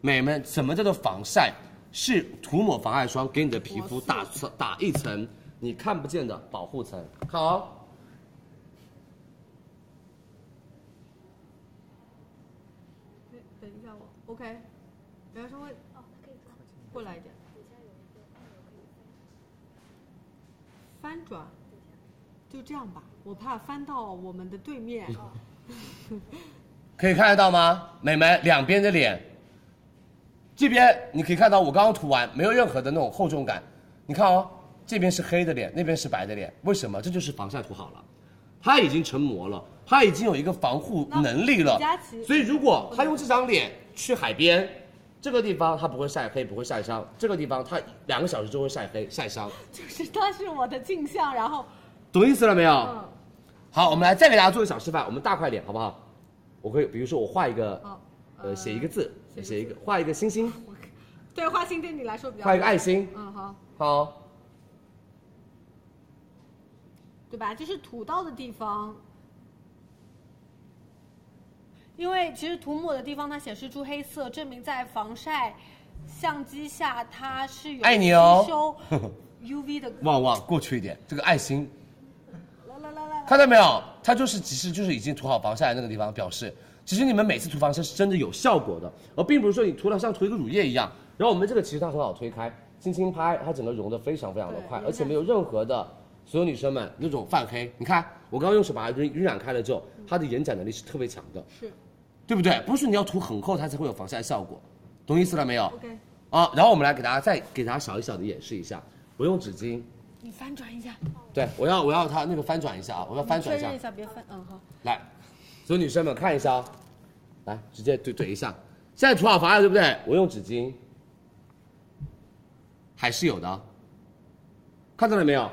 美们，什么叫做防晒？是涂抹防晒霜给你的皮肤打层打一层你看不见的保护层。看哦，等一下我，OK，然哦后稍微过来一点，翻转，就这样吧，我怕翻到我们的对面。嗯可以看得到吗？美们，两边的脸，这边你可以看到我刚刚涂完没有任何的那种厚重感，你看哦，这边是黑的脸，那边是白的脸，为什么？这就是防晒涂好了，它已经成膜了，它已经有一个防护能力了那佳琪。所以如果他用这张脸去海边，这个地方它不会晒黑，不会晒伤，这个地方它两个小时就会晒黑晒伤， *laughs* 就是它是我的镜像，然后懂意思了没有？嗯，好，我们来再给大家做个小示范，我们大块脸好不好？我可以，比如说我画一个，好呃，写一个字，嗯写写一一个字个，画一个星星，对花心对你来说比较画一个爱心，嗯好，好，对吧？就是涂到的地方，因为其实涂抹的地方它显示出黑色，证明在防晒相机下它是有爱你哦吸收 *laughs* UV 的。旺旺过去一点，这个爱心，来来来来来，看到没有？它就是其实就是已经涂好防晒的那个地方，表示其实你们每次涂防晒是真的有效果的，而并不是说你涂了像涂一个乳液一样。然后我们这个其实它很好推开，轻轻拍，它整个融的非常非常的快，对而且没有任何的。所有女生们那种泛黑，你看我刚刚用手把它晕晕染开了之后，它的延展能力是特别强的。是对不对？不是你要涂很厚它才会有防晒效果，懂意思了没有？ OK，啊，然后我们来给大家再给大家小一小的演示一下，我用纸巾，你翻转一下，对我要我要它那个翻转一下啊，我要翻转确一下认一，下，别翻。嗯好，来，所有女生们看一下啊、来直接对对一下，现在涂好防晒对不对？我用纸巾，还是有的啊，看到了没有？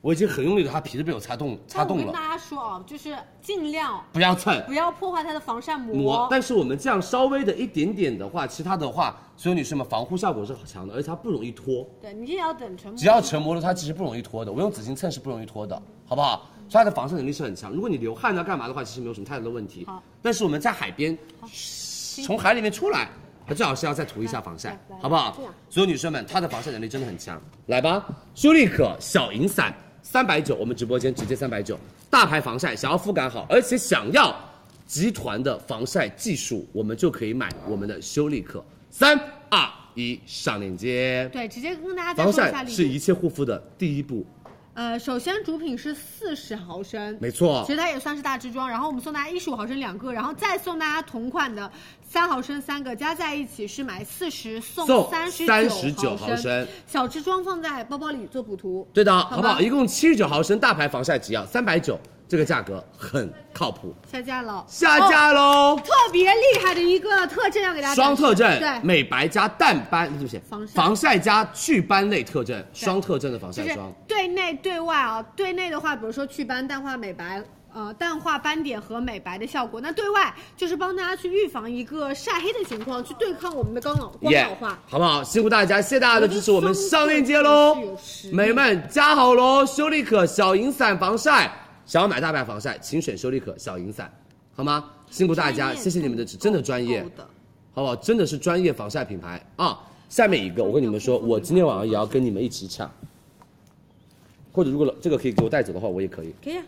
我已经很用力的，它皮都被我擦动擦但我动跟了，嗯大家说啊，就是尽量不要蹭，不要破坏它的防晒膜。膜，但是我们这样稍微的一点点的话，其他的话，所有女生们防护效果是很强的，而且它不容易脱，对你也要等成膜只。要成膜了，它其实不容易脱的。我用纸巾蹭是不容易脱的，好不好？所以它的防晒能力是很强。如果你流汗呢干嘛的话，其实没有什么太大的问题。好但是我们在海边，从海里面出来，它最好是要再涂一下防晒，好不好？所有女生们，它的防晒能力真的很强。来吧，舒丽可小银伞三百九，我们直播间直接三百九，大牌防晒，想要肤感好，而且想要集团的防晒技术，我们就可以买我们的修丽可。三二一，上链接。对，直接跟大家再防说一下晒力是度。一切护肤的第一步，呃，首先主品是四十毫升，没错其。实它也算是大支装。然后我们送大家一十五毫升两个，然后再送大家同款的三毫升三个，加在一起是买四十送送三39毫毫升。小支装放在包包里做补涂。对的，吧好不好？一共七十九毫升大牌防晒只要三百九，这个价格很靠谱，下架了，下架喽！特别厉害的一个特征要给大家双展示特征，哦对，美白加淡斑，对不起，防晒加祛斑类特征，双特征的防就晒是霜。对内对外啊，对内的话，比如说祛斑、淡化美白。呃，淡化斑点和美白的效果。那对外就是帮大家去预防一个晒黑的情况，去对抗我们的光老光耶老化。好不好？辛苦大家，谢谢大家的支持，我们上链接喽我觉得双特征是有实力，美们加好喽！修丽可小银伞防晒，想要买大牌防晒，请选修丽可小银伞，好吗？辛苦大家，谢谢你们的支持，真的专业，好不好？真的是专业防晒品牌啊！下面一个，我跟你们说，我今天晚上也要跟你们一起抢，或者如果老这个可以给我带走的话，我也可以。可以啊。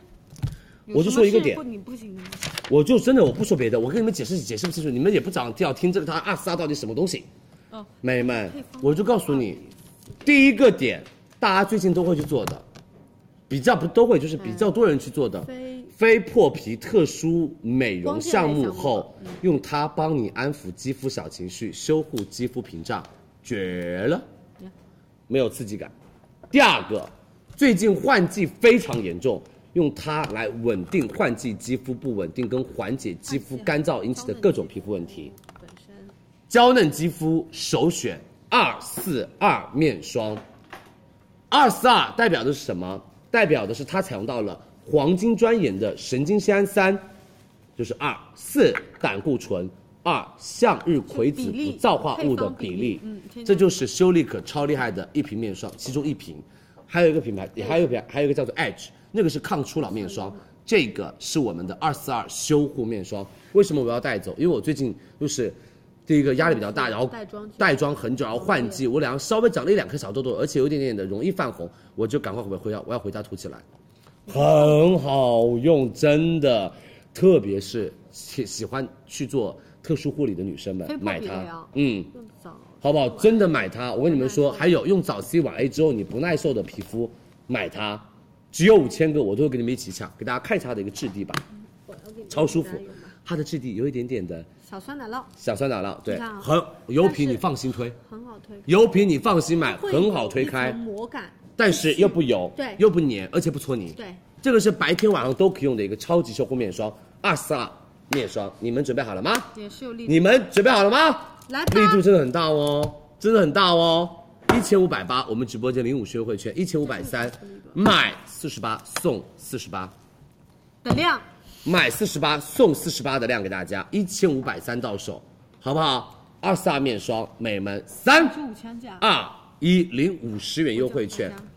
我就说一个点有什么事不你不行的吗？我就真的我不说别的，我跟你们解释解释不清楚，你们也不长要听这个他阿斯拉到底什么东西。嗯美们，我就告诉你，第一个点，大家最近都会去做的，比较不都会，就是比较多人去做的，非非破皮特殊美容项目光后，用它帮你安抚肌肤小情绪，修护肌肤屏障，绝了，没有刺激感。第二个，最近换季非常严重，用它来稳定换季肌肤不稳定跟缓解肌肤干燥引起的各种皮肤问题。娇嫩肌肤首选二四二面霜。二四二代表的是什么？代表的是它采用到了黄金专研的神经酰胺三，就是二四胆固醇。二向日葵就子比例不皂化物的配方比比例例，嗯添加这就是修丽可超厉害的一瓶面霜，其中一瓶，还有一个品牌，还有一个品牌，还有一个叫做 Edge，那个是抗初老面霜，这个是我们的二四二修护面霜。为什么我要带走？因为我最近就是第一个压力比较大，然后带妆带妆很久，然后换季，我脸上稍微长了一两颗小痘痘，而且有一点点的容易泛红，我就赶快回回家，我要回家涂起来。很好用，真的，特别是喜喜欢去做特殊护理的女生们非，破买比类它啊，嗯，用早好不好？真的买它，我跟你们说，还有用早 C 晚 A 之后你不耐受的皮肤，买它，只有五千个，我都会跟你们一起抢，给大家看一下它的一个质地吧，嗯超舒服，它的质地有一点点的小酸奶酪小酸奶酪，对你看，啊很油皮，但是你放心推，很好推，油皮你放心买，会很好有推一层开，膜感，但是又不油，对又不粘，而且不搓泥，对，这个是白天晚上都可以用的一个超级修护面霜，二四二面霜，你们准备好了吗？也是有力度。你们准备好了吗？来 *laughs* 力吧，度真的很大哦，真的很大哦，一千五百八，我们直播间领五十优惠券，一千五百三，买四十八送四十八，的量买四十八送四十八的量给大家，一千五百三到手，好不好？二四二面霜，美们三是五千加。二一领五十元啊优惠券我就回家，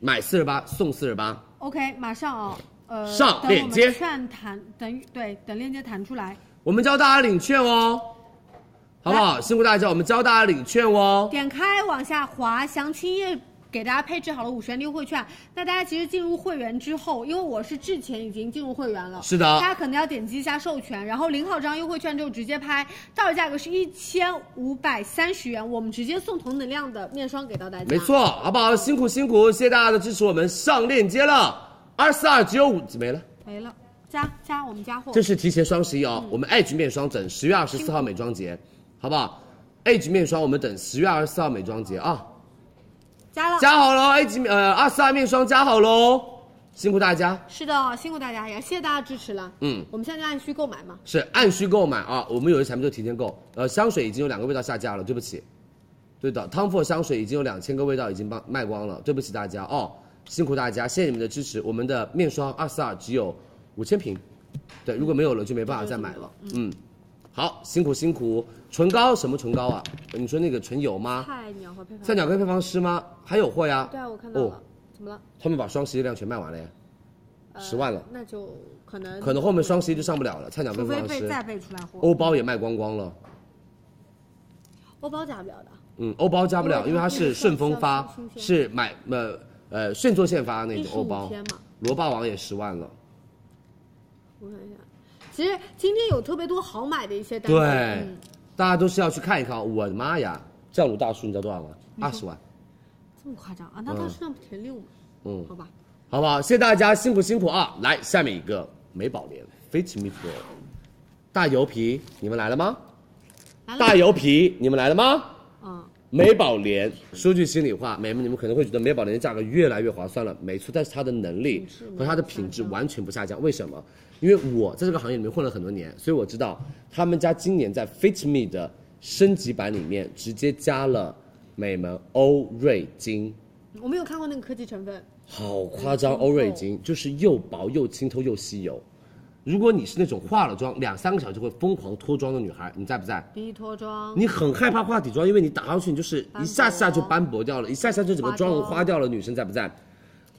买四十八送四十八， OK，马上哦，呃，上等我们链接券弹，等对，等链接弹出来，我们教大家领券哦，好不好？辛苦大家，我们教大家领券哦。点开往下滑，详情页给大家配置好了五十元的优惠券。那大家其实进入会员之后，因为我是之前已经进入会员了，是的大家可能要点击一下授权，然后领好这张优惠券之后直接拍，到手价格是一千五百三十元，我们直接送同等量的面霜给到大家。没，错，好不好？辛苦辛苦，谢谢大家的支持，我们上链接了。二四二只有五没了，没了，加加我们加货这。是提前双十一哦。我们 Edge 面霜等十月二十四号美妆节，好不好？Edge 面霜我们等十月二十四号美妆节啊，加了，加好喽！Edge 呃二四二面霜加好喽，辛苦大家。是的，辛苦大家，也谢谢大家支持了。嗯，我们现在就按需购买嘛，是按需购买啊，我们有些产品就提前购。呃，香水已经有两个味道下架了，对不起。对的，汤佛香水已经有两千个味道已经帮卖光了，对不起大家哦，辛苦大家，谢谢你们的支持。我们的面霜二四二只有五千瓶，对，如果没有了就没办法再买了。嗯，好，辛苦辛苦。唇膏什么唇膏啊？呃你说那个唇油吗？菜鸟和配方。菜鸟跟配方师吗？还有货呀？对啊，我看到了，哦怎么了？呃他们把双十一的量全卖完了呀，十万了，那就可能可能后面双十一就上不了了。菜鸟嗯除跟配非方被师，再被出来货，欧包也卖光光了。欧包加不了的。嗯，欧包加不了，因为它是顺丰发，是买呃呃现做现发那种欧15包天嘛。罗霸王也十万了，我看一下，其实今天有特别多好买的一些单对品，嗯，大家都是要去看一看。我的妈呀，酱乳大叔你知道多少吗？啊二十万，这么夸张啊？那他身上不填六吗？嗯，好吧，好不好？谢谢大家辛苦辛苦啊！来，下面一个美宝莲飞驰蜜多，大油皮，你们来了吗？大油皮，你们来了吗？嗯，美宝莲，说句心里话，美们你们可能会觉得美宝莲的价格越来越划算了，没错，但是它的能力和它的品质完全不下降。为什么？因为我在这个行业里面混了很多年，所以我知道他们家今年在 Fit Me 的升级版里面直接加了美们欧瑞金，我没有看过那个科技成分，好哦夸张！欧瑞金就是又薄又清透又吸油。如果你是那种化了妆两三个小时就会疯狂脱妆的女孩，你在不在？鼻脱妆，你很害怕化底妆，因为你打上去你就是一下下就斑驳掉了，一下下就整个妆容花掉了。女生在不在？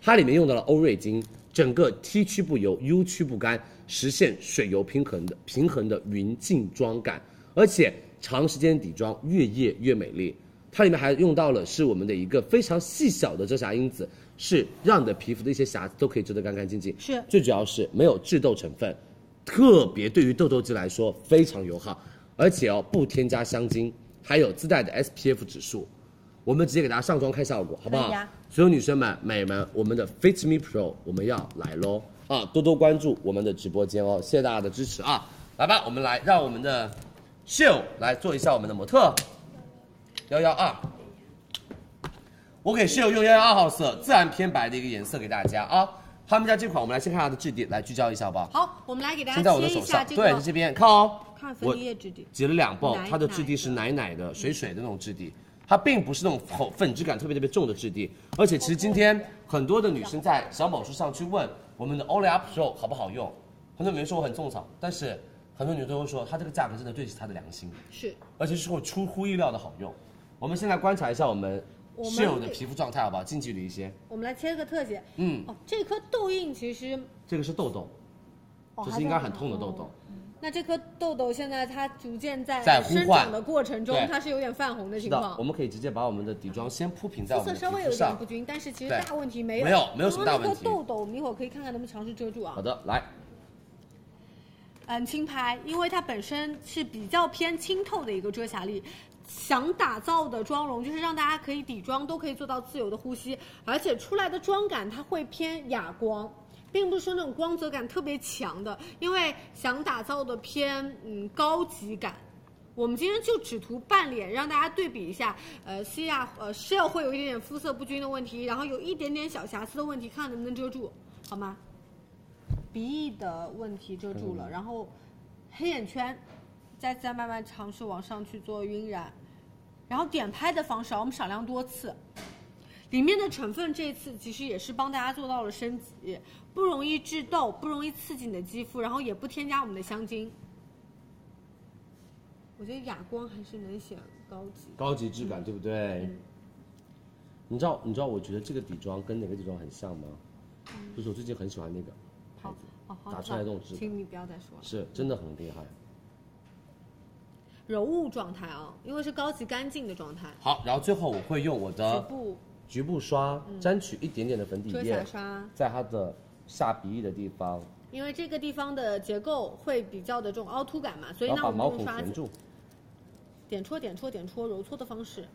它里面用到了欧瑞金，整个 T 区不油，U 区不干，实现水油平衡的平衡的匀净妆感，而且长时间底妆越夜越美丽。它里面还用到了是我们的一个非常细小的遮瑕因子，是让你的皮肤的一些瑕疵都可以遮得干干净净。是最主要是没有致痘成分，特别对于痘痘肌来说非常友好，而且哦不添加香精，还有自带的 SPF 指数。我们直接给大家上妆看效果，好不好可以啊？所有女生们、美们，我们的 Fit Me Pro 我们要来喽啊！多多关注我们的直播间哦，谢谢大家的支持啊！来吧，我们来让我们的秀来做一下我们的模特幺幺二。我给室友用幺幺二号色，自然偏白的一个颜色给大家啊。他们家这款，我们来先看它的质地，来聚焦一下好不好？好，我们来给大先在家我的切手一下上，这对，在个这边看哦。看分我离液质地，挤了两泵奶，它的质地是奶奶的、水水的那种质地，它并不是那种粉粉质感特别特别重的质地。而且其实今天很多的女生在小某书上去问我们的 Olay Pro 好不好用？很多女人说我很种草，但是很多女人都会说，它这个价格真的对得起它的良心，是而且是会出乎意料的好用。我们现在观察一下我们我们室友的皮肤状态，好不好？近距离一些，我们来切个特写。嗯，哦，这颗痘印其实，这个是痘痘，哦、这还是在哦应该很痛的痘痘。那这颗痘痘现在它逐渐在在呼生唤长的过程中对，它是有点泛红的情是的，况我。们可以直接把我们的底妆先铺平在肤我们的色稍皮微有肤一点上不。均，但是其实对大问题没有，没有没有什么大然问后题那颗痘痘，我们一会儿可以看看能不能尝试遮住啊好。的，来，嗯，轻拍，因为它本身是比较偏清透的一个遮瑕力，想打造的妆容就是让大家可以底妆都可以做到自由的呼吸，而且出来的妆感它会偏哑光。并不是说那种光泽感特别强的，因为想打造的偏嗯高级感。我们今天就只涂半脸，让大家对比一下。呃，西亚呃 Shell 会有一点点肤色不均的问题，然后有一点点小瑕疵的问题，看能不能遮住，好吗？鼻翼的问题遮住嗯了，然后黑眼圈再再慢慢尝试往上去做晕染，然后点拍的防晒我们少量多次，里面的成分这次其实也是帮大家做到了升级，不容易致痘，不容易刺激你的肌肤，然后也不添加我们的香精。我觉得哑光还是能显高级。高级质感，对不对？你知道，你知道，我觉得这个底妆跟哪个底妆很像吗？就是我最近很喜欢那个牌子，好好，打嗯出来的这种质感请你不要再说了。是真的很厉害。柔雾状态啊，因为是高级干净的状态，好，然后最后我会用我局的部局部刷沾取一点点的粉底遮瑕液，刷。在它的下鼻翼的地方，因为这个地方的结构会比较的这种凹凸感嘛，所以然那后把我们毛用孔刷填子住。点戳、点戳、点戳，揉搓的方式。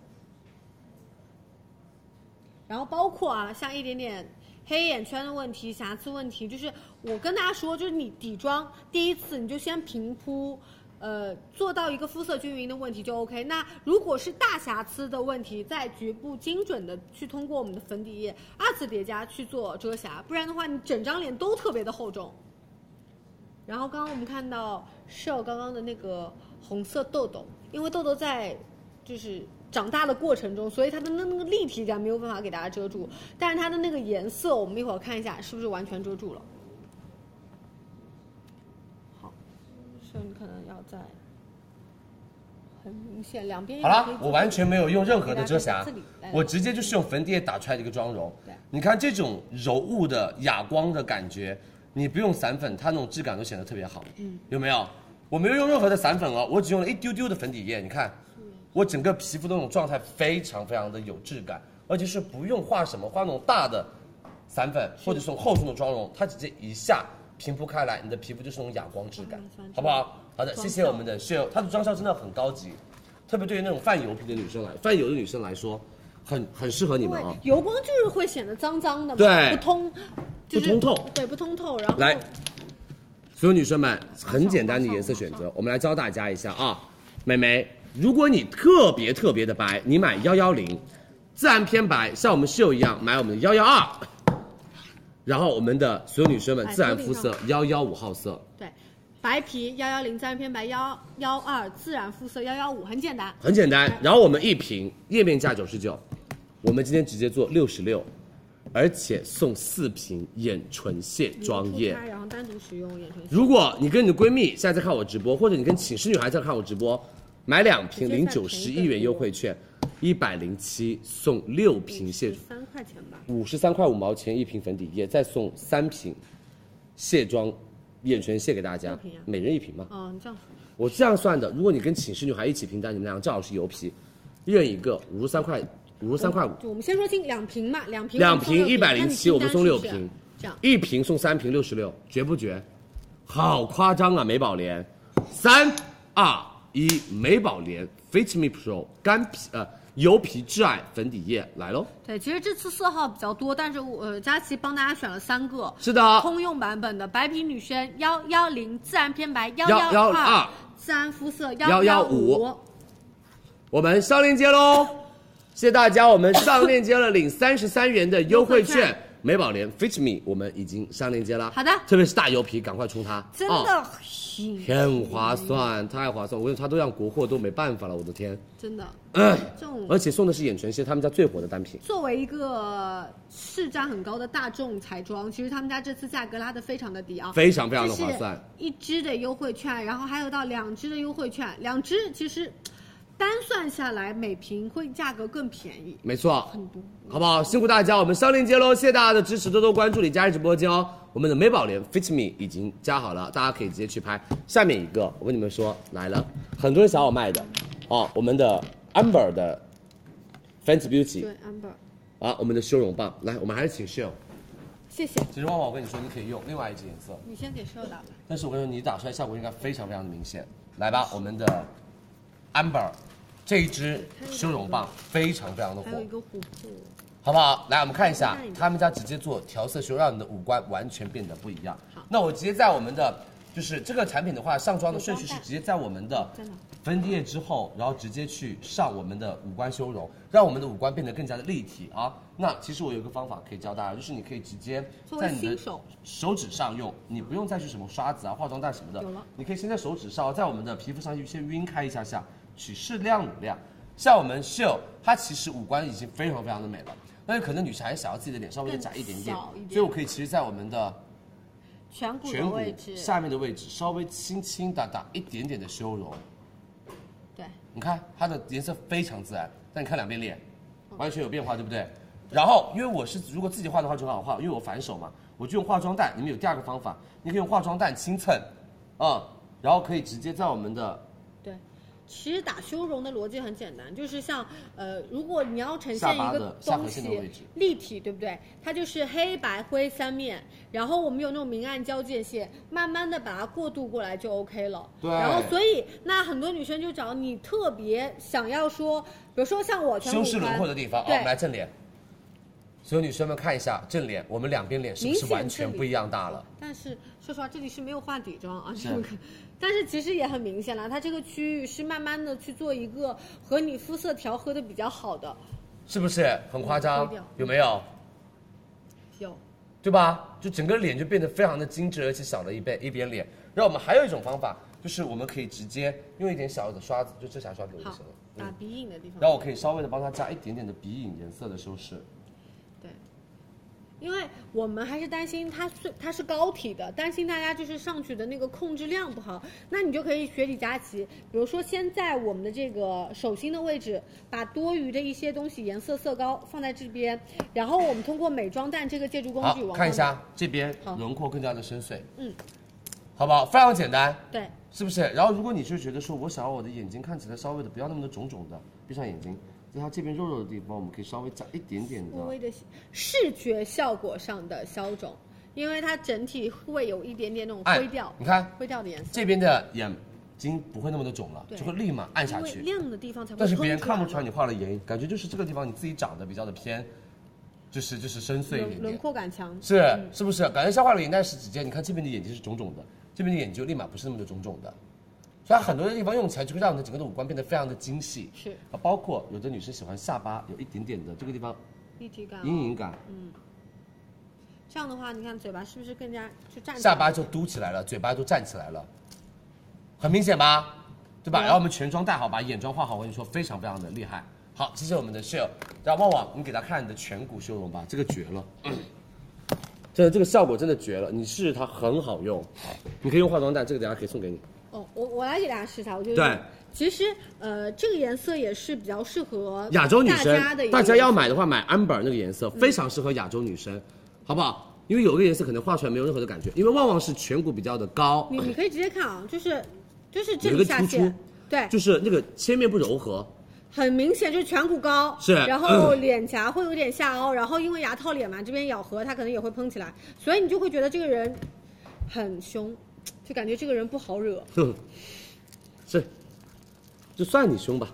然后包括啊，像一点点黑眼圈的问题、瑕疵问题，就是我跟大家说，就是你底妆第一次你就先平铺，呃，做到一个肤色均匀的问题就 OK。那如果是大瑕疵的问题，在局部精准的去通过我们的粉底液二次叠加去做遮瑕，不然的话你整张脸都特别的厚重。然后刚刚我们看到 Shell 刚刚的那个红色痘痘，因为痘痘在就是长大的过程中，所以它的那那个立体感没有办法给大家遮住，但是它的那个颜色，我们一会儿看一下是不是完全遮住了。好，Shell 你可能要在很明显两边好也可以啦，做我完全没有用任何的遮给大家瑕看这里来，我直接就是用粉底液打出来的一个妆容对。你看这种柔雾的哑光的感觉，你不用散粉，它那种质感都显得特别好。嗯，有没有？我没有用任何的散粉哦，我只用了一丢丢的粉底液。你看，我整个皮肤的那种状态非常非常的有质感，而且是不用画什么画那种大的散粉，或者是那种厚重的妆容，它直接一下平铺开来，你的皮肤就是哦那种哑光质感慢慢翻，好不好？好的，谢谢我们的 s h e l 她的妆效真的很高级，特别对于那种泛油皮的女生来，泛油的女生来说，很很适合你们啊对。油光就是会显得脏脏的嘛，对不通，就是、不通透，对，不通透。然后来，所有女生们，很简单的颜色选择，我们来教大家一下啊，美眉，如果你特别特别的白，你买幺幺零，自然偏白，像我们室友一样买我们的幺幺二，然后我们的所有女生们哎自然肤色幺幺五号色，对，白皮幺幺零自然偏白幺幺二自然肤色幺幺五，很简单。很简单。然后我们一瓶页面价九十九，我们今天直接做六十六，而且送四瓶眼唇卸妆出液差。然后单独使用眼唇线。如果你跟你的闺蜜现在在看我直播，或者你跟寝室女孩在看我直播，买两瓶直接领再九乘十一个一元多优惠券，一百零七送六瓶卸三块钱吧，五十三块五毛钱一瓶粉底液，再送三瓶卸妆眼唇卸给大家六瓶啊，每人一瓶嘛。哦，你这样说，我这样算的，如果你跟寝室女孩一起拼单，你们俩正好是油皮，一人一个五十三块五十三块五，就我们先说清两瓶嘛，两瓶两我们送瓶107六那你清单我们送六瓶是不是这样一瓶送三瓶六十六，绝不绝？好夸张啊，美宝莲！三二一，美宝莲 Fit Me Pro 干皮呃油皮挚爱粉底液来喽！对，其实这次色号比较多，但是我呃佳琪帮大家选了三个，是啊的，通用版本的白皮女生幺幺零自然偏白幺112二自然肤色115幺五，我们上链接喽！谢谢大家，我们上链接了，领三十三元的优惠优惠券券，美宝莲 Fit Me 我们已经上链接了。好的特别是大油皮，赶快冲它，真啊的很很划算，太划算！我跟你说，它都让国货都没办法了，我的天！真的，哎这种而且送的是眼唇线，他们家最火的单品。作为一个市占很高的大众彩妆，其实他们家这次价格拉得非常的低啊，非常非常的划算。一支的优惠券，然后还有到两支的优惠券，两支其实单算下来每瓶会价格更便宜。嗯没错，好不好？辛苦大家，我们上链接喽，谢谢大家的支持，多多关注李佳琦直播间哦。我们的美宝莲 Fit Me 已经加好了，大家可以直接去拍。下面一个，我跟你们说来了，很多人想要卖的哦，我们的 Amber 的 Fenty Beauty 对，amber，啊，我们的修容棒，来，我们还是请 Shell。谢谢，其实旺旺，我跟你说，你可以用另外一支颜色，你先给收打吧。但是我跟你说，你打出来效果应该非常非常的明显。来吧，我们的 Amber 这一支修容棒非常非常的火还，有一个琥珀，好不好？来，我们看一下，他们家直接做调色修，让你的五官完全变得不一样。那我直接在我们的就是这个产品的话，上妆的顺序是直接在我们的粉底液之后，然后直接去上我们的五官修容，让我们的五官变得更加的立体啊。那其实我有一个方法可以教大家，就是你可以直接作为在你新的手手指上用，你不用再去什么刷子啊、化妆蛋什么的，你可以先在手指上，在我们的皮肤上先晕开一下下，取适量乳量。像我们秀，它其实五官已经非常非常的美了，但是可能女孩子想要自己的脸稍微再窄一点点，更小一点所以我可以其实，在我们的颧骨的颧位骨置，下面的位置稍微轻轻打打一点点的修容。对，你看它的颜色非常自然，但你看两边脸，完全有变化，对不对？然后因为我是如果自己画的话就很好画，因为我反手嘛，我就用化妆蛋。你们有第二个方法，你可以用化妆蛋轻蹭，嗯，然后可以直接在我们的对，其实打修容的逻辑很简单，就是像呃，如果你要呈下现巴一的个下颌东线西的位置立体，对不对？它就是黑白灰三面，然后我们有那种明暗交界线，慢慢的把它过渡过来就 OK 了。对然后所以那很多女生就找你特别想要说，比如说像我颧骨修饰轮廓的地方啊，我对们来正脸。所有女生们看一下正脸，我们两边脸是不明是显完全这里不一样大了？但是说实话，这里是没有化底妆啊，是这个，但是其实也很明显了，它这个区域是慢慢的去做一个和你肤色调和的比较好的，是不是很夸张嗯会掉？有没有？有对吧？就整个脸就变得非常的精致，而且小了一倍一边脸。然后我们还有一种方法，就是我们可以直接用一点小的刷子，就这小刷子我就好行了。打鼻影的地方。然后我可以稍微的帮它加一点点的鼻影颜色的修饰。因为我们还是担心它是它是膏体的，担心大家就是上去的那个控制量不好，那你就可以学李佳琦，比如说先在我们的这个手心的位置，把多余的一些东西颜色色膏放在这边，然后我们通过美妆蛋这个借助工好具往，看一上面，下这边好轮廓更加的深邃，嗯，好不好？非常简单，对，是不是？然后如果你就觉得说我想要我的眼睛看起来稍微的不要那么的肿肿的，闭上眼睛，在它这边肉肉的地方，我们可以稍微加一点点的微微的视觉效果上的消肿，因为它整体会有一点点那种暗灰调，你看灰调的颜色，这边的眼睛不会那么的肿了，对就会立马暗下因为去。亮的地方才会但是别人喷出来看不出来你画了眼影，感觉就是这个地方你自己长得比较的偏，就是就是深邃一轮点轮点，廓感嗯强，是是不是？感觉像画了眼袋十几间，你看这边的眼睛是肿肿的，这边的眼睛就立马不是那么的肿肿的，所以它很多的地方用起来就会让你的整个的五官变得非常的精细，是啊，包括有的女生喜欢下巴有一点点的这个地哦方立体感、哦阴影感，这样的话，你看嘴巴是不是更加就站起来下巴就嘟起来了，嘴巴就站起来了，很明显吧？对啊吧？然后我们全妆戴好，把眼妆画好，我跟你说，非常非常的厉害。好，谢谢我们的 s h e l 然后旺旺，你给他看你的颧骨修容吧，这个绝了，真的 *coughs* 这个效果真的绝了，你试试它很好用，你可以用化妆蛋，这个等下可以送给你。哦，我我来给大家试一下，我觉得对，其实呃这个颜色也是比较适合亚洲女生呃大家的一，个大家要买的话买 amber 那个颜色，非常适合亚洲女生，好不好？因为有一个颜色可能画出来没有任何的感觉，因为旺旺是颧骨比较的高，你你可以直接看啊，就是就是这有一个里下突线出，对，就是那个切面不柔和，很明显就是颧骨高，是然后脸颊会有点下凹，然后因为牙套脸嘛，这边咬合它可能也会嘭起来，所以你就会觉得这个人很凶，就感觉这个人不好惹。哼， *laughs* 是，就算你凶吧。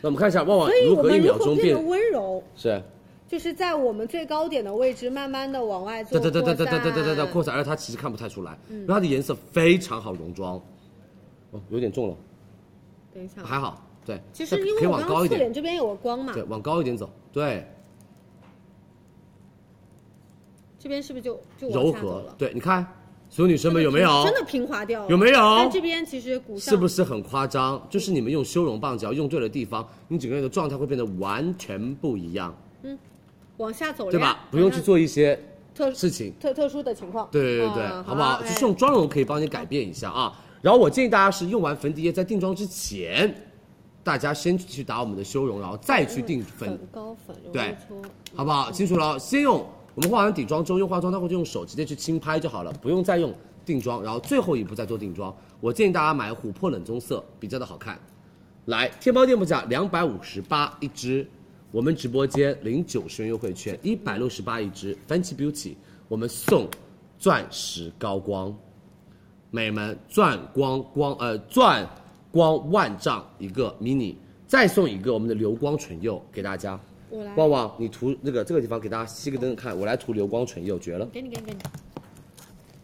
那我们看一下旺旺所以哦如我何们一如秒何钟变变得温柔，是，就是在我们最高点的位置，慢慢的往外做哒哒哒扩哒散。哒哒哒哒哒嗯哒扩散，而且它其实看不太出来，因为它的颜色非常好溶妆。哦，有点重了，等一下啊，还好，对，其实但因可以为我往刚高刚一侧点脸，这边有个光嘛对，，往高一点走，对，这边是不是就就往柔下走和了，？对，你看，所有女生们有没有？真的平滑掉了？有没有但这边其实骨上是不是很夸张？嗯就是你们用修容棒，只要用对了地方，你整个人的状态会变得完全不一样，往下走了呀？对吧？不用去做一些特事情。特特殊的情况。对对对，嗯好不好？哎就是用妆容可以帮你改变一下啊。然后我建议大家是用完粉底液，在定妆之前，大家先去打我们的修容，然后再去定粉粉膏粉容易对搓，好不好？清楚了，先用我们化完底妆之后用化妆，它或者用手直接去轻拍就好了，不用再用定妆。然后最后一步再做定妆，我建议大家买琥珀冷棕色比较的好看。来，天猫店铺价两百五十八一支，我们直播间领九十元优惠券，一百六十八一支。Fenty Beauty，我们送钻石高光，美们钻光光呃钻光万丈一个 mini，再送一个我们的流光唇釉给大家。我来，旺旺，你涂那个这个地方给大家熄个灯看，我来涂流光唇釉，绝了！嗯给你给你给你，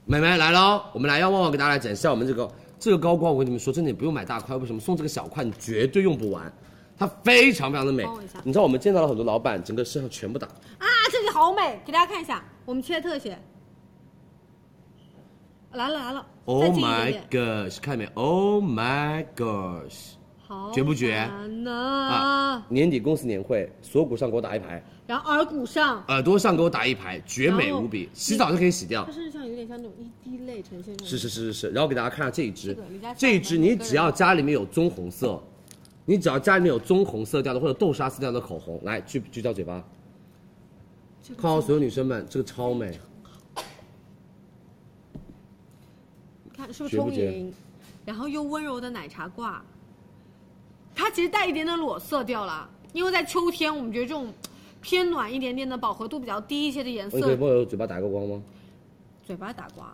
美眉来喽，我们来让旺旺给大家来展示一下我们这个这个高光。我跟你们说，真的你不用买大块，为什么送这个小块，你绝对用不完，它非常非常的美帮我一下。你知道我们见到了很多老板，整个身上全部打，啊，这里好美，给大家看一下，我们切特写。来了来了 Oh 再近一点 my 点， gosh，看到没有？Oh my gosh，好绝不绝烦呐、啊年底公司年会，锁骨上给我打一排，然后耳骨上，耳朵上给我打一排，绝美然后无比，洗澡就可以洗掉它。身上有点像那种一滴泪呈现那种。是是是是是，然后给大家看下这一支嗯这个李佳琦，这一支你只要家里面有棕红色，你只要家里面有棕红色调的或者豆沙色调的口红，来聚聚焦嘴巴，看好所有女生们，这个超美，你看是不是绝不丰绝盈？然后又温柔的奶茶挂，它其实带一点点裸色调啦，因为在秋天，我们觉得这种偏暖一点点的、饱和度比较低一些的颜你可以色，帮我嘴巴打个光吗？嘴巴打挂，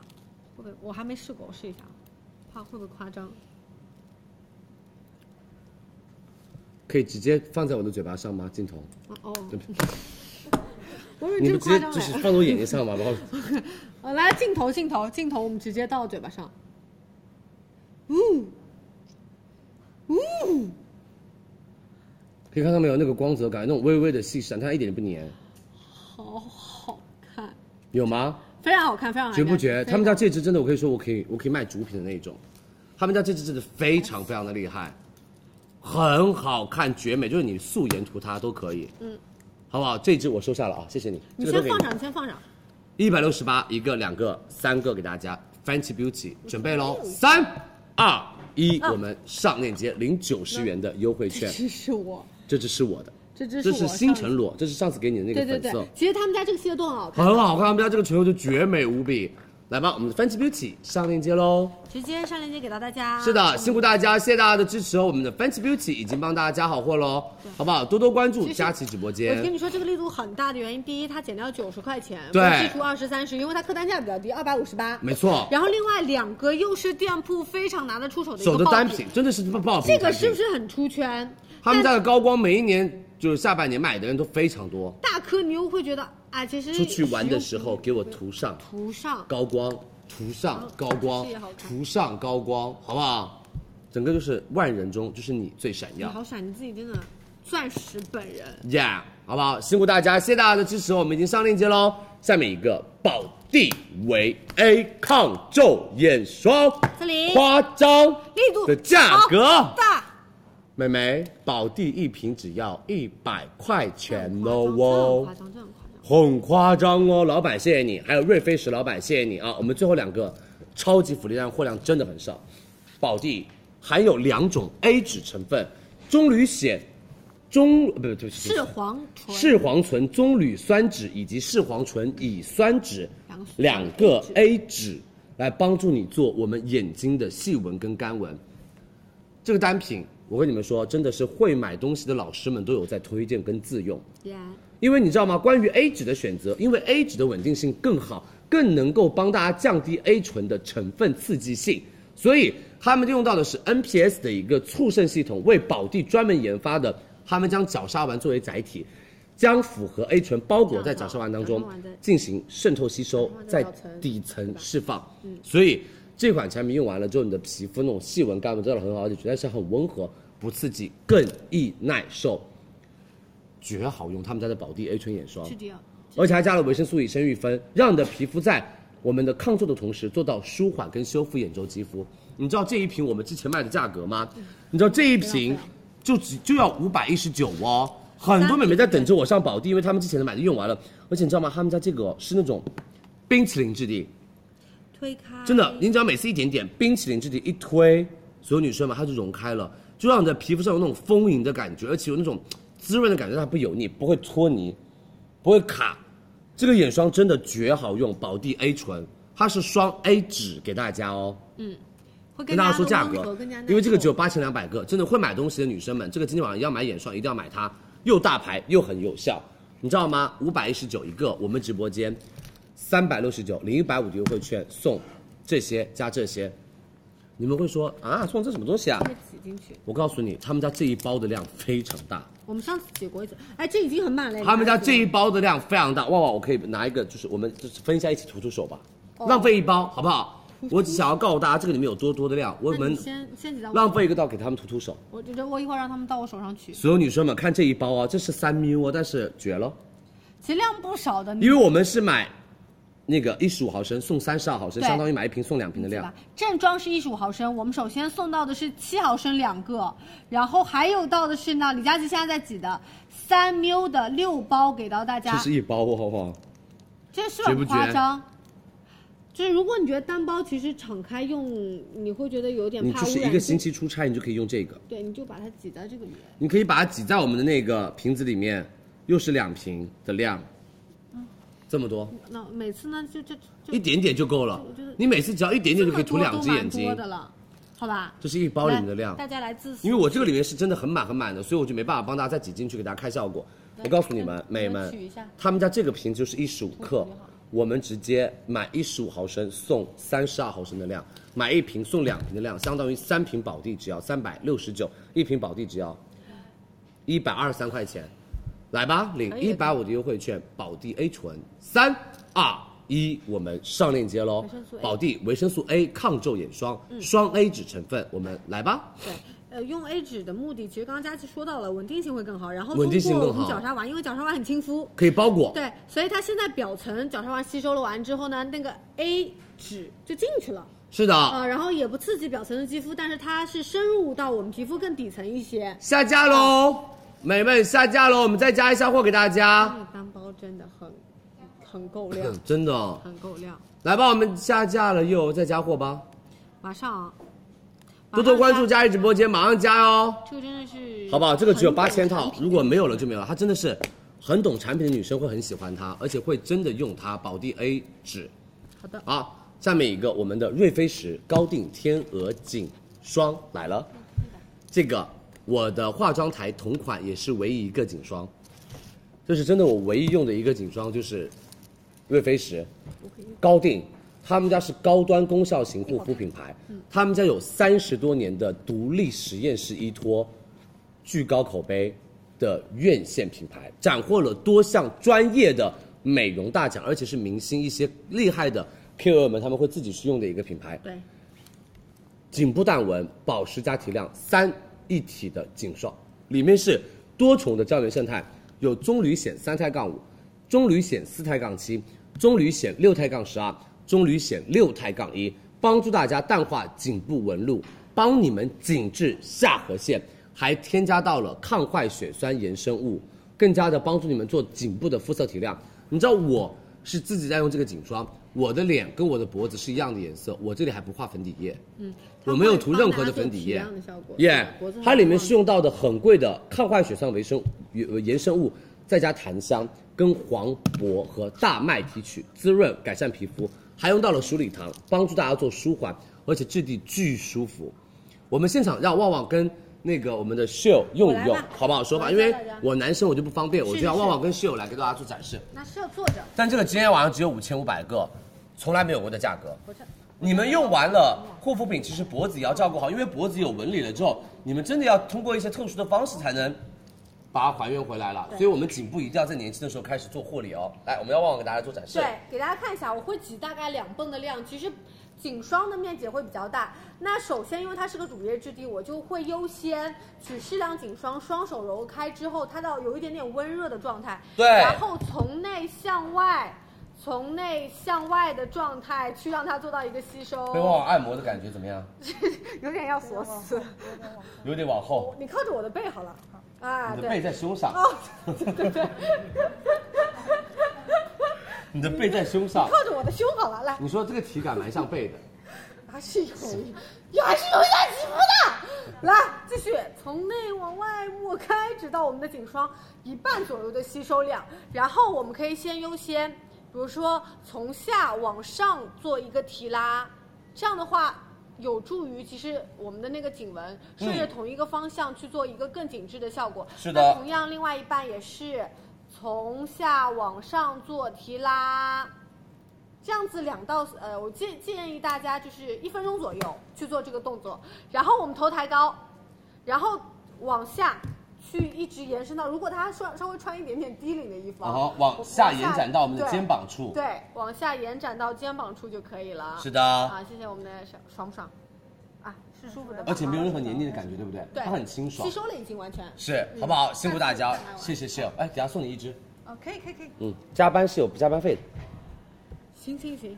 会不会？我还没试过，我试一下，怕会不会夸张？可以直接放在我的嘴巴上吗？镜头，哦哦对，我以为你真们直接夸张就是哎！放到我眼睛上 *laughs* 吧，然后呃，来镜头镜头镜头，我们直接到嘴巴上。嗯，可以看到没有那个光泽感，那种微微的细闪，它一点也不粘，好好看，有吗？非常好看，非常好看。绝不绝？啊非他们家常这支真的，我可以说我可以我可以卖主品的那种，他们家这支真的非常非常的厉害，很好看，绝美，就是你素颜涂它都可以，嗯，好不好？这支我收下了啊，谢谢你，你这个先都给放你，上，你先放上。一百六十八一个、两个、三个给大家，Fenty Beauty 准备喽，三二一，啊我们上链接领九十元的优惠券，这是我， *laughs* 这支是我的，嗯这只这我是上星辰裸，这是上次给你的那个对对粉色，对，其实他们家这个系列都很好看，很好看，他们家这个唇釉就绝美无比。来吧，我们的 Fenty Beauty 上链接喽。直接上链接给到大家。是的，辛苦大家，谢谢大家的支持哦。我们的 Fenty Beauty 已经帮大家加好货喽，好不好？多多关注其实佳琦直播我跟间。你说，这个力度很大的原因，第一，它减掉九十块钱，对我基础二十三十，因为它客单价比较低，二百五十八。没错，然后另外两个又是店铺非常拿得出手的一手个的爆单品，真的是爆爆品这产品。个是不是很出圈？他们家的高光每一年就是下半年买的人都非常多。大颗你又会觉得啊，其实出去玩的时候给我涂上涂上，高光，涂上高光这也好，看涂上高光，好不好？整个就是万人中就是你最闪你耀。好闪，你自己真的钻石本人。呀、好不好？辛苦大家，谢谢大家的支持，我们已经上链接喽。下面一个宝地维 A 抗皱眼霜，这里夸张力度的价格好，大，美眉，宝地一瓶只要一百块钱这哦很哦夸张，这很夸，张，这很夸张。很夸张哦，老板谢谢你，还有瑞飞石老板谢谢你啊，我们最后两个超级福利但货量真的很少，宝地含有两种 A 酯成分，棕榈酰。棕呃不对不起，是黄醇，视黄醇棕榈酸酯以及视黄醇乙酸酯两两个 A 酯来帮助你做我们眼睛的细纹跟干纹。这个单品，我跟你们说，真的是会买东西的老师们都有在推荐跟自用。 Yeah 因为你知道吗？关于 A 酯的选择，因为 A 酯的稳定性更好，更能够帮大家降低 A 醇的成分刺激性，所以他们用到的是 NPS 的一个促渗系统，为宝地专门研发的。他们将角鲨烷作为载体，将复合 A 醇包裹在角鲨烷当中角鲨烷的，进行渗透吸收，在角鲨烷的嗯表层底层释放。所以这款产品用完了之后，你的皮肤那种细纹干纹真的很好，而且但是很温和，不刺激，更易耐受。绝好用，他们家的宝地 A 醇眼霜是这样。而且还加了维生素 E 生育酚，让你的皮肤在我们的抗皱的同时做到舒缓跟修复眼周肌肤。你知道这一瓶我们之前卖的价格吗？嗯你知道这一瓶就只就要五百一十九哦。很多美眉在等着我上宝地，因为他们之前的买的用完了，而且你知道吗？他们家这个哦是那种冰淇淋质地，推开，真的，你只要每次一点点冰淇淋质地一推，所有女生嘛，它就融开了，就让你的皮肤上有那种丰盈的感觉，而且有那种滋润的感觉，它不油腻，不会搓泥，不会卡。这个眼霜真的绝好用，宝地 A 醇，它是双 A 酯给大家哦。会跟跟大家家说价更温格和更加耐，因为这个只有受八千两百个，真的会买东西的女生们，这个今天晚上要买眼霜一定要买它，又大牌又很有效，你知道吗？五百一十九一个，我们直播间三百六十九领一百五的优惠券送这些加这些，你们会说啊送这什么东西啊？会挤进去。我告诉你，他们家这一包的量非常大，我们上次挤过一次，哎，这已经很满了。他们家你拿这起一包的量非常大，旺旺，我可以拿一个，就是我们就是分一下一起涂涂手吧，哦浪费一包好不 *laughs* 好？我只想要告诉大家，这个里面有多多的量，我来，那们你先先挤到我浪费一个道给他们涂涂手。我这我一会儿让他们到我手上取，所有女生们看这一包啊，这是三咪哦，但是绝了，其实量不少的，你因为我们是买那个一十五毫升送三十二毫升，对相当于买一瓶送两瓶的对量吧。？正装是一十五毫升，我们首先送到的是七毫升两个，然后还有到的是呢，李佳琦现在在挤的三 ml 的六包给到大家这，是一包哦，好不好？这是绝不很绝夸张。就是如果你觉得单包其实敞开用，你会觉得有点你怕就污染，是一个星期出差，你就可以用这个，对，你就把它挤在这个里面。你可以把它挤在我们的那个瓶子里面，又是两瓶的量，这么多，那每次呢，就这就一点点就够了嗯我觉得。你每次只要一点点就可以涂两只眼这么多睛都蛮多，的了，好吧？这是一包里面的量来。大家来自私，因为我这个里面是真的很满很满的，所以我就没办法帮大家再挤进去给大家看效果。我告诉你们，美我们取一下，他们家这个瓶就是一十五克，我们直接买一十五毫升送三十二毫升的量，买一瓶送两瓶的量，相当于三瓶宝地只要三百六十九，一瓶宝地只要一百二十三块钱。来吧，领一百五的优惠券，宝地 A 醇，三二一，我们上链接喽维生素！A 嗯宝地维生素 A 抗皱眼霜，双 A 酯成分，我们来吧。对，呃，用 A 酯的目的，其实刚刚佳琪说到了，稳定性会更好，然后稳定性通过更我们好角鲨烷，因为角鲨烷很亲肤，可以包裹，对，所以它现在表层角鲨烷吸收了完之后呢，那个 A 酯就进去了是的，啊、然后也不刺激表层的肌肤，但是它是深入到我们皮肤更底层一些。下架喽，美们下架喽，我们再加一下货给大家这。个单包真的很很够量，真的哦，很够量，来吧，我们下架了又再加货吧，马上啊，马多多上关注加，佳怡直播间，马上加哦，这个真的是好不好？这个只有很懂八千产套，品如果没有了就没有了。它真的是很懂产品的女生会很喜欢它，而且会真的用它。宝地 A 酯，好的，好，下面一个我们的瑞菲石高定天鹅颈霜来了，嗯这个我的化妆台同款也是唯一一个颈霜，这是真的我唯一用的一个颈霜就是瑞菲石高定，他们家是高端功效型护肤品牌，他们家有三十多年的独立实验室依托，巨高口碑的院线品牌，斩获了多项专业的美容大奖，而且是明星一些厉害的 KOL 们他们会自己去用的一个品牌。对，颈部淡纹、保湿加提亮三一体的颈霜，里面是多重的胶原胜肽，有棕榈酰三肽杠五、棕榈酰四肽杠七、棕榈酰六肽杠十二、棕榈酰六肽杠一，帮助大家淡化颈部纹路，帮你们紧致下颌线，还添加到了抗坏血酸衍生物，更加的帮助你们做颈部的肤色提亮。你知道我是自己在用这个颈霜，我的脸跟我的脖子是一样的颜色，我这里还不画粉底液。我没有涂任何的粉底液它会帮大家做提亮的效果，耶对脖子上它里面放是用到的很贵的抗坏血酸维生呃衍生物，再加檀香跟黄柏和大麦提取，滋润改善皮肤，还用到了鼠李糖，帮助大家做舒缓，而且质地巨舒服。我们现场让旺旺跟那个我们的秀用一我用来吧，好不好说法？我因来教为大家我男生我就不方便，我是就让是旺旺跟秀来给大家做展示。那是要坐着，但这个今天晚上只有五千五百个，从来没有过的价格。不是。你们用完了护肤品，其实脖子也要照顾好，因为脖子有纹理了之后，你们真的要通过一些特殊的方式才能把它还原回来了。所以我们颈部一定要在年轻的时候开始做护理哦。来，我们要旺旺给大家做展示。对，给大家看一下，我会挤大概两泵的量，其实。颈霜的面积也会比较大。那首先，因为它是个乳液质地，我就会优先取适量颈霜，双手揉开之后，它到有一点点温热的状态，对然后从内向外。从内向外的状态去让它做到一个吸收，被旺旺按摩的感觉怎么样？ *laughs* 有点要锁死。有点往后，你靠着我的背好了，啊，你对的，背在胸上，哦，对对对， *laughs* 你的背在胸上。靠着我的胸好了，来，你说这个体感蛮像背的，还是有一，有还是有一点起伏的。来，继续从内往外抹开，直到我们的颈霜一半左右的吸收量，然后我们可以先优先，比如说从下往上做一个提拉，这样的话。有助于，其实我们的那个颈纹顺着同一个方向去做一个更紧致的效果。是的那同样，另外一半也是从下往上做提拉。这样子两到呃，我建建议大家就是一分钟左右去做这个动作，然后我们头抬高，然后往下去一直延伸到，如果他稍稍微穿一点点低领的衣服啊，然后哦往下延展到我们的对肩膀处。对，往下延展到肩膀处就可以了。是的，啊，谢谢我们的爽爽不爽？啊，是舒服的吧，而且没有任何黏腻的感觉，对不对？对，它呃很清爽吸，收了已经完全。是，好不好？辛苦大家，谢谢 Shell。哎，等下送你一支。哦，可以可以可以，嗯，加班是有加班费的。行行行，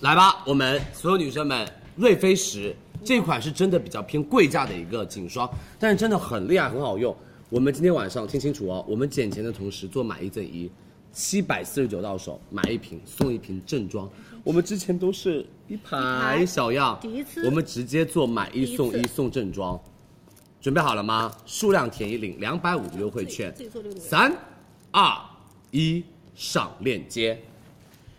来吧，我们所有女生们，瑞菲石这款是真的比较偏贵价的一个颈霜，但是真的很厉害，很好用。我们今天晚上听清楚哦，我们减钱的同时做买一赠一，七百四十九到手，买一瓶送一瓶正装。我们之前都是一排小样，第一次我们直接做买一送一送正装。准备好了吗？数量填一领两百五的优惠券自己做这个，努力三、二、一，上链接，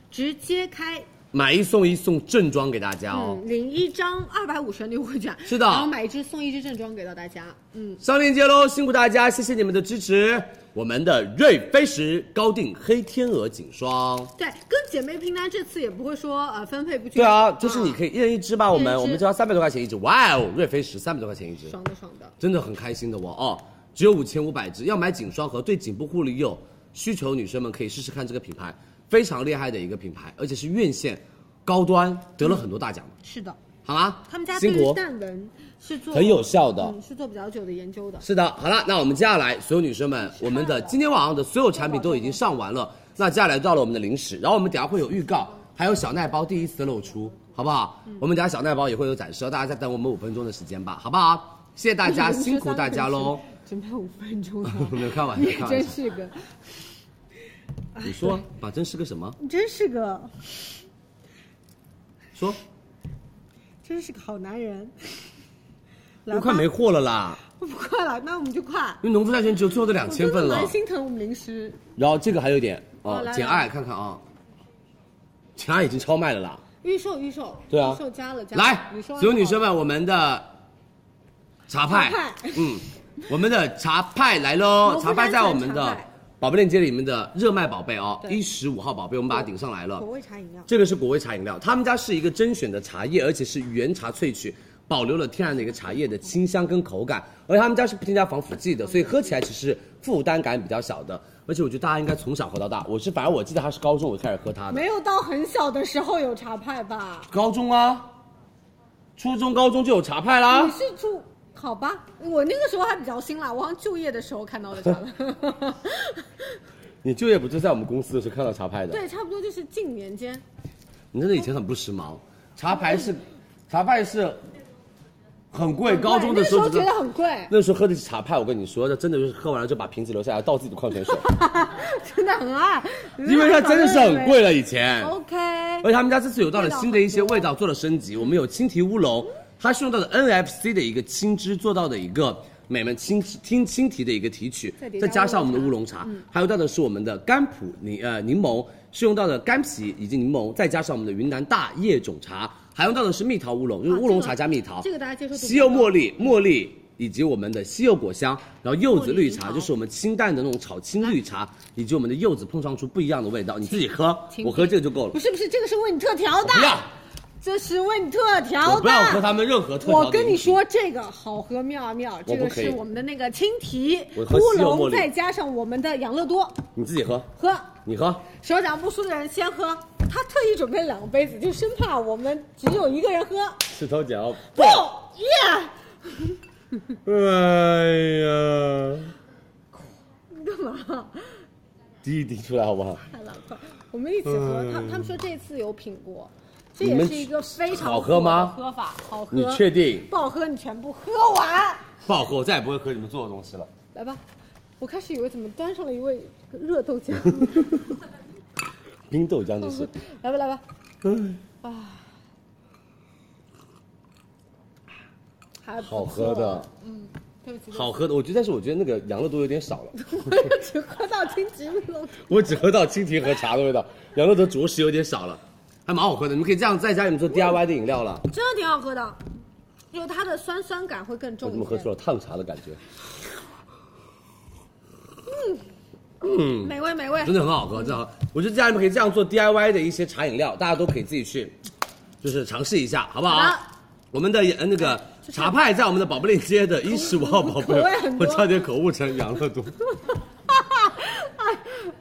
直接开买一送一送正装给大家哦。嗯，领一张二百五十元的优惠券，是的然后买一支送一支正装给到大家。嗯，上链接喽，辛苦大家，谢谢你们的支持。我们的瑞菲石高定黑天鹅颈霜，对，跟姐妹拼单这次也不会说呃分配不均。对啊，就是你可以一人一支吧，我一人们一支我们就要三百多块钱一支，哇哦，瑞菲石三百多块钱一支，嗯爽的爽的。真的很开心的我哦，只有五千五百支，要买颈霜和对颈部护理有需求，女生们可以试试看这个品牌，非常厉害的一个品牌，而且是院线高端，得了很多大奖，是的，好吗？他们家对辛于苦，哦淡纹是做很有效的。嗯，是做比较久的研究的。是的，好了，那我们接下来所有女生们，我们的今天晚上的所有产品都已经上完了，那接下来到了我们的零食，然后我们等一下会有预告，还有小奈包第一次的露出，好不好？嗯我们等一下小奈包也会有展示，大家再等我们五分钟的时间吧，好不好？谢谢大 *laughs* 家，辛苦大家喽！准备五分钟了， *laughs* 没有开玩你笑，也开玩真笑，是个，你说把真是个什么？你真是个，说真是个好男人。来又吧快，没货了啦，不快了，那我们就快。因为农夫山泉只有最后的两千份我真的了蛮。心疼我们零食。然后这个还有一点哦哦来，简爱看看啊，简爱已经超卖了啦。预售预售，对啊预售加了加了来预售，按所有好女生们，我们的茶派，茶派 *laughs* 嗯，我们的茶派来喽农！夫茶派山在我泉们茶的派宝贝链接里面的热卖宝贝哦，对一十五号宝贝，我们把它顶上来了口。味茶饮料，这个是果味茶饮料，他们家是一个甄选的茶叶，而且是原茶萃取，保留了天然的一个茶叶的清香跟口感，而且他们家是不添加防腐剂的，所以喝起来其实负担感比较小的。而且我觉得大家应该从小喝到大，我是反正我记得他是高中我就开始喝它的，没有到很小的时候有茶派吧？高中啊，初中高中就有茶派啦。你是住好吧？我那个时候还比较新啦，我好像就业的时候看到的茶 *laughs* 了。你就业不就在我们公司的时候看到茶牌的？对，差不多就是近年间。你真的以前很不时髦。茶牌是，茶派是很贵，高中的时候那时候觉得很 *laughs* 贵，那时候喝的是茶派，我跟你说，那真的就是喝完了就把瓶子留下来倒自己的矿 *laughs* 泉水，啊真的很爱，因为它真的是很。贵了以前。 OK，而且他们家这次有到了新的一些味道做了升级，我们有青提乌龙，它是用到的 NFC 的一个青汁做到的一个美们青青青提的一个提取再叠，加再加上我们的乌龙茶，嗯还有到的是我们的甘普柠呃柠檬，是用到的甘皮以及柠檬，再加上我们的云南大叶种茶，还用到的是蜜桃乌龙，就是乌龙茶加蜜桃，啊这个大家接受度比较高西柚茉莉茉莉。以及我们的西柚果香，然后柚子绿茉莉茶柠檬就是我们清淡的那种炒青绿茶，嗯以及我们的柚子碰撞出不一样的味道。你自己喝，我喝这个就够了不。是不是，这个是为你特调的不，要，这是为你特调我不要喝的。他们任何特调的饮品我跟你，说，这个好喝妙啊妙，这我个不可以是我们的那个青提我喝乌西柚茉龙，莉再加上我们的养乐多你自己喝。喝。你喝，手脚不舒的人先喝。他特意准备两个杯子，就生怕我们只有一个人喝。石头剪刀不，耶！哎呀，你干嘛？滴一滴出来好不好？太难快，我们一起喝。他他们说这次有品过，嗯这你也们是一个非常好喝吗火的喝法好喝。你确定？不好喝，你全部喝完。不好喝，我再也不会喝你们做的东西了。来吧，我开始以为怎么端上了一位热 *laughs* 豆浆。冰豆浆就是，来吧，来吧，还不好喝的，对不起，好喝的。我觉得，但是我觉得那个羊肉都有点少了，我也只喝到金桔绿豆。我只喝到蜻蜓和茶的味道，羊肉的着实有点少了，还蛮好喝的。你们可以这样在家里面做 DIY 的饮料了。真的挺好喝的，有它的酸酸感会更重我一怎点。么喝出了烫茶的感觉？美味美 *laughs* 味 *laughs* 真，的很好喝，真的很好。我觉得家里面可以这样做 DIY 的一些茶饮料，大家都可以自己去，就是尝试一下，好不好？好的哎我们的呃那个茶派在我们的宝贝链接的一十五号宝口贝味很，我多差点口误成羊乐多。哎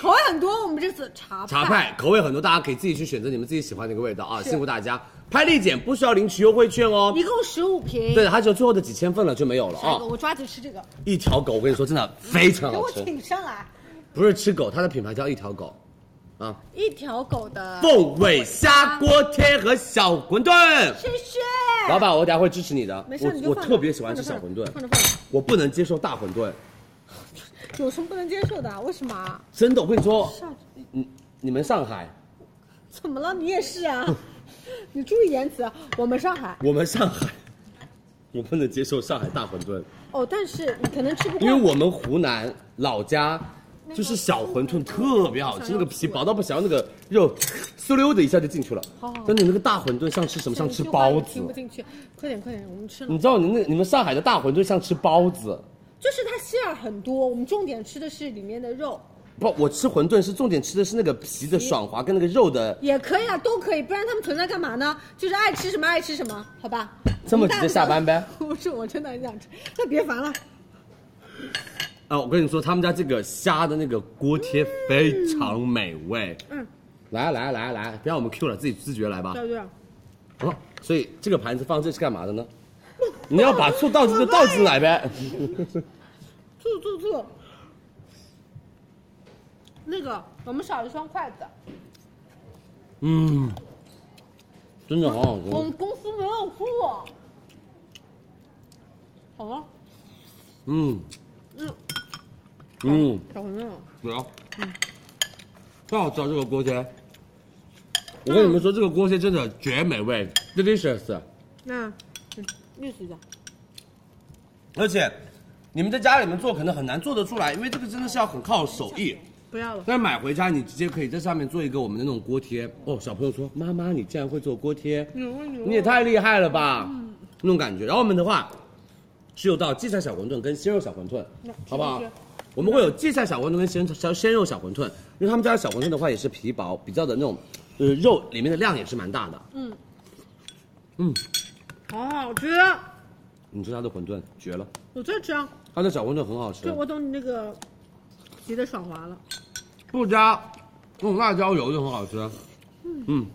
口味很多。我们这次茶茶派口味很多，大家可以自己去选择你们自己喜欢的一个味道啊！辛苦大家，拍立减不需要领取优惠券哦。一共十五瓶。对，它只有最后的几千份了就没有了下啊一个！！我抓紧吃这个，一条狗，我跟你说，真的非常给好我吃，请上来。不是吃狗，它的品牌叫一条狗，啊，一条狗的凤尾虾锅贴和小馄饨。轩轩， *laughs* 老板，我等下会支持你的。没事，你我就我放着特别喜欢吃小放着馄饨，放着放着，我不能接受大馄饨，有什么不能接受的啊？为什么 *laughs* 啊？真的。我跟你说上，你你们上海，怎么了？你也是啊？ *laughs* 你注意言辞。啊我们上海我们上海，我不能接受上海大馄 *laughs* 饨，哦，但是你可能吃不因为惯。我们湖南老家就是小馄饨特别好吃，那个皮薄到不行，那个肉嗖溜的一下就进去了。但你那个大馄饨像吃什么？像吃这句话包我子嗯听。不进去，快点快点，我们吃了你。知道你那你们上海的大馄饨像吃包子，就是它馅儿很多，我们重点吃的是里面的肉，不，我吃馄饨是重点吃的是那个皮的爽滑跟那个肉的也可以啊，都可以，不然他们存在干嘛呢？就是爱吃什么爱吃什么，好吧？这么直接下班呗？ *laughs* 不是，我真的很想吃，那别烦了。啊，我跟你说，他们家这个虾的那个锅贴非常美味。嗯，来啊来啊来啊来啊，不要我们 Q 了，自己自觉来吧。对对，哦，所以这个盘子放这是干嘛的呢？你要把醋倒进就倒进来呗。住住住。那个，我们少一双筷子。嗯，真的好好我吃们。公司没有货。好啊了，嗯，嗯，小朋友，怎么样？太好吃了这个锅贴。我跟你们说，这个锅贴真的绝美味，delicious。那，嗯，绿色的，而且，你们在家里面做可能很难做得出来，因为这个真的是要很靠手艺。不要了。但是买回家你直接可以在上面做一个我们的那种锅贴哦。小朋友说：“妈妈，你竟然会做锅贴，啊你也太厉害了吧！”那种感觉。然后我们的话是有到荠菜小馄饨跟鲜肉小馄饨，好不好？我们会有荠菜小馄饨跟鲜小鲜肉小馄饨，因为他们家的小馄饨的话也是皮薄，比较的那种，呃，肉里面的量也是蛮大的。好好吃，你吃他的馄饨绝了，我最吃啊，他的小馄饨很好吃对，，我懂你那个皮的爽滑了。不加那种辣椒油就很好吃，嗯，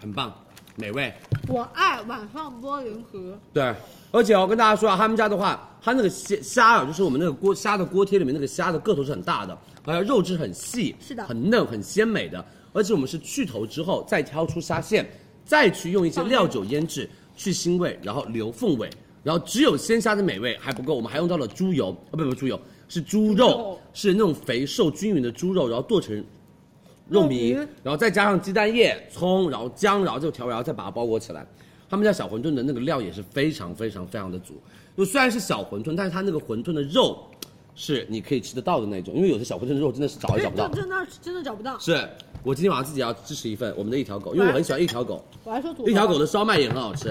很棒，美味。我爱晚上剥银河，对，而且我跟大家说啊，他们家的话，它那个虾虾啊，就是我们那个锅虾的锅贴里面那个虾的个头是很大的，而且肉质很细，是的很嫩，很鲜美的。而且我们是去头之后再挑出虾线，再去用一些料酒腌制，去腥味，然后留凤尾，然后只有鲜虾的美味还不够，我们还用到了猪油，啊不不猪油是猪肉，肉是那种肥瘦均匀的猪肉，然后剁成肉糜，然后再加上鸡蛋液、葱，然后姜，然后这个调味，然后再把它包裹起来。他们家小馄饨的那个料也是非常非常非常的足，就虽然是小馄饨，但是它那个馄饨的肉是你可以吃得到的那种，因为有些小馄饨的肉真的是找也找不这到。这那儿真的找不到。是我今天晚上自己要支持一份我们的一条狗，因为我很喜欢一条狗，我还说组合一条狗的烧麦也很好吃。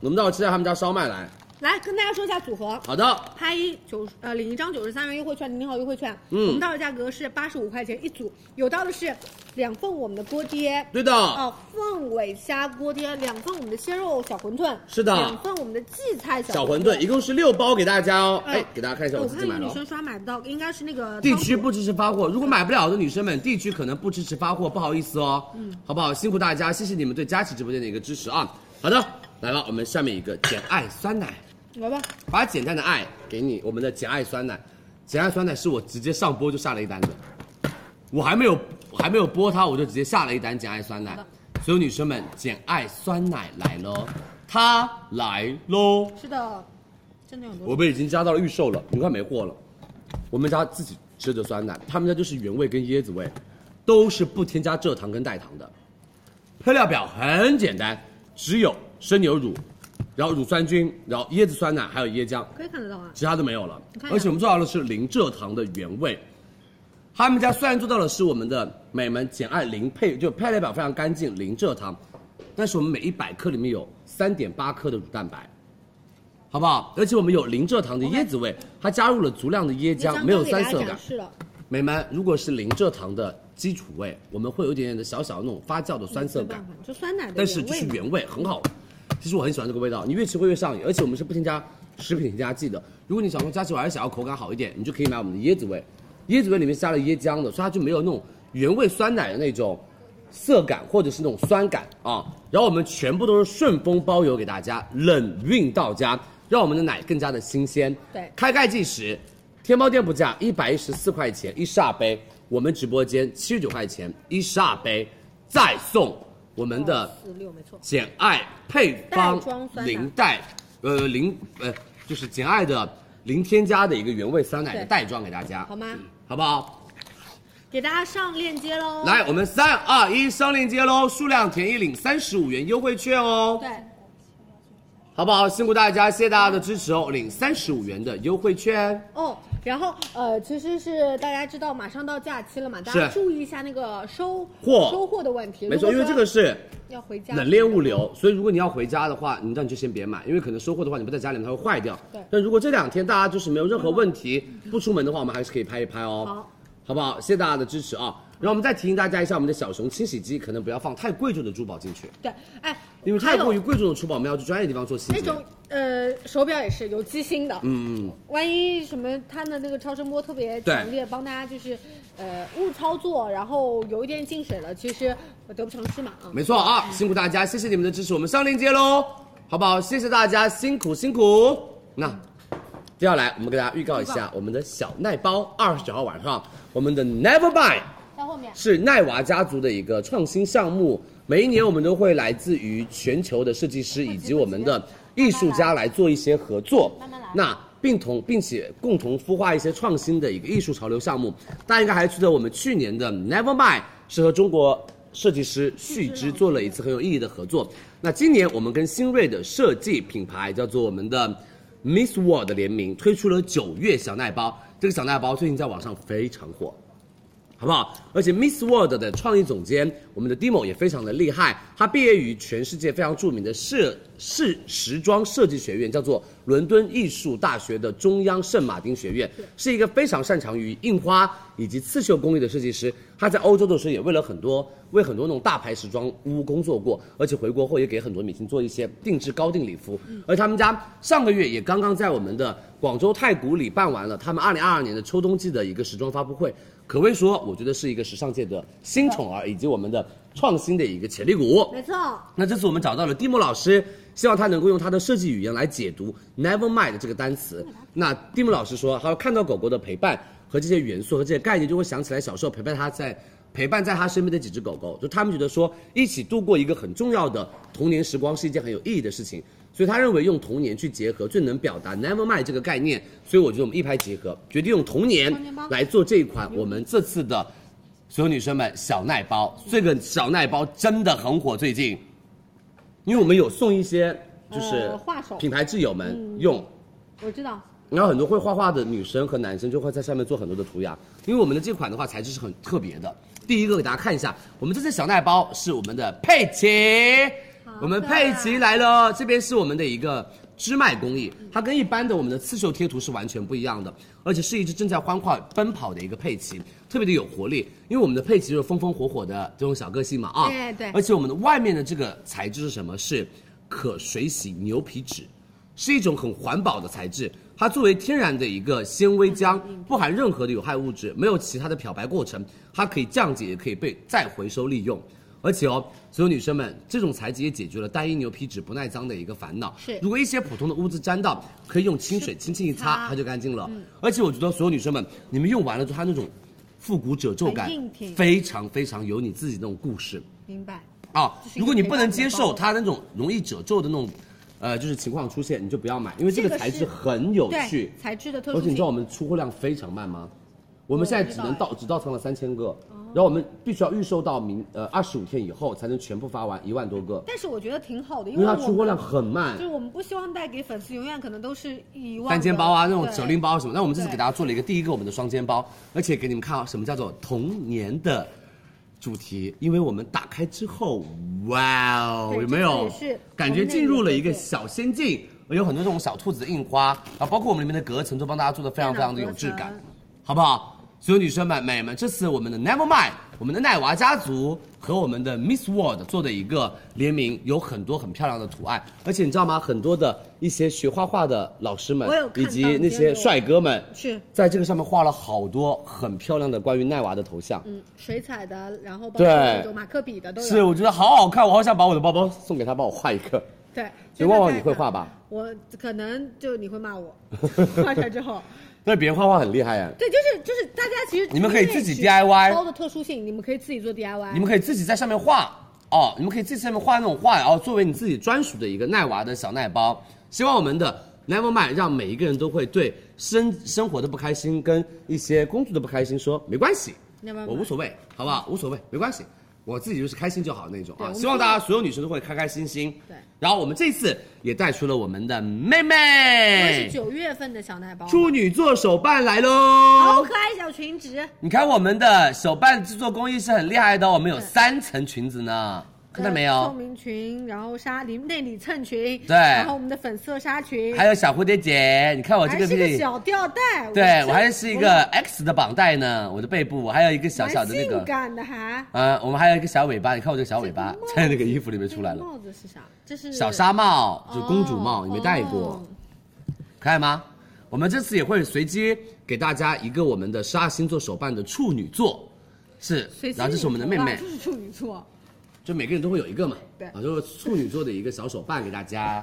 我们到时候吃下他们家烧麦来，来跟大家说一下组合，好的，拍一九十呃领一张九十三元优惠券，零号优惠券，嗯我们到手价格是八十五块钱一组，有到的是两份我们的锅贴，对的，哦，凤尾虾锅贴，两份我们的鲜肉小馄饨，是的两份我们的荠菜小小馄饨一共是六包给大家哦。哎哎，给大家看一下我我自看己买有了女哦。生刷买不到，应该是那个地仓区库不支持发货，如果买不了的女生们，地区可能不支持发货，不好意思哦，嗯，好不好？辛苦大家，谢谢你们对佳琦直播间的一个支持啊。好的，来吧，我们下面一个简爱酸奶，来吧，把简单的爱给你，我们的简爱酸奶，简爱酸奶是我直接上播就下了一单的，我还没有还没有播它，我就直接下了一单简爱酸奶，所有女生们，简爱酸奶来喽，它来喽。是的，真的有很多。我们已经加到了预售了，你快没货了。我们家自己吃的酸奶，他们家就是原味跟椰子味，都是不添加蔗糖跟代糖的。配料表很简单，只有生牛乳，然后乳酸菌，然后椰子酸奶，还有椰浆，可以看得到啊，其他都没有了看。一下而且我们做到的是零蔗糖的原味。他们家虽然做到的是我们的美门简爱零配，就配料表非常干净，零蔗糖，但是我们每一百克里面有三点八克的乳蛋白，好不好？而且我们有零蔗糖的椰子味，它加入了足量的椰浆，没有酸涩感。是了，美们，如果是零蔗糖的基础味，我们会有一点点的小小的那种发酵的酸涩没感办，法，就酸奶的但是原就味是嘛原味，很好。其实我很喜欢这个味道，你越吃会越上瘾，而且我们是不添加食品添加剂的。如果你想说佳琪，我还是想要口感好一点，你就可以买我们的椰子味，椰子味里面是加了椰浆的，所以它就没有那种原味酸奶的那种涩感或者是那种酸感啊。然后我们全部都是顺丰包邮给大家，冷运到家，让我们的奶更加的新鲜。对开盖即食，天猫店铺价一百一十四块钱一沙杯，我们直播间七十九块钱一沙杯，再送我们的哦四六没错，简爱配方袋装酸奶零袋，呃零呃就是简爱的零添加的一个原味酸奶的对袋装给大家，嗯好吗？好不好？给大家上链接喽。来，我们三二一上链接喽，数量填一领三十五元优惠券哦。对，好不好？辛苦大家，谢谢大家的支持哦，领三十五元的优惠券。哦，然后呃，其实是大家知道马上到假期了嘛，大家是注意一下那个收货收货的问题。没如果错，因为这个是要回家冷链物流，所以如果你要回家的话，你那你就先别买，因为可能收货的话你不在家里面它会坏掉。对嗯但如果这两天大家就是没有任何问题，不出门的话，我们还是可以拍一拍哦。好，好不好？谢谢大家的支持啊！然后我们再提醒大家一下，我们的小熊清洗机可能不要放太贵重的珠宝进去，对，哎，因为还太过于有贵重的珠宝，我们要去专业地方做清那洁。种呃手表也是有机芯的，嗯，嗯万一什么它的那个超声波特别强烈，帮大家就是呃误操作，然后有一点进水了，其实我得不偿失嘛啊。没错啊，辛苦大家，谢谢你们的支持，我们上链接喽，好不好？谢谢大家，辛苦辛苦。那接下来我们给大家预告一下我们的小奈包，二十九号晚上我们的 Never Buy。在后面是奈娃家族的一个创新项目。每一年我们都会来自于全球的设计师以及我们的艺术家来做一些合作。那并同并且共同孵化一些创新的一个艺术潮流项目。大家应该还记得我们去年的 Nevermind 是和中国设计师旭之做了一次很有意义的合作。那今年我们跟新锐的设计品牌叫做我们的 Miss World 联名推出了九月小奈包。这个小奈包最近在网上非常火。好不好？而且 Miss World 的创意总监，我们的 Dimo 也非常的厉害，他毕业于全世界非常著名的设是时装设计学院，叫做伦敦艺术大学的中央圣马丁学院，是一个非常擅长于印花以及刺绣工艺的设计师。他在欧洲的时候也为了很多为很多那种大牌时装屋工作过，而且回国后也给很多明星做一些定制高定礼服。而他们家上个月也刚刚在我们的广州太古里办完了他们二零二二年的秋冬季的一个时装发布会，可谓说我觉得是一个时尚界的新宠儿，以及我们的创新的一个潜力股。没错，那这次我们找到了蒂莫老师，希望他能够用他的设计语言来解读 “never mind” 这个单词。那蒂莫老师说，他会看到狗狗的陪伴和这些元素和这些概念，就会想起来小时候陪伴他在陪伴在他身边的几只狗狗，就他们觉得说一起度过一个很重要的童年时光是一件很有意义的事情。所以他认为用童年去结合最能表达 “never mind” 这个概念，所以我觉得我们一拍即合，决定用童年来做这一款我们这次的所有女生们小奈包，这个小奈包真的很火，最近，因为我们有送一些就是呃画手品牌挚友们用，我知道，然后很多会画画的女生和男生就会在上面做很多的涂鸦，因为我们的这款的话材质是很特别的。第一个给大家看一下，我们这次小奈包是我们的佩奇，我们佩奇来了，这边是我们的一个织麦工艺，它跟一般的我们的刺绣贴图是完全不一样的，而且是一只正在欢快奔跑的一个佩奇，特别的有活力。因为我们的佩奇就是风风火火的这种小个性嘛啊，对对而且我们的外面的这个材质是什么？是可水洗牛皮纸，是一种很环保的材质。它作为天然的一个纤维浆，嗯不含任何的有害物质，没有其他的漂白过程，它可以降解，也可以被再回收利用。而且哦，所有女生们，这种材质也解决了单一牛皮纸不耐脏的一个烦恼。是如果一些普通的污渍沾到，可以用清水轻轻一擦，它就干净了。嗯而且我觉得所有女生们，你们用完了之后，它那种复古褶皱感很硬挺，非常非常有你自己那种故事。明白。啊，是一个如果你不能接受它那种容易褶皱的那种，呃，就是情况出现，你就不要买，因为这个这个材质是很有对趣，，材质的特而殊且你知性道。我们出货量非常慢吗？我们现在只能哎到只到仓了三千哦个，然后我们必须要预售到明呃二十五天以后才能全部发完一万多个，但是我觉得挺好的，因因为为它我出货量很慢就是。我们不希望带给粉丝永远可能都是一万单肩包啊，那种手手拎包什么，那我们这次对给大家做了一个第一个我们的双肩包，而且给你们看啊，什么叫做童年的主题，因为我们打开之后，哇哦，对有没这有次也是感觉进入了一个小仙境？有很多这种小兔子的印花，啊，包括我们里面的隔层都帮大家做的非常非常的有质感，好不好？所有女生们、美们，这次我们的 Nevermind，我们的奈娃家族和我们的 Miss World 做的一个联名，有很多很漂亮的图案，而且你知道吗？很多的一些学画画的老师们我有，看以到及那些帅哥们，是在这个上面画了好多很漂亮的关于奈娃的头像。嗯水彩的，然后包括对那种马克笔的都有。是，我觉得好好看，我好想把我的包包送给他，帮我画一个。对，所以旺旺你会画吧？我可能就你会骂我， *laughs* 画出来之后，但是别人画画很厉害哎，对，就是就是大家其实你们可以因为自己纸 DIY 包的特殊性，你们可以自己做 DIY。你们可以自己在上面画哦，你们可以自己在上面画那种画，然后作为你自己专属的一个奈娃的小奈包。希望我们的 Nevermind 让每一个人都会对生生活的不开心跟一些工作的不开心说没关系 Nevermind 我无所谓，好不好？无所谓，没关系。我自己就是开心就好那种对我啊，们希望大家所有女生都会开开心心。对然后我们这次也带出了我们的妹因为妹是，九月份的小奶包，处女座手办来喽！好可爱小裙子，你看我们的手办制作工艺是很厉害的哦，我们有三层裙子呢，看到没透有？呃明裙，然后纱里内里衬裙，对然后我们的粉色纱裙，还有小蝴蝶结，你看我这还个是屁个股，小吊带，对真我还是一个 X 的绑带呢，我的背部，我还有一个小小的那蛮性个，感的还。嗯，我们还有一个小尾巴，你看我这个小尾巴这个帽子在那个衣服里面出来这个了，帽子是啥？这是小纱帽哦，就公主帽，你没戴过哦，可爱吗？我们这次也会随机给大家一个我们的十二星座手办的处女座，是随，机然后这是我们的妹妹吧就，是处女座，就每个人都会有一个嘛，对啊，就是处女座的一个小手办给大家，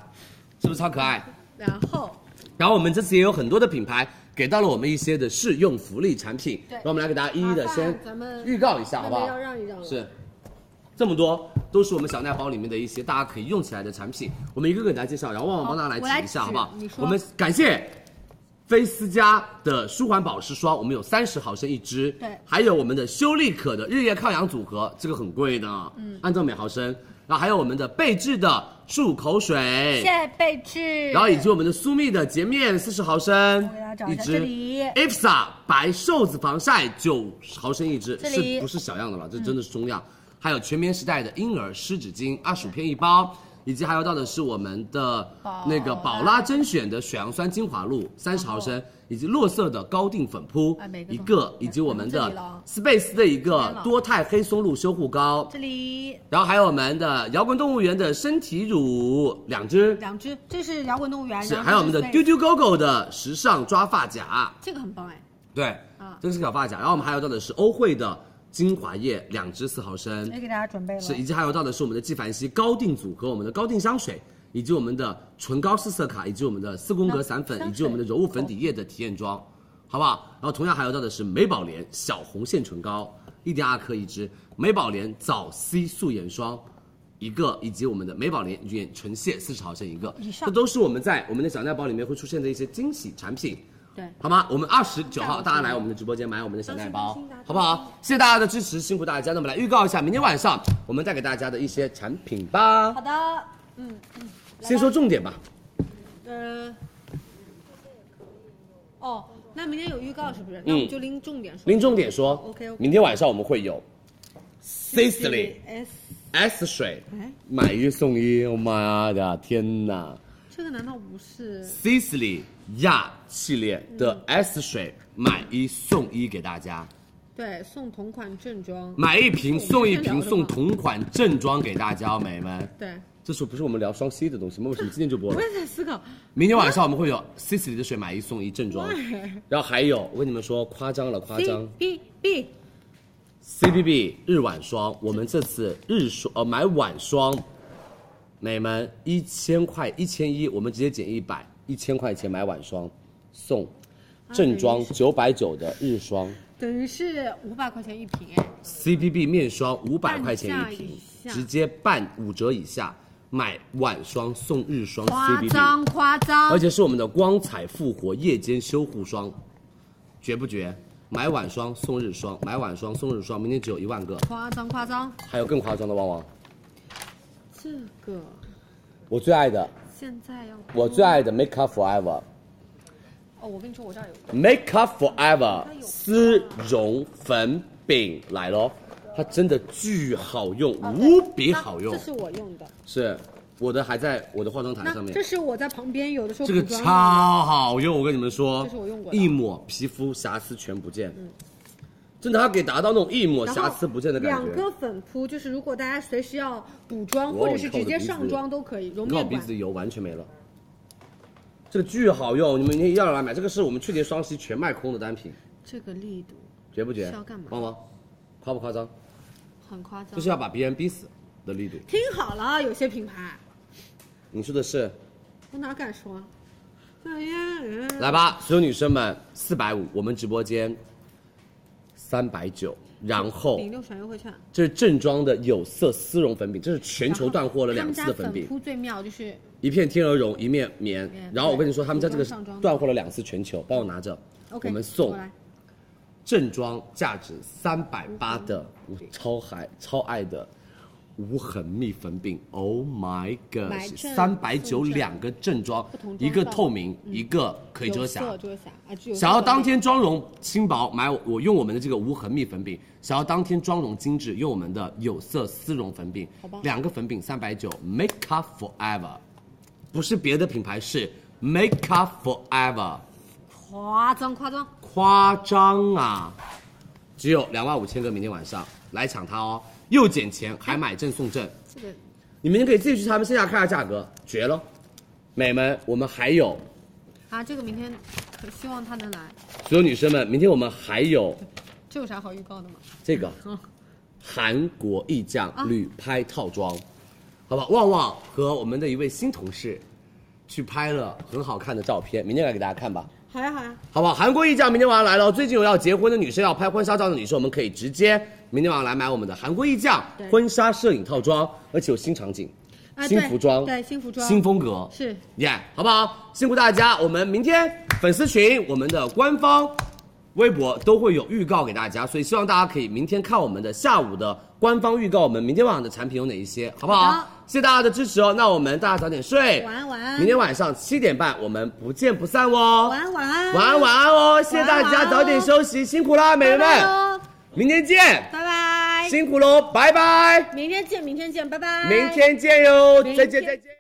是不是超可爱？然后然后我们这次也有很多的品牌给到了我们一些的试用福利产品，对让我们来给大家一一的麻烦先咱们预告一下，好妹不妹好？要让一让了，是，这么多都是我们小奈包里面的一些大家可以用起来的产品，我们一个个给大家介绍，然后旺旺帮大家好来我来举一下，举好不好你？说我们感谢菲思佳的舒缓保湿霜，我们有三十毫升一支，对还有我们的修丽可的日夜抗氧组合，这个很贵的，嗯，按照每毫升，然后还有我们的贝致的漱口水，谢谢贝致，然后以及我们的苏密的洁面四十毫升给大家找一一下支这里，IFSA 白瘦子防晒九毫升一支，这里嗯是不是小样的了？这真的是中样。还有全棉时代的婴儿湿纸巾二十五片一包，以及还有到的是我们的那个宝拉甄选的水杨酸精华露三十毫升，以及洛色的高定粉扑啊每个都一个，以及我们这里的了啊 Space 的一个边了多肽黑松露修护膏，这里然后还有我们的摇滚动物园的身体乳两支，两只，这是摇滚动物园，是，然后还有我们的这是丢丢狗狗的时尚抓发夹，这个很棒哎，对，啊这个是小发夹。然后我们还有到的是欧惠的精华液，两支四毫升也，给大家准备了，是，以及还有到的是我们的纪梵希高定组合，我们的高定香水，以及我们的唇膏试色卡，以及我们的四宫格散粉，啊香以及我们的柔雾粉底液的体验装，好不好？然后同样还有到的是美宝莲小红线唇膏，一点二克一支，美宝莲早 C 素颜霜。一个，以及我们的美宝莲眼唇卸四十毫升一个，以上这都是我们在我们的小奈包里面会出现的一些惊喜产品。对好吗？我们二十九号大家来我们的直播间买我们的小奶包，好不好？谢谢大家的支持，辛苦大家。那我们来预告一下，明天晚上我们带给大家的一些产品吧。好的，先说重点吧，呃，哦，那明天有预告是不是？那我们就拎重点说，嗯拎重点说 OK，OK 明天晚上我们会有 Sisley S 哎 S 水买一送一，我妈的天哪！这个难道不是？ Sisley 亚系列的 S 水买一送一给大家，对，送同款正装。买一瓶送一哦我瓶，们先聊着吧送同款正装给大家，美们。对，这时候不是我们聊双 C 的东西吗？为什么今天就播我了？也在思考，明天晚上我们会有 Sisley 的水买一送一正 *laughs* 装，然后还有我跟你们说，夸张了，夸张 B B ，CPB 日晚霜，我们这次日霜呃买晚霜，美们一千块一千一，我们直接减一百，一千块钱买晚霜送啊正装九百九的日霜。等于是五百块钱一瓶哎， CPB 面霜五百块钱一半价瓶以，下直接半五折以下买晚霜送日霜夸 CPB，张夸张而。且是我们的光彩复活夜间修护霜，绝不绝？买晚霜送日霜，买晚霜送日霜，明天只有一万个，夸张夸张，还有更夸张的，旺旺，这个我最爱的，现在要我最爱的 Make Up Forever，Make 哦，我跟你说，我这儿有一个 Up Forever 丝绒粉饼来咯，它真的巨好用，无比好用啊这，是我用的。是我的还在我的化妆台那上面这。是我在旁边有的 *laughs* 时候这个补妆超用的好用，我跟你们说，这是我用过的嗯一抹皮肤瑕疵全不见，真的它可以达到那种一抹然后瑕疵不见的感两觉。个粉扑，就是如果大家随时要补妆哇或者是你看我直的接鼻子上妆都可以，揉你看我面鼻管子。油完全没了，这个巨好用，你们一定要来买。这个是我们去年双十一全卖空的单品，这个力度绝不绝？是要干嘛旺旺，夸不夸张？很夸张就。是要把别人逼死的力度。听好了，啊有些品牌你说的是，我哪敢说？啊哎呀，来吧，所有女生们，四百五，我们直播间三百九，然后领六爽优惠券，这是正装的有色丝绒粉饼，这是全球断货了两次的他们家饼粉，扑最妙就是一片天鹅绒，一面棉。然后我跟你说，他们家这个上妆断货了两次全球，帮我拿着。 OK，我们送来正装价值三百八的，我超嗨超爱的无痕蜜粉饼，Oh my 买 god，正三百九送正两个正装不同，一装个扮透明，一个可以遮瑕，有色遮瑕啊，只有想要当天妆容轻薄，买我我用我们的这个无痕蜜粉饼；想要当天妆容精致，用我们的有色丝绒粉饼。好吧两个粉饼三百九，Make Up Forever，不是别的品牌，是 Make Up Forever，夸张夸张，夸张啊！只有两万五千个，明天晚上来抢它哦，又减钱还买赠送赠。这个你们可以自己去他们线下看一下价格，绝了！美们，我们还有啊，这个明天可希望他能来。所有女生们，明天我们还有这有啥好预告的吗？这个韩国艺匠旅拍套装，好吧，旺旺和我们的一位新同事去拍了很好看的照片，明天来给大家看吧，好呀好呀，好不好？韩国艺匠明天晚上来了，最近有要结婚的女生要拍婚纱照的女生，我们可以直接明天晚上来买我们的韩国艺匠对婚纱摄影套装，而且有新场景、啊新对服装、对新服装新风格，是耶好不好？辛苦大家，我们明天粉丝群、我们的官方微博都会有预告给大家，所以希望大家可以明天看我们的下午的官方预告，我们明天晚上的产品有哪一些，好不好？好的谢谢大家的支持哦，那我们大家早点睡，晚安晚安明天晚上七点半我们不见不散哦，晚安晚安晚安晚安哦，谢谢大晚安晚家，安哦早点休息，辛苦啦，美人们，拜拜喽明天见，拜拜，辛苦喽，拜拜，明天见，明天见，拜拜，明天见哟，明再见天再见。